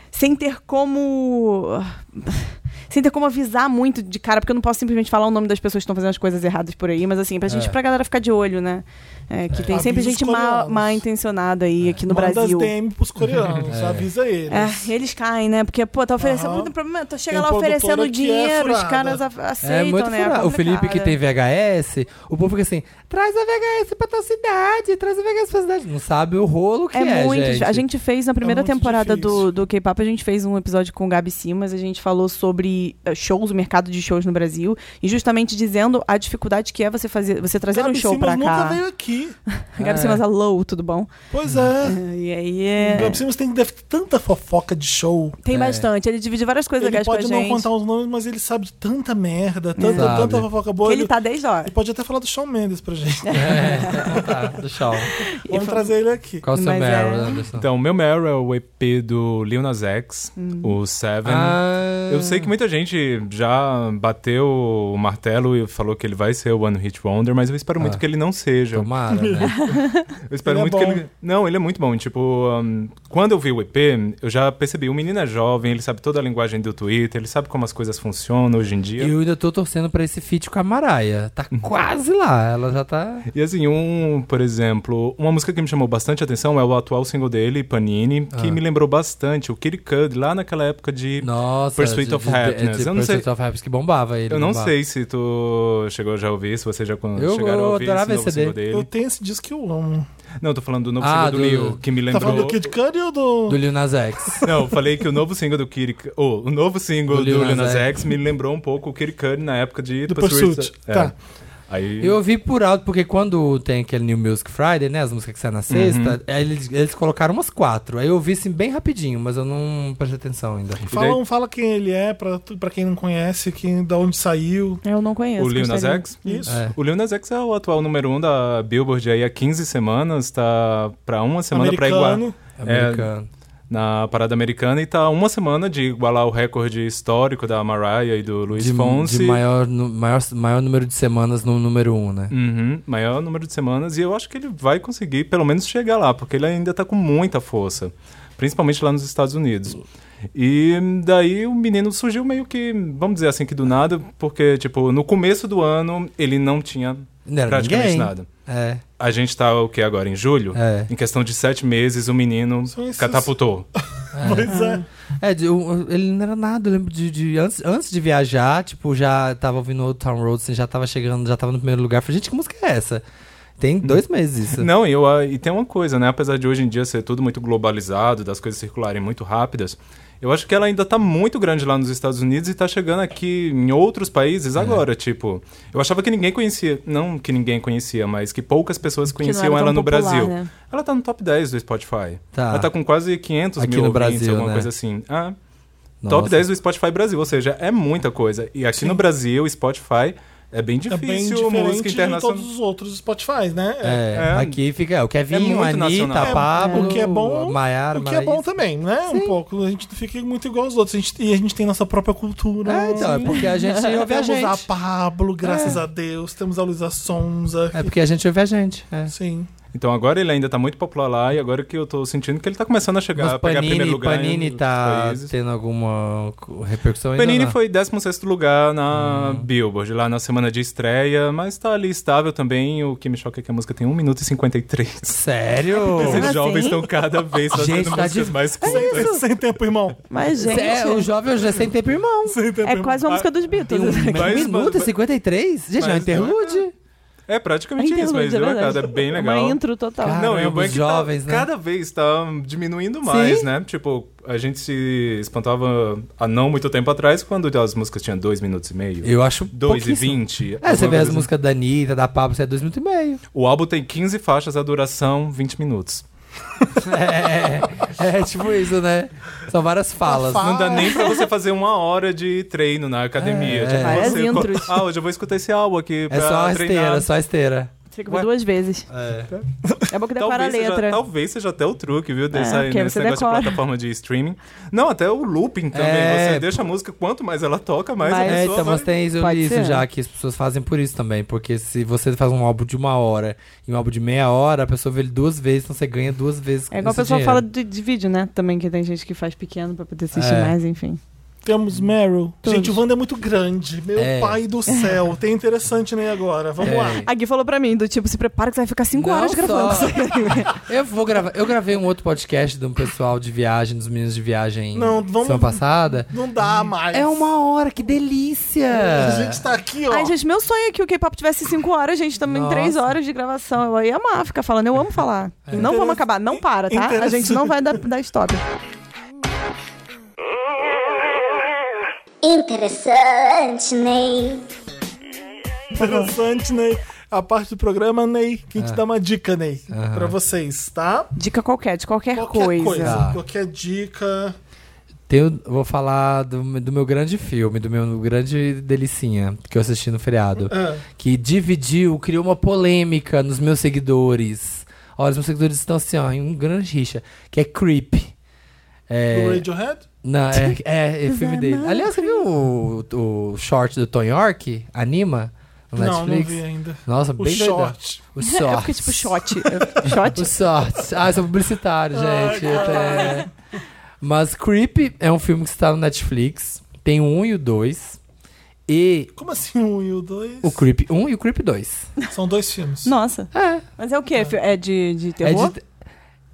Speaker 3: sem ter como. Sem ter como avisar muito de cara, porque eu não posso simplesmente falar o nome das pessoas que estão fazendo as coisas erradas por aí, mas assim, pra gente,
Speaker 2: É.
Speaker 3: pra galera ficar de olho, né? É, que
Speaker 5: É,
Speaker 3: tem sempre
Speaker 5: avisa os
Speaker 3: gente mal,
Speaker 5: coreanos.
Speaker 3: mal intencionada aí aqui no
Speaker 5: Manda
Speaker 3: Brasil.
Speaker 5: as DM pros coreanos,
Speaker 2: É.
Speaker 5: avisa eles.
Speaker 3: É, eles caem, né? Porque, pô, tá oferecendo
Speaker 5: Aham.
Speaker 3: muito problema. Tô chega
Speaker 5: Tem
Speaker 3: lá
Speaker 5: produtora
Speaker 3: oferecendo
Speaker 5: que é
Speaker 3: dinheiro, os
Speaker 5: furada.
Speaker 3: caras a- aceitam,
Speaker 2: É muito
Speaker 3: né?
Speaker 2: furado. O Felipe que
Speaker 3: complicado.
Speaker 2: tem VHS, o povo fica assim, traz a VHS pra tua cidade, traz a VHS pra cidade. Não sabe o rolo que é,
Speaker 3: é muito.
Speaker 2: gente.
Speaker 3: A gente fez na primeira
Speaker 5: muito
Speaker 3: temporada do,
Speaker 5: difícil.
Speaker 3: do K-pop, a gente fez um episódio com o Gabi Simas, a gente falou sobre eh, shows, o mercado de shows no Brasil, e justamente dizendo a dificuldade que é você fazer, você trazer
Speaker 5: Gabi
Speaker 3: um show
Speaker 5: Simas
Speaker 3: pra
Speaker 5: nunca
Speaker 3: cá.
Speaker 5: veio aqui.
Speaker 3: Gabi
Speaker 2: É.
Speaker 3: Simas, alô, tudo bom?
Speaker 5: Pois é.
Speaker 3: Eh, E aí é.
Speaker 5: Gabi Simas tem, deve ter tanta fofoca de show.
Speaker 3: Tem
Speaker 2: É.
Speaker 3: bastante, ele divide várias coisas
Speaker 5: ele
Speaker 3: legais com a
Speaker 5: pode não
Speaker 3: gente.
Speaker 5: contar os nomes, mas ele sabe de tanta merda, tanta,
Speaker 2: Sabe.
Speaker 5: tanta fofoca boa.
Speaker 3: que ele tá desde a hora.
Speaker 5: ele pode até falar do Shawn Mendes pra gente.
Speaker 2: É, então tá, do show.
Speaker 5: Vamos trazer ele aqui.
Speaker 2: Qual o seu
Speaker 3: Mas
Speaker 2: Meryl,
Speaker 3: é-
Speaker 2: Anderson?
Speaker 4: Então, meu Meryl é o EP do Lil Nas X,
Speaker 3: Hum.
Speaker 4: o Seven.
Speaker 2: Ah,
Speaker 4: tá Eu sei que muita gente já bateu o martelo e falou que ele vai ser o One Hit Wonder, mas eu espero muito
Speaker 2: Ah.
Speaker 4: que ele não seja.
Speaker 2: Tomara, né?
Speaker 4: Eu espero
Speaker 5: Ele é
Speaker 4: muito que
Speaker 5: bom.
Speaker 4: ele. Não, ele é muito bom. Tipo, hum, quando eu vi o EP, eu já percebi. O menino é jovem, ele sabe toda a linguagem do Twitter, ele sabe como as coisas funcionam hoje em dia.
Speaker 2: E eu ainda tô torcendo pra esse feat com a Maraia. Tá
Speaker 4: Uhum.
Speaker 2: quase lá, ela já tá...
Speaker 4: E assim, um, por exemplo, uma música que me chamou bastante atenção é o atual single dele, Panini, que
Speaker 2: Ah.
Speaker 4: me lembrou bastante o Kid Cudi lá naquela época de.
Speaker 2: Nossa,
Speaker 4: Pursuit
Speaker 2: de-
Speaker 4: of
Speaker 2: de- de-
Speaker 4: Happiness.
Speaker 2: de
Speaker 4: Eu não sei-
Speaker 2: Pursuit of Happiness que bombava ele.
Speaker 4: eu não
Speaker 2: bombava.
Speaker 4: sei se tu chegou já a ouvir, se você já con-
Speaker 2: Eu-
Speaker 4: chegaram
Speaker 2: eu
Speaker 4: a ouvir esse
Speaker 2: adorava
Speaker 4: novo
Speaker 2: esse
Speaker 4: single
Speaker 2: CD.
Speaker 5: Eu
Speaker 4: dele.
Speaker 5: tenho esse disco que eu amo.
Speaker 1: Tá
Speaker 4: Não, tô falando do novo
Speaker 2: Ah,
Speaker 4: single do,
Speaker 2: do-
Speaker 4: Lil, que me lembrou...
Speaker 5: Tá falando do Kid Cudi ou do...
Speaker 2: Do Lil Nas X.
Speaker 4: Não, eu falei que o novo single do Kid... Cu- Oh, o novo single
Speaker 2: Do
Speaker 4: do,
Speaker 2: Lil
Speaker 4: Lil
Speaker 2: Nas
Speaker 4: Nas
Speaker 2: X.
Speaker 4: X me lembrou um pouco o Kid Cudi na época de...
Speaker 5: Do Pursuit,
Speaker 4: É.
Speaker 5: tá.
Speaker 4: Aí...
Speaker 2: Eu ouvi por alto, porque quando tem aquele New Music Friday, né? As músicas que saem
Speaker 4: Uhum.
Speaker 2: na sexta, aí eles, eles colocaram umas quatro. Aí eu ouvi assim bem rapidinho, mas eu não prestei atenção ainda.
Speaker 5: Fala,
Speaker 1: um,
Speaker 4: daí-
Speaker 5: fala quem ele é, pra, tu- pra quem não conhece, quem, da onde saiu.
Speaker 3: Eu não conheço.
Speaker 4: O Lil Nas
Speaker 3: gostaria.
Speaker 4: X?
Speaker 5: Isso.
Speaker 2: É.
Speaker 4: O Lil Nas X é o atual número um da Billboard aí há 15 semanas, tá pra uma semana pra igualar.
Speaker 5: Americano.
Speaker 2: Americano.
Speaker 4: na parada americana e tá uma semana de igualar o recorde histórico da Mariah e do Luiz
Speaker 2: de
Speaker 4: Fonsi.
Speaker 2: de maior, nu- maior, maior número de semanas no número um, né?
Speaker 4: Uhum, maior número de semanas e eu acho que ele vai conseguir pelo menos chegar lá, porque ele ainda tá com muita força, principalmente lá nos Estados Unidos. E daí o menino surgiu meio que, vamos dizer assim, que do nada, porque tipo, no começo do ano ele não tinha
Speaker 2: Não era
Speaker 4: praticamente
Speaker 2: ninguém.
Speaker 4: nada.
Speaker 2: É.
Speaker 4: A gente tá o que agora, em julho?
Speaker 2: É.
Speaker 4: Em questão de sete meses, o menino
Speaker 5: São esses-
Speaker 4: catapultou.
Speaker 5: Pois é.
Speaker 2: É, de- eu- ele não era nada, eu lembro de, de- antes, antes de viajar, tipo, já tava ouvindo Old Town Road, assim, já tava chegando, já tava no primeiro lugar. Falei, gente, que música é essa? Tem dois meses isso.
Speaker 4: Não, e eu, ah, e tem uma coisa, né? Apesar de hoje em dia ser tudo muito globalizado, das coisas circularem muito rápidas, eu acho que ela ainda tá muito grande lá nos Estados Unidos e tá chegando aqui em outros países
Speaker 2: É.
Speaker 4: agora. Tipo, eu achava que ninguém conhecia, não que ninguém conhecia, mas que poucas pessoas
Speaker 3: não era
Speaker 4: conheciam
Speaker 3: tão
Speaker 4: ela no
Speaker 3: popular,
Speaker 4: Brasil.
Speaker 3: né?
Speaker 4: Ela tá no top 10 do Spotify.
Speaker 2: Tá.
Speaker 4: Ela tá com quase 500
Speaker 2: Aqui
Speaker 4: mil
Speaker 2: no
Speaker 4: ouvintes,
Speaker 2: Brasil,
Speaker 4: alguma
Speaker 2: né?
Speaker 4: coisa assim. Ah,
Speaker 2: Nossa.
Speaker 4: Top 10 do Spotify Brasil, ou seja, é muita coisa. E aqui no Brasil, o Spotify É bem
Speaker 1: É bem
Speaker 4: difícil música
Speaker 1: diferente de
Speaker 4: internacional.
Speaker 1: todos os outros Spotify, né?
Speaker 2: É,
Speaker 4: É.
Speaker 2: aqui fica o Kevinho, a
Speaker 4: muito
Speaker 2: Anitta,
Speaker 4: nacional.
Speaker 2: a Pablo,
Speaker 1: o que é bom,
Speaker 2: a Maiara,
Speaker 1: o que é bom
Speaker 2: Maraísa.
Speaker 1: também, né? Um pouco. A gente não fica muito igual aos outros. A gente- e a gente tem nossa própria cultura.
Speaker 2: É, então,
Speaker 4: assim.
Speaker 2: é porque a gente ouve a
Speaker 1: Temos
Speaker 2: gente.
Speaker 1: a Pablo, graças a Deus. Temos a Luísa Sonza.
Speaker 2: É porque a gente ouve a gente. É.
Speaker 1: Sim.
Speaker 4: Então agora ele ainda tá muito popular lá e agora que eu tô sentindo que ele tá começando a chegar, a
Speaker 2: Mas
Speaker 4: pegar primeiro
Speaker 2: Panini,
Speaker 4: lugar. em
Speaker 2: Panini
Speaker 4: outros
Speaker 2: tá
Speaker 4: países.
Speaker 2: tendo alguma co- repercussão ainda
Speaker 4: Panini
Speaker 2: não? Uhum.
Speaker 4: foi 16 lugar na Billboard, lá na semana de estreia, mas tá ali estável também. O que me choca é que a música tem 1 minuto e 53.
Speaker 2: Sério?
Speaker 4: Esses
Speaker 3: assim?
Speaker 4: jovens estão cada vez fazendo
Speaker 2: Gente, tá
Speaker 4: músicas
Speaker 2: de-
Speaker 4: mais curtas.
Speaker 1: Sem tempo, irmão.
Speaker 5: Mas, gente,
Speaker 2: É, o jovem hoje é sem tempo, irmão.
Speaker 1: Sem tempo,
Speaker 5: é
Speaker 1: irmão.
Speaker 3: tá?
Speaker 5: quase uma música dos
Speaker 2: Tem um
Speaker 5: Beatles.
Speaker 3: É
Speaker 4: Mas-
Speaker 2: minuto e
Speaker 4: mas-
Speaker 2: 53? Gente, é um
Speaker 4: mas-
Speaker 2: interlude?
Speaker 4: É praticamente isso, mas
Speaker 5: é
Speaker 4: deu a
Speaker 5: verdade.
Speaker 4: cada bem legal.
Speaker 5: Uma intro total.
Speaker 2: Cara,
Speaker 4: Não, e o
Speaker 2: Caramba,
Speaker 4: banco
Speaker 2: os jovens,
Speaker 4: tá,
Speaker 2: né?
Speaker 4: cada vez tá diminuindo mais,
Speaker 2: Sim.
Speaker 4: né? Tipo, a gente se espantava há não muito tempo atrás quando as músicas tinham 2 minutos e meio.
Speaker 2: Eu acho
Speaker 4: 2 e
Speaker 2: pouquíssimo.
Speaker 4: 20.
Speaker 2: É, você
Speaker 4: alguma
Speaker 2: vê as
Speaker 4: coisa
Speaker 2: músicas da Anitta, da Pablo, você é dois minutos e meio.
Speaker 4: assim. O álbum tem 15 faixas, a duração 20 minutos.
Speaker 2: É, é tipo isso, né? São várias falas.
Speaker 1: Uma fala.
Speaker 4: Não dá nem pra você fazer uma hora de treino na academia.
Speaker 2: É,
Speaker 4: Tipo,
Speaker 2: é.
Speaker 5: Várias
Speaker 4: você-
Speaker 5: intros.
Speaker 4: Ah, hoje eu vou escutar esse álbum aqui pra
Speaker 2: É só a
Speaker 4: treinar.
Speaker 2: esteira, só a esteira.
Speaker 5: Fica por duas vezes. É bom que decora a
Speaker 4: Talvez seja,
Speaker 5: letra.
Speaker 4: talvez seja até o truque, viu? Dessa,
Speaker 5: porque
Speaker 4: nesse
Speaker 5: você
Speaker 4: negócio
Speaker 5: decora.
Speaker 4: de plataforma de streaming. Não, até o looping também.
Speaker 2: É.
Speaker 4: Você deixa a música, quanto mais ela toca, mais a
Speaker 5: Mas-
Speaker 2: É,
Speaker 4: pessoa
Speaker 2: então,
Speaker 4: vai-
Speaker 2: mas tem isso, eu
Speaker 5: Pode
Speaker 2: li isso
Speaker 5: ser.
Speaker 2: já, que as pessoas fazem por isso também. Porque se você faz um álbum de uma hora e um álbum de meia hora, a pessoa vê ele duas vezes, então você ganha duas vezes.
Speaker 5: É igual a
Speaker 2: esse
Speaker 5: pessoa
Speaker 2: dinheiro.
Speaker 5: fala de, de vídeo, né? Também que tem gente que faz pequeno pra poder assistir
Speaker 2: É.
Speaker 5: mais, enfim.
Speaker 1: Temos Meryl.
Speaker 5: Todos.
Speaker 1: Gente, o Wanda é muito grande. Meu
Speaker 2: É.
Speaker 1: pai do céu. Tem interessante nem agora. Vamos
Speaker 2: É.
Speaker 1: lá.
Speaker 5: A Gui falou pra mim, do tipo, se prepara que você vai ficar cinco
Speaker 2: Não
Speaker 5: horas gravando.
Speaker 2: só. Eu vou gravar. Eu gravei um outro podcast de um pessoal de viagem, dos meninos de viagem
Speaker 1: Não, vamos-
Speaker 2: semana passada.
Speaker 1: Não dá mais.
Speaker 2: É uma hora, que delícia!
Speaker 1: A gente tá aqui, ó.
Speaker 5: É. Ai, gente, meu sonho é que o K-pop tivesse cinco horas, gente, também
Speaker 2: Nossa. É.
Speaker 5: três horas de gravação. Eu ia amar ficar falando, eu amo falar. Não vamos acabar, não para, tá? A gente não vai dar, dar stop.
Speaker 8: Interessante, Ney.
Speaker 1: Interessante, Ney. A parte do programa, Ney, que a
Speaker 2: É.
Speaker 1: gente dá uma dica, Ney, pra vocês, tá?
Speaker 5: Dica qualquer, de qualquer,
Speaker 1: Qualquer coisa,
Speaker 5: coisa.
Speaker 2: Tá.
Speaker 1: qualquer dica.
Speaker 2: Tem o- vou falar do, do meu grande filme, do meu grande delicinha que eu assisti no feriado.
Speaker 1: Ah,
Speaker 2: Que dividiu, criou uma polêmica nos meus seguidores. Olha, os meus seguidores estão assim, ó, em um grande rixa. Que é Creep. É,
Speaker 1: Do Radiohead?
Speaker 2: Não, é, é, é filme dele.
Speaker 5: Amar
Speaker 2: Aliás, você viu o, o short do Tom York? Anima? No
Speaker 1: Não, não
Speaker 2: Netflix?
Speaker 1: vi ainda.
Speaker 2: Nossa,
Speaker 1: O
Speaker 2: bem doidão.
Speaker 1: short.
Speaker 2: O
Speaker 5: É
Speaker 2: short.
Speaker 5: porque, tipo, shot. Shot?
Speaker 2: O short. Ah, isso é publicitário, gente. Até- Mas Creep é um filme que está no Netflix. Tem o 1 e o 2. E
Speaker 1: Como assim um e o dois?
Speaker 2: o Creep 1 e o Creep 2.
Speaker 1: São dois filmes.
Speaker 5: Nossa.
Speaker 2: É.
Speaker 5: Mas é o quê? É de, de
Speaker 3: um
Speaker 2: É
Speaker 5: terror?
Speaker 2: de-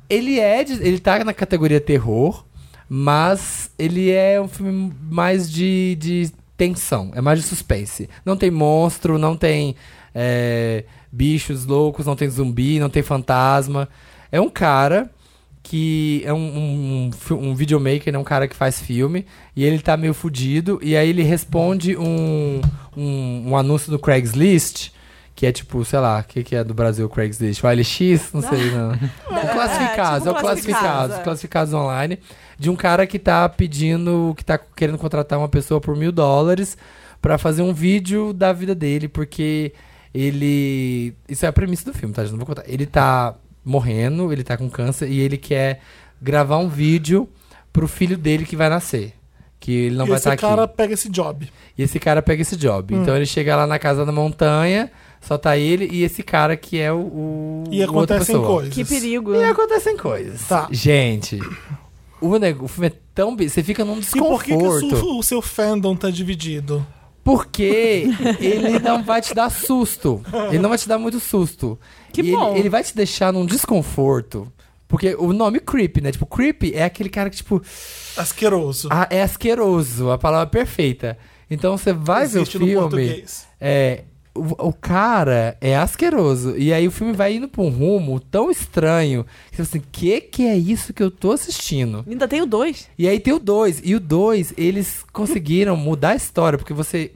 Speaker 2: ele é de- ele tá na categoria terror, mas ele é um filme mais de, de tensão, é mais de suspense. Não tem monstro, não tem é, bichos loucos, não tem zumbi, não tem fantasma. É um cara que é um, um, um fi- um videomaker, né, um cara que faz filme, e ele tá meio fudido, e aí ele responde um, um, um anúncio do Craigslist, que é tipo, sei lá, o que, que é do Brasil o Craigslist? O OLX? Não sei, não. O classificados, é,
Speaker 5: tipo
Speaker 2: o classificados,
Speaker 5: classificados, é.
Speaker 2: classificados online, de um cara que tá pedindo, que tá querendo contratar uma pessoa por mil dólares pra fazer um vídeo da vida dele, porque ele. Isso é a premissa do filme, tá? gente? Não vou contar. Ele tá morrendo, ele tá com câncer e ele quer gravar um vídeo pro filho dele que vai nascer. Que ele não
Speaker 1: e
Speaker 2: vai
Speaker 1: esse
Speaker 2: estar tá aqui.
Speaker 1: cara pega esse job.
Speaker 2: E esse cara pega esse job. Então ele chega lá na casa da montanha, só tá ele e esse cara que é o. o
Speaker 1: E
Speaker 2: outra
Speaker 1: acontecem
Speaker 2: pessoa.
Speaker 1: coisas.
Speaker 5: Que perigo.
Speaker 2: E acontecem coisas.
Speaker 1: Tá.
Speaker 2: Gente, o, neg- o filme é tão. bi- Você fica num
Speaker 1: E por
Speaker 2: desconforto.
Speaker 1: que, que o, seu, o seu fandom tá dividido?
Speaker 2: Porque ele não vai te dar susto. Ele não vai te dar muito susto.
Speaker 5: Que
Speaker 2: E ele-
Speaker 5: bom.
Speaker 2: Ele, vai te deixar num desconforto. Porque o nome creep, né? Tipo, creep é aquele cara que, tipo,
Speaker 1: Asqueroso.
Speaker 2: ah, é asqueroso, a palavra perfeita. Então você vai
Speaker 1: Existe no
Speaker 2: ver o filme.
Speaker 1: português.
Speaker 2: É, o, o cara é asqueroso. E aí o filme vai indo pra um rumo tão estranho. Que você fala assim, que que é isso que eu tô assistindo?
Speaker 5: Ainda tem o dois.
Speaker 2: E aí tem o 2. E o 2, eles conseguiram mudar a história, porque você.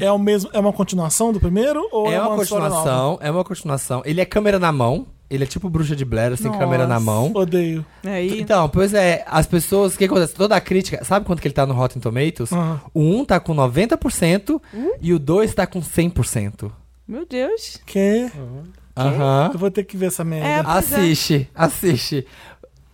Speaker 1: É, o mesmo, é uma continuação do primeiro? Ou é,
Speaker 2: é uma
Speaker 1: história nova?
Speaker 2: continuação, é uma continuação. Ele é câmera na mão. Ele é tipo bruxa de Blair, sem
Speaker 3: Nossa.
Speaker 2: câmera na mão.
Speaker 1: Odeio.
Speaker 3: Aí,
Speaker 2: Então, pois é, as pessoas, o que acontece? Toda a crítica, sabe quanto que ele tá no Rotten Tomatoes?
Speaker 1: Aham.
Speaker 2: O 1 um tá com 90%
Speaker 3: Uh.
Speaker 2: e o 2 tá com 100%.
Speaker 3: meu Deus.
Speaker 1: Que?
Speaker 2: Aham.
Speaker 1: Eu vou ter que ver essa merda.
Speaker 3: É, pois é.
Speaker 2: Assiste, assiste.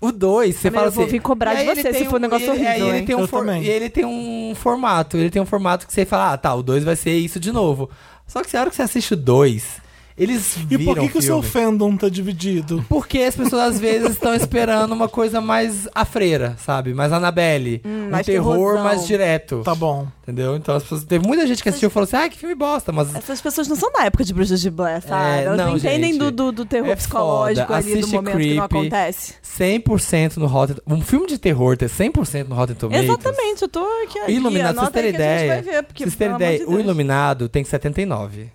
Speaker 2: O 2, você
Speaker 3: Mas
Speaker 2: fala
Speaker 3: eu vou
Speaker 2: assim.
Speaker 3: vir cobrar
Speaker 2: e
Speaker 3: de
Speaker 2: aí ele
Speaker 3: você, se
Speaker 2: tem
Speaker 3: for um negócio
Speaker 2: ele-
Speaker 3: horrível,
Speaker 2: aí ele
Speaker 3: hein?
Speaker 2: tem um
Speaker 1: Eu
Speaker 2: for-
Speaker 1: também.
Speaker 2: E ele tem um formato. Ele tem um formato que você fala, ah, tá, o 2 vai ser isso de novo. Só que na hora que você assiste o 2, eles
Speaker 1: E
Speaker 2: viram
Speaker 1: por que, que o seu
Speaker 2: filme.
Speaker 1: fandom tá dividido?
Speaker 2: Porque as pessoas às vezes estão esperando uma coisa mais a freira, sabe? Mais Annabelle. um
Speaker 3: Hum, mais
Speaker 2: terror
Speaker 3: terrorzão.
Speaker 2: mais direto.
Speaker 1: Tá bom.
Speaker 2: Entendeu? Então as pessoas. Teve muita gente que assistiu e falou assim: ah, que filme bosta, mas.
Speaker 3: Essas pessoas não são da época de Bruxas de Blair, sabe?
Speaker 2: É,
Speaker 3: Elas
Speaker 2: não,
Speaker 3: não entendem
Speaker 2: gente.
Speaker 3: do, do, do terror
Speaker 2: É
Speaker 3: psicológico
Speaker 2: foda.
Speaker 3: ali, do
Speaker 2: Assiste
Speaker 3: momento que não
Speaker 2: Creep.
Speaker 3: acontece.
Speaker 2: 100% no Rotten Um filme de terror ter 100% no Rotten Tomatoes.
Speaker 3: Exatamente, eu tô aqui.
Speaker 2: O Iluminado, pra
Speaker 3: anota
Speaker 2: vocês
Speaker 3: aí
Speaker 2: terem
Speaker 3: que a gente
Speaker 2: ideia.
Speaker 3: vai ver, porque,
Speaker 2: vocês terem
Speaker 3: pelo amor
Speaker 2: ideia,
Speaker 3: de
Speaker 2: o
Speaker 3: Deus.
Speaker 2: Iluminado tem 79.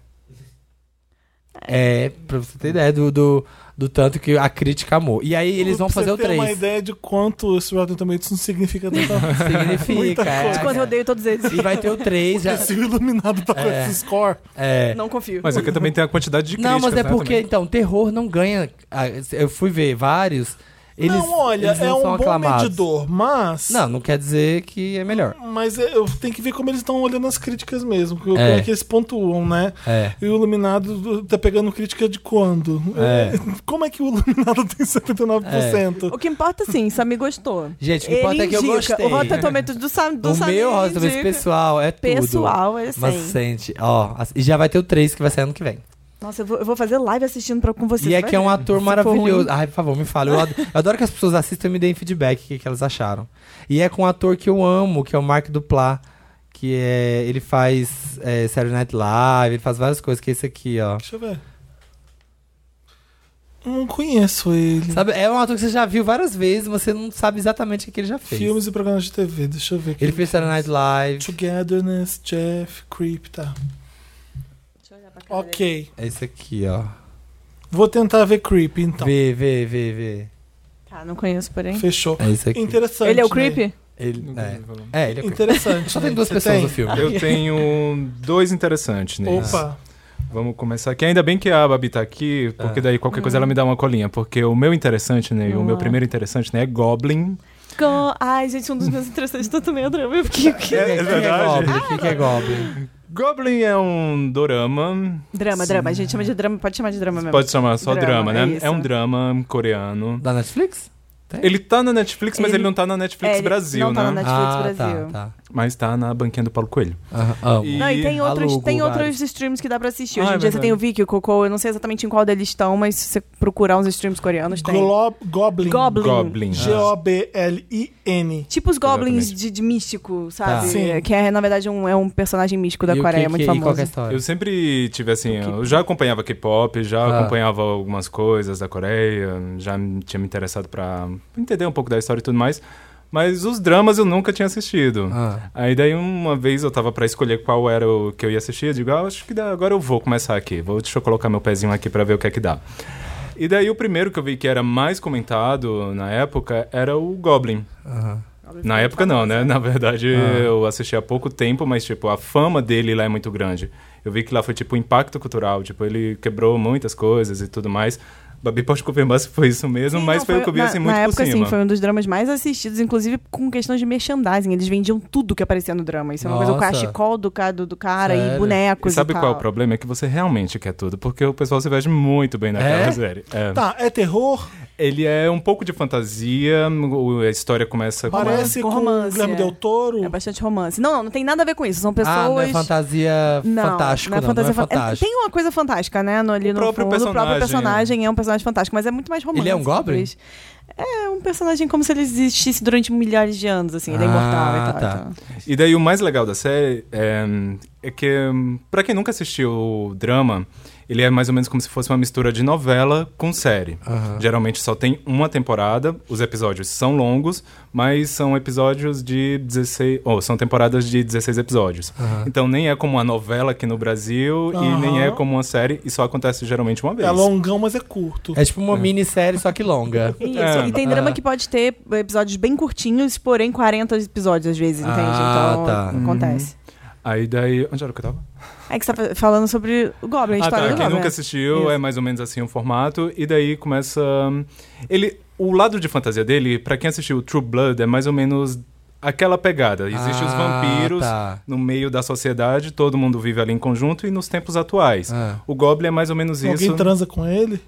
Speaker 2: É, pra você ter ideia do, do, do tanto que a crítica amou. E aí eles vão
Speaker 1: Pra
Speaker 2: fazer
Speaker 1: você
Speaker 2: o
Speaker 1: ter uma
Speaker 2: 3.
Speaker 1: ideia de quanto esse Rotten Tomatoes não significa tanta
Speaker 2: Significa.
Speaker 1: Muita
Speaker 2: é.
Speaker 1: coisa.
Speaker 3: De quando eu odeio todos eles.
Speaker 2: E vai ter o 3. já-
Speaker 1: Se o Iluminado tá com
Speaker 2: É.
Speaker 1: esse score.
Speaker 2: é.
Speaker 3: Não confio.
Speaker 4: Mas é que também tem a quantidade de
Speaker 2: Não,
Speaker 4: críticas,
Speaker 2: mas é
Speaker 4: né,
Speaker 2: porque,
Speaker 4: também.
Speaker 2: então, terror não ganha. ah, Eu fui ver vários. Eles,
Speaker 1: não, olha,
Speaker 2: eles não
Speaker 1: é um
Speaker 2: são
Speaker 1: bom
Speaker 2: aclamados.
Speaker 1: medidor, mas.
Speaker 2: Não, não quer dizer que é melhor.
Speaker 1: Mas é, eu tenho que ver como eles estão olhando as críticas mesmo. Como
Speaker 2: É.
Speaker 1: é que eles pontuam, né?
Speaker 2: É.
Speaker 1: E o Iluminado tá pegando crítica de quando?
Speaker 2: É.
Speaker 1: Como é que o Iluminado tem 79%?
Speaker 3: O que importa, sim, Sami gostou.
Speaker 2: Gente, o que
Speaker 3: Ele
Speaker 2: importa é que eu
Speaker 3: indica.
Speaker 2: gostei.
Speaker 3: O Rotten Tomatoes do, Sam, do
Speaker 2: o
Speaker 3: Sami
Speaker 2: meu Rotten Tomatoes
Speaker 3: indica.
Speaker 2: pessoal é tudo.
Speaker 3: Pessoal, é
Speaker 2: Mas
Speaker 3: 100.
Speaker 2: sente, ó. ass- E já vai ter o 3 que vai sair ano que vem.
Speaker 3: Nossa, eu vou, eu vou fazer live assistindo pra, com vocês.
Speaker 2: e é
Speaker 3: vai
Speaker 2: que é um
Speaker 3: ver.
Speaker 2: ator
Speaker 3: Se for
Speaker 2: maravilhoso.
Speaker 3: ruim.
Speaker 2: Ai, por favor, me fala. Eu adoro, eu adoro que as pessoas assistam e me deem feedback o que, que elas acharam. E é com um ator que eu amo, que é o Mark Duplá. Que é. Ele faz é, Saturday Night Live, ele faz várias coisas, que é esse aqui, ó.
Speaker 1: Deixa eu ver. Não conheço ele.
Speaker 2: Sabe, é um ator que você já viu várias vezes, mas você não sabe exatamente o que, que ele já fez.
Speaker 1: Filmes e programas de TV, deixa eu ver. aqui.
Speaker 2: Ele fez Saturday Night
Speaker 1: Tipo
Speaker 2: Live.
Speaker 1: Togetherness, Jeff, Creep, tá. Ok.
Speaker 2: É esse aqui, ó.
Speaker 1: Vou tentar ver Creep, então.
Speaker 2: Vê, vê, vê, vê.
Speaker 3: Tá, não conheço, porém.
Speaker 1: Fechou.
Speaker 2: É esse aqui.
Speaker 1: Interessante.
Speaker 3: Ele é o
Speaker 1: Ney.
Speaker 3: Creepy?
Speaker 2: Ele, é. é, ele é coisa.
Speaker 1: Interessante.
Speaker 2: Só tem
Speaker 1: Ney.
Speaker 2: duas
Speaker 1: Você
Speaker 2: pessoas
Speaker 1: tem?
Speaker 2: no filme.
Speaker 4: Eu tenho dois interessantes nisso.
Speaker 1: Opa.
Speaker 4: Vamos começar aqui. Ainda bem que a Babi tá aqui,
Speaker 2: Ah.
Speaker 4: porque
Speaker 3: É.
Speaker 4: daí qualquer coisa ela me dá uma colinha. Porque o meu interessante, né?
Speaker 3: Ah.
Speaker 4: O meu primeiro interessante, né? É Goblin.
Speaker 3: Com- Ai, gente, um dos meus interessantes tá também é drama. Eu fiquei...
Speaker 2: O que é, o que é Goblin? O que
Speaker 3: Ah,
Speaker 2: que é Goblin?
Speaker 4: Goblin é um dorama.
Speaker 3: Drama, drama. A gente chama de drama. Pode chamar de drama mesmo.
Speaker 4: Pode chamar só
Speaker 3: É
Speaker 4: drama,
Speaker 3: Drama, é
Speaker 4: né?
Speaker 3: isso.
Speaker 4: É, um drama coreano.
Speaker 2: Da Netflix?
Speaker 4: Ele tá na Netflix, mas
Speaker 3: Ele-
Speaker 4: ele, não tá na Netflix
Speaker 3: É, ele
Speaker 4: Brasil,
Speaker 3: não tá na
Speaker 4: né?
Speaker 3: Netflix Brasil.
Speaker 2: Tá, tá.
Speaker 4: Mas tá na banquinha do Paulo Coelho.
Speaker 2: Aham, amo.
Speaker 4: E-
Speaker 3: Não, e tem outros,
Speaker 2: alugo
Speaker 3: tem outros
Speaker 2: vários.
Speaker 3: streams que dá pra assistir. Hoje
Speaker 4: Ah,
Speaker 3: em
Speaker 4: é
Speaker 3: dia você tem
Speaker 4: verdade.
Speaker 3: o Viki, o Coco, eu não sei exatamente em qual deles estão, mas se você procurar uns streams coreanos, tem.
Speaker 1: Glo- Goblin.
Speaker 3: Goblin.
Speaker 4: Goblin. ah.
Speaker 1: G-O-B-L-I-N.
Speaker 3: Tipo os goblins
Speaker 4: Exatamente.
Speaker 3: de, de místico, sabe?
Speaker 2: Tá.
Speaker 1: Sim.
Speaker 3: Que é, na verdade, um, é um personagem místico da
Speaker 2: E o
Speaker 3: Coreia,
Speaker 2: que,
Speaker 3: muito
Speaker 2: que, E qual que é a
Speaker 3: famoso.
Speaker 2: história?
Speaker 4: Eu sempre tive assim, eu já acompanhava K-pop, já
Speaker 2: Ah.
Speaker 4: acompanhava algumas coisas da Coreia, já me- tinha me interessado pra entender um pouco da história e tudo mais, mas os dramas eu nunca tinha assistido.
Speaker 2: Ah.
Speaker 4: Aí daí uma vez eu tava pra escolher qual era o que eu ia assistir, eu digo, ah, acho que dá- agora eu vou começar aqui. Vou deixa eu colocar meu pezinho aqui pra ver o que é que dá. E daí o primeiro que eu vi que era mais comentado na época era o Goblin.
Speaker 2: Aham.
Speaker 4: Na época não,
Speaker 3: é.
Speaker 4: né? Na verdade,
Speaker 3: Ah.
Speaker 4: eu assisti há pouco tempo, mas, tipo, a fama dele lá é muito grande. Eu vi que lá foi, tipo, um impacto cultural. Tipo, ele quebrou muitas coisas e tudo mais. Babi pode confirmar se foi isso mesmo,
Speaker 3: Sim,
Speaker 4: mas
Speaker 3: não,
Speaker 4: foi, o que eu vi,
Speaker 3: na,
Speaker 4: assim, muito
Speaker 3: Na
Speaker 4: por
Speaker 3: época,
Speaker 4: cima.
Speaker 3: sim, foi um dos dramas mais assistidos, inclusive com questão de merchandising. Eles vendiam tudo que aparecia no drama. Isso é uma coisa, o
Speaker 2: Nossa.
Speaker 3: cachecol do, ca- do, do cara
Speaker 2: Sério?
Speaker 3: e bonecos
Speaker 4: E sabe
Speaker 3: e tal.
Speaker 4: qual é o problema? É que você realmente quer tudo, porque o pessoal se veste muito bem naquela
Speaker 2: É?
Speaker 4: série. É.
Speaker 1: Tá, é terror?
Speaker 4: Ele é um pouco de fantasia, o- a história começa com...
Speaker 1: Parece
Speaker 3: com
Speaker 1: com, o
Speaker 3: romance,
Speaker 1: Guilherme
Speaker 3: é.
Speaker 1: Del Toro.
Speaker 3: É bastante romance. Não, não, não tem nada a ver com isso. São pessoas...
Speaker 2: Ah, não é fantasia
Speaker 3: Não,
Speaker 2: fantástico,
Speaker 3: não é fantasia
Speaker 2: não é
Speaker 3: fan- é-
Speaker 2: fantástico.
Speaker 3: Tem uma coisa fantástica, né? No, ali
Speaker 4: O
Speaker 3: no
Speaker 4: próprio
Speaker 3: fundo, o próprio
Speaker 4: personagem.
Speaker 3: personagem é um personagem fantástico, mas é muito mais romântico.
Speaker 2: Ele é um goblin?
Speaker 3: Luiz. É um personagem como se ele existisse durante milhares de anos, assim. Ele é
Speaker 2: Ah,
Speaker 3: imortal e tal.
Speaker 2: tá.
Speaker 3: então.
Speaker 4: E daí o mais legal da série é, é que, pra quem nunca assistiu o drama, ele é mais ou menos como se fosse uma mistura de novela com série.
Speaker 2: Aham.
Speaker 4: Geralmente só tem uma temporada, os episódios são longos, mas são episódios de 16. Ou são temporadas de 16 episódios. Então nem é como uma novela aqui no Brasil e
Speaker 1: Aham.
Speaker 4: nem é como uma série, e só acontece geralmente uma vez.
Speaker 1: É longão, mas é curto.
Speaker 2: É tipo uma minissérie, só que longa.
Speaker 3: Isso,
Speaker 4: É.
Speaker 3: e tem drama
Speaker 2: Ah.
Speaker 3: que pode ter episódios bem curtinhos, porém 40 episódios às vezes, entende?
Speaker 2: Ah,
Speaker 3: então
Speaker 2: tá.
Speaker 3: acontece.
Speaker 4: Aí daí. Onde era que eu tava?
Speaker 3: É que você tá falando sobre o Goblin, a
Speaker 4: Ah,
Speaker 3: história
Speaker 4: tá.
Speaker 3: do
Speaker 4: Quem
Speaker 3: Goblin.
Speaker 4: nunca assistiu
Speaker 3: Isso.
Speaker 4: é mais ou menos assim o formato. E daí começa. hum, Ele. O lado de fantasia dele, pra quem assistiu True Blood, é mais ou menos aquela pegada. Existem os
Speaker 2: Ah,
Speaker 4: vampiros
Speaker 2: tá.
Speaker 4: no meio da sociedade, todo mundo vive ali em conjunto e nos tempos atuais.
Speaker 2: Ah.
Speaker 4: O Goblin é mais ou menos
Speaker 1: Alguém
Speaker 4: isso.
Speaker 1: transa com ele?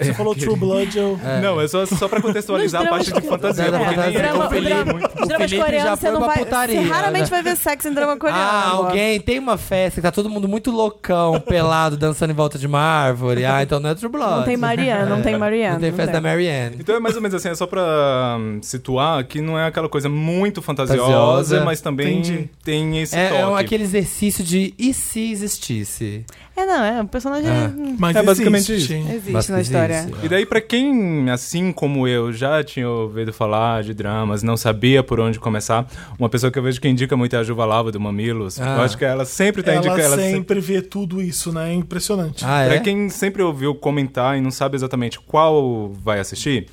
Speaker 1: Você falou
Speaker 4: aquele-
Speaker 1: True Blood, eu.
Speaker 4: Não, é só, só pra contextualizar a
Speaker 5: Nos
Speaker 4: parte de
Speaker 5: dramas-
Speaker 4: fantasia.
Speaker 2: Não, não,
Speaker 4: Porque
Speaker 2: não,
Speaker 4: nem
Speaker 2: não,
Speaker 4: é
Speaker 2: não,
Speaker 4: o Felipe.
Speaker 2: não,
Speaker 4: muito-
Speaker 2: O
Speaker 5: Dramas
Speaker 2: Felipe já
Speaker 5: coreanos,
Speaker 2: foi
Speaker 5: você não
Speaker 2: uma
Speaker 5: vai.
Speaker 2: putaria.
Speaker 5: Você raramente
Speaker 2: né?
Speaker 5: vai ver sexo em drama coreano.
Speaker 2: Ah,
Speaker 5: amor.
Speaker 2: alguém tem uma festa que tá todo mundo muito loucão, pelado, dançando em volta de uma árvore. Ah, então não é True Blood. É.
Speaker 5: Não tem Mariana, não tem Mariana.
Speaker 2: Não tem festa da Marianne.
Speaker 4: Então é mais ou menos assim, é só pra hum, situar que não é aquela coisa muito fantasiosa,
Speaker 2: Fantasiosa.
Speaker 4: mas também
Speaker 1: Entendi.
Speaker 4: tem esse
Speaker 2: É, é um-
Speaker 4: toque.
Speaker 2: aquele exercício de e se existisse?
Speaker 5: É, não, é. O personagem
Speaker 2: É.
Speaker 5: hum,
Speaker 1: Mas
Speaker 4: É basicamente
Speaker 1: existe.
Speaker 5: existe
Speaker 2: Mas
Speaker 5: na história.
Speaker 2: existe.
Speaker 4: E daí, pra quem, assim como eu, já tinha ouvido falar de dramas, não sabia por onde começar, uma pessoa que eu vejo que indica muito é a Juva Lava do Mamilos.
Speaker 2: Ah.
Speaker 4: Eu acho que ela sempre tá
Speaker 1: Ela
Speaker 4: indicando. Ela sempre...
Speaker 1: sempre vê tudo isso, né? É impressionante.
Speaker 2: Ah,
Speaker 4: Pra
Speaker 2: é?
Speaker 4: quem sempre ouviu comentar e não sabe exatamente qual vai assistir,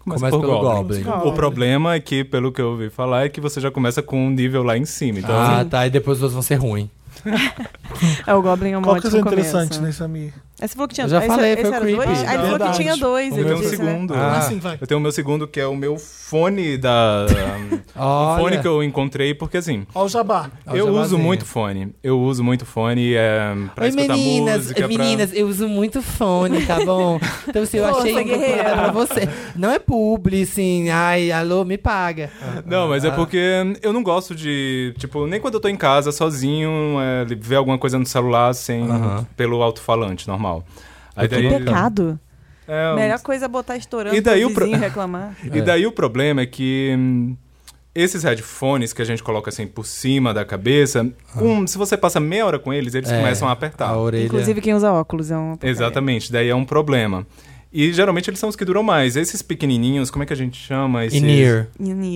Speaker 4: começa,
Speaker 2: Começa
Speaker 4: por
Speaker 2: pelo
Speaker 4: Goblin.
Speaker 2: Goblin.
Speaker 4: O problema é que, pelo que eu ouvi falar, é que você já começa com um nível lá em cima. Então,
Speaker 2: Ah, tá. E depois os outros vão ser ruins.
Speaker 5: É, o Goblin é um
Speaker 1: Qual que é
Speaker 5: ótimo
Speaker 1: o interessante,
Speaker 5: começo.
Speaker 1: né, Samir?
Speaker 5: Aí você falou que tinha
Speaker 2: Eu já
Speaker 5: aí você-
Speaker 2: falei,
Speaker 5: esse
Speaker 2: foi o
Speaker 5: era
Speaker 2: creepy.
Speaker 5: dois?
Speaker 2: Ah,
Speaker 5: Aí ele falou
Speaker 1: verdade.
Speaker 5: que tinha dois.
Speaker 4: o
Speaker 5: ele
Speaker 4: meu
Speaker 5: disse, né?
Speaker 4: um segundo.
Speaker 2: Ah.
Speaker 1: Ah, sim, vai.
Speaker 4: Eu tenho o meu segundo, que é o meu fone da. o
Speaker 2: Olha.
Speaker 4: Um fone que eu encontrei, porque assim.
Speaker 1: Ó, o jabá.
Speaker 2: Olha
Speaker 4: eu
Speaker 2: o
Speaker 4: uso
Speaker 2: jabazinho.
Speaker 4: muito fone. Eu uso muito fone é, pra
Speaker 2: Oi,
Speaker 4: escutar
Speaker 2: meninas,
Speaker 4: música.
Speaker 2: meninas, eu uso muito fone, tá bom? Então, assim, eu
Speaker 5: Força,
Speaker 2: achei um
Speaker 5: é guerreira.
Speaker 2: guerreira pra você. Não é publi, assim, ai, alô, me paga.
Speaker 4: Pra... Não,
Speaker 2: Ah.
Speaker 4: mas é porque eu não gosto de. Tipo, nem quando eu tô em casa sozinho, é, ver alguma coisa no celular sem.
Speaker 2: Aham. É
Speaker 4: pelo alto-falante normal. Aí
Speaker 2: Que
Speaker 4: daí,
Speaker 5: Pecado.
Speaker 4: é, um-
Speaker 5: Melhor coisa é botar estourando
Speaker 4: E daí
Speaker 5: pro
Speaker 4: o pro-
Speaker 5: vizinho reclamar.
Speaker 4: E daí o problema é que hum, esses headphones que a gente coloca assim por cima da cabeça, um, se você passa meia hora com eles, eles
Speaker 2: Ah. É,
Speaker 4: começam a apertar.
Speaker 2: A orelha.
Speaker 5: Inclusive quem usa óculos é um...
Speaker 4: Exatamente, daí é um problema. E geralmente eles são os que duram mais. Esses pequenininhos, como é que a gente chama? Esses...
Speaker 2: In-ear.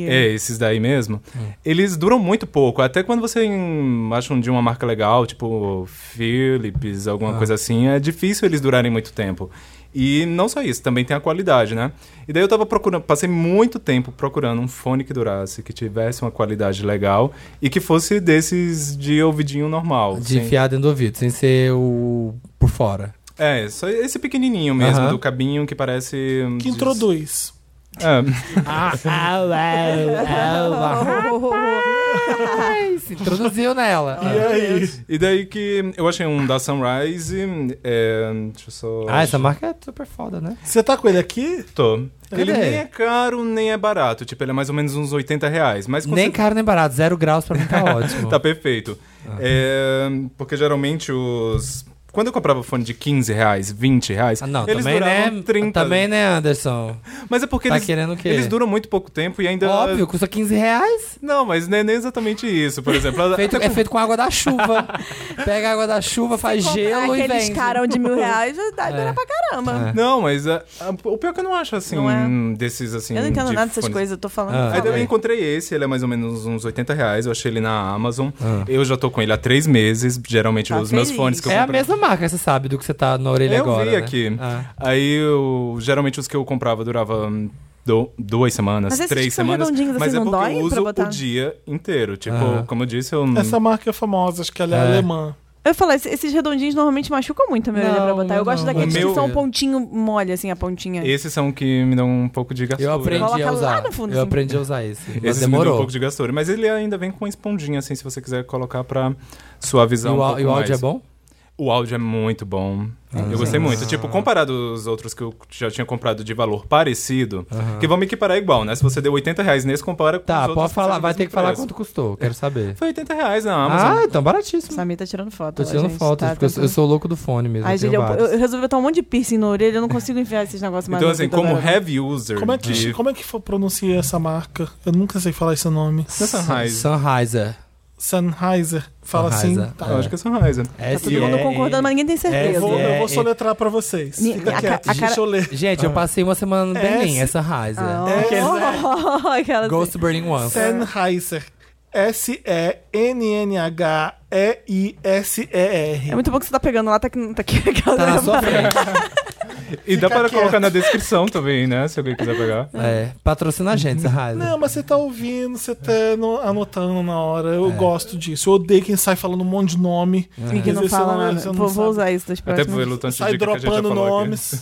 Speaker 4: É,
Speaker 5: É.
Speaker 4: esses daí mesmo.
Speaker 2: É.
Speaker 4: Eles duram muito pouco. Até quando você hum, acha um de uma marca legal, tipo Philips, alguma
Speaker 2: Ah.
Speaker 4: coisa assim, é difícil eles durarem muito tempo. E não só isso, também tem a qualidade, né? E daí eu tava procurando, passei muito tempo procurando um fone que durasse, que tivesse uma qualidade legal e que fosse desses de ouvidinho normal. assim.
Speaker 2: De
Speaker 4: sem-
Speaker 2: enfiar dentro do ouvido, sem ser o... por fora.
Speaker 4: É, só esse pequenininho mesmo,
Speaker 2: Aham.
Speaker 4: do cabinho que parece. hum,
Speaker 1: Que
Speaker 4: de-
Speaker 1: introduz.
Speaker 4: É.
Speaker 5: Ah,
Speaker 2: Ai, se introduziu nela.
Speaker 1: E aí?
Speaker 4: E daí que eu achei um da Sunrise. é, deixa eu só.
Speaker 2: Ah, essa marca é super foda, né?
Speaker 1: Você tá com ele aqui?
Speaker 4: Tô.
Speaker 2: Cadê?
Speaker 4: Ele nem é caro, nem é barato. Tipo, ele é mais ou menos uns 80 reais. Mas com
Speaker 2: Nem
Speaker 4: cer-
Speaker 2: caro, nem barato. Zero graus pra mim tá ótimo.
Speaker 4: Tá perfeito. É, porque geralmente os... Quando eu comprava fone de 15 reais, 20 reais,
Speaker 2: Ah, não,
Speaker 4: eles
Speaker 2: também
Speaker 4: duravam
Speaker 2: né?
Speaker 4: 30.
Speaker 2: Também né, Anderson?
Speaker 4: Mas é porque
Speaker 2: tá
Speaker 4: eles,
Speaker 2: querendo o quê?
Speaker 4: eles duram muito pouco tempo e ainda...
Speaker 2: Óbvio, custa 15 reais.
Speaker 4: Não, mas não é nem exatamente isso. Por exemplo,
Speaker 2: Feito-
Speaker 4: até
Speaker 2: é feito com água da chuva. Pega a água da chuva, faz gelo e
Speaker 5: Aqueles
Speaker 2: vende.
Speaker 5: caras de mil reais, dá dura pra
Speaker 2: né?
Speaker 5: caramba.
Speaker 4: Não, mas ah, ah, o pior é que eu não acho assim,
Speaker 5: Não é.
Speaker 4: desses assim.
Speaker 5: Eu não entendo
Speaker 4: de
Speaker 5: nada dessas
Speaker 4: fones.
Speaker 5: coisas, eu tô falando...
Speaker 2: Ah.
Speaker 4: Aí
Speaker 5: falando.
Speaker 4: daí eu encontrei esse, ele é mais ou menos uns 80 reais, eu achei ele na Amazon. Eu já tô com ele há três meses, geralmente
Speaker 5: Tá
Speaker 4: os meus
Speaker 5: feliz.
Speaker 4: fones que eu
Speaker 2: Ah. É a
Speaker 4: comprava.
Speaker 2: mesma marca, você sabe, do que você tá na orelha
Speaker 4: eu
Speaker 2: agora.
Speaker 4: vi
Speaker 2: né?
Speaker 4: aqui.
Speaker 2: Ah.
Speaker 4: Aí eu, geralmente os que eu comprava duravam hum, do- duas semanas,
Speaker 5: Mas esses
Speaker 4: três
Speaker 5: que são
Speaker 4: semanas.
Speaker 5: redondinhos,
Speaker 4: mas
Speaker 5: assim,
Speaker 4: é
Speaker 5: não
Speaker 4: porque
Speaker 5: dói
Speaker 4: eu
Speaker 5: pra
Speaker 4: uso
Speaker 5: botar?
Speaker 4: o dia inteiro. Tipo,
Speaker 2: Ah.
Speaker 4: como eu disse, eu
Speaker 1: Essa marca é famosa, acho que ela é,
Speaker 2: É.
Speaker 1: alemã.
Speaker 5: Eu falo, esse- esses redondinhos normalmente machucam muito a minha orelha
Speaker 2: Não,
Speaker 5: pra botar. Eu
Speaker 2: não,
Speaker 5: gosto
Speaker 2: não.
Speaker 5: daqueles
Speaker 4: O
Speaker 5: que
Speaker 4: meu-
Speaker 5: são um pontinho mole, assim, a pontinha.
Speaker 4: esses são que me dão um pouco de gastura.
Speaker 2: Eu aprendi
Speaker 5: Coloca
Speaker 2: a
Speaker 5: lá
Speaker 2: usar.
Speaker 5: no fundo,
Speaker 2: eu
Speaker 5: assim.
Speaker 2: aprendi a usar esse. Mas
Speaker 4: Esse me deu um
Speaker 2: demorou.
Speaker 4: pouco de gastura, mas ele ainda vem com uma esponjinha, assim, se você quiser colocar pra suavizar
Speaker 2: E
Speaker 4: um
Speaker 2: o,
Speaker 4: pouco
Speaker 2: au- e o áudio
Speaker 4: mais.
Speaker 2: é bom?
Speaker 4: O áudio é muito bom.
Speaker 1: Ah,
Speaker 4: eu gostei muito. Tipo, comparado aos outros que eu já tinha comprado de valor parecido, que vão me equiparar igual, né? Se você deu 80 reais nesse, compara com os
Speaker 2: Tá,
Speaker 4: outros
Speaker 2: pode
Speaker 4: que são
Speaker 2: falar,
Speaker 4: do
Speaker 2: vai
Speaker 4: mesmo
Speaker 2: ter que falar
Speaker 4: preço.
Speaker 2: quanto custou, quero saber.
Speaker 4: Foi 80 reais na Amazon.
Speaker 2: Ah, então baratíssimo.
Speaker 5: Samir tá tirando foto.
Speaker 2: Tô
Speaker 5: ó,
Speaker 2: tirando
Speaker 5: gente,
Speaker 2: fotos,
Speaker 5: tá
Speaker 2: porque eu sou- eu
Speaker 5: tentando-
Speaker 2: sou louco do fone mesmo.
Speaker 5: Ai,
Speaker 2: eu tenho
Speaker 5: gente, eu,
Speaker 2: vários.
Speaker 5: eu resolvi botar um monte de piercing na orelha, eu não consigo enfiar esses negócios mais
Speaker 4: Então,
Speaker 5: no
Speaker 4: assim,
Speaker 5: ouvido
Speaker 4: como
Speaker 5: agora.
Speaker 4: heavy user
Speaker 1: Como é, que,
Speaker 4: de...
Speaker 1: como é que for- pronuncia essa marca? Eu nunca sei falar esse nome.
Speaker 4: Sunrise.
Speaker 2: Sunrise.
Speaker 1: Sennheiser. Fala
Speaker 2: Sennheiser,
Speaker 1: assim. Tá.
Speaker 4: Eu acho que é Sunrise.
Speaker 2: S-
Speaker 5: Todo mundo
Speaker 2: é-
Speaker 5: concordando, mas ninguém tem certeza.
Speaker 1: Eu vou,
Speaker 2: É,
Speaker 1: eu vou
Speaker 2: é.
Speaker 1: soletrar pra vocês.
Speaker 5: Ni-
Speaker 1: Fica
Speaker 5: a ca-
Speaker 1: quieto,
Speaker 5: a cara-
Speaker 1: deixa eu ler. É,
Speaker 2: Gente, eu passei uma semana no
Speaker 1: S-
Speaker 2: Berlim, essa Sunrise.
Speaker 5: Ah, Oh, aquela
Speaker 2: Ghost Burning One.
Speaker 1: Sennheiser. S-E-N-N-H-E-I-S-E-R.
Speaker 5: É muito bom que você tá pegando lá, tá aqui. Tá aqui
Speaker 2: Tá na sua frente.
Speaker 4: E dá
Speaker 1: Fica
Speaker 4: para
Speaker 1: quieto.
Speaker 4: colocar na descrição também, né? Se alguém quiser pegar.
Speaker 2: É, patrocina a gente, essa raiva.
Speaker 1: Não, mas você tá ouvindo, você tá no- anotando na hora.
Speaker 2: É.
Speaker 1: Eu gosto disso. Eu odeio quem sai falando um monte de nome.
Speaker 3: E que
Speaker 1: Às
Speaker 3: não
Speaker 1: vezes
Speaker 3: fala
Speaker 1: você é-
Speaker 3: nada.
Speaker 1: você
Speaker 3: Vou, vou
Speaker 1: sabe.
Speaker 3: usar isso das
Speaker 4: Até
Speaker 3: próximas.
Speaker 4: pelo tanto de
Speaker 1: um Sai
Speaker 4: dica que a gente já
Speaker 1: dropando
Speaker 4: falou aqui.
Speaker 1: nomes.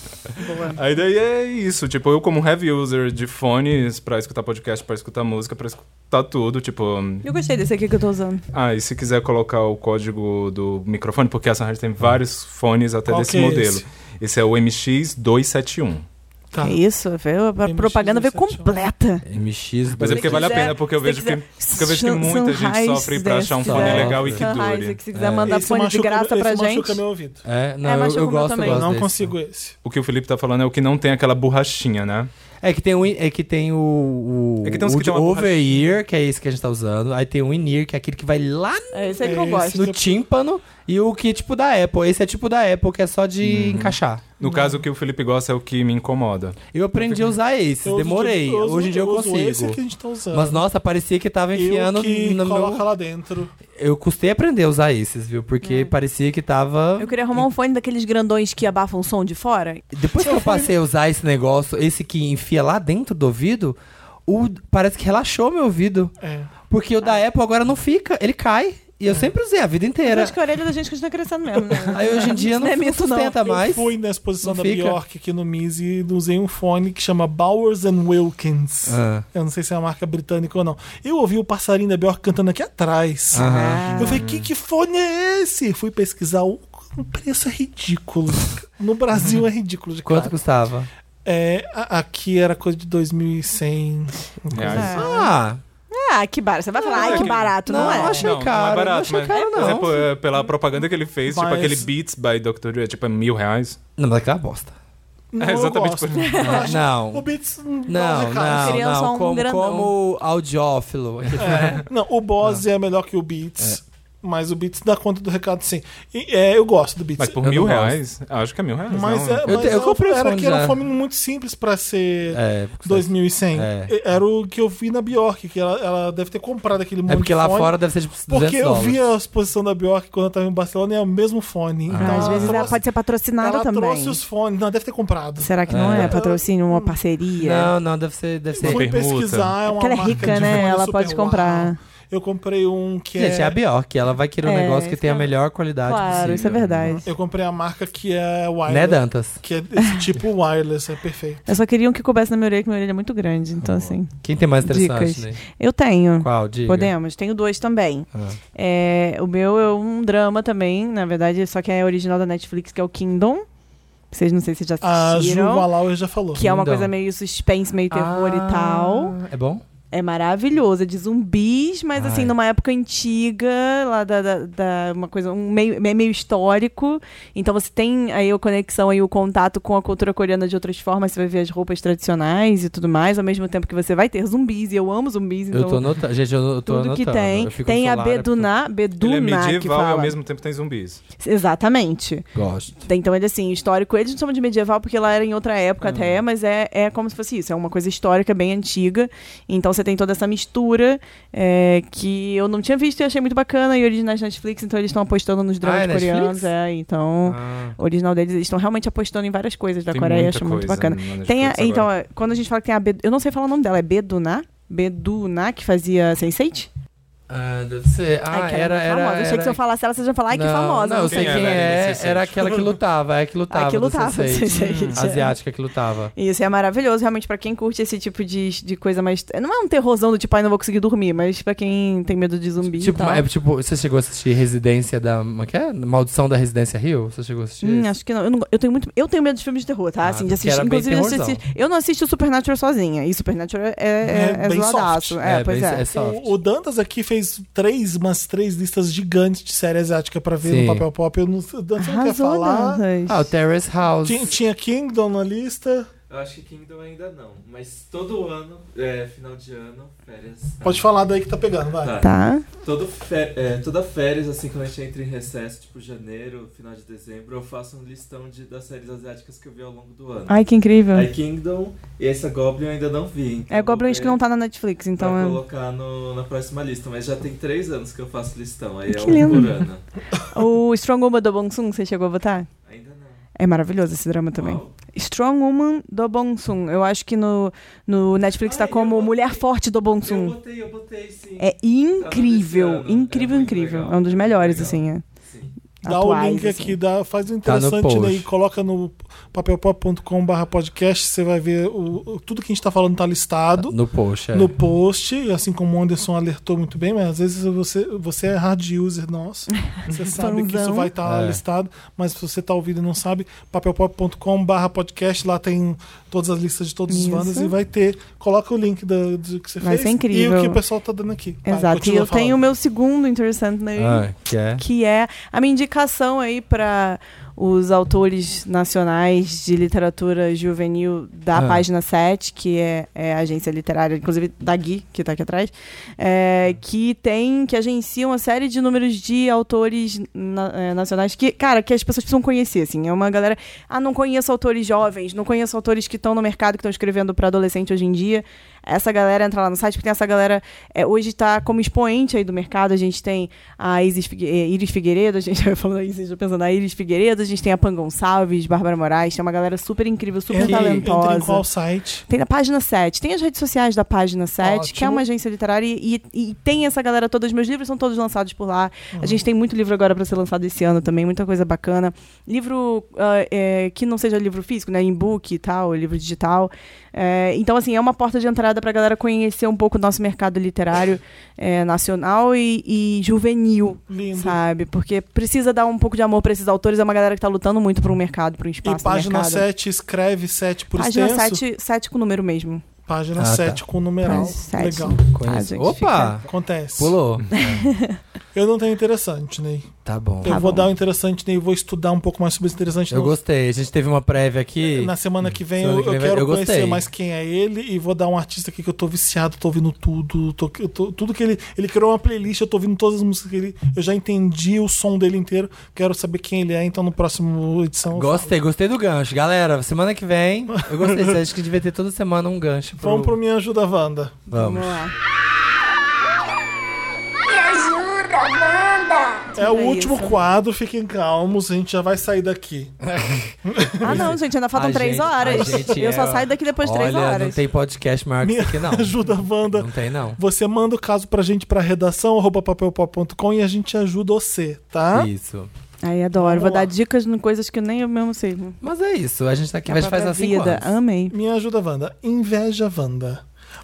Speaker 1: Boa.
Speaker 4: A ideia é isso, tipo, eu como heavy user de fones pra escutar podcast, pra escutar música, pra escutar tudo, tipo...
Speaker 3: Eu gostei desse aqui que eu tô usando.
Speaker 4: Ah, e se quiser colocar o código do microfone, porque a Sunrise tem vários fones até
Speaker 1: Qual
Speaker 4: desse
Speaker 1: que é
Speaker 4: modelo.
Speaker 1: esse?
Speaker 4: Esse? é o MX271.
Speaker 1: Tá.
Speaker 3: É isso, veio, a
Speaker 1: MX
Speaker 3: propaganda veio
Speaker 1: 17, ó.
Speaker 3: completa.
Speaker 2: MX
Speaker 4: Mas
Speaker 3: Se
Speaker 4: é porque vale a
Speaker 3: quiser-
Speaker 4: pena, porque eu
Speaker 3: se
Speaker 4: vejo
Speaker 3: quiser-
Speaker 4: que... Porque eu vejo que muita gente
Speaker 3: Sunrise,
Speaker 4: sofre pra
Speaker 3: se
Speaker 4: achar um
Speaker 3: quiser-
Speaker 4: fone legal e que
Speaker 3: Sunrise,
Speaker 4: dure.
Speaker 3: Se quiser
Speaker 2: É.
Speaker 3: mandar
Speaker 1: Esse
Speaker 3: fone de
Speaker 1: machuca-
Speaker 3: graça
Speaker 1: esse
Speaker 3: pra
Speaker 1: machuca
Speaker 3: gente.
Speaker 1: meu ouvido.
Speaker 2: É, não,
Speaker 3: É,
Speaker 2: eu,
Speaker 3: machuca o meu
Speaker 2: eu gosto,
Speaker 3: também.
Speaker 1: Eu
Speaker 2: eu gosto
Speaker 1: não
Speaker 2: desse.
Speaker 1: consigo esse.
Speaker 4: O que o Felipe tá falando é o que não tem aquela borrachinha, né?
Speaker 2: É que tem o, in- é que tem o, o,
Speaker 4: É que tem uns
Speaker 2: o
Speaker 4: que tem uma
Speaker 2: over-ear, que é esse que a gente tá usando. Aí tem o in-ear, que é aquele que vai lá
Speaker 3: É esse aí que
Speaker 1: É
Speaker 3: eu
Speaker 1: esse.
Speaker 3: gosto.
Speaker 2: no tímpano. E o que é tipo da Apple. Esse é tipo da Apple, que é só
Speaker 1: Uhum.
Speaker 2: de encaixar.
Speaker 4: No caso, o que o Felipe gosta é o que me incomoda.
Speaker 2: Eu aprendi a usar esses,
Speaker 1: Eu uso de-
Speaker 2: demorei.
Speaker 1: eu uso-
Speaker 2: Hoje em dia eu
Speaker 1: uso Esse que a
Speaker 2: consigo.
Speaker 1: gente tá usando.
Speaker 2: Mas nossa, parecia que tava enfiando
Speaker 1: eu que
Speaker 2: no
Speaker 1: coloca
Speaker 2: meu.
Speaker 1: lá dentro.
Speaker 2: Eu custei aprender a usar esses, viu? Porque parecia que tava.
Speaker 3: É. Eu queria arrumar um fone daqueles grandões que abafam o som de fora.
Speaker 2: Depois que eu passei a usar esse negócio, esse que enfia lá dentro do ouvido, o... parece que relaxou meu ouvido.
Speaker 1: É.
Speaker 2: Porque o
Speaker 3: Ah.
Speaker 2: da Apple agora não fica, ele cai. E eu sempre usei a vida inteira.
Speaker 3: Acho que a orelha da gente continua crescendo mesmo, né?
Speaker 2: Aí hoje em dia não,
Speaker 3: Não é
Speaker 2: não
Speaker 3: mito, não.
Speaker 2: sustenta mais.
Speaker 1: Eu fui na exposição da
Speaker 2: não fica.
Speaker 1: Bjork aqui no MIS e usei um fone que chama Bowers and Wilkins.
Speaker 2: Ah.
Speaker 1: Eu não sei se é uma marca britânica ou não. Eu ouvi o passarinho da Bjork cantando aqui atrás.
Speaker 2: Aham.
Speaker 1: Eu falei, que, que fone é esse? Fui pesquisar o o preço é ridículo. No Brasil é ridículo de
Speaker 2: Quanto
Speaker 1: caro.
Speaker 2: custava?
Speaker 1: É, a- aqui era coisa de 2.100.
Speaker 4: Reais.
Speaker 2: Ah,
Speaker 3: Ah, que barato. Você vai falar, ai, que barato, não,
Speaker 2: não,
Speaker 3: é?
Speaker 2: acho- achei caro, não achei
Speaker 4: mas,
Speaker 2: caro,
Speaker 4: mas é
Speaker 2: não.
Speaker 4: por- é pela propaganda que ele fez, tipo
Speaker 1: Mas-
Speaker 4: aquele Beats by Dr. Dre, é tipo é mil reais.
Speaker 2: não, mas aquela bosta.
Speaker 1: Não,
Speaker 4: É exatamente
Speaker 1: eu gosto.
Speaker 4: por-
Speaker 1: Eu acho- O
Speaker 2: Não.
Speaker 1: Beats um
Speaker 2: Não,
Speaker 1: cara. É.
Speaker 2: não,
Speaker 3: Seria só
Speaker 2: não.
Speaker 3: um
Speaker 2: Como,
Speaker 3: grandão.
Speaker 2: como audiófilo.
Speaker 1: Não, o Bose é melhor que o Beats. Mas o Beats dá conta do recado, sim. E, é, eu gosto do Beats.
Speaker 4: Mas por
Speaker 2: Eu
Speaker 4: mil
Speaker 2: não gosto.
Speaker 4: reais? Acho que é mil reais.
Speaker 1: Mas,
Speaker 4: não, né?
Speaker 1: é,
Speaker 2: Eu
Speaker 1: mas
Speaker 2: te- eu comprei
Speaker 1: era
Speaker 2: fone
Speaker 1: que era um
Speaker 2: já.
Speaker 1: fone muito simples pra ser
Speaker 2: É, porque-
Speaker 1: 2100.
Speaker 2: É.
Speaker 1: E- Era o que eu vi na Bjork, que ela, ela deve ter comprado aquele monte
Speaker 2: é porque
Speaker 1: de
Speaker 2: lá
Speaker 1: fone,
Speaker 2: fora deve ser tipo 200
Speaker 1: Porque eu
Speaker 2: dólares. Ah.
Speaker 1: vi a exposição da Bjork quando eu tava em Barcelona e é o mesmo fone. Então,
Speaker 3: Às
Speaker 1: ela
Speaker 3: vezes ela
Speaker 1: trouxe-
Speaker 3: pode ser patrocinada
Speaker 1: ela
Speaker 3: também.
Speaker 1: trouxe os fones. Não, deve ter comprado.
Speaker 3: Será que não
Speaker 2: É.
Speaker 3: é, patrocínio, uma parceria?
Speaker 2: Não, é não, deve ser. Deve ser...
Speaker 1: Fui
Speaker 4: Foi- Permuta.
Speaker 1: pesquisar, é uma
Speaker 3: Porque ela é
Speaker 1: marca
Speaker 3: rica,
Speaker 1: de
Speaker 3: né?
Speaker 1: fone
Speaker 3: Ela
Speaker 1: super
Speaker 3: pode comprar.
Speaker 1: uau. Eu comprei um que
Speaker 2: Gente, é a Bjork, ela vai querer um
Speaker 3: É,
Speaker 2: negócio que
Speaker 3: isso
Speaker 2: tenha a
Speaker 3: que eu-
Speaker 2: melhor qualidade
Speaker 3: Claro,
Speaker 2: possível.
Speaker 3: isso é verdade.
Speaker 1: Eu comprei a marca que é wireless.
Speaker 2: Né, Dantas?
Speaker 1: Que é esse tipo wireless, é perfeito.
Speaker 3: Eu só queria um que coubesse na minha orelha, que minha orelha é muito grande. Então, assim.
Speaker 2: Quem tem mais interessante,
Speaker 3: Dicas.
Speaker 2: né?
Speaker 3: Eu tenho.
Speaker 2: Qual? Diga.
Speaker 3: Podemos, tenho dois também.
Speaker 2: Ah.
Speaker 3: É, o meu é um drama também, na verdade, só que é original da Netflix, que é o Kingdom. Vocês não sei se vocês
Speaker 5: Ah,
Speaker 3: já
Speaker 1: A Ju
Speaker 3: assistiram.
Speaker 1: Walauer já falou.
Speaker 3: Que é uma
Speaker 2: Kingdom.
Speaker 3: coisa meio suspense, meio terror é e tal.
Speaker 2: Ah, É bom?
Speaker 3: É maravilhoso, é de zumbis, mas
Speaker 2: Ai.
Speaker 3: assim, numa época antiga, lá da, da- da- uma coisa, um meio, é meio histórico. Então você tem aí a conexão e o contato com a cultura coreana de outras formas, você vai ver as roupas tradicionais e tudo mais, ao mesmo tempo que você vai ter zumbis, e eu amo zumbis, então
Speaker 2: eu tô anotando. Gente, eu, eu tô
Speaker 3: tudo
Speaker 2: anotando.
Speaker 3: que tem.
Speaker 2: Eu fico
Speaker 3: Tem
Speaker 2: no
Speaker 3: a
Speaker 2: celular, é porque
Speaker 3: Beduná,
Speaker 4: Ele é
Speaker 3: Beduná que
Speaker 4: medieval e
Speaker 3: fala.
Speaker 4: ao mesmo tempo tem zumbis.
Speaker 3: Exatamente.
Speaker 2: eu Gosto.
Speaker 3: Então ele assim, histórico, eles não chamam de medieval porque lá era em outra época até, mas é, é como se fosse isso, é uma coisa histórica bem antiga. Então você tem toda essa mistura é, que eu não tinha visto e achei muito bacana e originais da Netflix, então eles estão apostando nos dramas
Speaker 2: Ah, é
Speaker 3: coreanos,
Speaker 2: Netflix?
Speaker 3: é, então
Speaker 2: Ah,
Speaker 3: o original deles, eles estão realmente apostando em várias coisas da
Speaker 4: Tem
Speaker 3: Coreia,
Speaker 4: muita
Speaker 3: acho muito
Speaker 4: coisa
Speaker 3: bacana.
Speaker 4: na Netflix
Speaker 3: Tem a-
Speaker 4: agora.
Speaker 3: então, é, quando a gente fala que tem a Bedu, eu não sei falar o nome dela, é Beduná? Beduná que fazia Sense8?
Speaker 2: ah, deve ser. Ah,
Speaker 3: Ai, que é
Speaker 2: era.
Speaker 3: muito
Speaker 2: era,
Speaker 3: famosa. Eu achei que se eu falasse ela, vocês iam falar, ai, que
Speaker 2: Não,
Speaker 3: famosa.
Speaker 2: Não, eu sei
Speaker 4: Quem
Speaker 2: quem
Speaker 4: era a
Speaker 2: é.
Speaker 4: Alice
Speaker 2: Era
Speaker 4: Sage?
Speaker 2: aquela que lutava. É a que lutava.
Speaker 3: Ai, que
Speaker 2: do
Speaker 3: lutava,
Speaker 2: Sensei.
Speaker 3: Sense8, é.
Speaker 2: Hum, Asiática que lutava.
Speaker 3: Isso é maravilhoso, realmente, pra quem curte esse tipo de, de coisa mais. Não é um terrorzão do tipo, ai, não vou conseguir dormir, mas pra quem tem medo de zumbi. e
Speaker 2: Tipo,
Speaker 3: tal. Hum,
Speaker 2: é, tipo, você chegou a assistir Residência da. Como que é? Maldição da Residência Rio? Você chegou a assistir?
Speaker 3: Hum,
Speaker 2: esse?
Speaker 3: acho que não. Eu, não- eu tenho muito. Eu tenho medo de filmes de terror, tá?
Speaker 2: Ah,
Speaker 3: assim,
Speaker 2: porque
Speaker 3: de assistir.
Speaker 2: era bem
Speaker 3: Inclusive, eu, assisti-
Speaker 2: terrorzão.
Speaker 3: eu não assisto Supernatural sozinha. E Supernatural é, é,
Speaker 1: É
Speaker 3: é
Speaker 1: bem
Speaker 3: zoadaço.
Speaker 1: soft.
Speaker 3: É, pois
Speaker 2: bem-
Speaker 3: é.
Speaker 2: soft.
Speaker 1: O, o Dantas aqui fez três, umas três listas gigantes de série asiática pra ver
Speaker 2: Sim.
Speaker 1: no papel pop. Eu não, o Dantas É, não quer
Speaker 3: Arrasou,
Speaker 1: falar.
Speaker 3: Dantas.
Speaker 2: Ah, o Terrace House.
Speaker 1: Tinha, tinha Kingdom na lista.
Speaker 11: Eu acho que Kingdom ainda não, mas todo ano, é, final de ano, férias.
Speaker 1: Pode falar daí que tá pegando, vai.
Speaker 11: Tá.
Speaker 3: Tá.
Speaker 11: Todo fé- é, toda férias, assim, quando a gente entra em recesso, tipo janeiro, final de dezembro, eu faço um listão de, das séries asiáticas que eu vi ao longo do ano.
Speaker 3: Ai, que incrível.
Speaker 11: Aí Kingdom e essa Goblin eu ainda não vi. Então
Speaker 3: é
Speaker 11: eu vou
Speaker 3: Goblin
Speaker 11: ver
Speaker 3: acho que não tá na Netflix,
Speaker 11: Pra
Speaker 3: então. é-
Speaker 11: colocar no, na próxima lista, mas já tem três anos que eu faço listão, aí é
Speaker 3: Que
Speaker 11: um
Speaker 3: lindo.
Speaker 11: por ano.
Speaker 3: O Strong Woman do Bong Soon, você chegou a votar?
Speaker 11: Ainda não.
Speaker 3: É maravilhoso esse drama também. Strong Woman do Bong Sun. Eu acho que no, no Netflix tá
Speaker 11: Ah, eu
Speaker 3: como
Speaker 11: botei.
Speaker 3: Mulher Forte do Bong
Speaker 11: Eu
Speaker 3: Sun.
Speaker 11: botei, eu botei sim.
Speaker 3: É incrível,
Speaker 11: ano, é
Speaker 3: incrível,
Speaker 11: muito
Speaker 3: incrível.
Speaker 11: legal,
Speaker 3: É um dos melhores,
Speaker 11: muito
Speaker 3: assim. É.
Speaker 11: Sim.
Speaker 1: Dá o
Speaker 3: Atuais,
Speaker 1: link
Speaker 3: assim.
Speaker 1: aqui, dá, faz o
Speaker 2: Tá no
Speaker 1: interessante
Speaker 2: post.
Speaker 1: daí, coloca no papelpop.com/barra podcast, você vai ver o, o- tudo que a gente tá falando tá listado.
Speaker 2: No post. é.
Speaker 1: no post, assim como o Anderson alertou muito bem, mas às vezes você, você é hard user nosso. Você sabe que isso
Speaker 3: Fãzão.
Speaker 1: vai estar
Speaker 2: É.
Speaker 1: listado, mas se você está ouvindo e não sabe, papelpop.com/barra podcast, lá tem todas as listas de todos os
Speaker 3: Isso.
Speaker 1: bandas e vai ter. Coloca o link do, do que você
Speaker 3: Vai
Speaker 1: fez
Speaker 3: ser incrível.
Speaker 1: e o que o pessoal tá dando aqui. Vai,
Speaker 3: Exato. E
Speaker 1: continua
Speaker 3: eu
Speaker 1: falando.
Speaker 3: tenho o meu segundo interessante né? nerd.
Speaker 2: Ah, que é.
Speaker 3: que é a minha indicação aí para os autores nacionais de literatura juvenil da
Speaker 2: Ah.
Speaker 3: página 7, que é, é a agência literária, inclusive da Gui, que está aqui atrás, é, que tem, que agencia uma série de números de autores na- é, nacionais que, cara, que as pessoas precisam conhecer, assim. É uma galera, ah, não conheço autores jovens, não conheço autores que estão no mercado, que estão escrevendo para adolescente hoje em dia. Essa galera entra lá no site, porque tem essa galera, é, hoje está como expoente aí do mercado, a gente tem a Isis, Figue- eh, Iris Figueiredo, a gente vai falando da Isis, eu pensando na Iris Figueiredo, a gente tem a Pan Gonçalves, Bárbara Moraes, tem uma galera super incrível, super
Speaker 1: Entra-
Speaker 3: talentosa.
Speaker 1: Entra em qual site?
Speaker 3: Tem na página 7. Tem as redes sociais da página 7, que é
Speaker 1: Ótimo.
Speaker 3: uma agência literária, e, e tem essa galera toda. Os meus livros são todos lançados por lá. A
Speaker 1: Uhum.
Speaker 3: gente tem muito livro agora para ser lançado esse ano também, muita coisa bacana. Livro ah, é, que não seja livro físico, né? Em-book e tal, livro digital. É, então, assim, é uma porta de entrada para a galera conhecer um pouco o nosso mercado literário é, nacional e- e juvenil
Speaker 1: Lindo.
Speaker 3: sabe? Porque precisa dar um pouco de amor pra esses autores. É uma galera que tá lutando muito por um mercado, por um
Speaker 1: E
Speaker 3: espaço no
Speaker 1: página
Speaker 3: mercado.
Speaker 1: 7, escreve 7 por
Speaker 3: página
Speaker 1: extenso.
Speaker 3: 7, 7 com número mesmo.
Speaker 1: Página
Speaker 2: Ah, tá.
Speaker 1: 7 com numeral.
Speaker 3: Página 7.
Speaker 1: Legal.
Speaker 2: Conheço.
Speaker 3: gente,
Speaker 2: Opa!
Speaker 1: Acontece.
Speaker 2: Ah, Pulou.
Speaker 1: Eu não tenho interessante, Ney.
Speaker 2: Tá bom.
Speaker 1: eu
Speaker 3: Tá
Speaker 1: vou
Speaker 3: bom.
Speaker 1: dar o interessante, Ney, vou estudar um pouco mais sobre esse interessante.
Speaker 2: Eu
Speaker 1: no-
Speaker 2: gostei. A gente teve uma prévia aqui.
Speaker 1: É, Na semana que vem
Speaker 2: Semana
Speaker 1: eu,
Speaker 2: que vem
Speaker 1: eu
Speaker 2: vai-
Speaker 1: quero
Speaker 2: eu gostei.
Speaker 1: conhecer mais quem é ele e vou dar um artista aqui que eu tô viciado, tô ouvindo tudo. tô- eu tô- tudo que ele. Ele criou uma playlist, eu tô ouvindo todas as músicas que ele. Eu já entendi o som dele inteiro. Quero saber quem ele é, então no próximo edição. eu
Speaker 2: Gostei, gostei do gancho. Galera, semana que vem. Eu gostei. Acho que devia ter toda semana um gancho.
Speaker 1: falo.
Speaker 2: Pro...
Speaker 1: Vamos pro Me Ajuda Wanda.
Speaker 2: Vamos.
Speaker 3: lá.
Speaker 8: Me ajuda, Wanda!
Speaker 1: É o
Speaker 3: É
Speaker 1: último
Speaker 3: isso.
Speaker 1: quadro, fiquem calmos, a gente já vai sair daqui.
Speaker 3: Ah, não, gente, ainda faltam
Speaker 2: A
Speaker 3: 3
Speaker 2: gente- a
Speaker 3: horas.
Speaker 2: gente
Speaker 3: eu
Speaker 2: é-
Speaker 3: só saio daqui depois de 3
Speaker 2: Olha,
Speaker 3: horas.
Speaker 2: não tem podcast maior que
Speaker 1: Me
Speaker 2: isso aqui, não.
Speaker 1: ajuda, Wanda.
Speaker 2: Não tem, não.
Speaker 1: Você manda o caso pra gente pra redação, arroba papelpop.com e a gente ajuda você, tá?
Speaker 2: Isso.
Speaker 3: Ai, adoro.
Speaker 1: Vamos
Speaker 3: Vou
Speaker 1: lá.
Speaker 3: dar dicas em coisas que nem eu mesmo sei.
Speaker 2: Mas é isso. A gente tá aqui, vai
Speaker 3: Minha
Speaker 2: faz
Speaker 3: própria
Speaker 2: assim.
Speaker 3: vida. Amei.
Speaker 1: Me ajuda, Wanda. Inveja, Wanda.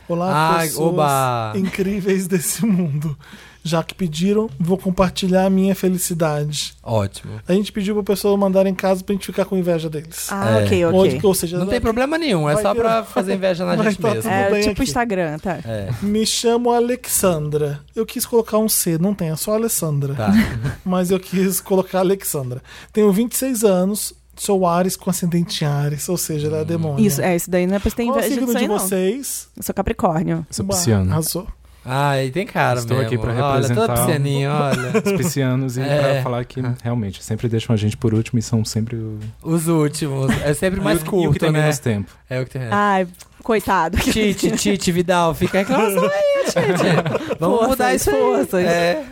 Speaker 1: Olá,
Speaker 2: Ai,
Speaker 1: pessoas
Speaker 2: oba.
Speaker 1: incríveis desse mundo. Já que pediram, vou compartilhar a minha felicidade.
Speaker 2: Ótimo.
Speaker 1: A gente pediu pra pessoa mandarem caso pra gente ficar com inveja deles.
Speaker 3: Ah,
Speaker 2: É.
Speaker 3: ok,
Speaker 1: Onde
Speaker 3: ok.
Speaker 1: que- ou seja,
Speaker 2: Não tem problema nenhum. É
Speaker 1: Vai
Speaker 2: só
Speaker 1: ter- um-
Speaker 2: pra fazer inveja na
Speaker 1: Vai
Speaker 2: gente
Speaker 1: tá
Speaker 2: mesmo.
Speaker 1: tudo bem
Speaker 3: É tipo
Speaker 1: aqui.
Speaker 3: Instagram, tá?
Speaker 2: É,
Speaker 1: me chamo Alexandra. Eu quis colocar um C, não tem, é só Alessandra.
Speaker 2: tá.
Speaker 1: Mas eu quis colocar Alexandra. Tenho 26 anos, sou Ares com ascendente em Ares, ou seja,
Speaker 2: Hum.
Speaker 1: ela é demônio.
Speaker 3: Isso, é, isso daí não é pra você ter
Speaker 1: Qual o
Speaker 3: inveja
Speaker 1: signo
Speaker 3: disso
Speaker 1: de
Speaker 3: aí, não.
Speaker 1: vocês?
Speaker 3: Eu sou Capricórnio.
Speaker 4: Sou
Speaker 1: Bah,
Speaker 4: pisciano.
Speaker 1: Arrasou.
Speaker 2: Ai, tem cara
Speaker 4: Estou
Speaker 2: mesmo.
Speaker 4: aqui pra
Speaker 2: Olha, toda
Speaker 4: representar.
Speaker 2: piscininha, olha.
Speaker 4: Os piscianos e
Speaker 2: É.
Speaker 4: pra falar que realmente sempre deixam a gente por último e são sempre o.
Speaker 2: Os últimos. É sempre
Speaker 4: e
Speaker 2: mais
Speaker 4: o- e o que
Speaker 2: curto,
Speaker 4: tem
Speaker 2: né?
Speaker 4: menos tempo.
Speaker 2: É o que tem.
Speaker 3: Ai, coitado.
Speaker 2: Tite, é Tite, Vidal, fica a reclamação aí, Tite. Vamos
Speaker 3: Forças,
Speaker 2: mudar isso aí.
Speaker 3: forças.
Speaker 2: É.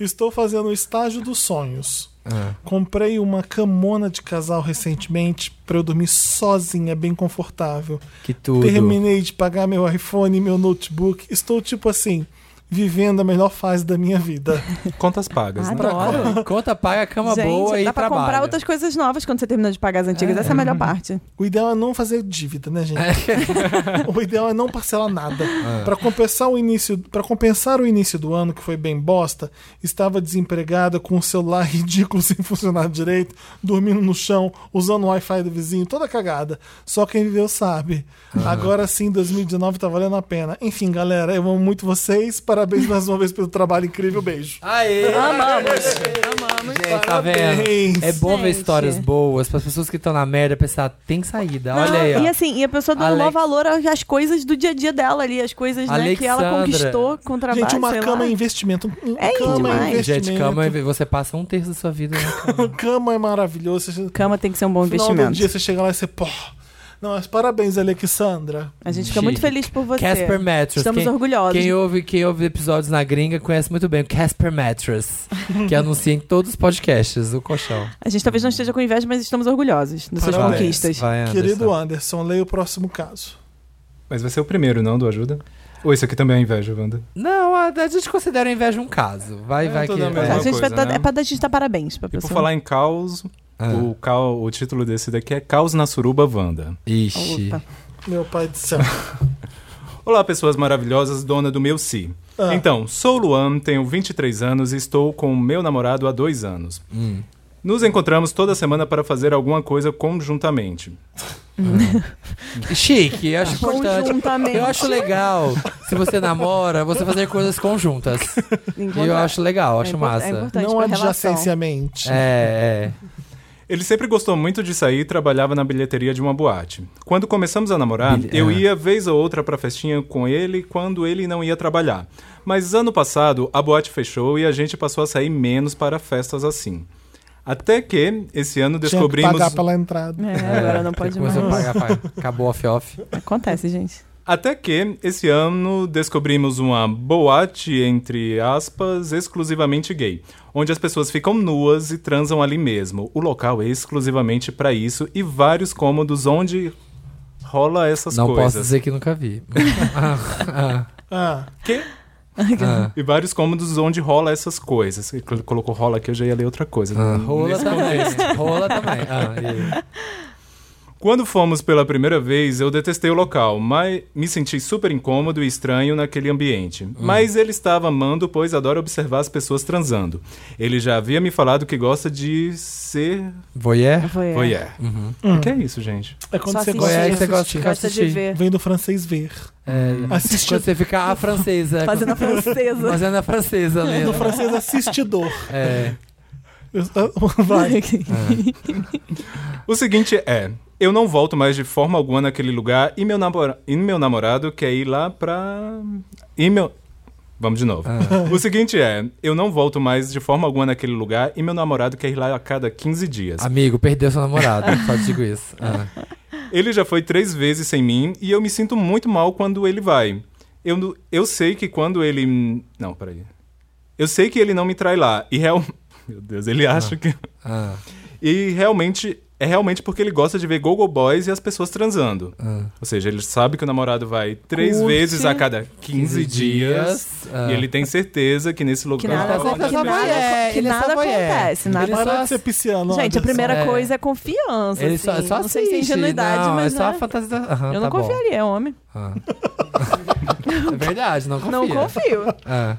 Speaker 1: Estou fazendo o estágio dos sonhos. Comprei uma camona de casal recentemente pra eu dormir sozinha, bem confortável.
Speaker 2: Que tudo.
Speaker 1: Terminei de pagar meu iPhone e meu notebook. Estou tipo assim, vivendo a melhor fase da minha vida.
Speaker 4: Contas
Speaker 3: Ah,
Speaker 4: pagas, né?
Speaker 2: Adoro. Conta, paga, cama
Speaker 3: Gente,
Speaker 2: boa e
Speaker 3: dá pra
Speaker 2: trabalho. Uhum.
Speaker 3: comprar outras coisas novas quando você termina de pagar as antigas. Essa é a melhor parte.
Speaker 1: O ideal é não fazer dívida, né, gente? o ideal é não parcelar nada. Pra compensar o início, para compensar o início do ano que foi bem bosta, estava desempregada com o celular ridículo sem funcionar direito, dormindo no chão, usando o Wi-Fi do vizinho, toda cagada. Só quem viveu sabe. Agora sim, 2019 tá valendo a pena. Enfim, galera, eu amo muito vocês. Parabéns mais uma vez pelo trabalho incrível. Beijo.
Speaker 2: Aê!
Speaker 3: Amamos.
Speaker 2: Gente, tá
Speaker 1: Parabéns.
Speaker 2: vendo? É bom ver
Speaker 3: Gente.
Speaker 2: histórias boas para as pessoas que estão na merda pensar, tem saída. Olha aí, ó.
Speaker 3: E assim, e a pessoa dando
Speaker 2: Alex-
Speaker 3: maior valor às coisas do dia a dia dela ali, as coisas né, que ela
Speaker 2: Alexandra.
Speaker 3: conquistou com o trabalho.
Speaker 1: Gente, uma
Speaker 3: sei
Speaker 1: cama é
Speaker 3: lá.
Speaker 1: investimento. Um-
Speaker 3: É
Speaker 1: cama é
Speaker 3: demais.
Speaker 1: investimento.
Speaker 2: Gente, cama, você passa um terço da sua vida na cama.
Speaker 1: cama é maravilhoso. Você
Speaker 3: Cama tem que ser um bom
Speaker 1: No final do
Speaker 3: investimento.
Speaker 1: dia você chega lá e você, pô, Não, mas parabéns, Alexandra.
Speaker 3: A gente fica
Speaker 2: Chique.
Speaker 3: muito feliz por você.
Speaker 2: Casper Mattress.
Speaker 3: Estamos
Speaker 2: quem,
Speaker 3: orgulhosos.
Speaker 2: Quem ouve, quem ouve episódios na gringa conhece muito bem o Casper Mattress, que anuncia em todos os podcasts, o colchão.
Speaker 3: A gente talvez não esteja com inveja, mas estamos orgulhosos das suas
Speaker 1: Parabéns.
Speaker 3: conquistas.
Speaker 2: Vai, Anderson.
Speaker 1: Querido Anderson, leia o próximo caso.
Speaker 4: Mas vai ser o primeiro, não, do Ajuda? Ou esse aqui também é inveja, Wanda?
Speaker 2: Não, a, a gente considera a inveja um caso. Vai,
Speaker 4: É,
Speaker 2: vai
Speaker 4: tô
Speaker 2: que.
Speaker 4: na
Speaker 2: vai.
Speaker 4: mesma
Speaker 3: a gente
Speaker 4: coisa,
Speaker 3: vai dar,
Speaker 4: né?
Speaker 3: É pra dar- a gente dar parabéns pra
Speaker 4: E por
Speaker 3: pessoa.
Speaker 4: falar em caos,
Speaker 2: Ah,
Speaker 4: o, cal, o título desse daqui é Caos na Suruba Wanda.
Speaker 2: Ixi.
Speaker 3: Opa.
Speaker 1: Meu pai do céu.
Speaker 4: Olá, pessoas maravilhosas, dona do meu si.
Speaker 1: Ah,
Speaker 4: Então, sou Luan, tenho 23 anos e estou com o meu namorado há dois anos.
Speaker 1: Hum.
Speaker 4: Nos encontramos toda semana para fazer alguma coisa conjuntamente.
Speaker 2: Chique, eu acho importante.
Speaker 3: Conjuntamente.
Speaker 2: Eu acho legal, se você namora, você fazer coisas conjuntas. E eu acho legal, acho
Speaker 3: é impor- É
Speaker 2: massa.
Speaker 3: importante
Speaker 1: não
Speaker 3: pra relação.
Speaker 1: adjacenciamente.
Speaker 2: É, é.
Speaker 4: Ele sempre gostou muito de sair e trabalhava na bilheteria de uma boate. Quando começamos a namorar,
Speaker 2: Bilhe-
Speaker 4: eu
Speaker 1: é.
Speaker 2: ah.
Speaker 4: ia vez ou outra pra festinha com ele quando ele não ia trabalhar. Mas ano passado, a boate fechou e a gente passou a sair menos para festas assim. Até que, esse ano,
Speaker 1: Tinha que
Speaker 4: descobrimos...
Speaker 1: pagar pela entrada.
Speaker 3: É, agora não pode mais.
Speaker 2: Começou a pagar, paga. acabou off-off.
Speaker 3: Acontece, gente.
Speaker 4: Até que, esse ano, descobrimos uma boate, entre aspas, exclusivamente gay, onde as pessoas ficam nuas e transam ali mesmo. O local é exclusivamente pra isso e vários cômodos onde rola essas
Speaker 2: Não
Speaker 4: coisas.
Speaker 2: posso dizer que nunca vi. Ah,
Speaker 1: Ah,
Speaker 2: ah,
Speaker 4: E vários cômodos onde rola essas coisas. Ele col- colocou rola aqui, eu já ia ler outra coisa.
Speaker 2: ah.
Speaker 4: né?
Speaker 2: Rola
Speaker 4: Nesse contexto.
Speaker 2: também. Rola também. Ah,
Speaker 4: Quando fomos pela primeira vez, eu detestei o local, mas me senti super incômodo e estranho naquele ambiente. Mas ele estava amando, pois adora observar as pessoas transando. Ele já havia me falado que gosta de ser
Speaker 2: e... Voyeur?
Speaker 3: Foi.
Speaker 4: voyeur. O que é isso, gente?
Speaker 1: é quando
Speaker 3: Só
Speaker 1: você
Speaker 3: assistir.
Speaker 1: gosta
Speaker 2: Voyeur
Speaker 1: de
Speaker 2: que você gosta
Speaker 1: assistir.
Speaker 2: de
Speaker 3: Gosta de
Speaker 2: assistir.
Speaker 3: ver.
Speaker 1: Vem do francês ver.
Speaker 2: É,
Speaker 1: Assistir.
Speaker 2: Quando você fica a francesa.
Speaker 3: Fazendo a francesa.
Speaker 2: Fazendo a francesa,
Speaker 1: Do
Speaker 2: Lena.
Speaker 1: francês assistidor.
Speaker 2: É.
Speaker 1: Eu- ah, Vai.
Speaker 4: O seguinte é. Eu não volto mais de forma alguma naquele lugar e meu, namora- e meu namorado quer ir lá pra. E meu. Vamos de novo. O seguinte é, eu não volto mais de forma alguma naquele lugar e meu namorado quer ir lá a cada 15 dias.
Speaker 2: Amigo, perdeu seu namorado. Só digo isso. Ah.
Speaker 4: Ele já foi três vezes sem mim e eu me sinto muito mal quando ele vai. Eu, nu- eu sei que quando ele. Não, peraí. Eu sei que ele não me trai lá. E real. Meu Deus, ele acha que.
Speaker 2: Ah.
Speaker 4: E realmente. É realmente porque ele gosta de ver Google Boys e as pessoas transando.
Speaker 2: Ah.
Speaker 4: Ou seja, ele sabe que o namorado vai três
Speaker 3: Curte.
Speaker 4: vezes a cada 15, dias.
Speaker 2: Ah.
Speaker 4: E ele tem certeza que nesse lugar.
Speaker 3: Que nada,
Speaker 2: Ele tá
Speaker 3: que
Speaker 2: só
Speaker 3: nada,
Speaker 2: voyeur,
Speaker 3: que
Speaker 2: ele é só
Speaker 3: nada
Speaker 2: voyeur.
Speaker 3: acontece. assim. Nada
Speaker 2: Ele só
Speaker 1: Para de ser pisciano.
Speaker 3: Gente, a
Speaker 1: Anderson.
Speaker 3: primeira
Speaker 2: É.
Speaker 3: coisa é confiança.
Speaker 2: Ele só,
Speaker 3: assim.
Speaker 2: só
Speaker 3: Não sei se é
Speaker 2: assiste,
Speaker 3: ingenuidade,
Speaker 2: não,
Speaker 3: mas.
Speaker 2: é só a
Speaker 3: né?
Speaker 2: fantasia. da- Aham,
Speaker 3: Eu
Speaker 2: tá
Speaker 3: não
Speaker 2: bom.
Speaker 3: confiaria, homem.
Speaker 2: Ah. é verdade, não confia.
Speaker 3: Não confio.
Speaker 2: Ah.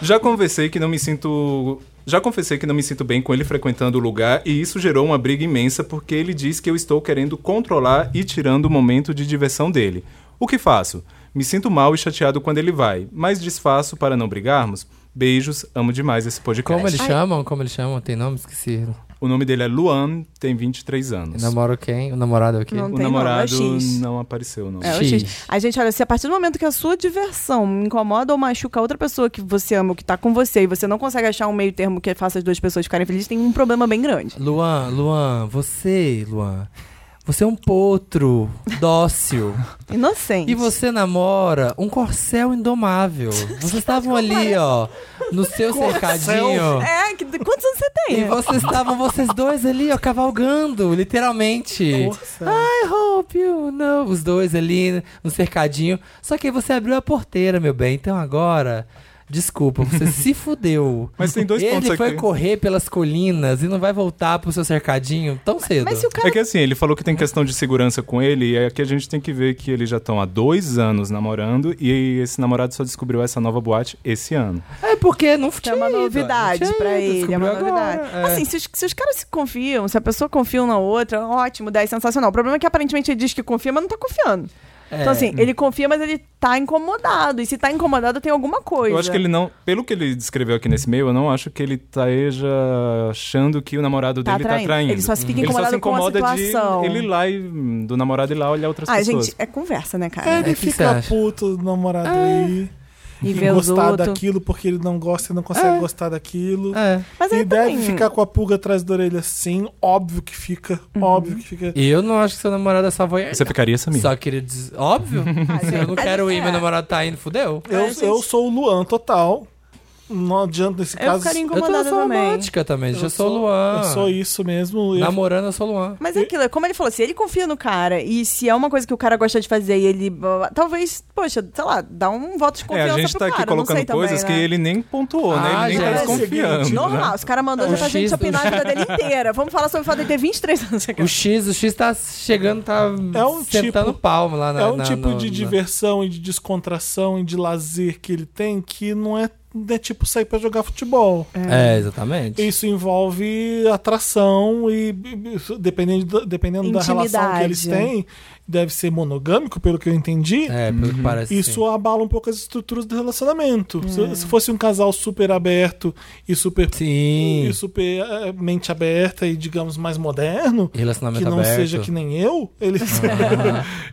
Speaker 4: Já conversei que não me sinto. Já confessei que não me sinto bem com ele frequentando o lugar e isso gerou uma briga imensa porque ele diz que eu estou querendo controlar e tirando o momento de diversão dele. O que faço? Me sinto mal e chateado quando ele vai, mas disfaço para não brigarmos. Beijos, amo demais esse podcast.
Speaker 2: Como eles chamam? Como eles chamam? Tem nome? Esqueci.
Speaker 4: O nome dele é Luan, tem 23 anos.
Speaker 2: Namoro quem? O namorado é o quê?
Speaker 3: Não.
Speaker 4: O
Speaker 3: tem nome, é
Speaker 4: namorado
Speaker 3: X.
Speaker 4: não apareceu, não.
Speaker 3: É, o
Speaker 2: X.
Speaker 3: X. A gente, olha, se a partir do momento que a sua diversão incomoda ou machuca outra pessoa que você ama, que tá com você, e você não consegue achar um meio termo que faça as duas pessoas ficarem felizes, tem um problema bem grande.
Speaker 2: Luan, Luan, você, Luan. Você é um potro dócil.
Speaker 3: Inocente.
Speaker 2: E você namora um corcel indomável. Vocês estavam ali, ó, no seu cercadinho.
Speaker 3: É, que- quantos anos você
Speaker 2: E
Speaker 3: tem?
Speaker 2: vocês estavam, vocês dois ali, ó, cavalgando, literalmente. I hope you know. Os dois ali no cercadinho. Só que aí você abriu a porteira, meu bem. Então agora, desculpa, você se fudeu.
Speaker 4: Mas tem dois pontos
Speaker 2: Ele foi
Speaker 4: aqui.
Speaker 2: correr pelas colinas e não vai voltar pro seu cercadinho tão cedo.
Speaker 3: Mas se o cara. né?
Speaker 4: É que assim, ele falou que tem questão de segurança com ele, e aqui a gente tem que ver que eles já estão há dois anos namorando, e esse namorado só descobriu essa nova boate esse ano.
Speaker 2: É porque não
Speaker 3: É
Speaker 2: tinha
Speaker 3: uma
Speaker 2: ido,
Speaker 3: novidade
Speaker 2: não tinha
Speaker 3: pra
Speaker 2: ido,
Speaker 3: ele, é uma
Speaker 2: descobriu agora,
Speaker 3: novidade.
Speaker 2: é.
Speaker 3: Assim, se os, se os caras se confiam, se a pessoa confia um na outra, ótimo, 10, sensacional. O problema é que aparentemente ele diz que confia, mas não tá confiando.
Speaker 2: É.
Speaker 3: Então, assim, ele confia, mas ele tá incomodado. E se tá incomodado, tem alguma coisa.
Speaker 4: Eu acho que ele não. Pelo que ele descreveu aqui nesse meio, eu não acho que ele esteja achando que o namorado
Speaker 3: tá
Speaker 4: dele tá
Speaker 3: atraindo.
Speaker 4: traindo.
Speaker 3: Ele só se fica
Speaker 4: Ele só
Speaker 3: incomodado
Speaker 4: se incomoda
Speaker 3: com a
Speaker 4: de
Speaker 3: situação.
Speaker 4: ele ir lá e hum, do namorado ir lá olhar outras
Speaker 3: Ah,
Speaker 4: pessoas.
Speaker 3: gente, é conversa, né, cara?
Speaker 1: Ele
Speaker 2: que você
Speaker 1: fica
Speaker 2: acha?
Speaker 1: puto do namorado aí.
Speaker 3: É, E
Speaker 1: e
Speaker 3: ver os
Speaker 1: gostar
Speaker 3: outros.
Speaker 1: daquilo porque ele não gosta e não consegue gostar daquilo.
Speaker 2: É.
Speaker 3: Mas
Speaker 1: e
Speaker 3: aí
Speaker 1: deve
Speaker 3: também-
Speaker 1: ficar com a pulga atrás da orelha, sim. Óbvio que fica.
Speaker 3: Uhum.
Speaker 1: Óbvio que fica.
Speaker 2: E eu não acho que seu namorado é savoyard.
Speaker 4: Você ficaria, Samir?
Speaker 2: Só queria dizer. Óbvio. Se eu não quero ir, meu namorado tá indo, fudeu.
Speaker 1: Eu, eu sou o Luan total. Não adianta nesse
Speaker 3: Eu
Speaker 1: caso.
Speaker 3: ficaria
Speaker 2: Eu tô, eu
Speaker 3: incomodada
Speaker 2: sou
Speaker 3: também.
Speaker 2: romântica também, já sou, Luan.
Speaker 1: Eu sou isso mesmo. Eu,
Speaker 2: Namorando, eu sou Luan.
Speaker 3: Mas é aquilo, é como ele falou, se ele confia no cara e se é uma coisa que o cara gosta de fazer e ele. Talvez, poxa, sei lá, dá um voto de
Speaker 4: É,
Speaker 3: confiança
Speaker 4: a gente
Speaker 3: pro
Speaker 4: tá
Speaker 3: cara.
Speaker 4: aqui
Speaker 3: não sei
Speaker 4: colocando
Speaker 3: também,
Speaker 4: coisas
Speaker 3: né?
Speaker 4: que ele nem pontuou,
Speaker 2: Ah,
Speaker 4: né? Ele nem
Speaker 2: gente.
Speaker 4: tá
Speaker 1: É o seguinte,
Speaker 4: desconfiando.
Speaker 3: Normal,
Speaker 4: né?
Speaker 3: os caras mandou
Speaker 2: O
Speaker 3: já pra
Speaker 2: X
Speaker 3: gente
Speaker 2: do-
Speaker 3: opinar a vida dele inteira. Vamos falar sobre o fato de ter 23 anos.
Speaker 2: O X, o X tá chegando, tá
Speaker 1: É um
Speaker 2: sentando
Speaker 1: tipo-
Speaker 2: palmo lá na
Speaker 1: é um
Speaker 2: na-
Speaker 1: tipo
Speaker 2: no-
Speaker 1: de
Speaker 2: na-
Speaker 1: diversão e de descontração e de lazer que ele tem que não é, não é tipo sair pra jogar futebol.
Speaker 2: É, exatamente.
Speaker 1: Isso envolve atração e b- b- dependendo, da- dependendo da relação que
Speaker 3: Intimidade.
Speaker 1: eles têm, deve ser monogâmico, pelo que eu entendi.
Speaker 2: É, pelo que parece.
Speaker 1: Uhum. Isso abala um pouco as estruturas do relacionamento.
Speaker 2: É.
Speaker 1: Se, se fosse um casal super aberto e super
Speaker 2: Sim.
Speaker 1: e super eh, mente aberta e, digamos, mais moderno,
Speaker 2: E Relacionamento
Speaker 1: que não
Speaker 2: aberto.
Speaker 1: seja que nem eu, eles,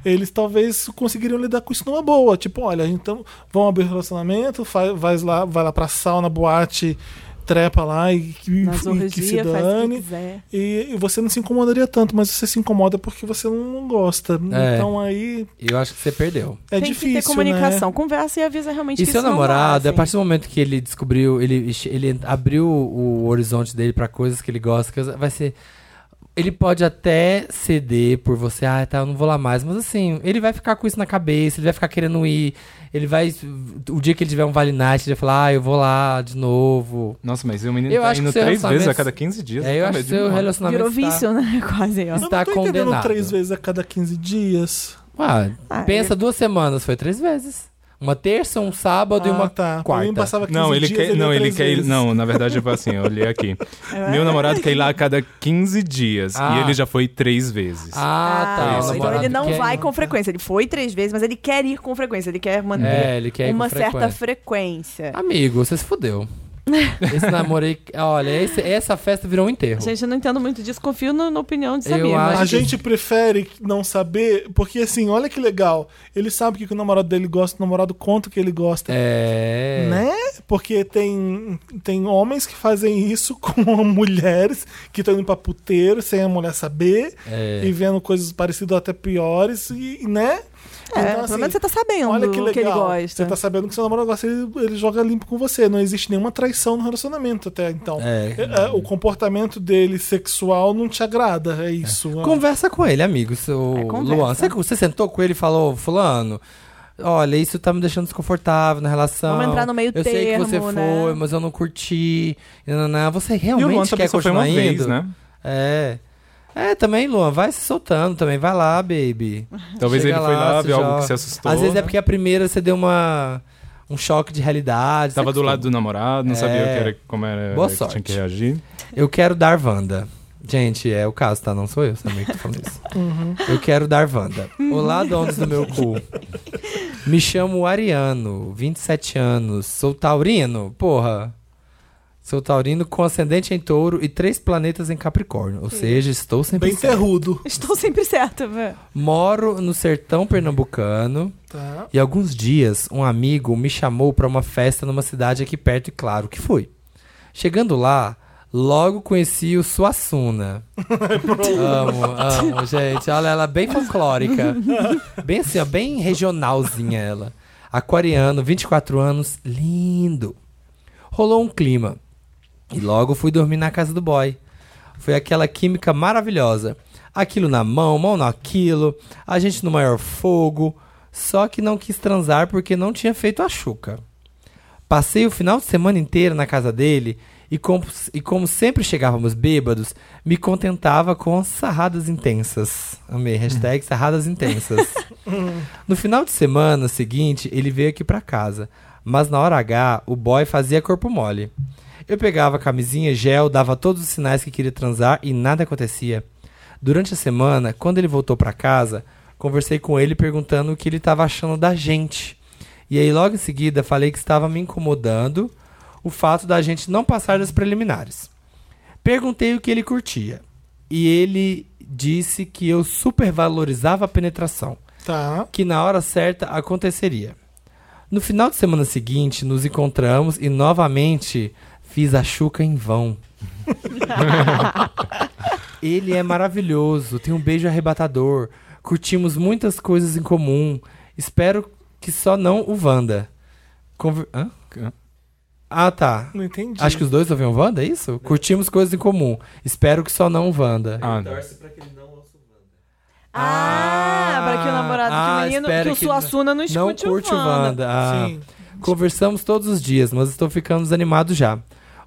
Speaker 1: eles talvez conseguiriam lidar com isso numa boa. Tipo, olha, então vão abrir relacionamento, faz, vais lá, vai lá pra sauna, boate, trepa lá e, que-
Speaker 3: Nas
Speaker 1: e que se
Speaker 3: orgia, faz o que
Speaker 1: dane.
Speaker 3: quiser.
Speaker 1: E você não se incomodaria tanto, mas você se incomoda porque você não gosta.
Speaker 2: É.
Speaker 1: Então aí
Speaker 2: Eu acho que você perdeu.
Speaker 1: é
Speaker 3: Tem
Speaker 1: difícil.
Speaker 3: que ter comunicação. Conversa e avisa realmente
Speaker 2: E
Speaker 3: que
Speaker 2: seu
Speaker 3: isso não dá,
Speaker 2: namorado, é a
Speaker 3: assim.
Speaker 2: partir do momento que ele descobriu, ele, ele abriu o horizonte dele pra coisas que ele gosta, que vai ser. Ele pode até ceder por você, ah, tá, eu não vou lá mais, mas assim, ele vai ficar com isso na cabeça, ele vai ficar querendo ir, ele vai. O dia que ele tiver um Vale Night, ele vai falar, ah, eu vou lá de novo.
Speaker 4: Nossa, mas o menino
Speaker 2: Eu
Speaker 4: tá
Speaker 2: acho que
Speaker 4: indo
Speaker 2: seu
Speaker 4: três vezes
Speaker 2: relacionamento-
Speaker 4: a cada 15 dias.
Speaker 2: É, eu
Speaker 4: tá
Speaker 2: acho que
Speaker 4: meio
Speaker 2: seu
Speaker 4: demais.
Speaker 2: relacionamento.
Speaker 3: Virou
Speaker 2: está-
Speaker 3: vício, né? Quase aí, ó.
Speaker 1: Eu não
Speaker 2: está
Speaker 1: tô entendendo
Speaker 2: condenado.
Speaker 1: três vezes a cada 15 dias.
Speaker 2: Ah,
Speaker 3: Ah,
Speaker 2: pensa duas semanas, foi três vezes. Uma terça, um sábado e
Speaker 1: Ah,
Speaker 2: uma
Speaker 1: tá. Pra mim
Speaker 2: quarta.
Speaker 1: passava 15
Speaker 4: Não, ele
Speaker 1: dias,
Speaker 4: quer.
Speaker 1: ele
Speaker 4: Não,
Speaker 1: ia
Speaker 4: ele
Speaker 1: três
Speaker 4: quer.
Speaker 1: vezes. É
Speaker 4: Não, na verdade foi assim, eu olhei aqui. Meu namorado quer ir lá a cada 15 dias.
Speaker 2: Ah.
Speaker 4: E ele já foi três vezes.
Speaker 2: Ah, tá.
Speaker 3: Ah,
Speaker 2: o
Speaker 4: isso.
Speaker 3: então ele
Speaker 2: namorado
Speaker 3: não
Speaker 2: quer-
Speaker 3: vai com frequência. Ele foi três vezes, mas ele quer ir com frequência. Ele quer manter
Speaker 2: É, ele quer ir com
Speaker 3: Uhum. uma certa
Speaker 2: frequência.
Speaker 3: frequência.
Speaker 2: Amigo, você se fudeu. Esse namoro aí. Olha, esse- essa festa virou um enterro.
Speaker 5: Gente, eu não entendo muito disso. Confio no- na opinião de
Speaker 2: Eu
Speaker 5: Samir. né? mas-
Speaker 1: A
Speaker 2: Acho
Speaker 1: gente prefere não saber, porque assim, olha que legal. Ele sabe o que que o namorado dele gosta, o namorado conta o que ele gosta.
Speaker 2: é.
Speaker 1: Né? Porque tem, tem homens que fazem isso com mulheres que estão indo pra puteiro sem a mulher saber
Speaker 2: É.
Speaker 1: e vendo coisas parecidas ou até piores, e, né?
Speaker 3: É,
Speaker 2: assim,
Speaker 3: pelo menos você tá sabendo
Speaker 1: Olha que
Speaker 3: o que ele
Speaker 1: legal. Você
Speaker 3: gosta.
Speaker 1: tá sabendo que seu namorado gosta, ele, ele joga limpo com você. Não existe nenhuma traição no relacionamento até então.
Speaker 2: É.
Speaker 1: É, é, o comportamento dele sexual não te agrada, é isso. É.
Speaker 2: Conversa com ele, amigo. Seu
Speaker 3: É, conversa.
Speaker 2: Luan, você, você sentou com ele e falou: Fulano, olha, isso tá me deixando desconfortável na relação.
Speaker 3: Vamos entrar no meio
Speaker 2: Eu sei que você
Speaker 3: termo, né?"
Speaker 2: foi, mas eu não curti. Nananá. Você
Speaker 4: E o Luan
Speaker 2: realmente
Speaker 4: também
Speaker 2: quer
Speaker 4: só foi uma
Speaker 2: continuar indo?
Speaker 4: vez, né?
Speaker 2: É. É, também, Luan, vai se soltando também. Vai lá, baby.
Speaker 4: Talvez
Speaker 2: Chega
Speaker 4: ele foi
Speaker 2: lá,
Speaker 4: lá,
Speaker 2: se
Speaker 4: viu algo
Speaker 2: joga.
Speaker 4: que se assustou.
Speaker 2: Às vezes é porque a primeira você deu uma, um choque de realidade.
Speaker 4: Tava
Speaker 2: Você
Speaker 4: do lado do namorado, não
Speaker 2: É.
Speaker 4: sabia o que era, como era
Speaker 2: Boa
Speaker 4: que tinha
Speaker 2: sorte.
Speaker 4: que reagir.
Speaker 2: Eu quero dar Wanda. Gente, é o caso, tá? Não sou eu, também que tô falando isso. Eu quero dar Wanda. Olá, donos do meu cu. Me chamo Ariano, 27 anos. Sou taurino, porra. Sou taurino com ascendente em touro e três planetas em Capricórnio. Ou seja, estou sempre
Speaker 1: Bem
Speaker 3: é.
Speaker 1: terrudo.
Speaker 3: Estou sempre certa, velho.
Speaker 2: Moro no sertão pernambucano.
Speaker 1: Tá.
Speaker 2: E alguns dias, um amigo me chamou para uma festa numa cidade aqui perto, e claro que fui. Chegando lá, logo conheci o Suassuna. amo, amo, gente. Olha ela bem folclórica. Bem assim, ó, bem regionalzinha ela. Aquariano, 24 anos, lindo. Rolou um clima. E logo fui dormir na casa do boy. Foi aquela química maravilhosa. Aquilo na mão, mão naquilo, a gente no maior fogo. Só que não quis transar porque não tinha feito a chuca. Passei o final de semana inteiro na casa dele e, com- e como sempre chegávamos bêbados, me contentava com sarradas intensas. Amei, hashtag sarradas intensas. No final de semana seguinte, ele veio aqui pra casa, mas na hora H, o boy fazia corpo mole. Eu pegava a camisinha, gel, dava todos os sinais que queria transar e nada acontecia. Durante a semana, quando ele voltou pra casa, conversei com ele perguntando o que ele tava achando da gente. E aí logo em seguida falei que estava me incomodando o fato da gente não passar das preliminares. Perguntei o que ele curtia. E ele disse que eu supervalorizava a penetração
Speaker 1: Tá.
Speaker 2: que na hora certa aconteceria. No final de semana seguinte, nos encontramos e novamente fiz a Xuca em vão. Ele é maravilhoso, tem um beijo arrebatador. Curtimos muitas coisas em comum. Espero que só não o Wanda. Conver- Hã? Ah, tá.
Speaker 1: Não entendi.
Speaker 2: Acho que os dois ouviam Wanda, é isso? Curtimos coisas em comum. Espero que só não o Wanda.
Speaker 4: Ah, não.
Speaker 11: Torce pra que ele não ouça o Wanda.
Speaker 2: Ah,
Speaker 5: Ah, para que o namorado
Speaker 2: ah,
Speaker 5: do menino,
Speaker 2: espero
Speaker 5: que o
Speaker 2: que
Speaker 5: Suassuna
Speaker 2: Não
Speaker 5: não escute
Speaker 2: curte o Wanda. Ah.
Speaker 1: Sim.
Speaker 2: Conversamos todos os dias, mas estou ficando desanimado já.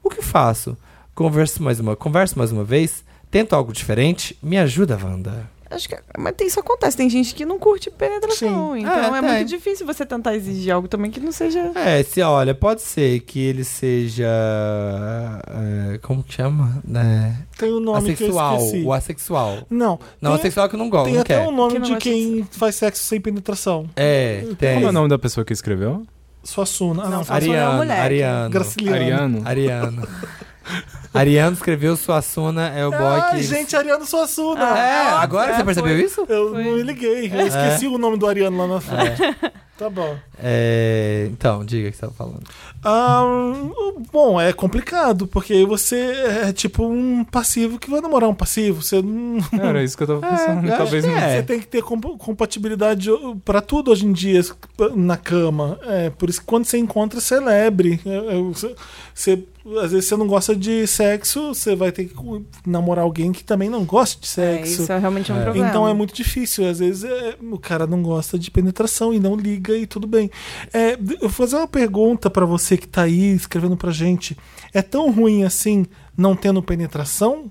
Speaker 2: O que faço? Converso mais uma, converso mais uma vez? Tento algo diferente? Me ajuda, Wanda.
Speaker 3: Acho que, mas isso acontece, tem gente que não curte penetração. Então
Speaker 2: É,
Speaker 3: é,
Speaker 2: tem.
Speaker 3: muito difícil você tentar exigir algo também que não seja.
Speaker 2: É, se olha, pode ser que ele seja. é, como que chama? É,
Speaker 1: Tem um nome
Speaker 2: assexual.
Speaker 1: que eu esqueci.
Speaker 2: O assexual.
Speaker 1: Não.
Speaker 2: Não,
Speaker 1: tem,
Speaker 2: assexual que eu não gosto,
Speaker 1: tem
Speaker 2: não
Speaker 1: até
Speaker 2: quer.
Speaker 1: um nome
Speaker 3: Que não
Speaker 1: de
Speaker 3: é
Speaker 1: quem faz sexo sem penetração.
Speaker 2: É, tem.
Speaker 4: Como é o nome da pessoa que escreveu?
Speaker 1: Suassuna. Ah, não.
Speaker 3: Suassuna. é uma
Speaker 2: Ariano,
Speaker 3: mulher.
Speaker 2: Ariano.
Speaker 1: Graciliano.
Speaker 4: Ariano.
Speaker 2: Ariano. Ariano escreveu Suassuna é o boy
Speaker 1: Ai,
Speaker 2: que.
Speaker 1: gente, ah, Ariano Suassuna.
Speaker 3: Ah,
Speaker 2: é, agora você percebeu isso?
Speaker 1: Eu não me liguei. Eu esqueci o nome do Ariano lá na frente. Tá bom.
Speaker 2: É, então, diga o que você tava falando.
Speaker 1: Ah, hum, bom, é complicado, porque aí você é tipo um passivo que vai namorar um passivo. Você, não-
Speaker 4: Era isso que eu tava pensando.
Speaker 2: É, eu acho
Speaker 4: Talvez
Speaker 2: que
Speaker 4: não.
Speaker 2: é.
Speaker 1: você tem que ter comp- compatibilidade pra tudo hoje em dia na cama. É, por isso que quando você encontra, celebre. É, é, você- você- às vezes você não gosta de sexo, você vai ter que namorar alguém que também não gosta de
Speaker 3: É,
Speaker 1: sexo.
Speaker 3: isso é realmente um
Speaker 2: É.
Speaker 3: problema.
Speaker 1: Então é muito difícil. Às vezes é, o cara não gosta de penetração e não liga e tudo bem. É, d- eu vou fazer uma pergunta pra você que tá aí escrevendo pra gente. É tão ruim assim não tendo penetração?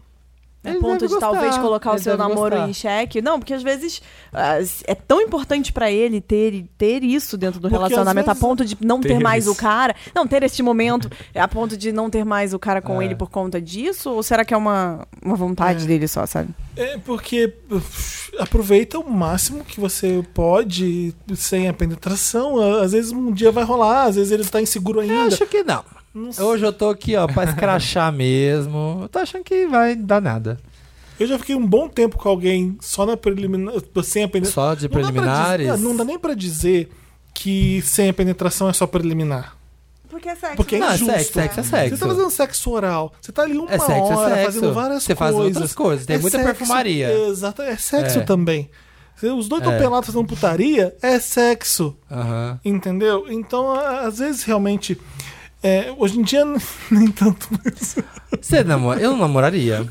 Speaker 3: A
Speaker 2: Ele
Speaker 3: ponto
Speaker 2: deve
Speaker 3: de talvez
Speaker 2: gostar,
Speaker 3: colocar o
Speaker 2: ele
Speaker 3: seu
Speaker 2: deve
Speaker 3: namoro
Speaker 2: gostar.
Speaker 3: em xeque. Não, porque às vezes ah, é tão importante pra ele ter, ter isso dentro do
Speaker 1: Porque, às
Speaker 3: relacionamento
Speaker 1: vezes,
Speaker 3: a ponto de não ter,
Speaker 4: ter
Speaker 3: mais
Speaker 4: isso.
Speaker 3: o cara. Não, ter este momento a ponto de não ter mais o cara com ele por conta disso? Ou será que é uma, uma vontade dele só, sabe?
Speaker 1: É porque uf, aproveita o máximo que você pode sem a penetração. Á- Às vezes um dia vai rolar, às vezes ele tá inseguro
Speaker 2: Eu
Speaker 1: ainda.
Speaker 2: acho que não.
Speaker 1: Não sei.
Speaker 2: Hoje eu tô aqui, ó, pra escrachar mesmo. Eu tô achando que vai dar nada.
Speaker 1: Eu já fiquei um bom tempo com alguém só na preliminar, sem a penetração.
Speaker 2: Só de preliminares.
Speaker 1: é, Não dá, pra dizer- não dá nem pra dizer que sem a penetração é só preliminar.
Speaker 3: Porque é sexo.
Speaker 1: Porque é
Speaker 2: Não, é
Speaker 1: injusto.
Speaker 2: sexo, sexo é
Speaker 1: Você
Speaker 2: sexo.
Speaker 1: tá fazendo sexo oral. Você tá ali uma
Speaker 2: É sexo,
Speaker 1: hora
Speaker 2: é sexo.
Speaker 1: fazendo várias
Speaker 2: Você faz
Speaker 1: coisas. É
Speaker 2: outras coisas. Tem muita perfumaria.
Speaker 1: Exato. É sexo
Speaker 2: É.
Speaker 1: também. Se Os dois estão
Speaker 2: É.
Speaker 1: pelados fazendo putaria, é sexo.
Speaker 2: Aham.
Speaker 1: Entendeu? Então, a- às vezes, realmente... é, hoje em dia, nem tanto. mas
Speaker 2: Você namora? Eu não namoraria.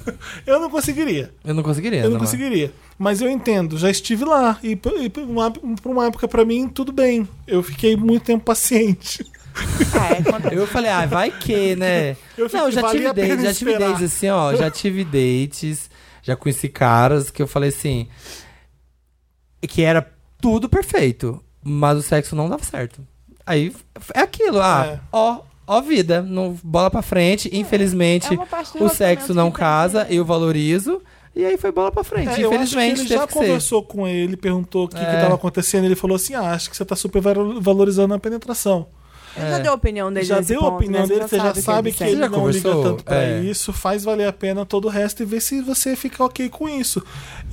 Speaker 1: eu não conseguiria.
Speaker 2: Eu não conseguiria.
Speaker 1: Eu não
Speaker 2: namorar.
Speaker 1: conseguiria. Mas eu entendo, já estive lá. E p- e por uma, por uma época, pra mim, tudo bem. Eu fiquei muito tempo paciente.
Speaker 2: Eu falei, ah, vai que, né?
Speaker 1: Eu fico-
Speaker 2: não, eu já
Speaker 1: valia
Speaker 2: tive
Speaker 1: a pena
Speaker 2: dates, já tive
Speaker 1: esperar.
Speaker 2: dates assim, ó, já tive dates, já conheci caras que eu falei assim, que era tudo perfeito, mas o sexo não dava certo. Aí f- é aquilo, ah,
Speaker 1: É.
Speaker 2: ó, ó vida, não bola pra frente, infelizmente
Speaker 3: É, parte
Speaker 2: o sexo não casa,
Speaker 3: né?
Speaker 2: eu valorizo, e aí foi bola pra frente,
Speaker 1: É, eu acho que
Speaker 2: infelizmente
Speaker 1: ele já
Speaker 2: teve que ser.
Speaker 1: conversou com ele, perguntou o que,
Speaker 2: É.
Speaker 1: estava acontecendo. Ele falou assim: ah, acho que você tá super valo- valorizando a penetração.
Speaker 3: Eu já deu a opinião dele.
Speaker 1: já
Speaker 3: nesse
Speaker 1: deu a
Speaker 3: ponto,
Speaker 1: opinião
Speaker 3: né?
Speaker 1: dele, você já
Speaker 3: o
Speaker 1: sabe
Speaker 3: ele
Speaker 1: que
Speaker 3: sente.
Speaker 1: ele
Speaker 2: Você já
Speaker 1: não
Speaker 2: conversou?
Speaker 1: liga tanto pra
Speaker 2: É.
Speaker 1: isso, faz valer a pena todo o resto e vê se você fica ok com isso.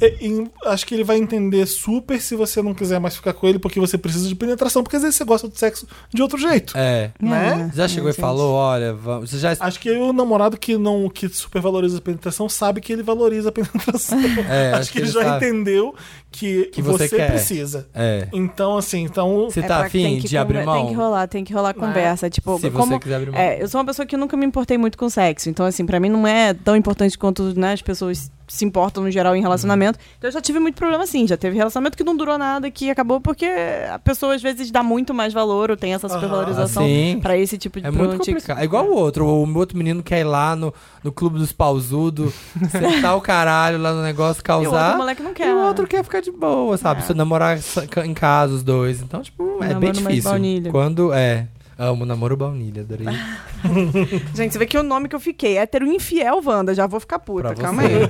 Speaker 1: É, e acho que ele vai entender super se você não quiser mais ficar com ele, porque você precisa de penetração, porque às vezes você gosta de sexo de outro jeito.
Speaker 2: É.
Speaker 1: Né?
Speaker 2: Já chegou e
Speaker 3: gente.
Speaker 2: falou, olha, vamos, você já
Speaker 1: Acho que o namorado que não que supervaloriza a penetração sabe que ele valoriza a penetração.
Speaker 2: É,
Speaker 1: acho, que ele já
Speaker 2: sabe.
Speaker 1: entendeu que,
Speaker 2: Que você
Speaker 1: você,
Speaker 2: quer.
Speaker 1: precisa.
Speaker 2: É.
Speaker 1: Então, assim, então.
Speaker 2: Você
Speaker 3: É
Speaker 2: tá
Speaker 3: pra- tem
Speaker 2: afim
Speaker 3: que
Speaker 2: de abrir
Speaker 3: conver-
Speaker 2: mão?
Speaker 3: Tem que rolar, tem que rolar conversa. Tipo,
Speaker 2: Se você
Speaker 3: como,
Speaker 2: quiser abrir mão.
Speaker 3: é, eu sou uma pessoa que nunca me importei muito com sexo. Então, assim, pra mim não é tão importante quanto né, as pessoas se importam no geral em
Speaker 2: Uhum.
Speaker 3: relacionamento. Então, eu já tive muito problema assim. Já teve relacionamento que não durou nada, que acabou porque a pessoa às vezes dá muito mais valor ou tem essa supervalorização
Speaker 2: Ah, sim.
Speaker 3: pra esse tipo de
Speaker 2: É
Speaker 3: pra
Speaker 2: muito
Speaker 3: um tipo-
Speaker 2: complicado. É igual o outro. O outro menino quer ir lá no, no clube dos pausudos, sentar o caralho lá no negócio,
Speaker 3: E o outro
Speaker 2: causar.
Speaker 3: moleque não quer. né? É.
Speaker 2: E o outro quer ficar de boa, sabe? Se namorar sa- ca- em casa os dois. Então, tipo, é
Speaker 3: Namoro
Speaker 2: bem
Speaker 3: mais
Speaker 2: difícil.
Speaker 3: baunilha.
Speaker 2: Quando é. Amo namoro baunilha, tá adorei.
Speaker 3: Gente, você vê que o nome que eu fiquei é ter um infiel Wanda. Já vou ficar puta,
Speaker 2: Pra
Speaker 3: calma
Speaker 2: você.
Speaker 3: aí.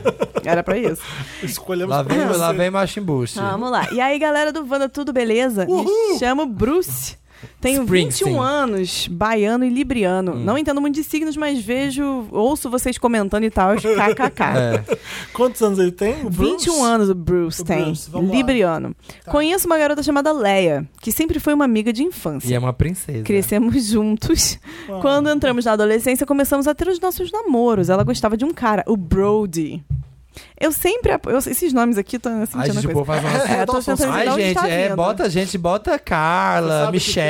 Speaker 3: Era pra isso.
Speaker 1: Escolhemos
Speaker 2: Lá vem,
Speaker 1: pra
Speaker 2: lá
Speaker 1: você.
Speaker 2: vem Machimbuste.
Speaker 3: Vamos lá. E aí, galera do Wanda, tudo beleza? Me chamo Bruce. Tenho
Speaker 2: Springsteen.
Speaker 3: 21 anos, baiano e libriano.
Speaker 2: Hum.
Speaker 3: Não entendo muito de signos, mas vejo, ouço vocês comentando e tal. KKK.
Speaker 2: É.
Speaker 1: Quantos anos ele tem? O Bruce?
Speaker 3: 21 anos o Bruce
Speaker 1: O
Speaker 3: tem,
Speaker 1: Bruce, vamos lá.
Speaker 3: libriano.
Speaker 1: Tá.
Speaker 3: Conheço uma garota chamada Leia, que sempre foi uma amiga de infância.
Speaker 2: E é uma princesa.
Speaker 3: Crescemos juntos.
Speaker 1: Ah.
Speaker 3: Quando entramos na adolescência, começamos a ter os nossos namoros. Ela gostava de um cara, o Brody. Eu sempre. apo- eu- esses nomes aqui estão assim,
Speaker 2: Ai,
Speaker 3: sentindo
Speaker 2: gente, o
Speaker 3: coisa.
Speaker 2: povo faz uma...
Speaker 3: É, tô
Speaker 1: Dawson,
Speaker 3: tentando
Speaker 2: Ai,
Speaker 3: entender onde
Speaker 2: gente,
Speaker 3: tá
Speaker 2: é,
Speaker 3: vindo.
Speaker 2: bota, gente, bota
Speaker 1: Você
Speaker 2: Carla,
Speaker 1: sabe o que que é?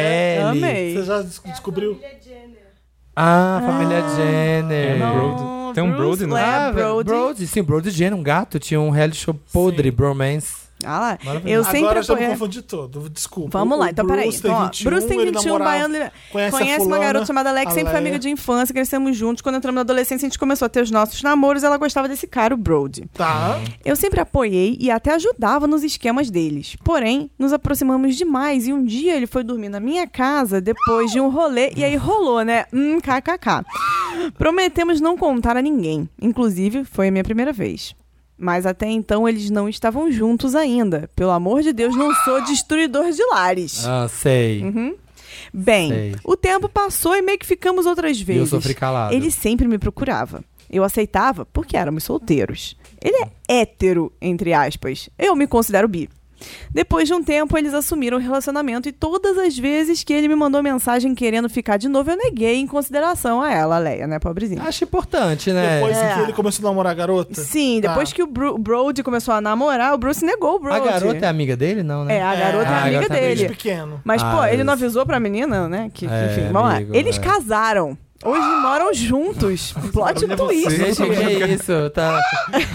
Speaker 2: Michelle.
Speaker 3: Amei.
Speaker 1: Você já des- descobriu?
Speaker 2: Ah, família Jenner.
Speaker 4: É,
Speaker 3: Não,
Speaker 4: Brody. Tem um
Speaker 3: Bruce
Speaker 4: Brody, não?
Speaker 3: Blair,
Speaker 2: Ah,
Speaker 3: é Brody.
Speaker 2: Brody. Sim, Brody Jenner, um gato. Tinha um reality show podre, Bromance.
Speaker 3: Ah lá.
Speaker 2: Maravilhoso.
Speaker 3: Eu sempre
Speaker 1: Agora eu já me
Speaker 3: apoiei.
Speaker 1: confundi todo, desculpa.
Speaker 3: Vamos
Speaker 1: O-
Speaker 3: lá,
Speaker 1: o
Speaker 3: então peraí.
Speaker 1: Bruce
Speaker 3: Então, ó,
Speaker 1: tem 21,
Speaker 3: Bruce tem
Speaker 1: ele
Speaker 3: 21
Speaker 1: namorava-
Speaker 3: baiano. ele-
Speaker 1: Conhece, a
Speaker 3: Conhece uma
Speaker 1: fulana, é.
Speaker 3: garota chamada Leia, que
Speaker 1: a
Speaker 3: sempre foi
Speaker 1: Leia.
Speaker 3: amiga de infância, crescemos juntos. Quando entramos na adolescência, a gente começou a ter os nossos namoros. Ela gostava desse cara, o Brody.
Speaker 1: Tá.
Speaker 3: Eu sempre apoiei e até ajudava nos esquemas deles. Porém, nos aproximamos demais e um dia ele foi dormir na minha casa depois de um rolê e aí rolou, né? Hum, kkk. Prometemos não contar a ninguém. Inclusive, foi a minha primeira vez. Mas até então eles não estavam juntos ainda. Pelo amor de Deus, não sou destruidor de lares.
Speaker 2: Ah, sei.
Speaker 3: Uhum. Bem,
Speaker 2: Sei.
Speaker 3: o tempo passou e meio que ficamos outras
Speaker 2: E
Speaker 3: vezes.
Speaker 2: eu sofri calado.
Speaker 3: Ele sempre me procurava. Eu aceitava porque éramos solteiros. Ele é hétero, entre aspas. Eu me considero bi. Depois de um tempo, eles assumiram o relacionamento e todas as vezes que ele me mandou mensagem querendo ficar de novo, eu neguei em consideração a ela, a Leia, né, pobrezinha.
Speaker 2: Acho importante, né?
Speaker 1: Depois
Speaker 3: É.
Speaker 1: que ele começou a namorar a garota.
Speaker 3: Sim, depois
Speaker 1: Tá.
Speaker 3: que o Bru- o Brody começou a namorar, o Bruce negou o Brody.
Speaker 2: A garota é amiga dele, não, né?
Speaker 3: É, a garota é,
Speaker 2: Ah, a
Speaker 3: amiga
Speaker 2: garota é amiga
Speaker 3: dele.
Speaker 1: Desde pequeno.
Speaker 3: Mas, pô,
Speaker 2: Ah,
Speaker 3: ele não
Speaker 2: isso.
Speaker 3: avisou pra menina, né? Que, que,
Speaker 2: É,
Speaker 3: enfim, vamos
Speaker 2: amigo,
Speaker 3: lá. Eles
Speaker 2: é.
Speaker 3: casaram. Hoje moram juntos. Plot
Speaker 4: Olha
Speaker 3: twist.
Speaker 4: você.
Speaker 2: Gente, o que é isso? Tá,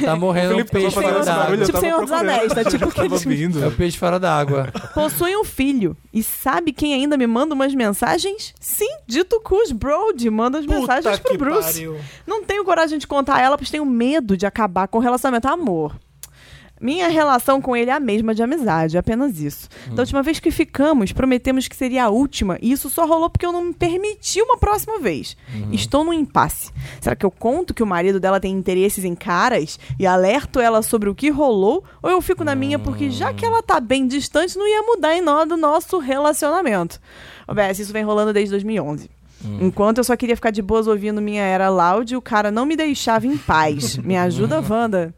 Speaker 2: tá morrendo um
Speaker 4: Felipe
Speaker 2: peixe
Speaker 4: tava fazendo
Speaker 2: fora
Speaker 4: esse barulho,
Speaker 2: d'água.
Speaker 4: eu
Speaker 3: Tipo
Speaker 4: tava
Speaker 3: Senhor dos
Speaker 4: procurando.
Speaker 3: Anéis, tá? Tipo
Speaker 4: Eu tava
Speaker 3: aqueles-
Speaker 2: É o
Speaker 4: ouvindo.
Speaker 2: peixe fora d'água.
Speaker 3: Possuem um filho. E sabe quem ainda me manda umas mensagens? Sim, dito Cus Brody manda as mensagens pro Bruce.
Speaker 1: pariu.
Speaker 3: Não tenho coragem de contar a ela, pois tenho medo de acabar com o relacionamento. Amor. Minha relação com ele é a mesma de amizade, é apenas isso. Da última vez que ficamos, prometemos que seria a última, e isso só rolou porque eu não me permiti uma próxima vez. Estou num impasse. Será que eu conto que o marido dela tem interesses em caras e alerto ela sobre o que rolou? Ou eu fico na minha porque, já que ela tá bem distante, não ia mudar em nada o nosso relacionamento? OBS, isso vem rolando desde 2011.
Speaker 2: Hum.
Speaker 3: Enquanto eu só queria ficar de boas ouvindo minha era loud, o cara não me deixava em paz. Me ajuda, Wanda.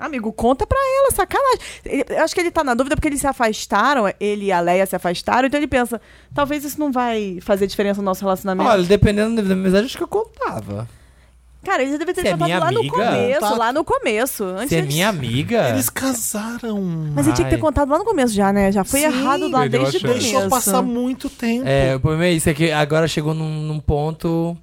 Speaker 3: Amigo, conta pra ela, sacanagem. Ele- eu acho que ele tá na dúvida porque eles se afastaram, ele e a Leia se afastaram, então ele pensa, talvez isso não vai fazer diferença no nosso relacionamento.
Speaker 2: Olha, dependendo da amizade, acho que eu contava.
Speaker 3: Cara, ele já devia ter
Speaker 2: Você é
Speaker 3: tratado
Speaker 2: minha
Speaker 3: lá no
Speaker 2: amiga?
Speaker 3: começo,
Speaker 1: Tá.
Speaker 3: lá no começo. Antes
Speaker 2: Você é
Speaker 3: de-
Speaker 2: minha amiga?
Speaker 1: Eles casaram.
Speaker 3: Mas ele tinha que ter
Speaker 2: Ai.
Speaker 3: contado lá no começo já, né? Já foi
Speaker 1: Sim,
Speaker 3: errado lá
Speaker 4: perdeu a
Speaker 3: desde o
Speaker 4: chance.
Speaker 3: começo.
Speaker 1: Deixou passar muito tempo.
Speaker 2: É, o problema é isso, é que agora chegou num, num ponto...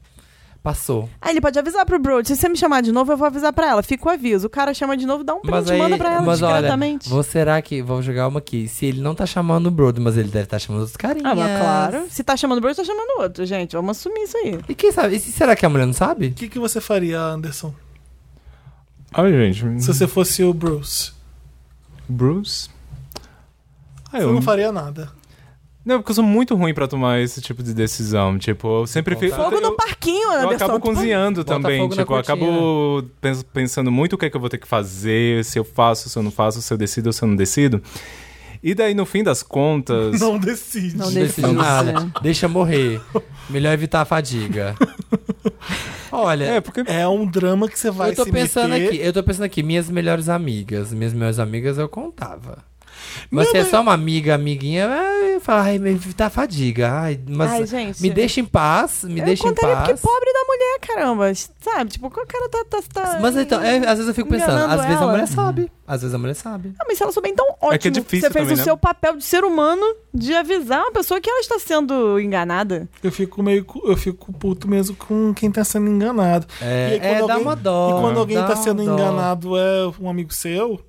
Speaker 2: Passou.
Speaker 3: Aí ele pode avisar pro Bro, se você me chamar de novo, eu vou avisar pra ela. Fica o aviso. O cara chama de novo, dá um print,
Speaker 2: Mas aí,
Speaker 3: manda pra ela
Speaker 2: mas olha,
Speaker 3: discretamente.
Speaker 2: vou, será que... Vou jogar uma aqui. Se ele não tá chamando o Brody, mas ele deve estar chamando outros carinhas.
Speaker 3: Ah, mas claro. Se tá chamando o Bruce, tá chamando outro, gente. Vamos assumir isso aí.
Speaker 2: E quem sabe? E se- será que a mulher não sabe?
Speaker 1: O que, que você faria, Anderson,
Speaker 4: Ai, gente.
Speaker 1: se você fosse o Bruce?
Speaker 4: Bruce? Ah,
Speaker 1: Eu não faria nada.
Speaker 4: Não, porque eu sou muito ruim pra tomar esse tipo de decisão. Tipo, eu sempre fico.
Speaker 3: Fogo
Speaker 4: eu,
Speaker 3: no parquinho,
Speaker 4: eu
Speaker 3: Anderson.
Speaker 4: acabo
Speaker 3: Tipo,
Speaker 4: cozinhando
Speaker 2: Bota
Speaker 4: também.
Speaker 2: fogo na
Speaker 4: Tipo, eu acabo pens- pensando muito o que é que eu vou ter que fazer, se eu faço, se eu não faço, se eu decido ou se eu não decido. E daí, no fim das contas.
Speaker 1: Não decide.
Speaker 3: Não
Speaker 2: Não
Speaker 3: decide
Speaker 2: decide nada.
Speaker 3: você.
Speaker 2: Deixa morrer. Melhor evitar a fadiga. Olha,
Speaker 4: É, porque.
Speaker 1: É um drama que você vai
Speaker 2: eu tô
Speaker 1: se
Speaker 2: pensando
Speaker 1: meter.
Speaker 2: aqui, eu tô pensando aqui, minhas melhores amigas. Minhas melhores amigas eu contava. Mas
Speaker 1: Não,
Speaker 2: se é
Speaker 1: mas-
Speaker 2: só uma amiga, amiguinha, ah, eu falo, ai, me tá fadiga. Ai, mas
Speaker 3: Ai, gente.
Speaker 2: me deixa em paz, me
Speaker 3: eu
Speaker 2: deixa em
Speaker 3: contaria
Speaker 2: paz.
Speaker 3: porque pobre da mulher, caramba. Sabe? Tipo, o cara tá. tá, tá-
Speaker 2: Mas então, é, às vezes eu fico pensando,
Speaker 3: Enganando
Speaker 2: às vezes
Speaker 3: ela.
Speaker 2: a mulher sabe. Às vezes a mulher sabe.
Speaker 3: Ah, mas se ela souber, então ótimo.
Speaker 4: É que é difícil
Speaker 3: Você fez
Speaker 4: também,
Speaker 3: o
Speaker 4: né?
Speaker 3: seu papel de ser humano de avisar uma pessoa que ela está sendo enganada.
Speaker 1: Eu fico meio. cu- Eu fico puto mesmo com quem tá sendo enganado. E
Speaker 2: É,
Speaker 1: aí, quando
Speaker 2: é, dá
Speaker 1: alguém-
Speaker 2: uma dó.
Speaker 1: e quando alguém
Speaker 2: dá
Speaker 1: tá
Speaker 2: uma
Speaker 1: sendo
Speaker 2: dó.
Speaker 1: enganado é um amigo seu?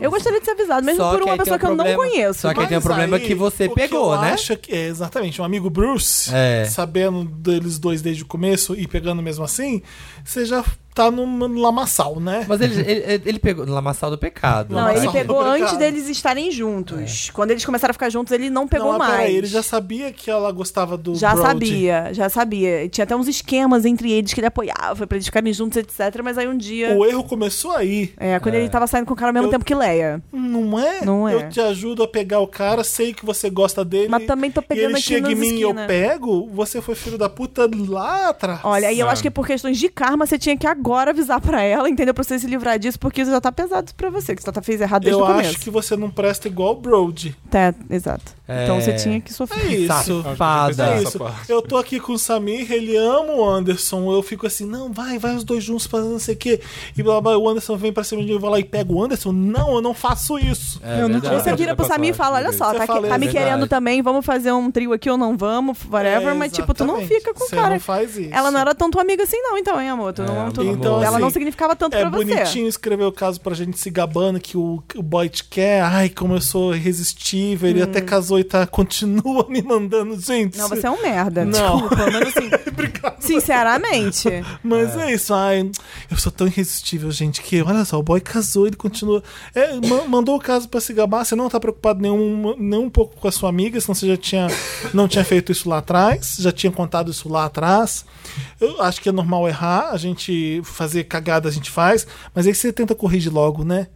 Speaker 3: Eu gostaria de ser avisado, mesmo
Speaker 2: Só
Speaker 3: por
Speaker 2: que
Speaker 3: uma
Speaker 2: aí tem
Speaker 3: pessoa
Speaker 2: um
Speaker 3: que eu não
Speaker 2: problema-
Speaker 3: conheço.
Speaker 2: só que aí tem um
Speaker 1: Mas
Speaker 2: problema que você
Speaker 1: o
Speaker 2: pegou,
Speaker 1: eu
Speaker 2: né?
Speaker 1: acho que- é, exatamente, um amigo Bruce,
Speaker 2: É.
Speaker 1: sabendo deles dois desde o começo e pegando mesmo assim, você já tá num lamaçal, né?
Speaker 2: Mas ele, ele, ele pegou. Lamaçal do pecado.
Speaker 3: Não, ele
Speaker 1: Nossa,
Speaker 3: pegou
Speaker 1: complicado.
Speaker 3: antes deles estarem
Speaker 2: É.
Speaker 3: juntos. Quando eles começaram a ficar juntos, ele não pegou
Speaker 1: não, mas
Speaker 3: mais.
Speaker 1: peraí, ele já sabia que ela gostava do
Speaker 3: Já
Speaker 1: Brody.
Speaker 3: sabia, já sabia. Tinha até uns esquemas entre eles que ele apoiava pra eles ficarem juntos, etc. Mas aí um dia.
Speaker 1: O erro começou aí,
Speaker 3: É, quando ele tava saindo com o cara ao mesmo
Speaker 1: Eu-
Speaker 3: tempo que Leia.
Speaker 1: não é?
Speaker 3: Não é.
Speaker 1: Eu te ajudo a pegar o cara, sei que você gosta dele.
Speaker 3: Mas também tô
Speaker 1: e ele
Speaker 3: pegando aqui
Speaker 1: chega em
Speaker 3: nas
Speaker 1: mim e eu
Speaker 3: esquinas.
Speaker 1: pego, você foi filho da puta lá atrás.
Speaker 3: Olha, aí eu
Speaker 4: Ah.
Speaker 3: acho que por questões de karma, você tinha que agora avisar pra ela, entendeu? Pra você se livrar disso, porque isso já tá pesado pra você, que você tá fez errado desde
Speaker 1: eu
Speaker 3: o começo.
Speaker 1: acho que você não presta igual o Brody.
Speaker 3: Tá, exato.
Speaker 2: É.
Speaker 3: Então você tinha que
Speaker 1: É
Speaker 3: sofrer.
Speaker 1: isso.
Speaker 2: Safada.
Speaker 1: É
Speaker 4: Essa
Speaker 1: isso.
Speaker 4: parte.
Speaker 1: Eu tô aqui com o Samir, ele ama o Anderson. Eu fico assim, não, vai, vai os dois juntos fazendo não sei o quê. E blá, blá, o Anderson vem pra cima de mim, eu vou lá e pego o Anderson. Não, eu não faço isso.
Speaker 2: É
Speaker 4: Eu não
Speaker 2: verdade.
Speaker 4: tinha
Speaker 3: Você
Speaker 4: Ah,
Speaker 3: vira
Speaker 4: já
Speaker 3: pro
Speaker 4: passou,
Speaker 3: Samir e
Speaker 4: acho,
Speaker 3: fala: olha
Speaker 4: né?
Speaker 3: só,
Speaker 1: Você
Speaker 3: tá,
Speaker 1: fala,
Speaker 3: tá me
Speaker 1: é
Speaker 3: querendo
Speaker 2: verdade.
Speaker 3: também, vamos fazer um trio aqui ou não vamos, whatever,
Speaker 1: É,
Speaker 3: mas tipo, tu não
Speaker 1: exatamente.
Speaker 3: fica com o
Speaker 1: Você
Speaker 3: cara.
Speaker 1: não faz isso.
Speaker 3: Ela não era tão tua amiga assim, não, então, hein, amor? Tu não, tu-
Speaker 1: Então,
Speaker 3: ela não
Speaker 1: assim,
Speaker 3: significava tanto
Speaker 1: É
Speaker 3: pra você.
Speaker 1: bonitinho escrever o caso pra gente se gabando que o, que o boy te quer. Ai, como eu sou irresistível. Ele até casou e tá, continua me mandando, gente.
Speaker 3: Hum. Não, você é um merda.
Speaker 1: Não.
Speaker 3: Desculpa, mas assim,
Speaker 1: Obrigado.
Speaker 3: sinceramente.
Speaker 1: Mas é. isso, ai, eu sou tão irresistível, gente, que olha só, o boy casou, ele continua. É, ma- mandou o caso pra se gabar, você não tá preocupado nenhum, nem um pouco com a sua amiga, senão você já tinha, não tinha feito isso lá atrás, já tinha contado isso lá atrás. Eu acho que é normal errar, a gente fazer cagada a gente faz, mas aí você tenta corrigir logo, né?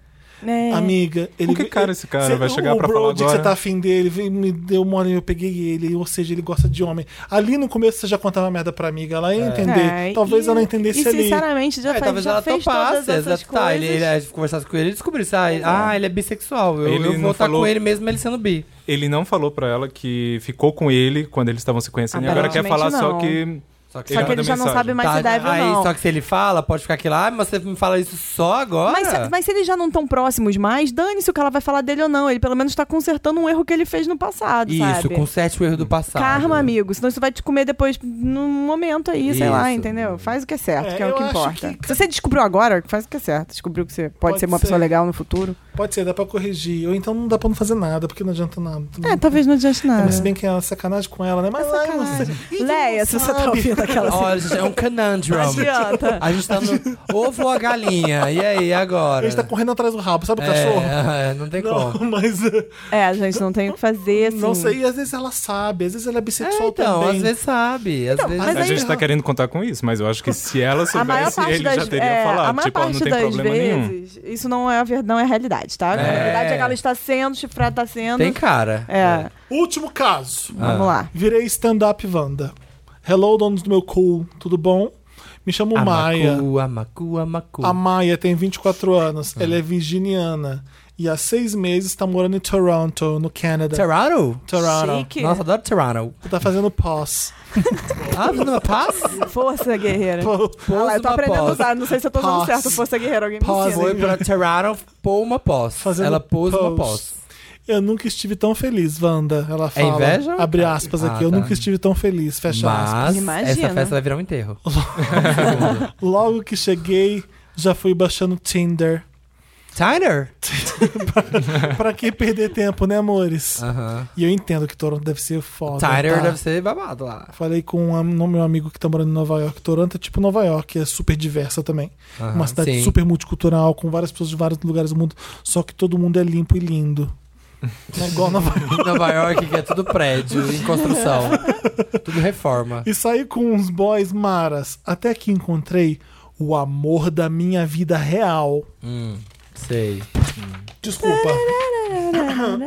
Speaker 3: né?
Speaker 1: Amiga, ele.
Speaker 4: É. que cara esse cara vai
Speaker 1: o-
Speaker 4: chegar pra falar
Speaker 1: O Brody que você
Speaker 4: agora?
Speaker 1: tá afim dele, vem- me deu mole, eu peguei ele, ou seja, ele gosta de homem. Ali no começo você já contava merda pra amiga, ela ia entender.
Speaker 3: É,
Speaker 1: Talvez
Speaker 3: e-
Speaker 1: ela entendesse
Speaker 3: e,
Speaker 1: ali.
Speaker 3: sinceramente, já,
Speaker 2: É,
Speaker 3: faz-
Speaker 2: talvez
Speaker 3: já
Speaker 2: ela
Speaker 3: fez todas
Speaker 2: topasse,
Speaker 3: essas
Speaker 2: exato. Tá, ele,
Speaker 3: coisas.
Speaker 2: ele, ele conversasse com ele e descobrisse, ah, ele- ah, ele é bissexual. Eu,
Speaker 4: Ele
Speaker 2: eu
Speaker 4: não
Speaker 2: vou estar
Speaker 4: falou-
Speaker 2: com ele mesmo ele sendo bi.
Speaker 4: Ele não falou pra ela que ficou com ele quando eles estavam se conhecendo. E agora quer falar
Speaker 3: Aparentemente
Speaker 4: só
Speaker 3: não.
Speaker 4: que.
Speaker 2: Só que,
Speaker 3: Só que
Speaker 4: manda
Speaker 3: ele já não
Speaker 4: mensagem.
Speaker 3: sabe mais se deve ou
Speaker 2: Tá, aí,
Speaker 3: não.
Speaker 2: só que se ele fala, pode ficar aquilo, ah, mas você me fala isso só agora?
Speaker 3: Mas, se- mas se eles já não estão próximos mais, dane-se o que ela vai falar dele ou não. Ele pelo menos tá consertando um erro que ele fez no passado,
Speaker 2: Isso,
Speaker 3: sabe?
Speaker 2: conserte o erro do passado.
Speaker 3: Karma, amigo. Senão isso vai te comer depois num momento aí, sei lá,
Speaker 2: Isso.
Speaker 3: entendeu? Faz o que é certo,
Speaker 1: É,
Speaker 3: que é o que
Speaker 1: eu acho
Speaker 3: importa.
Speaker 1: que-
Speaker 3: Se você descobriu agora, faz o que é certo. Descobriu que você pode,
Speaker 1: Pode
Speaker 3: ser uma
Speaker 1: ser.
Speaker 3: pessoa legal no futuro.
Speaker 1: Pode ser, dá pra corrigir. Ou então não dá pra não fazer nada, porque não adianta nada.
Speaker 3: É, talvez não adiante
Speaker 4: tá.
Speaker 3: nada.
Speaker 1: Mas se bem que é uma sacanagem com ela, né?
Speaker 4: É
Speaker 1: Mas ai, você. Ih,
Speaker 3: Leia,
Speaker 1: não
Speaker 3: se você
Speaker 1: sabe.
Speaker 3: tá ouvindo aquela
Speaker 2: Olha, gente, é um
Speaker 3: Não
Speaker 2: conundrum.
Speaker 3: adianta.
Speaker 2: A gente tá no ovo ou a galinha, e aí,
Speaker 1: A
Speaker 2: agora?
Speaker 1: gente tá correndo atrás do rabo, sabe o cachorro?
Speaker 2: é, é, não tem como.
Speaker 1: Não, mas eh,
Speaker 3: É, gente, não tem o que fazer, assim.
Speaker 1: não sei. E às vezes ela sabe, às vezes ela é bissexual
Speaker 2: É, então,
Speaker 1: também.
Speaker 2: às vezes sabe. Às vezes...
Speaker 3: Então, mas
Speaker 4: a
Speaker 1: É.
Speaker 3: aí-
Speaker 4: gente tá querendo contar com isso, mas eu acho que se ela
Speaker 3: A maior
Speaker 4: soubesse,
Speaker 3: parte
Speaker 4: ele já
Speaker 3: das,
Speaker 4: teria
Speaker 3: é, a
Speaker 4: falado.
Speaker 3: maior
Speaker 4: Tipo, ó, não
Speaker 3: parte
Speaker 4: tem
Speaker 3: das
Speaker 4: problema nenhum.
Speaker 3: vezes, isso não é, a ver- não é a realidade, tá? A
Speaker 2: É.
Speaker 3: realidade é que ela está sendo, chifrada está sendo.
Speaker 2: Tem cara.
Speaker 3: É,
Speaker 1: Último caso.
Speaker 3: vamos lá.
Speaker 1: Virei stand-up Wanda. Hello, donos do meu cu, tudo bom? Me chamo
Speaker 2: Ah,
Speaker 1: Maia.
Speaker 2: Amacu, amacu, amacu.
Speaker 1: A Maia tem 24 anos, ela é virginiana. E há seis meses tá morando em Toronto, no Canadá.
Speaker 2: Toronto?
Speaker 1: Toronto.
Speaker 3: Chique.
Speaker 2: Nossa, adoro Toronto.
Speaker 1: Tá fazendo pós.
Speaker 2: Ah, fazendo uma paz?
Speaker 3: Força, guerreira. Ah lá, eu tô
Speaker 2: uma
Speaker 3: aprendendo a
Speaker 2: pose.
Speaker 3: usar, não sei se eu tô usando
Speaker 1: Pose.
Speaker 3: certo, força guerreira, alguém me
Speaker 1: Pose.
Speaker 3: ensina.
Speaker 2: Foi pra Toronto pôr uma pós.
Speaker 1: Fazendo
Speaker 2: Ela pôs uma
Speaker 1: pose.
Speaker 2: pós.
Speaker 1: Eu nunca estive tão feliz, Wanda. Ela fala.
Speaker 2: É inveja?
Speaker 1: Abre aspas
Speaker 2: Ah,
Speaker 1: aqui. Eu
Speaker 2: tá.
Speaker 1: nunca estive tão feliz. Fecha aspas.
Speaker 2: Mas
Speaker 3: Imagina.
Speaker 2: essa festa vai virar um enterro.
Speaker 1: Logo que cheguei, já fui baixando Tinder.
Speaker 2: Tyler?
Speaker 1: pra que perder tempo, né, amores?
Speaker 2: Aham.
Speaker 1: E eu entendo que Toronto deve ser foda.
Speaker 2: Tyler
Speaker 1: tá?
Speaker 2: Ah. deve ser babado lá.
Speaker 1: Falei com um am- meu amigo que tá morando em Nova York. Toronto é tipo Nova York, é super diversa também.
Speaker 2: Aham,
Speaker 1: Uma cidade
Speaker 2: Ah, sim.
Speaker 1: super multicultural, com várias pessoas de vários lugares do mundo, só que todo mundo é limpo e lindo. Não é igual Nova York.
Speaker 2: Nova York, que é tudo prédio em construção. tudo reforma.
Speaker 1: E saí com uns boys maras, até que encontrei o amor da minha vida real.
Speaker 2: Hum, sei.
Speaker 1: Desculpa.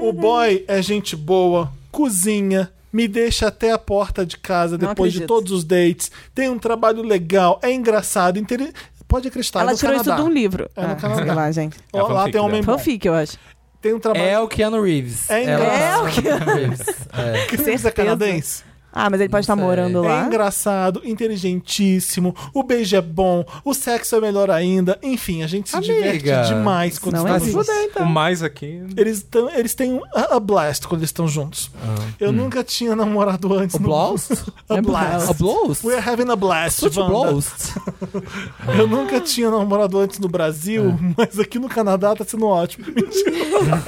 Speaker 1: O boy é gente boa, cozinha, me deixa até a porta de casa
Speaker 3: Não
Speaker 1: depois de
Speaker 3: acredito.
Speaker 1: todos os dates, tem um trabalho legal, é engraçado, interi- pode acreditar. é
Speaker 3: Ela
Speaker 1: no
Speaker 3: tirou
Speaker 1: Canadá.
Speaker 3: isso de um livro.
Speaker 1: É no
Speaker 3: Ah,
Speaker 1: Canadá.
Speaker 3: sei lá, gente.
Speaker 1: Ó,
Speaker 4: É
Speaker 1: lá
Speaker 4: fanfic
Speaker 1: tem um homem bom.
Speaker 3: Fanfic, eu acho.
Speaker 1: Tem um trabalho.
Speaker 2: né? É o Keanu Reeves.
Speaker 1: É
Speaker 2: Ela tá-
Speaker 3: engraçado.
Speaker 2: Reeves. É.
Speaker 1: que
Speaker 3: certeza.
Speaker 1: canadense.
Speaker 3: Ah, mas ele pode estar
Speaker 2: sei.
Speaker 3: morando
Speaker 1: É
Speaker 3: lá.
Speaker 1: engraçado, inteligentíssimo, o beijo é bom, o sexo é melhor ainda. Enfim, a gente se
Speaker 2: Amiga,
Speaker 1: diverte demais quando
Speaker 3: não é
Speaker 1: está
Speaker 4: é
Speaker 3: existe.
Speaker 1: junto.
Speaker 4: O mais aqui.
Speaker 1: Eles, tão, eles têm um- a, a blast quando eles estão juntos.
Speaker 4: Ah.
Speaker 1: Eu
Speaker 4: Hum.
Speaker 1: nunca tinha namorado antes.
Speaker 2: O
Speaker 1: no-
Speaker 2: Blows?
Speaker 1: A
Speaker 3: É
Speaker 1: blast.
Speaker 2: A Blows?
Speaker 1: We're having a blast,
Speaker 2: Such
Speaker 1: Wanda.
Speaker 2: Blows?
Speaker 1: Eu nunca tinha namorado antes no Brasil,
Speaker 4: É.
Speaker 1: mas aqui no Canadá tá sendo ótimo. Mentira.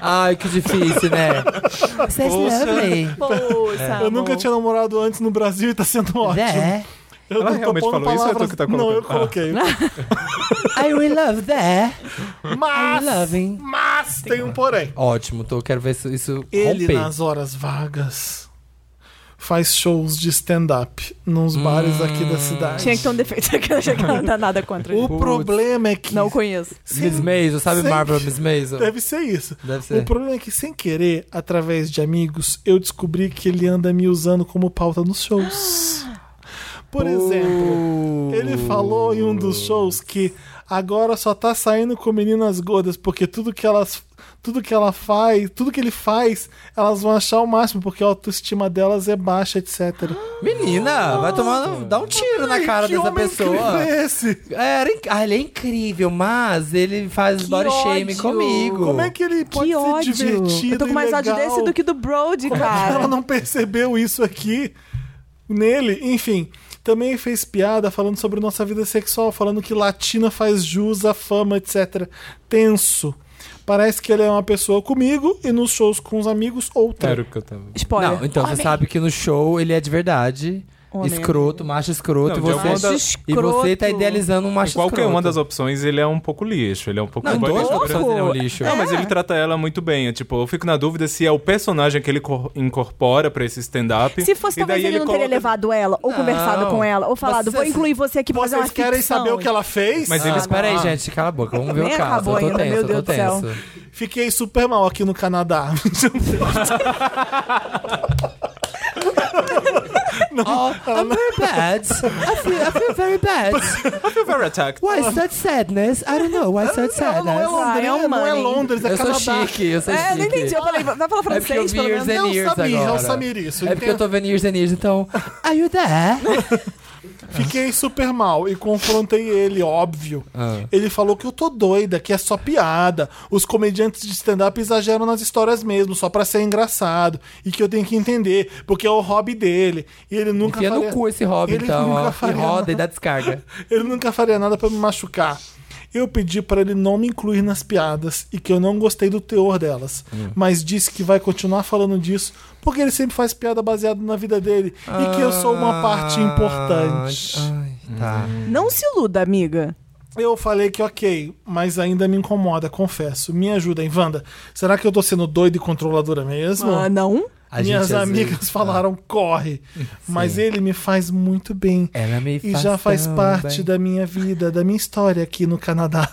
Speaker 2: Ai, que difícil, né?
Speaker 1: é
Speaker 2: Vocês lovely.
Speaker 3: Poxa,
Speaker 1: Eu nunca tinha namorado antes no Brasil e tá sendo ótimo.
Speaker 2: É.
Speaker 1: Eu
Speaker 4: Ela
Speaker 1: não tô
Speaker 4: realmente
Speaker 1: pondo
Speaker 4: falou isso ou é tu
Speaker 1: palavras-
Speaker 4: que tá
Speaker 1: Não, eu
Speaker 4: colocando? Ah.
Speaker 1: coloquei.
Speaker 2: I will love that. I
Speaker 1: Mas,
Speaker 2: love him.
Speaker 1: mas tem um porém.
Speaker 2: Ótimo, tô, quero ver isso, isso
Speaker 1: Ele,
Speaker 2: romper.
Speaker 1: nas horas vagas, faz shows de stand-up nos bares aqui da cidade.
Speaker 3: Tinha que ter um defeito que eu achei que ela não dá nada contra ele.
Speaker 1: O problema é que.
Speaker 3: Não conheço.
Speaker 1: sem-
Speaker 2: Miss Maisel, sabe
Speaker 1: sem-
Speaker 2: Marvel Miss Maisel?
Speaker 1: Deve ser isso.
Speaker 2: Deve
Speaker 1: O
Speaker 2: ser.
Speaker 1: problema é que, sem querer, através de amigos, eu descobri que ele anda me usando como pauta nos shows. Por exemplo, ele falou em um dos shows que agora só tá saindo com meninas gordas, porque tudo que elas. Tudo que ela faz, tudo que ele faz, elas vão achar o máximo, porque a autoestima delas é baixa, etc.
Speaker 2: Menina, vai tomar. Dá um tiro na cara
Speaker 1: que
Speaker 2: dessa
Speaker 1: homem incrível
Speaker 2: pessoa.
Speaker 1: é esse?
Speaker 2: É, era inc- ah, ele é incrível, mas ele faz
Speaker 3: Que
Speaker 2: body shame
Speaker 3: ódio.
Speaker 2: comigo.
Speaker 1: Como é que ele pode
Speaker 3: que
Speaker 1: ser
Speaker 3: ódio.
Speaker 1: divertido?
Speaker 3: eu tô com mais
Speaker 1: e
Speaker 3: ódio
Speaker 1: legal? é
Speaker 3: desse do que do Brody, cara.
Speaker 1: Ela não percebeu isso aqui nele. Enfim, também fez piada falando sobre nossa vida sexual, falando que latina faz jus à fama, etc. Tenso. Parece que ele é uma pessoa comigo e nos shows com os amigos outra.
Speaker 4: Era o que eu tava.
Speaker 3: Spoiler.
Speaker 2: Não, então você sabe que no show ele é de verdade.
Speaker 3: Homem.
Speaker 2: Escroto, macho escroto. e,
Speaker 4: Não, de
Speaker 2: você,
Speaker 4: alguma da-
Speaker 3: Macho
Speaker 2: e você tá
Speaker 3: escroto.
Speaker 2: idealizando um macho
Speaker 4: Em qualquer
Speaker 2: escroto.
Speaker 4: uma das opções, ele é um pouco lixo. Ele é um pouco
Speaker 2: Não, em
Speaker 4: boy
Speaker 2: todas as
Speaker 4: lixo.
Speaker 2: opções ele é um lixo.
Speaker 4: Não, mas ele trata ela muito bem. É, tipo, eu fico na dúvida se é o personagem que ele cor- incorpora pra esse stand-up.
Speaker 3: Se fosse,
Speaker 4: e
Speaker 3: talvez
Speaker 4: daí
Speaker 3: ele, não teria
Speaker 4: coloca-
Speaker 3: levado ela, ou
Speaker 2: Não.
Speaker 3: conversado com ela, ou falado,
Speaker 2: Mas
Speaker 3: vou
Speaker 2: se-
Speaker 3: incluir você aqui pra fazer uma
Speaker 1: Vocês querem
Speaker 3: ficção.
Speaker 1: saber o que ela fez?
Speaker 4: Mas
Speaker 2: Ah,
Speaker 4: eles-
Speaker 2: Peraí, gente, cala a boca. Vamos ver
Speaker 3: É. Nem
Speaker 2: o caso.
Speaker 3: acabou
Speaker 2: Eu
Speaker 3: ainda,
Speaker 2: tô tenso,
Speaker 3: meu
Speaker 2: eu tô
Speaker 3: Deus do céu.
Speaker 2: tenso.
Speaker 1: Fiquei super mal aqui no Canadá.
Speaker 2: Oh, I'm very bad. I feel, I feel very bad.
Speaker 4: Feel very attacked.
Speaker 2: Why is that sadness? I don't know. Why is that
Speaker 1: Ela não é Londres,
Speaker 2: sadness?
Speaker 3: Israel,
Speaker 1: não é
Speaker 3: mãe.
Speaker 1: Londres, é
Speaker 2: Eu sou
Speaker 1: Canadá.
Speaker 2: chique, eu sou
Speaker 3: É, eu
Speaker 2: chique.
Speaker 3: não entendi. Eu falei, vai falar
Speaker 2: É porque eu
Speaker 3: francês,
Speaker 2: vi
Speaker 3: pelo
Speaker 2: Years
Speaker 1: É
Speaker 3: menos.
Speaker 2: and
Speaker 1: o
Speaker 2: Years
Speaker 1: Samir, é o
Speaker 2: agora.
Speaker 1: Samir, isso,
Speaker 2: É porque eu tô vendo Years and Years, então... Are you there?
Speaker 1: Fiquei super mal e confrontei ele, óbvio.
Speaker 2: Ah.
Speaker 1: Ele falou que eu tô doida, que é só piada. Os comediantes de stand-up exageram nas histórias mesmo, só pra ser engraçado. E que eu tenho que entender, porque é o hobby dele. E ele nunca
Speaker 2: Enfia
Speaker 1: faria...
Speaker 2: no cu esse hobby,
Speaker 1: ele
Speaker 2: então.
Speaker 1: nunca
Speaker 2: Ó, e
Speaker 1: faria
Speaker 2: roda e dá descarga.
Speaker 1: Ele nunca faria nada pra me machucar. Eu pedi pra ele não me incluir nas piadas e que eu não gostei do teor delas,
Speaker 2: Hum.
Speaker 1: mas disse que vai continuar falando disso porque ele sempre faz piada baseada na vida dele e que eu sou uma
Speaker 2: Ah,
Speaker 1: parte importante.
Speaker 2: Ai, tá.
Speaker 3: Não se iluda, amiga.
Speaker 1: Eu falei que ok, mas ainda me incomoda, confesso. Me ajuda, hein, Wanda. Será que eu tô sendo doido e controladora mesmo?
Speaker 3: Ah, não?
Speaker 2: A
Speaker 1: Minhas
Speaker 2: gente, às
Speaker 1: amigas
Speaker 2: vezes,
Speaker 1: falaram, corre. Mas ele me faz muito bem.
Speaker 2: Ela É, me
Speaker 1: E já faz
Speaker 2: tão
Speaker 1: parte
Speaker 2: bem.
Speaker 1: da minha vida, da minha história aqui no Canadá.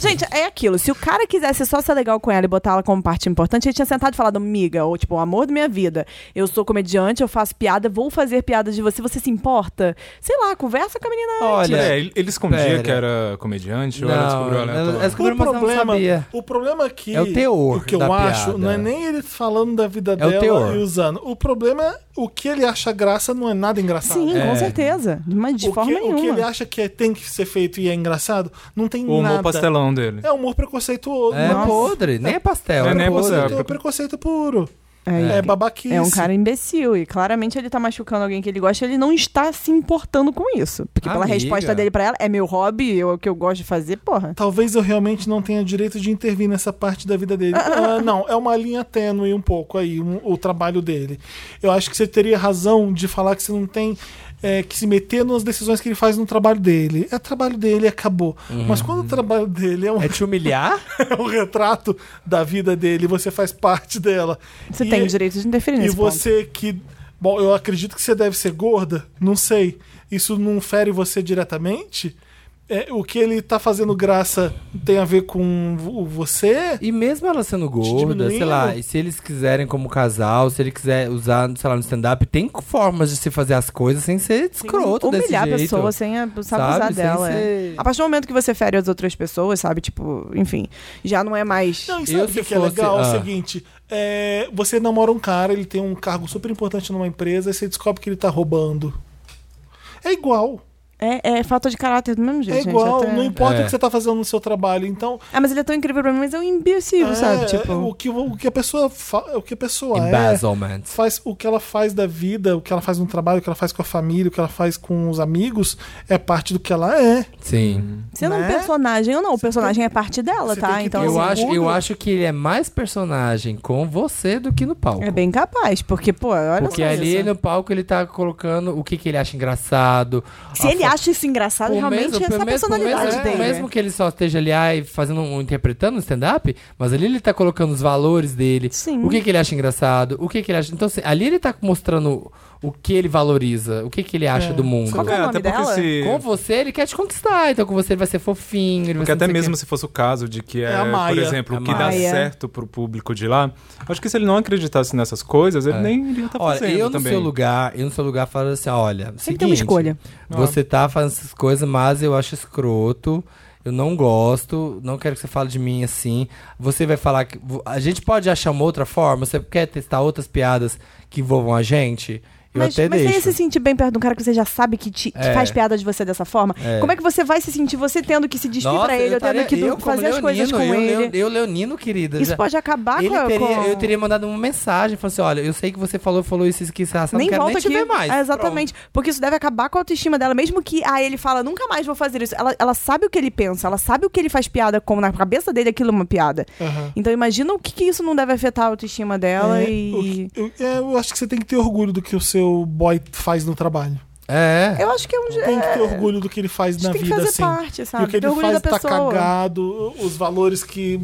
Speaker 3: Gente, é aquilo. Se o cara quisesse só ser legal com ela e botar ela como parte importante, ele tinha sentado e falado, amiga, ou tipo, o amor da minha vida, eu sou comediante, eu faço piada, vou fazer piada de você, você se importa? Sei lá, conversa com a menina.
Speaker 2: Olha,
Speaker 4: É, ele ele escondia
Speaker 2: Pera.
Speaker 4: que era comediante ou ela
Speaker 2: não,
Speaker 4: descobriu
Speaker 2: ela- ela
Speaker 4: aleatório?
Speaker 2: descobriu,
Speaker 1: o
Speaker 2: mas ela não
Speaker 1: problema,
Speaker 2: sabia.
Speaker 1: o problema aqui
Speaker 2: É o teor
Speaker 1: que eu
Speaker 2: da
Speaker 1: acho
Speaker 2: piada. É
Speaker 1: não é nem ele falando da vida
Speaker 2: o
Speaker 1: dela
Speaker 2: teor.
Speaker 1: e usando. O problema é o que ele acha graça não é nada engraçado.
Speaker 3: Sim,
Speaker 2: É.
Speaker 3: com certeza. Mas de
Speaker 1: o,
Speaker 3: forma
Speaker 1: que, o
Speaker 3: nenhuma.
Speaker 1: que ele acha que é- tem que ser feito e é engraçado, não tem
Speaker 4: O humor
Speaker 1: nada.
Speaker 4: pastelão dele.
Speaker 1: É humor preconceituoso.
Speaker 2: É
Speaker 1: Nossa.
Speaker 2: podre, nem é pastel.
Speaker 4: Não é nem
Speaker 2: podre.
Speaker 4: pastel.
Speaker 1: É o preconceito puro.
Speaker 3: É,
Speaker 1: É, babaquice.
Speaker 3: É um cara imbecil e claramente ele tá machucando alguém que ele gosta, ele não está se importando com isso. Porque pela
Speaker 2: Amiga.
Speaker 3: resposta dele pra ela, é meu hobby, eu- é o que eu gosto de fazer, porra.
Speaker 1: Talvez eu realmente não tenha direito de intervir nessa parte da vida dele. Ah, não, é uma linha tênue um pouco aí, um- o trabalho dele. Eu acho que você teria razão de falar que você não tem é, que se meter nas decisões que ele faz no trabalho dele. É trabalho dele, acabou. Mas quando o trabalho dele é um,
Speaker 2: É te humilhar?
Speaker 1: é um retrato da vida dele, você faz parte dela.
Speaker 3: Você
Speaker 1: E-
Speaker 3: tem o direito de interferir
Speaker 1: E
Speaker 3: nesse ponto.
Speaker 1: você que. Bom, eu acredito que você deve ser gorda, não sei. Isso não fere você diretamente? É, o que ele tá fazendo graça tem a ver com vo- você?
Speaker 2: E mesmo ela sendo gorda, sei
Speaker 1: diminuindo.
Speaker 2: lá, e se eles quiserem como casal, se ele quiser usar, sei lá, no stand-up, tem formas de se fazer as coisas sem ser escroto desse
Speaker 3: Humilhar a
Speaker 2: jeito.
Speaker 3: pessoa sem a-
Speaker 2: Sabe?
Speaker 3: sabe, abusar
Speaker 2: Sem
Speaker 3: dela. é.
Speaker 2: ser-
Speaker 3: A partir do momento que você fere as outras pessoas, sabe? Tipo, enfim, já não é mais.
Speaker 1: Não, e
Speaker 2: Eu,
Speaker 1: sabe o
Speaker 2: se
Speaker 1: que, que é
Speaker 2: fosse-
Speaker 1: legal? É
Speaker 2: ah.
Speaker 1: o seguinte: é, você namora um cara, ele tem um cargo super importante numa empresa, e você descobre que ele tá roubando. É igual.
Speaker 3: É, é falta de caráter do mesmo jeito,
Speaker 1: é igual,
Speaker 3: gente. até-
Speaker 1: não importa
Speaker 4: É.
Speaker 1: o que você tá fazendo no seu trabalho. Então,
Speaker 3: Ah, mas ele é tão incrível pra mim, mas é um imbecil,
Speaker 1: é,
Speaker 3: sabe?
Speaker 1: é, o,
Speaker 3: Tipo,
Speaker 1: que, o que a pessoa fa- o que a pessoa é,
Speaker 2: Embezzlement.
Speaker 1: faz o que ela faz da vida, o que ela faz no trabalho, o que ela faz com a família, o que ela faz com os amigos, é parte do que ela é.
Speaker 2: Sim.
Speaker 3: sendo um
Speaker 1: né?
Speaker 3: personagem ou não, o personagem é parte dela,
Speaker 1: Você tem
Speaker 3: tá?
Speaker 1: que
Speaker 3: Então,
Speaker 1: ter
Speaker 2: eu,
Speaker 1: assim,
Speaker 2: acho, eu
Speaker 1: tudo-
Speaker 2: acho que ele é mais personagem com você do que no palco.
Speaker 3: é bem né? capaz, porque, pô, olha
Speaker 2: Porque
Speaker 3: só
Speaker 2: ali
Speaker 3: isso.
Speaker 2: no palco ele tá colocando o que, que ele acha engraçado.
Speaker 3: Se
Speaker 2: a
Speaker 3: ele
Speaker 2: fo-
Speaker 3: acha isso engraçado,
Speaker 2: o
Speaker 3: realmente
Speaker 2: mesmo-
Speaker 3: essa é a
Speaker 2: o mesmo- o
Speaker 3: personalidade
Speaker 2: mesmo,
Speaker 3: dele. é. né?
Speaker 2: mesmo que ele só esteja ali ai, fazendo um, interpretando um stand-up, mas ali ele tá colocando os valores dele.
Speaker 3: Sim.
Speaker 2: O que, que ele acha engraçado, o que, que ele acha. Então, assim, ali ele tá mostrando o que ele valoriza, o que, que ele acha do mundo.
Speaker 3: Qual que é o nome
Speaker 4: até porque
Speaker 3: dela?
Speaker 4: se.
Speaker 2: Com você, ele quer te conquistar. Então, com você, ele vai ser fofinho. Ele vai ser
Speaker 4: Porque
Speaker 2: não
Speaker 4: até
Speaker 2: sei o
Speaker 4: mesmo
Speaker 2: quê.
Speaker 4: se fosse o caso de que é,
Speaker 1: É a
Speaker 4: por
Speaker 1: Maia.
Speaker 4: exemplo,
Speaker 2: A
Speaker 4: o que dá
Speaker 3: Maia.
Speaker 4: certo pro público de lá, acho que se ele não acreditasse nessas coisas, ele
Speaker 2: É.
Speaker 4: nem iria estar
Speaker 2: Olha,
Speaker 4: tá fazendo
Speaker 2: eu no
Speaker 4: também.
Speaker 2: seu lugar, eu no seu lugar falo assim,
Speaker 3: Tem
Speaker 2: olha,
Speaker 3: que ter uma
Speaker 2: seguinte,
Speaker 3: escolha.
Speaker 2: Você tá fazendo essas coisas, mas eu acho escroto. Eu não gosto, não quero que você fale de mim assim. Você vai falar que. vo- A gente pode achar uma outra forma? Você quer testar outras piadas que envolvam a gente? Eu
Speaker 3: mas
Speaker 2: até
Speaker 3: mas
Speaker 2: deixo.
Speaker 3: você se sentir bem perto de um cara que você já sabe que, te, que
Speaker 2: É.
Speaker 3: faz piada de você dessa forma?
Speaker 2: É.
Speaker 3: Como é que você vai se sentir você tendo que se despir
Speaker 2: Nossa,
Speaker 3: pra ele, ou tendo
Speaker 2: estaria-
Speaker 3: que du-
Speaker 2: eu, como
Speaker 3: fazer as coisas com
Speaker 2: leonino, eu,
Speaker 3: ele?
Speaker 2: leo- Eu, Leonino, querida.
Speaker 3: Isso
Speaker 2: já-
Speaker 3: pode acabar
Speaker 2: ele
Speaker 3: com, a-
Speaker 2: teria,
Speaker 3: com-
Speaker 2: Eu teria mandado uma mensagem, falando assim: olha, eu sei que você falou, falou isso, isso, que isso, essa
Speaker 3: Nem
Speaker 2: não quero
Speaker 3: volta
Speaker 2: nem
Speaker 3: aqui.
Speaker 2: te ver mais.
Speaker 3: É, exatamente. Porque isso deve acabar com a autoestima dela. Mesmo que ah, ele fala, nunca mais vou fazer isso. Ela, ela sabe o que ele pensa, ela sabe o que ele faz piada com. Na cabeça dele aquilo é uma piada. Então imagina o que, que isso não deve afetar a autoestima dela
Speaker 1: É, o que-
Speaker 3: e.
Speaker 1: eu, é, eu acho que você tem que ter orgulho do que o seu boy faz no trabalho.
Speaker 2: É.
Speaker 3: Eu acho que é um.
Speaker 1: Tem que
Speaker 3: é,
Speaker 1: ter orgulho do que ele faz
Speaker 3: a gente
Speaker 1: na
Speaker 3: tem que
Speaker 1: vida,
Speaker 3: fazer
Speaker 1: assim.
Speaker 3: parte,
Speaker 1: E o
Speaker 3: sabe?
Speaker 1: que ele
Speaker 3: Ter orgulho
Speaker 1: faz
Speaker 3: da
Speaker 1: tá
Speaker 3: pessoa.
Speaker 1: cagado, os valores que.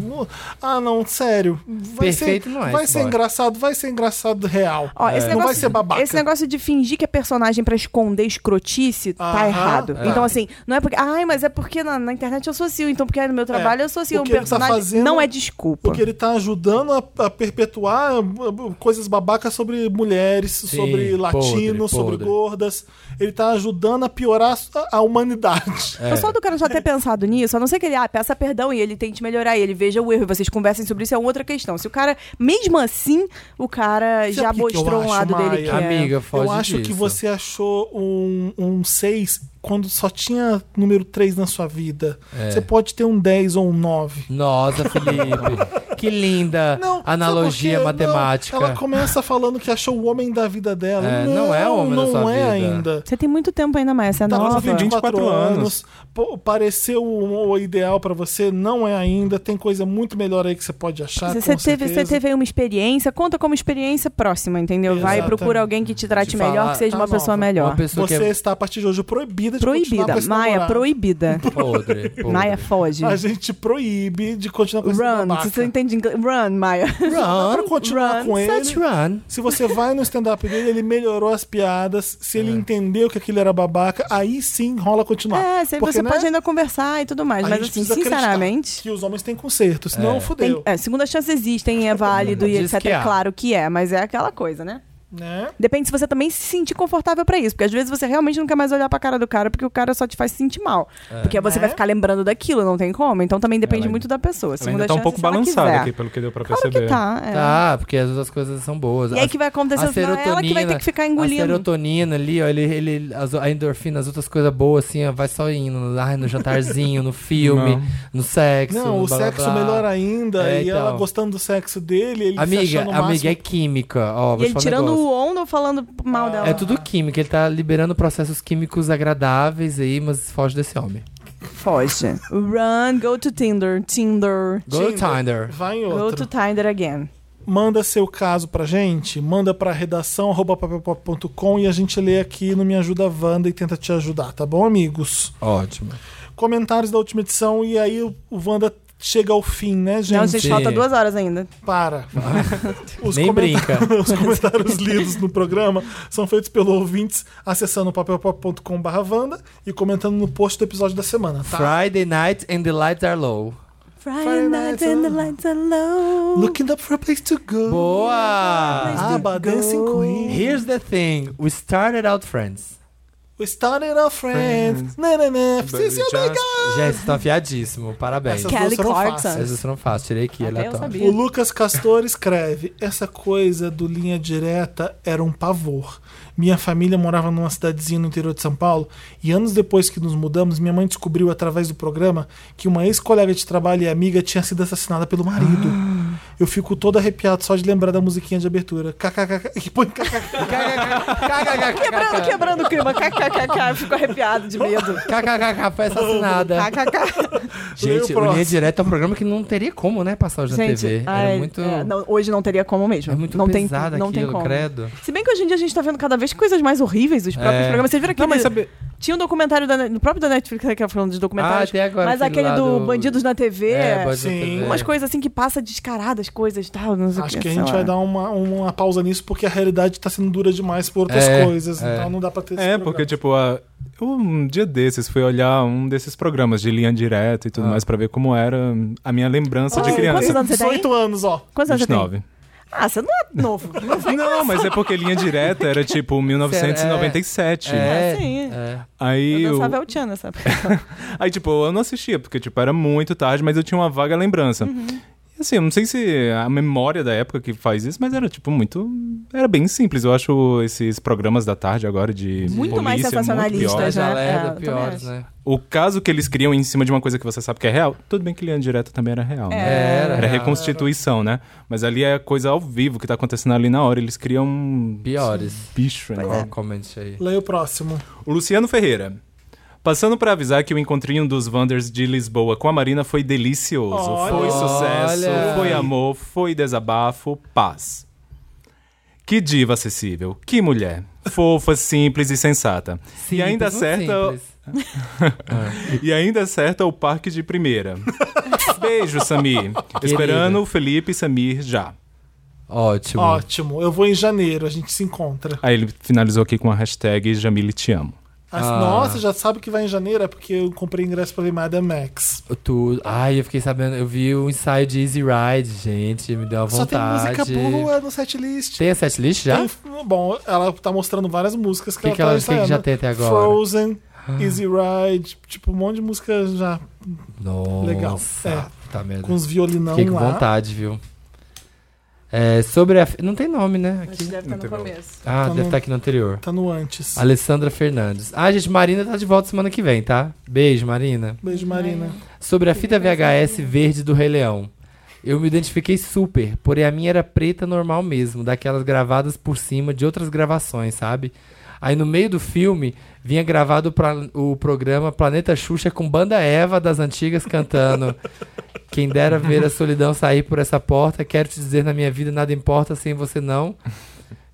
Speaker 1: Ah, não, sério. Vai
Speaker 2: Perfeito
Speaker 1: ser,
Speaker 2: não é
Speaker 1: Vai
Speaker 2: esse
Speaker 1: ser
Speaker 2: boy.
Speaker 1: engraçado, vai ser engraçado real.
Speaker 3: Ó, esse
Speaker 1: É. não
Speaker 3: negócio-
Speaker 1: vai ser babaca.
Speaker 3: Esse negócio de fingir que é personagem pra esconder escrotice tá
Speaker 1: Aham.
Speaker 3: errado.
Speaker 2: É.
Speaker 3: Então, assim, não é porque. Ai, mas é porque na, na internet eu sou assim, então porque no meu trabalho eu sou assim,
Speaker 1: É. O
Speaker 3: um
Speaker 1: que ele tá
Speaker 3: personagem.
Speaker 1: fazendo-
Speaker 3: Não é desculpa.
Speaker 1: Porque ele tá ajudando a, a perpetuar uh, coisas babacas sobre mulheres, sobre latinos,
Speaker 2: podre,
Speaker 1: sobre
Speaker 2: podre.
Speaker 1: gordas. Ele tá ajudando a piorar a, a humanidade.
Speaker 3: O pessoal do cara já ter pensado nisso, a não ser que ele ah, peça perdão e ele tente melhorar, e ele veja o erro e vocês conversem sobre isso, é uma outra questão. Se o cara, mesmo assim, o cara
Speaker 1: Sabe
Speaker 3: já
Speaker 1: o que que eu
Speaker 3: mostrou
Speaker 1: acho,
Speaker 3: um lado dele
Speaker 1: Maia?
Speaker 3: que
Speaker 2: Amiga, foge
Speaker 1: Eu acho que
Speaker 2: disso.
Speaker 1: você achou um, um 6 quando só tinha número 3 na sua vida.
Speaker 2: É.
Speaker 1: Você pode ter um 10 ou um 9.
Speaker 2: Nossa, Felipe. que linda
Speaker 1: Não,
Speaker 2: analogia
Speaker 1: sabe por quê? Não,
Speaker 2: matemática.
Speaker 1: ela começa falando que achou o homem da vida dela.
Speaker 2: É,
Speaker 1: não,
Speaker 2: não é o homem da
Speaker 1: não
Speaker 2: sua
Speaker 1: é
Speaker 2: vida.
Speaker 1: ainda.
Speaker 3: é. Você tem muito tempo ainda, Maia, você é
Speaker 1: Tá com
Speaker 3: nova.
Speaker 1: 24
Speaker 4: anos.
Speaker 1: anos, pô, pareceu um, o, o ideal pra você, não é ainda, tem coisa muito melhor aí que você pode achar.
Speaker 3: Você,
Speaker 1: Tá, com
Speaker 3: você teve, você
Speaker 1: certeza.
Speaker 3: teve aí uma experiência, conta como experiência próxima, entendeu? Vai e
Speaker 1: Exatamente.
Speaker 3: procura alguém que te trate
Speaker 2: De
Speaker 3: melhor,
Speaker 2: falar,
Speaker 3: que seja
Speaker 1: tá
Speaker 3: uma pessoa
Speaker 1: nova.
Speaker 3: melhor.
Speaker 2: Uma pessoa
Speaker 1: Você
Speaker 2: que é
Speaker 1: está a partir de hoje proibida de continuar
Speaker 3: Proibida.
Speaker 1: com esse
Speaker 3: Maia,
Speaker 1: namorado.
Speaker 3: proibida.
Speaker 2: podre. podre.
Speaker 3: Maia, foge.
Speaker 1: A gente proíbe de continuar com esse
Speaker 3: Run,
Speaker 1: babaca.
Speaker 3: se você entende inglês. Run, Maia.
Speaker 1: Dá pra
Speaker 2: Run,
Speaker 1: continuar
Speaker 3: run,
Speaker 1: com ele.
Speaker 2: such run.
Speaker 1: Se você vai no stand-up dele, ele melhorou as piadas. Se
Speaker 2: É.
Speaker 1: ele entendeu que aquilo era babaca, aí sim rola continuar.
Speaker 3: É, você,
Speaker 1: Porque,
Speaker 3: você
Speaker 1: né,
Speaker 3: pode ainda conversar e tudo mais,
Speaker 1: a
Speaker 3: mas
Speaker 1: gente
Speaker 3: assim,
Speaker 1: precisa acreditar
Speaker 3: sinceramente.
Speaker 1: Que os homens têm conserto, senão
Speaker 3: Tem-
Speaker 1: fudeu.
Speaker 3: é, segunda chance existem, é válido e
Speaker 2: Diz
Speaker 3: etc.
Speaker 2: que há.
Speaker 3: É claro que é, mas é aquela coisa, né?
Speaker 1: Né?
Speaker 3: Depende se você também se sentir confortável pra isso, porque às vezes você realmente não quer mais olhar pra cara do cara, porque o cara só te faz sentir mal. Porque você
Speaker 1: Né?
Speaker 3: vai ficar lembrando daquilo, não tem como. Então também depende
Speaker 2: ainda-
Speaker 3: muito da pessoa.
Speaker 4: Ela
Speaker 3: Segunda
Speaker 4: ainda tá um
Speaker 3: chance,
Speaker 4: pouco
Speaker 3: se ela
Speaker 4: balançada
Speaker 3: quiser.
Speaker 4: aqui, pelo que deu pra
Speaker 3: Claro
Speaker 4: perceber.
Speaker 3: que tá. é.
Speaker 2: Tá, porque as outras coisas são boas.
Speaker 3: E aí
Speaker 2: A-
Speaker 3: que vai acontecer,
Speaker 2: a
Speaker 3: no final, é ela que vai ter que ficar
Speaker 2: A
Speaker 3: engolindo.
Speaker 2: serotonina ali, ó, ele, ele, as- a endorfina, as outras coisas boas, assim, ó, vai só indo. Ai, no jantarzinho, no filme,
Speaker 4: Não.
Speaker 2: no sexo.
Speaker 1: Não,
Speaker 2: no
Speaker 1: o
Speaker 2: blá, blá,
Speaker 1: sexo
Speaker 2: blá.
Speaker 1: melhor ainda.
Speaker 2: É,
Speaker 1: e
Speaker 2: então.
Speaker 1: ela gostando do sexo dele, ele se
Speaker 2: Amiga,
Speaker 1: achando o máximo.
Speaker 2: amiga, é química.
Speaker 3: E
Speaker 2: Ó, vou te
Speaker 3: ele
Speaker 2: falar um
Speaker 3: tirando o
Speaker 2: negócio.
Speaker 3: onda ou falando mal dela.
Speaker 2: É tudo química, ele tá liberando processos químicos agradáveis aí, mas foge desse homem.
Speaker 3: Foge. Run, go to Tinder. Tinder.
Speaker 2: Go
Speaker 1: Tinder.
Speaker 2: Tinder.
Speaker 1: Vai em
Speaker 3: Go
Speaker 1: outro.
Speaker 3: to Tinder again.
Speaker 1: Manda seu caso pra gente, manda pra redação arroba papelpop.com e a gente lê aqui no Me Ajuda Wanda e tenta te ajudar, tá bom, amigos?
Speaker 2: Ótimo.
Speaker 1: Tá. Comentários da última edição e aí o o Wanda chega ao fim, né, gente?
Speaker 3: Não, gente,
Speaker 2: Sim.
Speaker 3: falta duas horas ainda.
Speaker 1: Para. Os
Speaker 2: Nem
Speaker 1: comenta-
Speaker 2: brinca.
Speaker 1: Os comentários lidos no programa são feitos pelos ouvintes acessando papelpop.com/vanda e comentando no post do episódio da semana, tá?
Speaker 2: Friday night and the lights are low.
Speaker 3: Friday night and the lights are low.
Speaker 1: Looking up for a place to go.
Speaker 2: Boa!
Speaker 1: Ah, Dancing Queen.
Speaker 2: Here's the thing, we started out friends.
Speaker 1: We started our friends. Nananã.
Speaker 4: But we
Speaker 3: assim,
Speaker 1: Vocês se obrigam.
Speaker 2: Gente, vocês estão afiadíssimo. Parabéns.
Speaker 1: Essas
Speaker 2: Essas
Speaker 3: Kelly
Speaker 1: duas foram
Speaker 3: Clarkson.
Speaker 1: fáceis.
Speaker 2: vocês não fáceis. assim, né, tá? Tirei aqui,
Speaker 3: Até eu
Speaker 2: aleatório.
Speaker 3: sabia.
Speaker 1: O Lucas Castor escreve: Essa coisa do linha direta era um pavor. Minha família morava numa cidadezinha no interior de São Paulo e anos depois que nos mudamos, minha mãe descobriu através do programa que uma ex-colega de trabalho e amiga tinha sido assassinada pelo marido.
Speaker 2: Ah.
Speaker 1: Eu fico todo arrepiado só de lembrar da musiquinha de abertura. KKKK. E põe kkk.
Speaker 3: Quebrando, quebrando o clima. KKKK. Fico arrepiado de medo.
Speaker 2: KKKK foi assassinada.
Speaker 3: KKK.
Speaker 2: Gente,
Speaker 1: Leia o
Speaker 2: o Linha
Speaker 1: próximo.
Speaker 2: Direta é um programa que não teria como, né, passar hoje na TV.
Speaker 3: ai,
Speaker 2: Era muito,
Speaker 3: é, não, hoje não teria como mesmo.
Speaker 2: é muito
Speaker 3: não tem,
Speaker 2: pesado
Speaker 3: não tem
Speaker 2: aquilo,
Speaker 3: como.
Speaker 2: credo.
Speaker 3: Se bem que hoje em dia a gente tá vendo cada vez coisas mais horríveis dos próprios
Speaker 2: É.
Speaker 3: programas. Vocês viram aquele...
Speaker 4: Não, mas sabe...
Speaker 3: Tinha um documentário da, no próprio da Netflix, né, que eu falando de
Speaker 2: Ah,
Speaker 3: documentários.
Speaker 2: até agora.
Speaker 3: mas aquele
Speaker 2: lá
Speaker 3: do Bandidos na TV.
Speaker 2: É, Bandidos
Speaker 1: sim.
Speaker 2: na TV.
Speaker 3: Umas coisas assim que passa descaradas, coisas e tal. Não sei o
Speaker 1: Acho que a
Speaker 3: sei
Speaker 1: gente
Speaker 3: lá. Ah,
Speaker 1: vai dar um uma, uma pausa nisso porque a realidade tá sendo dura demais por outras
Speaker 2: É,
Speaker 1: coisas.
Speaker 2: é.
Speaker 1: Então não dá pra ter esse
Speaker 4: É,
Speaker 1: programa.
Speaker 4: porque, tipo, a- um dia desses fui olhar um desses programas de linha direta e tudo
Speaker 2: Ah.
Speaker 4: mais pra ver como era a minha lembrança
Speaker 3: Ah,
Speaker 4: de criança.
Speaker 3: quantos anos você tem?
Speaker 1: 18 anos, ó.
Speaker 3: Quantos anos você tem?
Speaker 4: 29.
Speaker 3: Ah, você não é novo.
Speaker 4: Não, mas é porque linha direta era tipo
Speaker 3: é,
Speaker 4: 1997.
Speaker 2: É,
Speaker 3: Sim.
Speaker 2: é.
Speaker 4: Aí,
Speaker 3: Eu
Speaker 4: eu,
Speaker 3: dançava El Chan nessa época.
Speaker 4: aí, tipo, eu não assistia, porque, tipo, era muito tarde, mas eu tinha uma vaga lembrança.
Speaker 3: Uhum.
Speaker 4: E assim, eu não sei se a memória da época que faz isso, mas era, tipo, muito. Era bem simples. Eu acho esses programas da tarde agora de.
Speaker 3: Muito
Speaker 4: polícia, é
Speaker 3: mais sensacionalistas,
Speaker 4: pior.
Speaker 2: Mas
Speaker 3: né?
Speaker 2: já
Speaker 3: É,
Speaker 2: era
Speaker 3: eu
Speaker 2: piores,
Speaker 3: também
Speaker 2: né?
Speaker 4: O caso que eles criam em cima de uma coisa que você sabe que é real, tudo bem que linha direta também era real, né?
Speaker 2: Era.
Speaker 4: Era reconstituição, né? Mas ali é coisa ao vivo que tá acontecendo ali na hora. Eles criam um
Speaker 2: Piores.
Speaker 4: bicho, né?
Speaker 2: Olha o comente aí.
Speaker 1: Leia o próximo.
Speaker 2: Hum.
Speaker 4: O Luciano Ferreira. Passando pra avisar que o encontrinho dos Wanders de Lisboa com a Marina foi delicioso.
Speaker 1: Olha.
Speaker 4: Foi sucesso,
Speaker 2: Olha.
Speaker 4: foi amor, foi desabafo, paz. Que diva acessível, que mulher. Fofa, simples e sensata. e ainda
Speaker 2: Simples, muito
Speaker 4: acerta
Speaker 2: simples.
Speaker 4: E ainda acerta o parque de primeira. Beijo, Samir. Esperando o Felipe e Samir já.
Speaker 2: Ótimo.
Speaker 1: Ótimo. Eu vou em janeiro, a gente se encontra.
Speaker 4: Aí ele finalizou aqui com a hashtag Jamile te amo.
Speaker 1: As-
Speaker 2: Ah.
Speaker 1: Nossa, já sabe que vai em janeiro, é porque eu comprei ingresso pra ver Madame Max.
Speaker 2: Tudo. Ai, eu fiquei sabendo. Eu vi o ensaio de Easy Ride, gente. Me deu a
Speaker 1: Só tem
Speaker 2: vontade.
Speaker 1: música boa no setlist.
Speaker 2: Tem a setlist já?
Speaker 1: Tem- bom, ela tá mostrando várias músicas que,
Speaker 2: Que
Speaker 1: ela
Speaker 2: que
Speaker 1: tá
Speaker 2: ela- que que
Speaker 1: ensaiando.
Speaker 2: já tem até agora? Ah.
Speaker 1: Frozen, Easy Ride, tipo, um monte de música já
Speaker 2: Nossa.
Speaker 1: Legal. É,
Speaker 2: Tá mesmo.
Speaker 1: com os violinão
Speaker 2: Fiquei com
Speaker 1: lá.
Speaker 2: vontade, viu? É, sobre a. Não tem nome, né? Aqui.
Speaker 3: Deve estar
Speaker 4: Não tem
Speaker 3: no
Speaker 4: problema.
Speaker 3: começo.
Speaker 2: Ah,
Speaker 1: Então
Speaker 2: deve
Speaker 1: não-
Speaker 2: estar aqui no anterior.
Speaker 1: Tá no antes.
Speaker 2: Alessandra Fernandes. Ah, gente, Marina tá de volta semana que vem, tá? Beijo, Marina.
Speaker 1: Beijo,
Speaker 3: É.
Speaker 1: Marina.
Speaker 2: Sobre a fita VHS verde do Rei Leão. Eu me identifiquei super, porém a minha era preta normal mesmo, daquelas gravadas por cima de outras gravações, sabe? Aí no meio do filme vinha gravado pra- o programa Planeta Xuxa com banda Eva das antigas cantando. Quem dera ver a solidão sair por essa porta, quero te dizer na minha vida nada importa sem você não.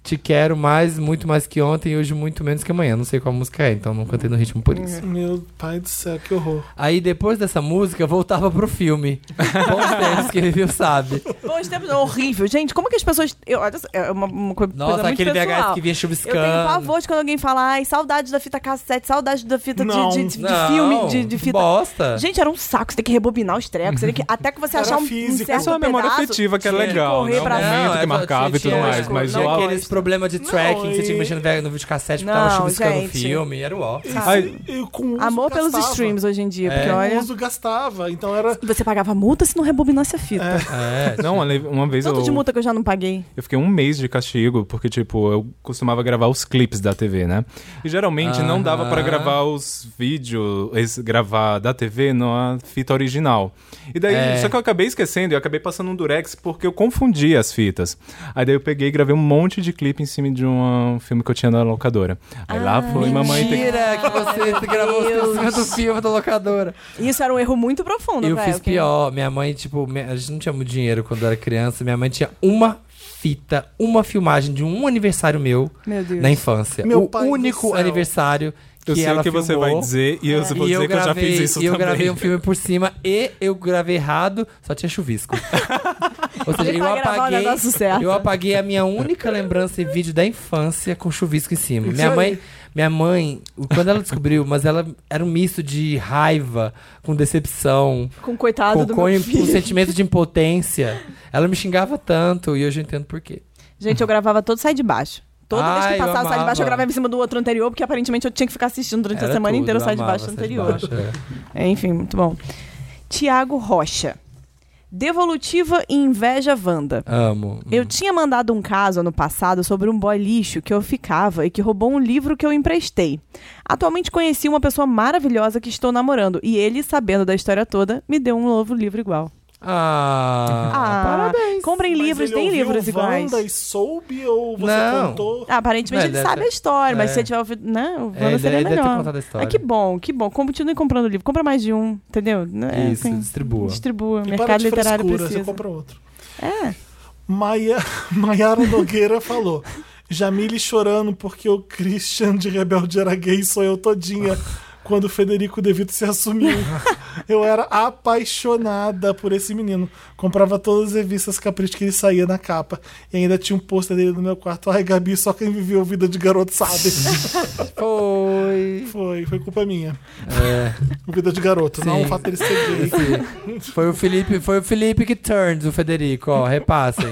Speaker 2: Te quero mais, muito mais que ontem, e hoje muito menos que amanhã. Não sei qual música é, então não cantei no ritmo por isso.
Speaker 1: Meu pai do céu, que horror.
Speaker 2: Aí depois dessa música eu voltava pro filme. Bons tempos que ele viu, sabe?
Speaker 3: Bons tempos, não, horrível. Gente, como é que as pessoas. Eu, olha só, é uma, uma coisa
Speaker 2: Nossa,
Speaker 3: coisa
Speaker 2: aquele
Speaker 3: muito pessoal.
Speaker 2: VHS que vinha
Speaker 3: Eu tenho
Speaker 2: chuviscando.
Speaker 3: pavor de quando alguém fala, ai, saudade da fita cassete, saudade da fita de-
Speaker 1: Não.
Speaker 3: de, de- de
Speaker 2: Não,
Speaker 3: filme, de, de fita.
Speaker 2: Bosta.
Speaker 3: Gente, era um saco, você tem que rebobinar os trecos, você tem que, até que você
Speaker 1: Era
Speaker 3: achar um, um
Speaker 1: físico.
Speaker 3: certo
Speaker 4: É só a memória
Speaker 3: pedaço,
Speaker 4: afetiva que é
Speaker 3: tinha
Speaker 4: legal,
Speaker 3: correr
Speaker 4: né? O
Speaker 3: pra
Speaker 4: momento
Speaker 2: Não,
Speaker 4: que
Speaker 2: é,
Speaker 4: marcava e
Speaker 2: tinha-
Speaker 4: tudo mais. Mas
Speaker 3: é
Speaker 2: tinha
Speaker 4: o
Speaker 2: aqueles problemas de tracking que você tinha
Speaker 1: e-
Speaker 2: que mexer no VH no videocassete porque tava
Speaker 3: Não,
Speaker 2: chuviscando o
Speaker 3: gente.
Speaker 2: filme. Era o ó.
Speaker 4: Ai,
Speaker 1: E com uso
Speaker 3: Amor pelos
Speaker 1: gastava.
Speaker 3: streams hoje em
Speaker 2: É.
Speaker 3: dia, porque
Speaker 1: Com
Speaker 3: olha.
Speaker 1: uso gastava, então era...
Speaker 3: E Você pagava multa se não rebobinasse a fita.
Speaker 2: É.
Speaker 4: Não, olha, uma vez eu,
Speaker 3: Tanto de multa que eu já não paguei.
Speaker 4: eu fiquei um mês de castigo, porque, tipo, eu costumava gravar os clipes da TV, né? E geralmente não dava pra
Speaker 2: Aham.
Speaker 4: gravar os vídeos, es- gravar da TV na fita original. E daí,
Speaker 2: É.
Speaker 4: só que eu acabei esquecendo, eu acabei passando um durex porque eu confundi as fitas. Aí daí eu peguei e gravei um monte de clipe em cima de um um filme que eu tinha na locadora. Aí lá foi mamãe tem que
Speaker 2: Ah, Mentira que você gravou os filmes do filme da locadora.
Speaker 3: Isso era um erro muito profundo,
Speaker 2: Eu
Speaker 3: velho,
Speaker 2: fiz
Speaker 3: que-
Speaker 2: pior. Minha mãe, tipo, minha- a gente não tinha muito dinheiro quando eu era criança. Minha mãe tinha uma fita, uma filmagem de um aniversário meu
Speaker 3: Meu Deus.
Speaker 2: na infância.
Speaker 1: Meu
Speaker 2: o
Speaker 1: pai do
Speaker 2: único
Speaker 1: céu.
Speaker 2: aniversário que
Speaker 4: Eu sei
Speaker 2: ela
Speaker 4: o que você
Speaker 2: filmou. É.
Speaker 4: vai dizer e eu vou
Speaker 2: E
Speaker 4: dizer
Speaker 2: eu,
Speaker 4: que eu já
Speaker 2: gravei,
Speaker 4: fiz isso
Speaker 2: e eu
Speaker 4: também.
Speaker 2: gravei um filme por cima e eu gravei errado, só tinha chuvisco. Ou seja,
Speaker 3: Ele
Speaker 2: eu
Speaker 3: tá gravando o
Speaker 2: apaguei,
Speaker 3: negócio certo.
Speaker 2: eu apaguei a minha única lembrança em vídeo da infância com chuvisco em cima.
Speaker 1: Isso
Speaker 2: minha
Speaker 1: aí.
Speaker 2: mãe, minha mãe, quando ela descobriu, mas ela era um misto de raiva com decepção,
Speaker 3: Com o coitado do
Speaker 2: com
Speaker 3: meu
Speaker 2: um
Speaker 3: filho.
Speaker 2: sentimento de impotência. Ela me xingava tanto e hoje eu entendo por quê.
Speaker 3: Gente, eu gravava todo Sai de Baixo. Toda vez
Speaker 2: Ai,
Speaker 3: que
Speaker 2: eu
Speaker 3: passava o Sai de Baixo, eu
Speaker 2: amava.
Speaker 3: gravava em cima do outro anterior, porque aparentemente eu tinha que ficar assistindo durante a
Speaker 2: Era
Speaker 3: semana
Speaker 2: tudo,
Speaker 3: inteira o
Speaker 2: eu
Speaker 3: Sai de
Speaker 2: amava
Speaker 3: Baixo
Speaker 2: Sai de
Speaker 3: anterior.
Speaker 2: Baixo, é.
Speaker 3: É, Enfim, muito bom. Tiago Rocha. Devolutiva e inveja Wanda.
Speaker 2: Amo.
Speaker 3: Eu tinha mandado um caso ano passado sobre um boy lixo que eu ficava e que roubou um livro que eu emprestei. Atualmente conheci uma pessoa maravilhosa que estou namorando e ele, sabendo da história toda, me deu um novo livro igual.
Speaker 2: Ah,
Speaker 3: parabéns! Comprem
Speaker 1: Mas
Speaker 3: livros,
Speaker 1: ele
Speaker 3: tem
Speaker 1: ouviu
Speaker 3: livros iguais.
Speaker 1: Wanda e soube ou você
Speaker 2: Não.
Speaker 1: contou?
Speaker 3: Ah, Aparentemente
Speaker 2: É,
Speaker 3: ele
Speaker 2: deve
Speaker 3: sabe
Speaker 2: ter-
Speaker 3: a história, mas
Speaker 2: é.
Speaker 3: se ele tiver ouvido, né? O Wanda
Speaker 2: ele
Speaker 3: seria
Speaker 2: deve ter
Speaker 3: melhor.
Speaker 2: contado a história.
Speaker 3: Ah, que bom, que bom. Continue comprando livro. Compra mais de um, entendeu? É,
Speaker 2: Isso,
Speaker 3: assim,
Speaker 2: distribua.
Speaker 3: distribua.
Speaker 1: E para
Speaker 3: mercado
Speaker 1: de
Speaker 3: literário
Speaker 1: frescura,
Speaker 3: precisa.
Speaker 1: você compra outro.
Speaker 3: É.
Speaker 1: Maia, Maiara Nogueira falou. Jamile chorando porque o Christian de Rebelde era gay sou eu todinha. Quando o Federico De Vito se assumiu. Eu era apaixonada por esse menino. Comprava todas as revistas Capricho que ele saía na capa. E ainda tinha um pôster dele no meu quarto. Ai, Gabi, só quem viveu vida de garoto sabe.
Speaker 2: Foi.
Speaker 1: Foi, foi culpa minha.
Speaker 2: É,
Speaker 1: Vida de garoto, não
Speaker 2: Sim.
Speaker 1: o fato dele ser gay.
Speaker 2: esse- foi o Felipe, foi o Felipe que turns o Federico, ó, repassem.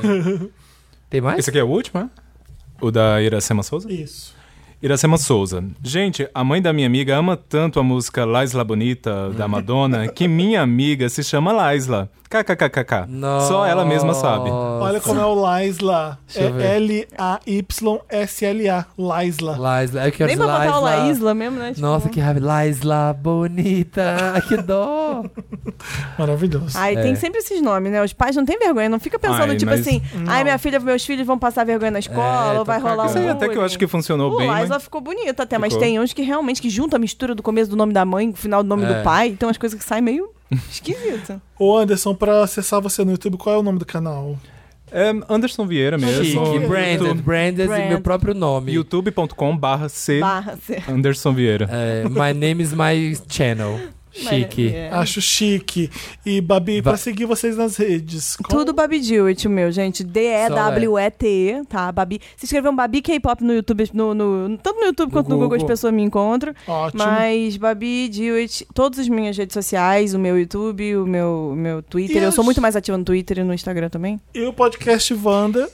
Speaker 2: Tem mais?
Speaker 4: Esse aqui é o último, é? O da Iracema Souza?
Speaker 1: Isso.
Speaker 4: Iracema Souza. Gente, a mãe da minha amiga ama tanto a música Laisla Bonita, da Madonna, que minha amiga se chama Laisla. KKKKK. Só ela mesma sabe.
Speaker 1: Olha como é o Laisla.
Speaker 2: Deixa eu ver.
Speaker 1: É L-A-Y-S-L-a. Laisla.
Speaker 2: Laisla, eu quero
Speaker 3: Nem pra botar o
Speaker 2: Laisla.
Speaker 3: Laísla mesmo, né? Tipo-
Speaker 2: Nossa, que raiva. Laisla bonita. Ai, que dó.
Speaker 1: Maravilhoso.
Speaker 3: Ai,
Speaker 2: É.
Speaker 3: tem sempre esses nomes, né? Os pais não têm vergonha, não fica pensando,
Speaker 4: Ai,
Speaker 3: tipo
Speaker 4: mas-
Speaker 3: assim, ai, minha filha, meus filhos vão passar vergonha na escola,
Speaker 2: É,
Speaker 3: ou vai
Speaker 2: tô
Speaker 3: rolar um.
Speaker 4: Isso aí até que eu acho que funcionou
Speaker 3: O
Speaker 4: bem. mas-
Speaker 3: Liza ficou bonito até, mas
Speaker 4: Ficou.
Speaker 3: tem uns que realmente que junta a mistura do começo do nome da mãe, do final do nome
Speaker 2: É.
Speaker 3: do pai, então as coisas que saem meio esquisita.
Speaker 1: Ô Anderson, pra acessar você no YouTube, qual é o nome do canal?
Speaker 4: É Anderson Vieira mesmo.
Speaker 2: Chique, branded, branded e
Speaker 3: Brand.
Speaker 2: meu próprio nome.
Speaker 4: youtube.com barra C
Speaker 3: Barra, assim, C.
Speaker 4: Anderson Vieira.
Speaker 2: É, my name is my channel. Chique.
Speaker 3: É.
Speaker 1: Acho chique. E Babi,
Speaker 2: Va-
Speaker 1: pra seguir vocês nas redes. qual-
Speaker 3: Tudo Babi Dewitt, o meu, gente. D-E-W-E-T-E, tá? Babi. Se escrever um Babi K-pop no YouTube, no, no- tanto no YouTube
Speaker 2: No
Speaker 3: quanto no Google as
Speaker 2: Google.
Speaker 3: pessoas me encontram.
Speaker 1: Ótimo.
Speaker 3: Mas Babi Dewitt, todas as minhas redes sociais, o meu YouTube, o meu, o meu Twitter.
Speaker 1: E
Speaker 3: Eu
Speaker 1: as-
Speaker 3: sou muito mais ativa no Twitter e no Instagram também.
Speaker 1: E o podcast Wanda,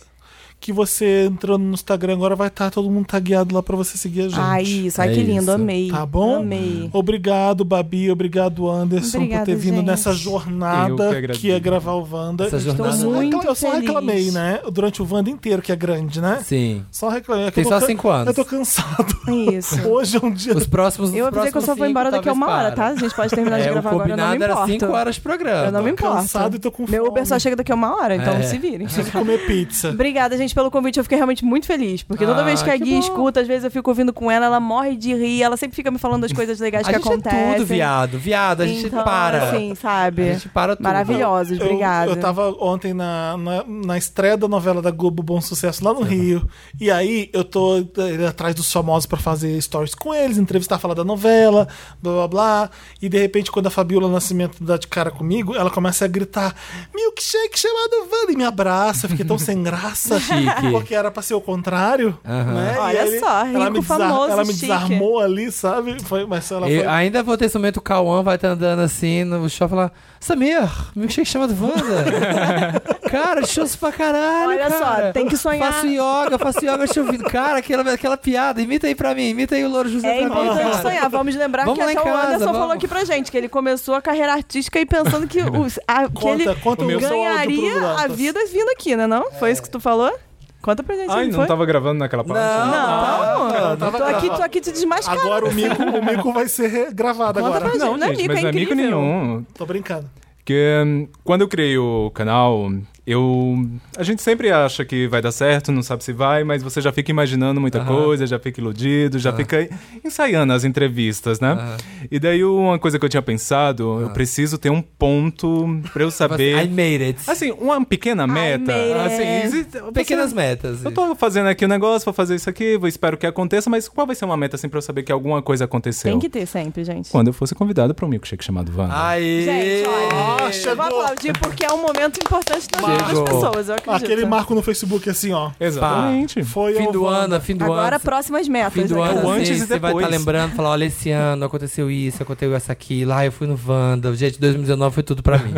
Speaker 1: que você entrando no Instagram agora vai estar todo mundo tagueado lá pra você seguir a gente.
Speaker 3: Ai, Ah, isso. Ai,
Speaker 2: É
Speaker 3: que lindo.
Speaker 2: isso.
Speaker 3: Amei.
Speaker 1: Tá bom?
Speaker 3: Amei.
Speaker 1: Obrigado, Babi. Obrigado, Anderson,
Speaker 3: Obrigada,
Speaker 1: por ter vindo
Speaker 3: gente.
Speaker 1: nessa
Speaker 4: Eu que
Speaker 1: jornada que,
Speaker 4: agradeço.
Speaker 1: é gravar o Wanda.
Speaker 2: Essa
Speaker 1: Eu
Speaker 2: jornada-
Speaker 1: só recla-
Speaker 3: Muito
Speaker 1: eu só
Speaker 3: feliz.
Speaker 1: reclamei, né? Durante o Wanda inteiro, que é grande, né?
Speaker 2: Sim.
Speaker 1: Só reclamei. É que
Speaker 2: Tem
Speaker 1: eu tô
Speaker 2: só
Speaker 1: can-
Speaker 2: cinco anos.
Speaker 1: Eu tô cansado.
Speaker 3: Isso.
Speaker 1: Hoje é um dia.
Speaker 2: Os próximos os
Speaker 3: Eu avisei que eu
Speaker 2: próximos
Speaker 3: só vou embora
Speaker 2: cinco,
Speaker 3: daqui a uma
Speaker 2: talvez
Speaker 3: hora, tá?
Speaker 2: para.
Speaker 3: A gente pode terminar de
Speaker 2: É, o
Speaker 3: gravar agora, eu não me
Speaker 2: combinado era
Speaker 3: importo.
Speaker 2: 5 horas de
Speaker 3: Eu não
Speaker 2: programa.
Speaker 3: me
Speaker 1: Tô
Speaker 3: importo.
Speaker 1: cansado e tô com
Speaker 3: Meu
Speaker 1: fome.
Speaker 3: Uber só chega daqui a uma hora, então
Speaker 2: É.
Speaker 3: se virem.
Speaker 1: Preciso comer pizza.
Speaker 3: Obrigada, gente, pelo convite. Eu fiquei realmente muito feliz. Porque toda
Speaker 2: Ah,
Speaker 3: vez que a
Speaker 2: que
Speaker 3: Gui
Speaker 2: bom.
Speaker 3: escuta, às vezes eu fico ouvindo com ela, ela morre de rir, ela sempre fica me falando das coisas legais
Speaker 2: A
Speaker 3: que
Speaker 2: gente
Speaker 3: acontecem.
Speaker 2: é tudo, viado. Viado, a gente
Speaker 3: Então,
Speaker 2: para.
Speaker 3: Assim, sabe?
Speaker 2: A gente para tudo.
Speaker 3: Maravilhosos,
Speaker 1: Eu-
Speaker 3: obrigada.
Speaker 1: Eu, tava ontem na, na, na estreia da novela da Globo Bom Sucesso
Speaker 2: Uhum.
Speaker 1: lá no Rio. E aí eu tô eh, atrás dos famosos pra fazer stories com eles, entrevistar, falar da novela, blá blá blá. E de repente, quando a Fabiola Nascimento dá de cara comigo, ela começa a gritar: milkshake chamado Wanda! E me abraça. Eu Fiquei tão sem graça.
Speaker 2: Chique.
Speaker 1: Porque era pra ser o contrário.
Speaker 2: Aham.
Speaker 1: Né? E
Speaker 3: Olha
Speaker 1: aí
Speaker 3: só, rico,
Speaker 1: me desar-
Speaker 3: famoso,
Speaker 1: Ela me
Speaker 3: chique.
Speaker 1: desarmou ali, sabe? Foi, mas ela foi.
Speaker 2: Eu ainda vou ter esse momento, o Cauã vai estar andando assim no shopping lá. Samir, milkshake chamado Wanda. cara, chusso pra caralho.
Speaker 3: Olha
Speaker 2: cara.
Speaker 3: só, tem que sonhar.
Speaker 2: Faço yoga, faço yoga chovido. Cara, aquela, aquela piada, imita aí pra mim, imita aí o Louro José
Speaker 3: É
Speaker 2: pra mim.
Speaker 3: importante
Speaker 2: cara.
Speaker 3: sonhar. Vamos lembrar
Speaker 2: né? Vamos
Speaker 3: que
Speaker 2: lá
Speaker 3: até
Speaker 2: em
Speaker 3: o
Speaker 2: casa,
Speaker 3: Anderson
Speaker 2: vamos.
Speaker 3: falou aqui pra gente que ele começou a carreira artística e pensando que, os, a, que
Speaker 1: Conta,
Speaker 3: ele
Speaker 1: conta
Speaker 4: o meu-
Speaker 1: áudio pro
Speaker 3: ganharia a
Speaker 1: Dantas.
Speaker 3: vida vindo aqui, né? Não? Foi isso que tu falou? Conta pra gente.
Speaker 4: Ai, não
Speaker 3: foi?
Speaker 4: tava gravando naquela parte.
Speaker 2: Não,
Speaker 3: Não,
Speaker 2: não,
Speaker 1: tava-
Speaker 3: tô, aqui, tô aqui te desmascarando.
Speaker 1: Agora o mico, o mico vai ser re- gravado
Speaker 3: Conta
Speaker 1: agora.
Speaker 3: pra
Speaker 4: Não,
Speaker 3: gente, não é
Speaker 4: gente,
Speaker 3: mico,
Speaker 4: mas
Speaker 3: é
Speaker 4: não é mico
Speaker 3: incrível.
Speaker 4: nenhum.
Speaker 1: Tô brincando.
Speaker 4: Porque hum, quando eu criei o canal, eu. A gente sempre acha que vai dar certo, não sabe se vai, mas você já fica imaginando muita coisa, já fica iludido, já fica ensaiando as entrevistas, né? E daí uma coisa que eu tinha pensado, eu preciso ter um ponto pra eu
Speaker 2: I
Speaker 4: saber.
Speaker 2: made it.
Speaker 4: Assim, uma pequena
Speaker 3: made
Speaker 4: meta.
Speaker 3: it.
Speaker 4: Assim, exi-
Speaker 2: Pequenas metas.
Speaker 4: Eu tô fazendo aqui o negócio, vou fazer isso aqui, vou espero que aconteça, mas qual vai ser uma meta assim pra eu saber que alguma coisa aconteceu?
Speaker 3: Tem que ter sempre, gente.
Speaker 4: Quando eu fosse convidado pra um milkshake chamado Van.
Speaker 2: Aí.
Speaker 3: Gente, olha,
Speaker 1: Ó,
Speaker 3: eu
Speaker 1: chegou.
Speaker 3: vou aplaudir porque é um momento importante na vida das
Speaker 2: Chegou.
Speaker 3: pessoas, eu acredito.
Speaker 1: Aquele marco no Facebook assim, ó.
Speaker 4: Exatamente.
Speaker 1: Foi
Speaker 2: Fim
Speaker 1: eu,
Speaker 2: do
Speaker 1: Wanda.
Speaker 2: ano, fim do
Speaker 3: Agora,
Speaker 2: ano.
Speaker 3: próximas metas.
Speaker 2: Fim do
Speaker 3: né?
Speaker 2: ano,
Speaker 4: O
Speaker 2: antes
Speaker 4: antes e
Speaker 2: você vai estar
Speaker 4: depois.
Speaker 2: lembrando, falar, olha, Ah, esse ano aconteceu isso, aconteceu essa aqui, lá eu fui no Wanda, gente, 2019 foi tudo pra mim.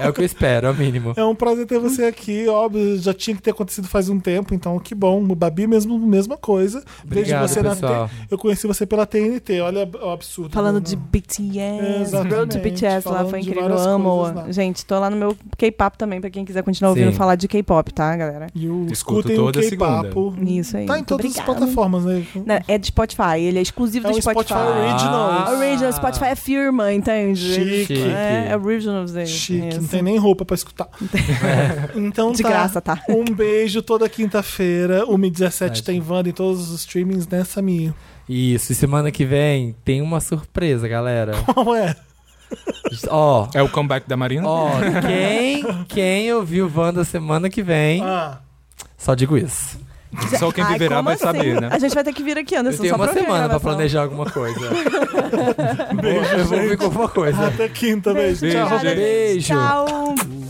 Speaker 2: É o que eu espero, é o mínimo.
Speaker 1: É um prazer ter você aqui. Óbvio, já tinha que ter acontecido faz um tempo, então que bom. O Babi, mesmo, mesma coisa. Vejo
Speaker 2: Obrigado,
Speaker 1: você na
Speaker 2: pessoal.
Speaker 1: T- Eu conheci você pela TNT, olha o absurdo. né?
Speaker 3: Falando
Speaker 1: Não,
Speaker 3: de
Speaker 1: não.
Speaker 3: BTS,
Speaker 1: Exatamente,
Speaker 3: Road to BTS lá,
Speaker 1: falando
Speaker 3: foi
Speaker 1: de
Speaker 3: incrível,
Speaker 1: várias
Speaker 3: amo.
Speaker 1: coisas lá.
Speaker 3: Gente, tô lá no meu K-pop também, pra quem quiser continuar ouvindo
Speaker 2: Sim.
Speaker 3: falar de K-pop, tá, galera?
Speaker 1: E o
Speaker 4: Escuto
Speaker 1: escutem o
Speaker 4: toda
Speaker 1: K-Papo.
Speaker 3: Isso aí.
Speaker 1: Tá em
Speaker 3: muito
Speaker 1: todas as
Speaker 3: obrigada.
Speaker 1: plataformas, né?
Speaker 3: Não, é de Spotify, ele é exclusivo
Speaker 1: É
Speaker 3: do
Speaker 1: um
Speaker 3: Spotify.
Speaker 1: Spotify Originals.
Speaker 3: Original, Spotify é firma, entende?
Speaker 1: Chique.
Speaker 2: Chique.
Speaker 3: É, é originals dele.
Speaker 1: Chique,
Speaker 3: Isso.
Speaker 1: não tem nem roupa pra escutar. Então
Speaker 3: De
Speaker 1: tá.
Speaker 3: graça, tá?
Speaker 1: Um beijo toda quinta-feira. O Mi 17
Speaker 2: Vai,
Speaker 1: tem Wanda em todos os streamings nessa minha.
Speaker 2: Isso, e semana que vem tem uma surpresa, galera.
Speaker 1: Qual é?
Speaker 2: Ó,
Speaker 4: É o comeback da Marina?
Speaker 2: ó, quem, quem ouviu Wanda semana que vem,
Speaker 1: Ah,
Speaker 2: só digo isso.
Speaker 4: Só quem
Speaker 3: Ai,
Speaker 4: viverá
Speaker 3: como
Speaker 4: vai
Speaker 3: assim?
Speaker 4: saber, né?
Speaker 3: A gente vai ter que vir aqui,
Speaker 2: Eu
Speaker 3: Anderson.
Speaker 2: tenho
Speaker 3: só
Speaker 2: uma
Speaker 3: pra ver a
Speaker 2: semana pra
Speaker 3: gravação.
Speaker 2: planejar alguma coisa. eu vou vir com alguma coisa.
Speaker 1: até quinta, beijo.
Speaker 4: Beijo,
Speaker 1: Tchau.
Speaker 4: gente.
Speaker 2: Beijo.
Speaker 3: Tchau.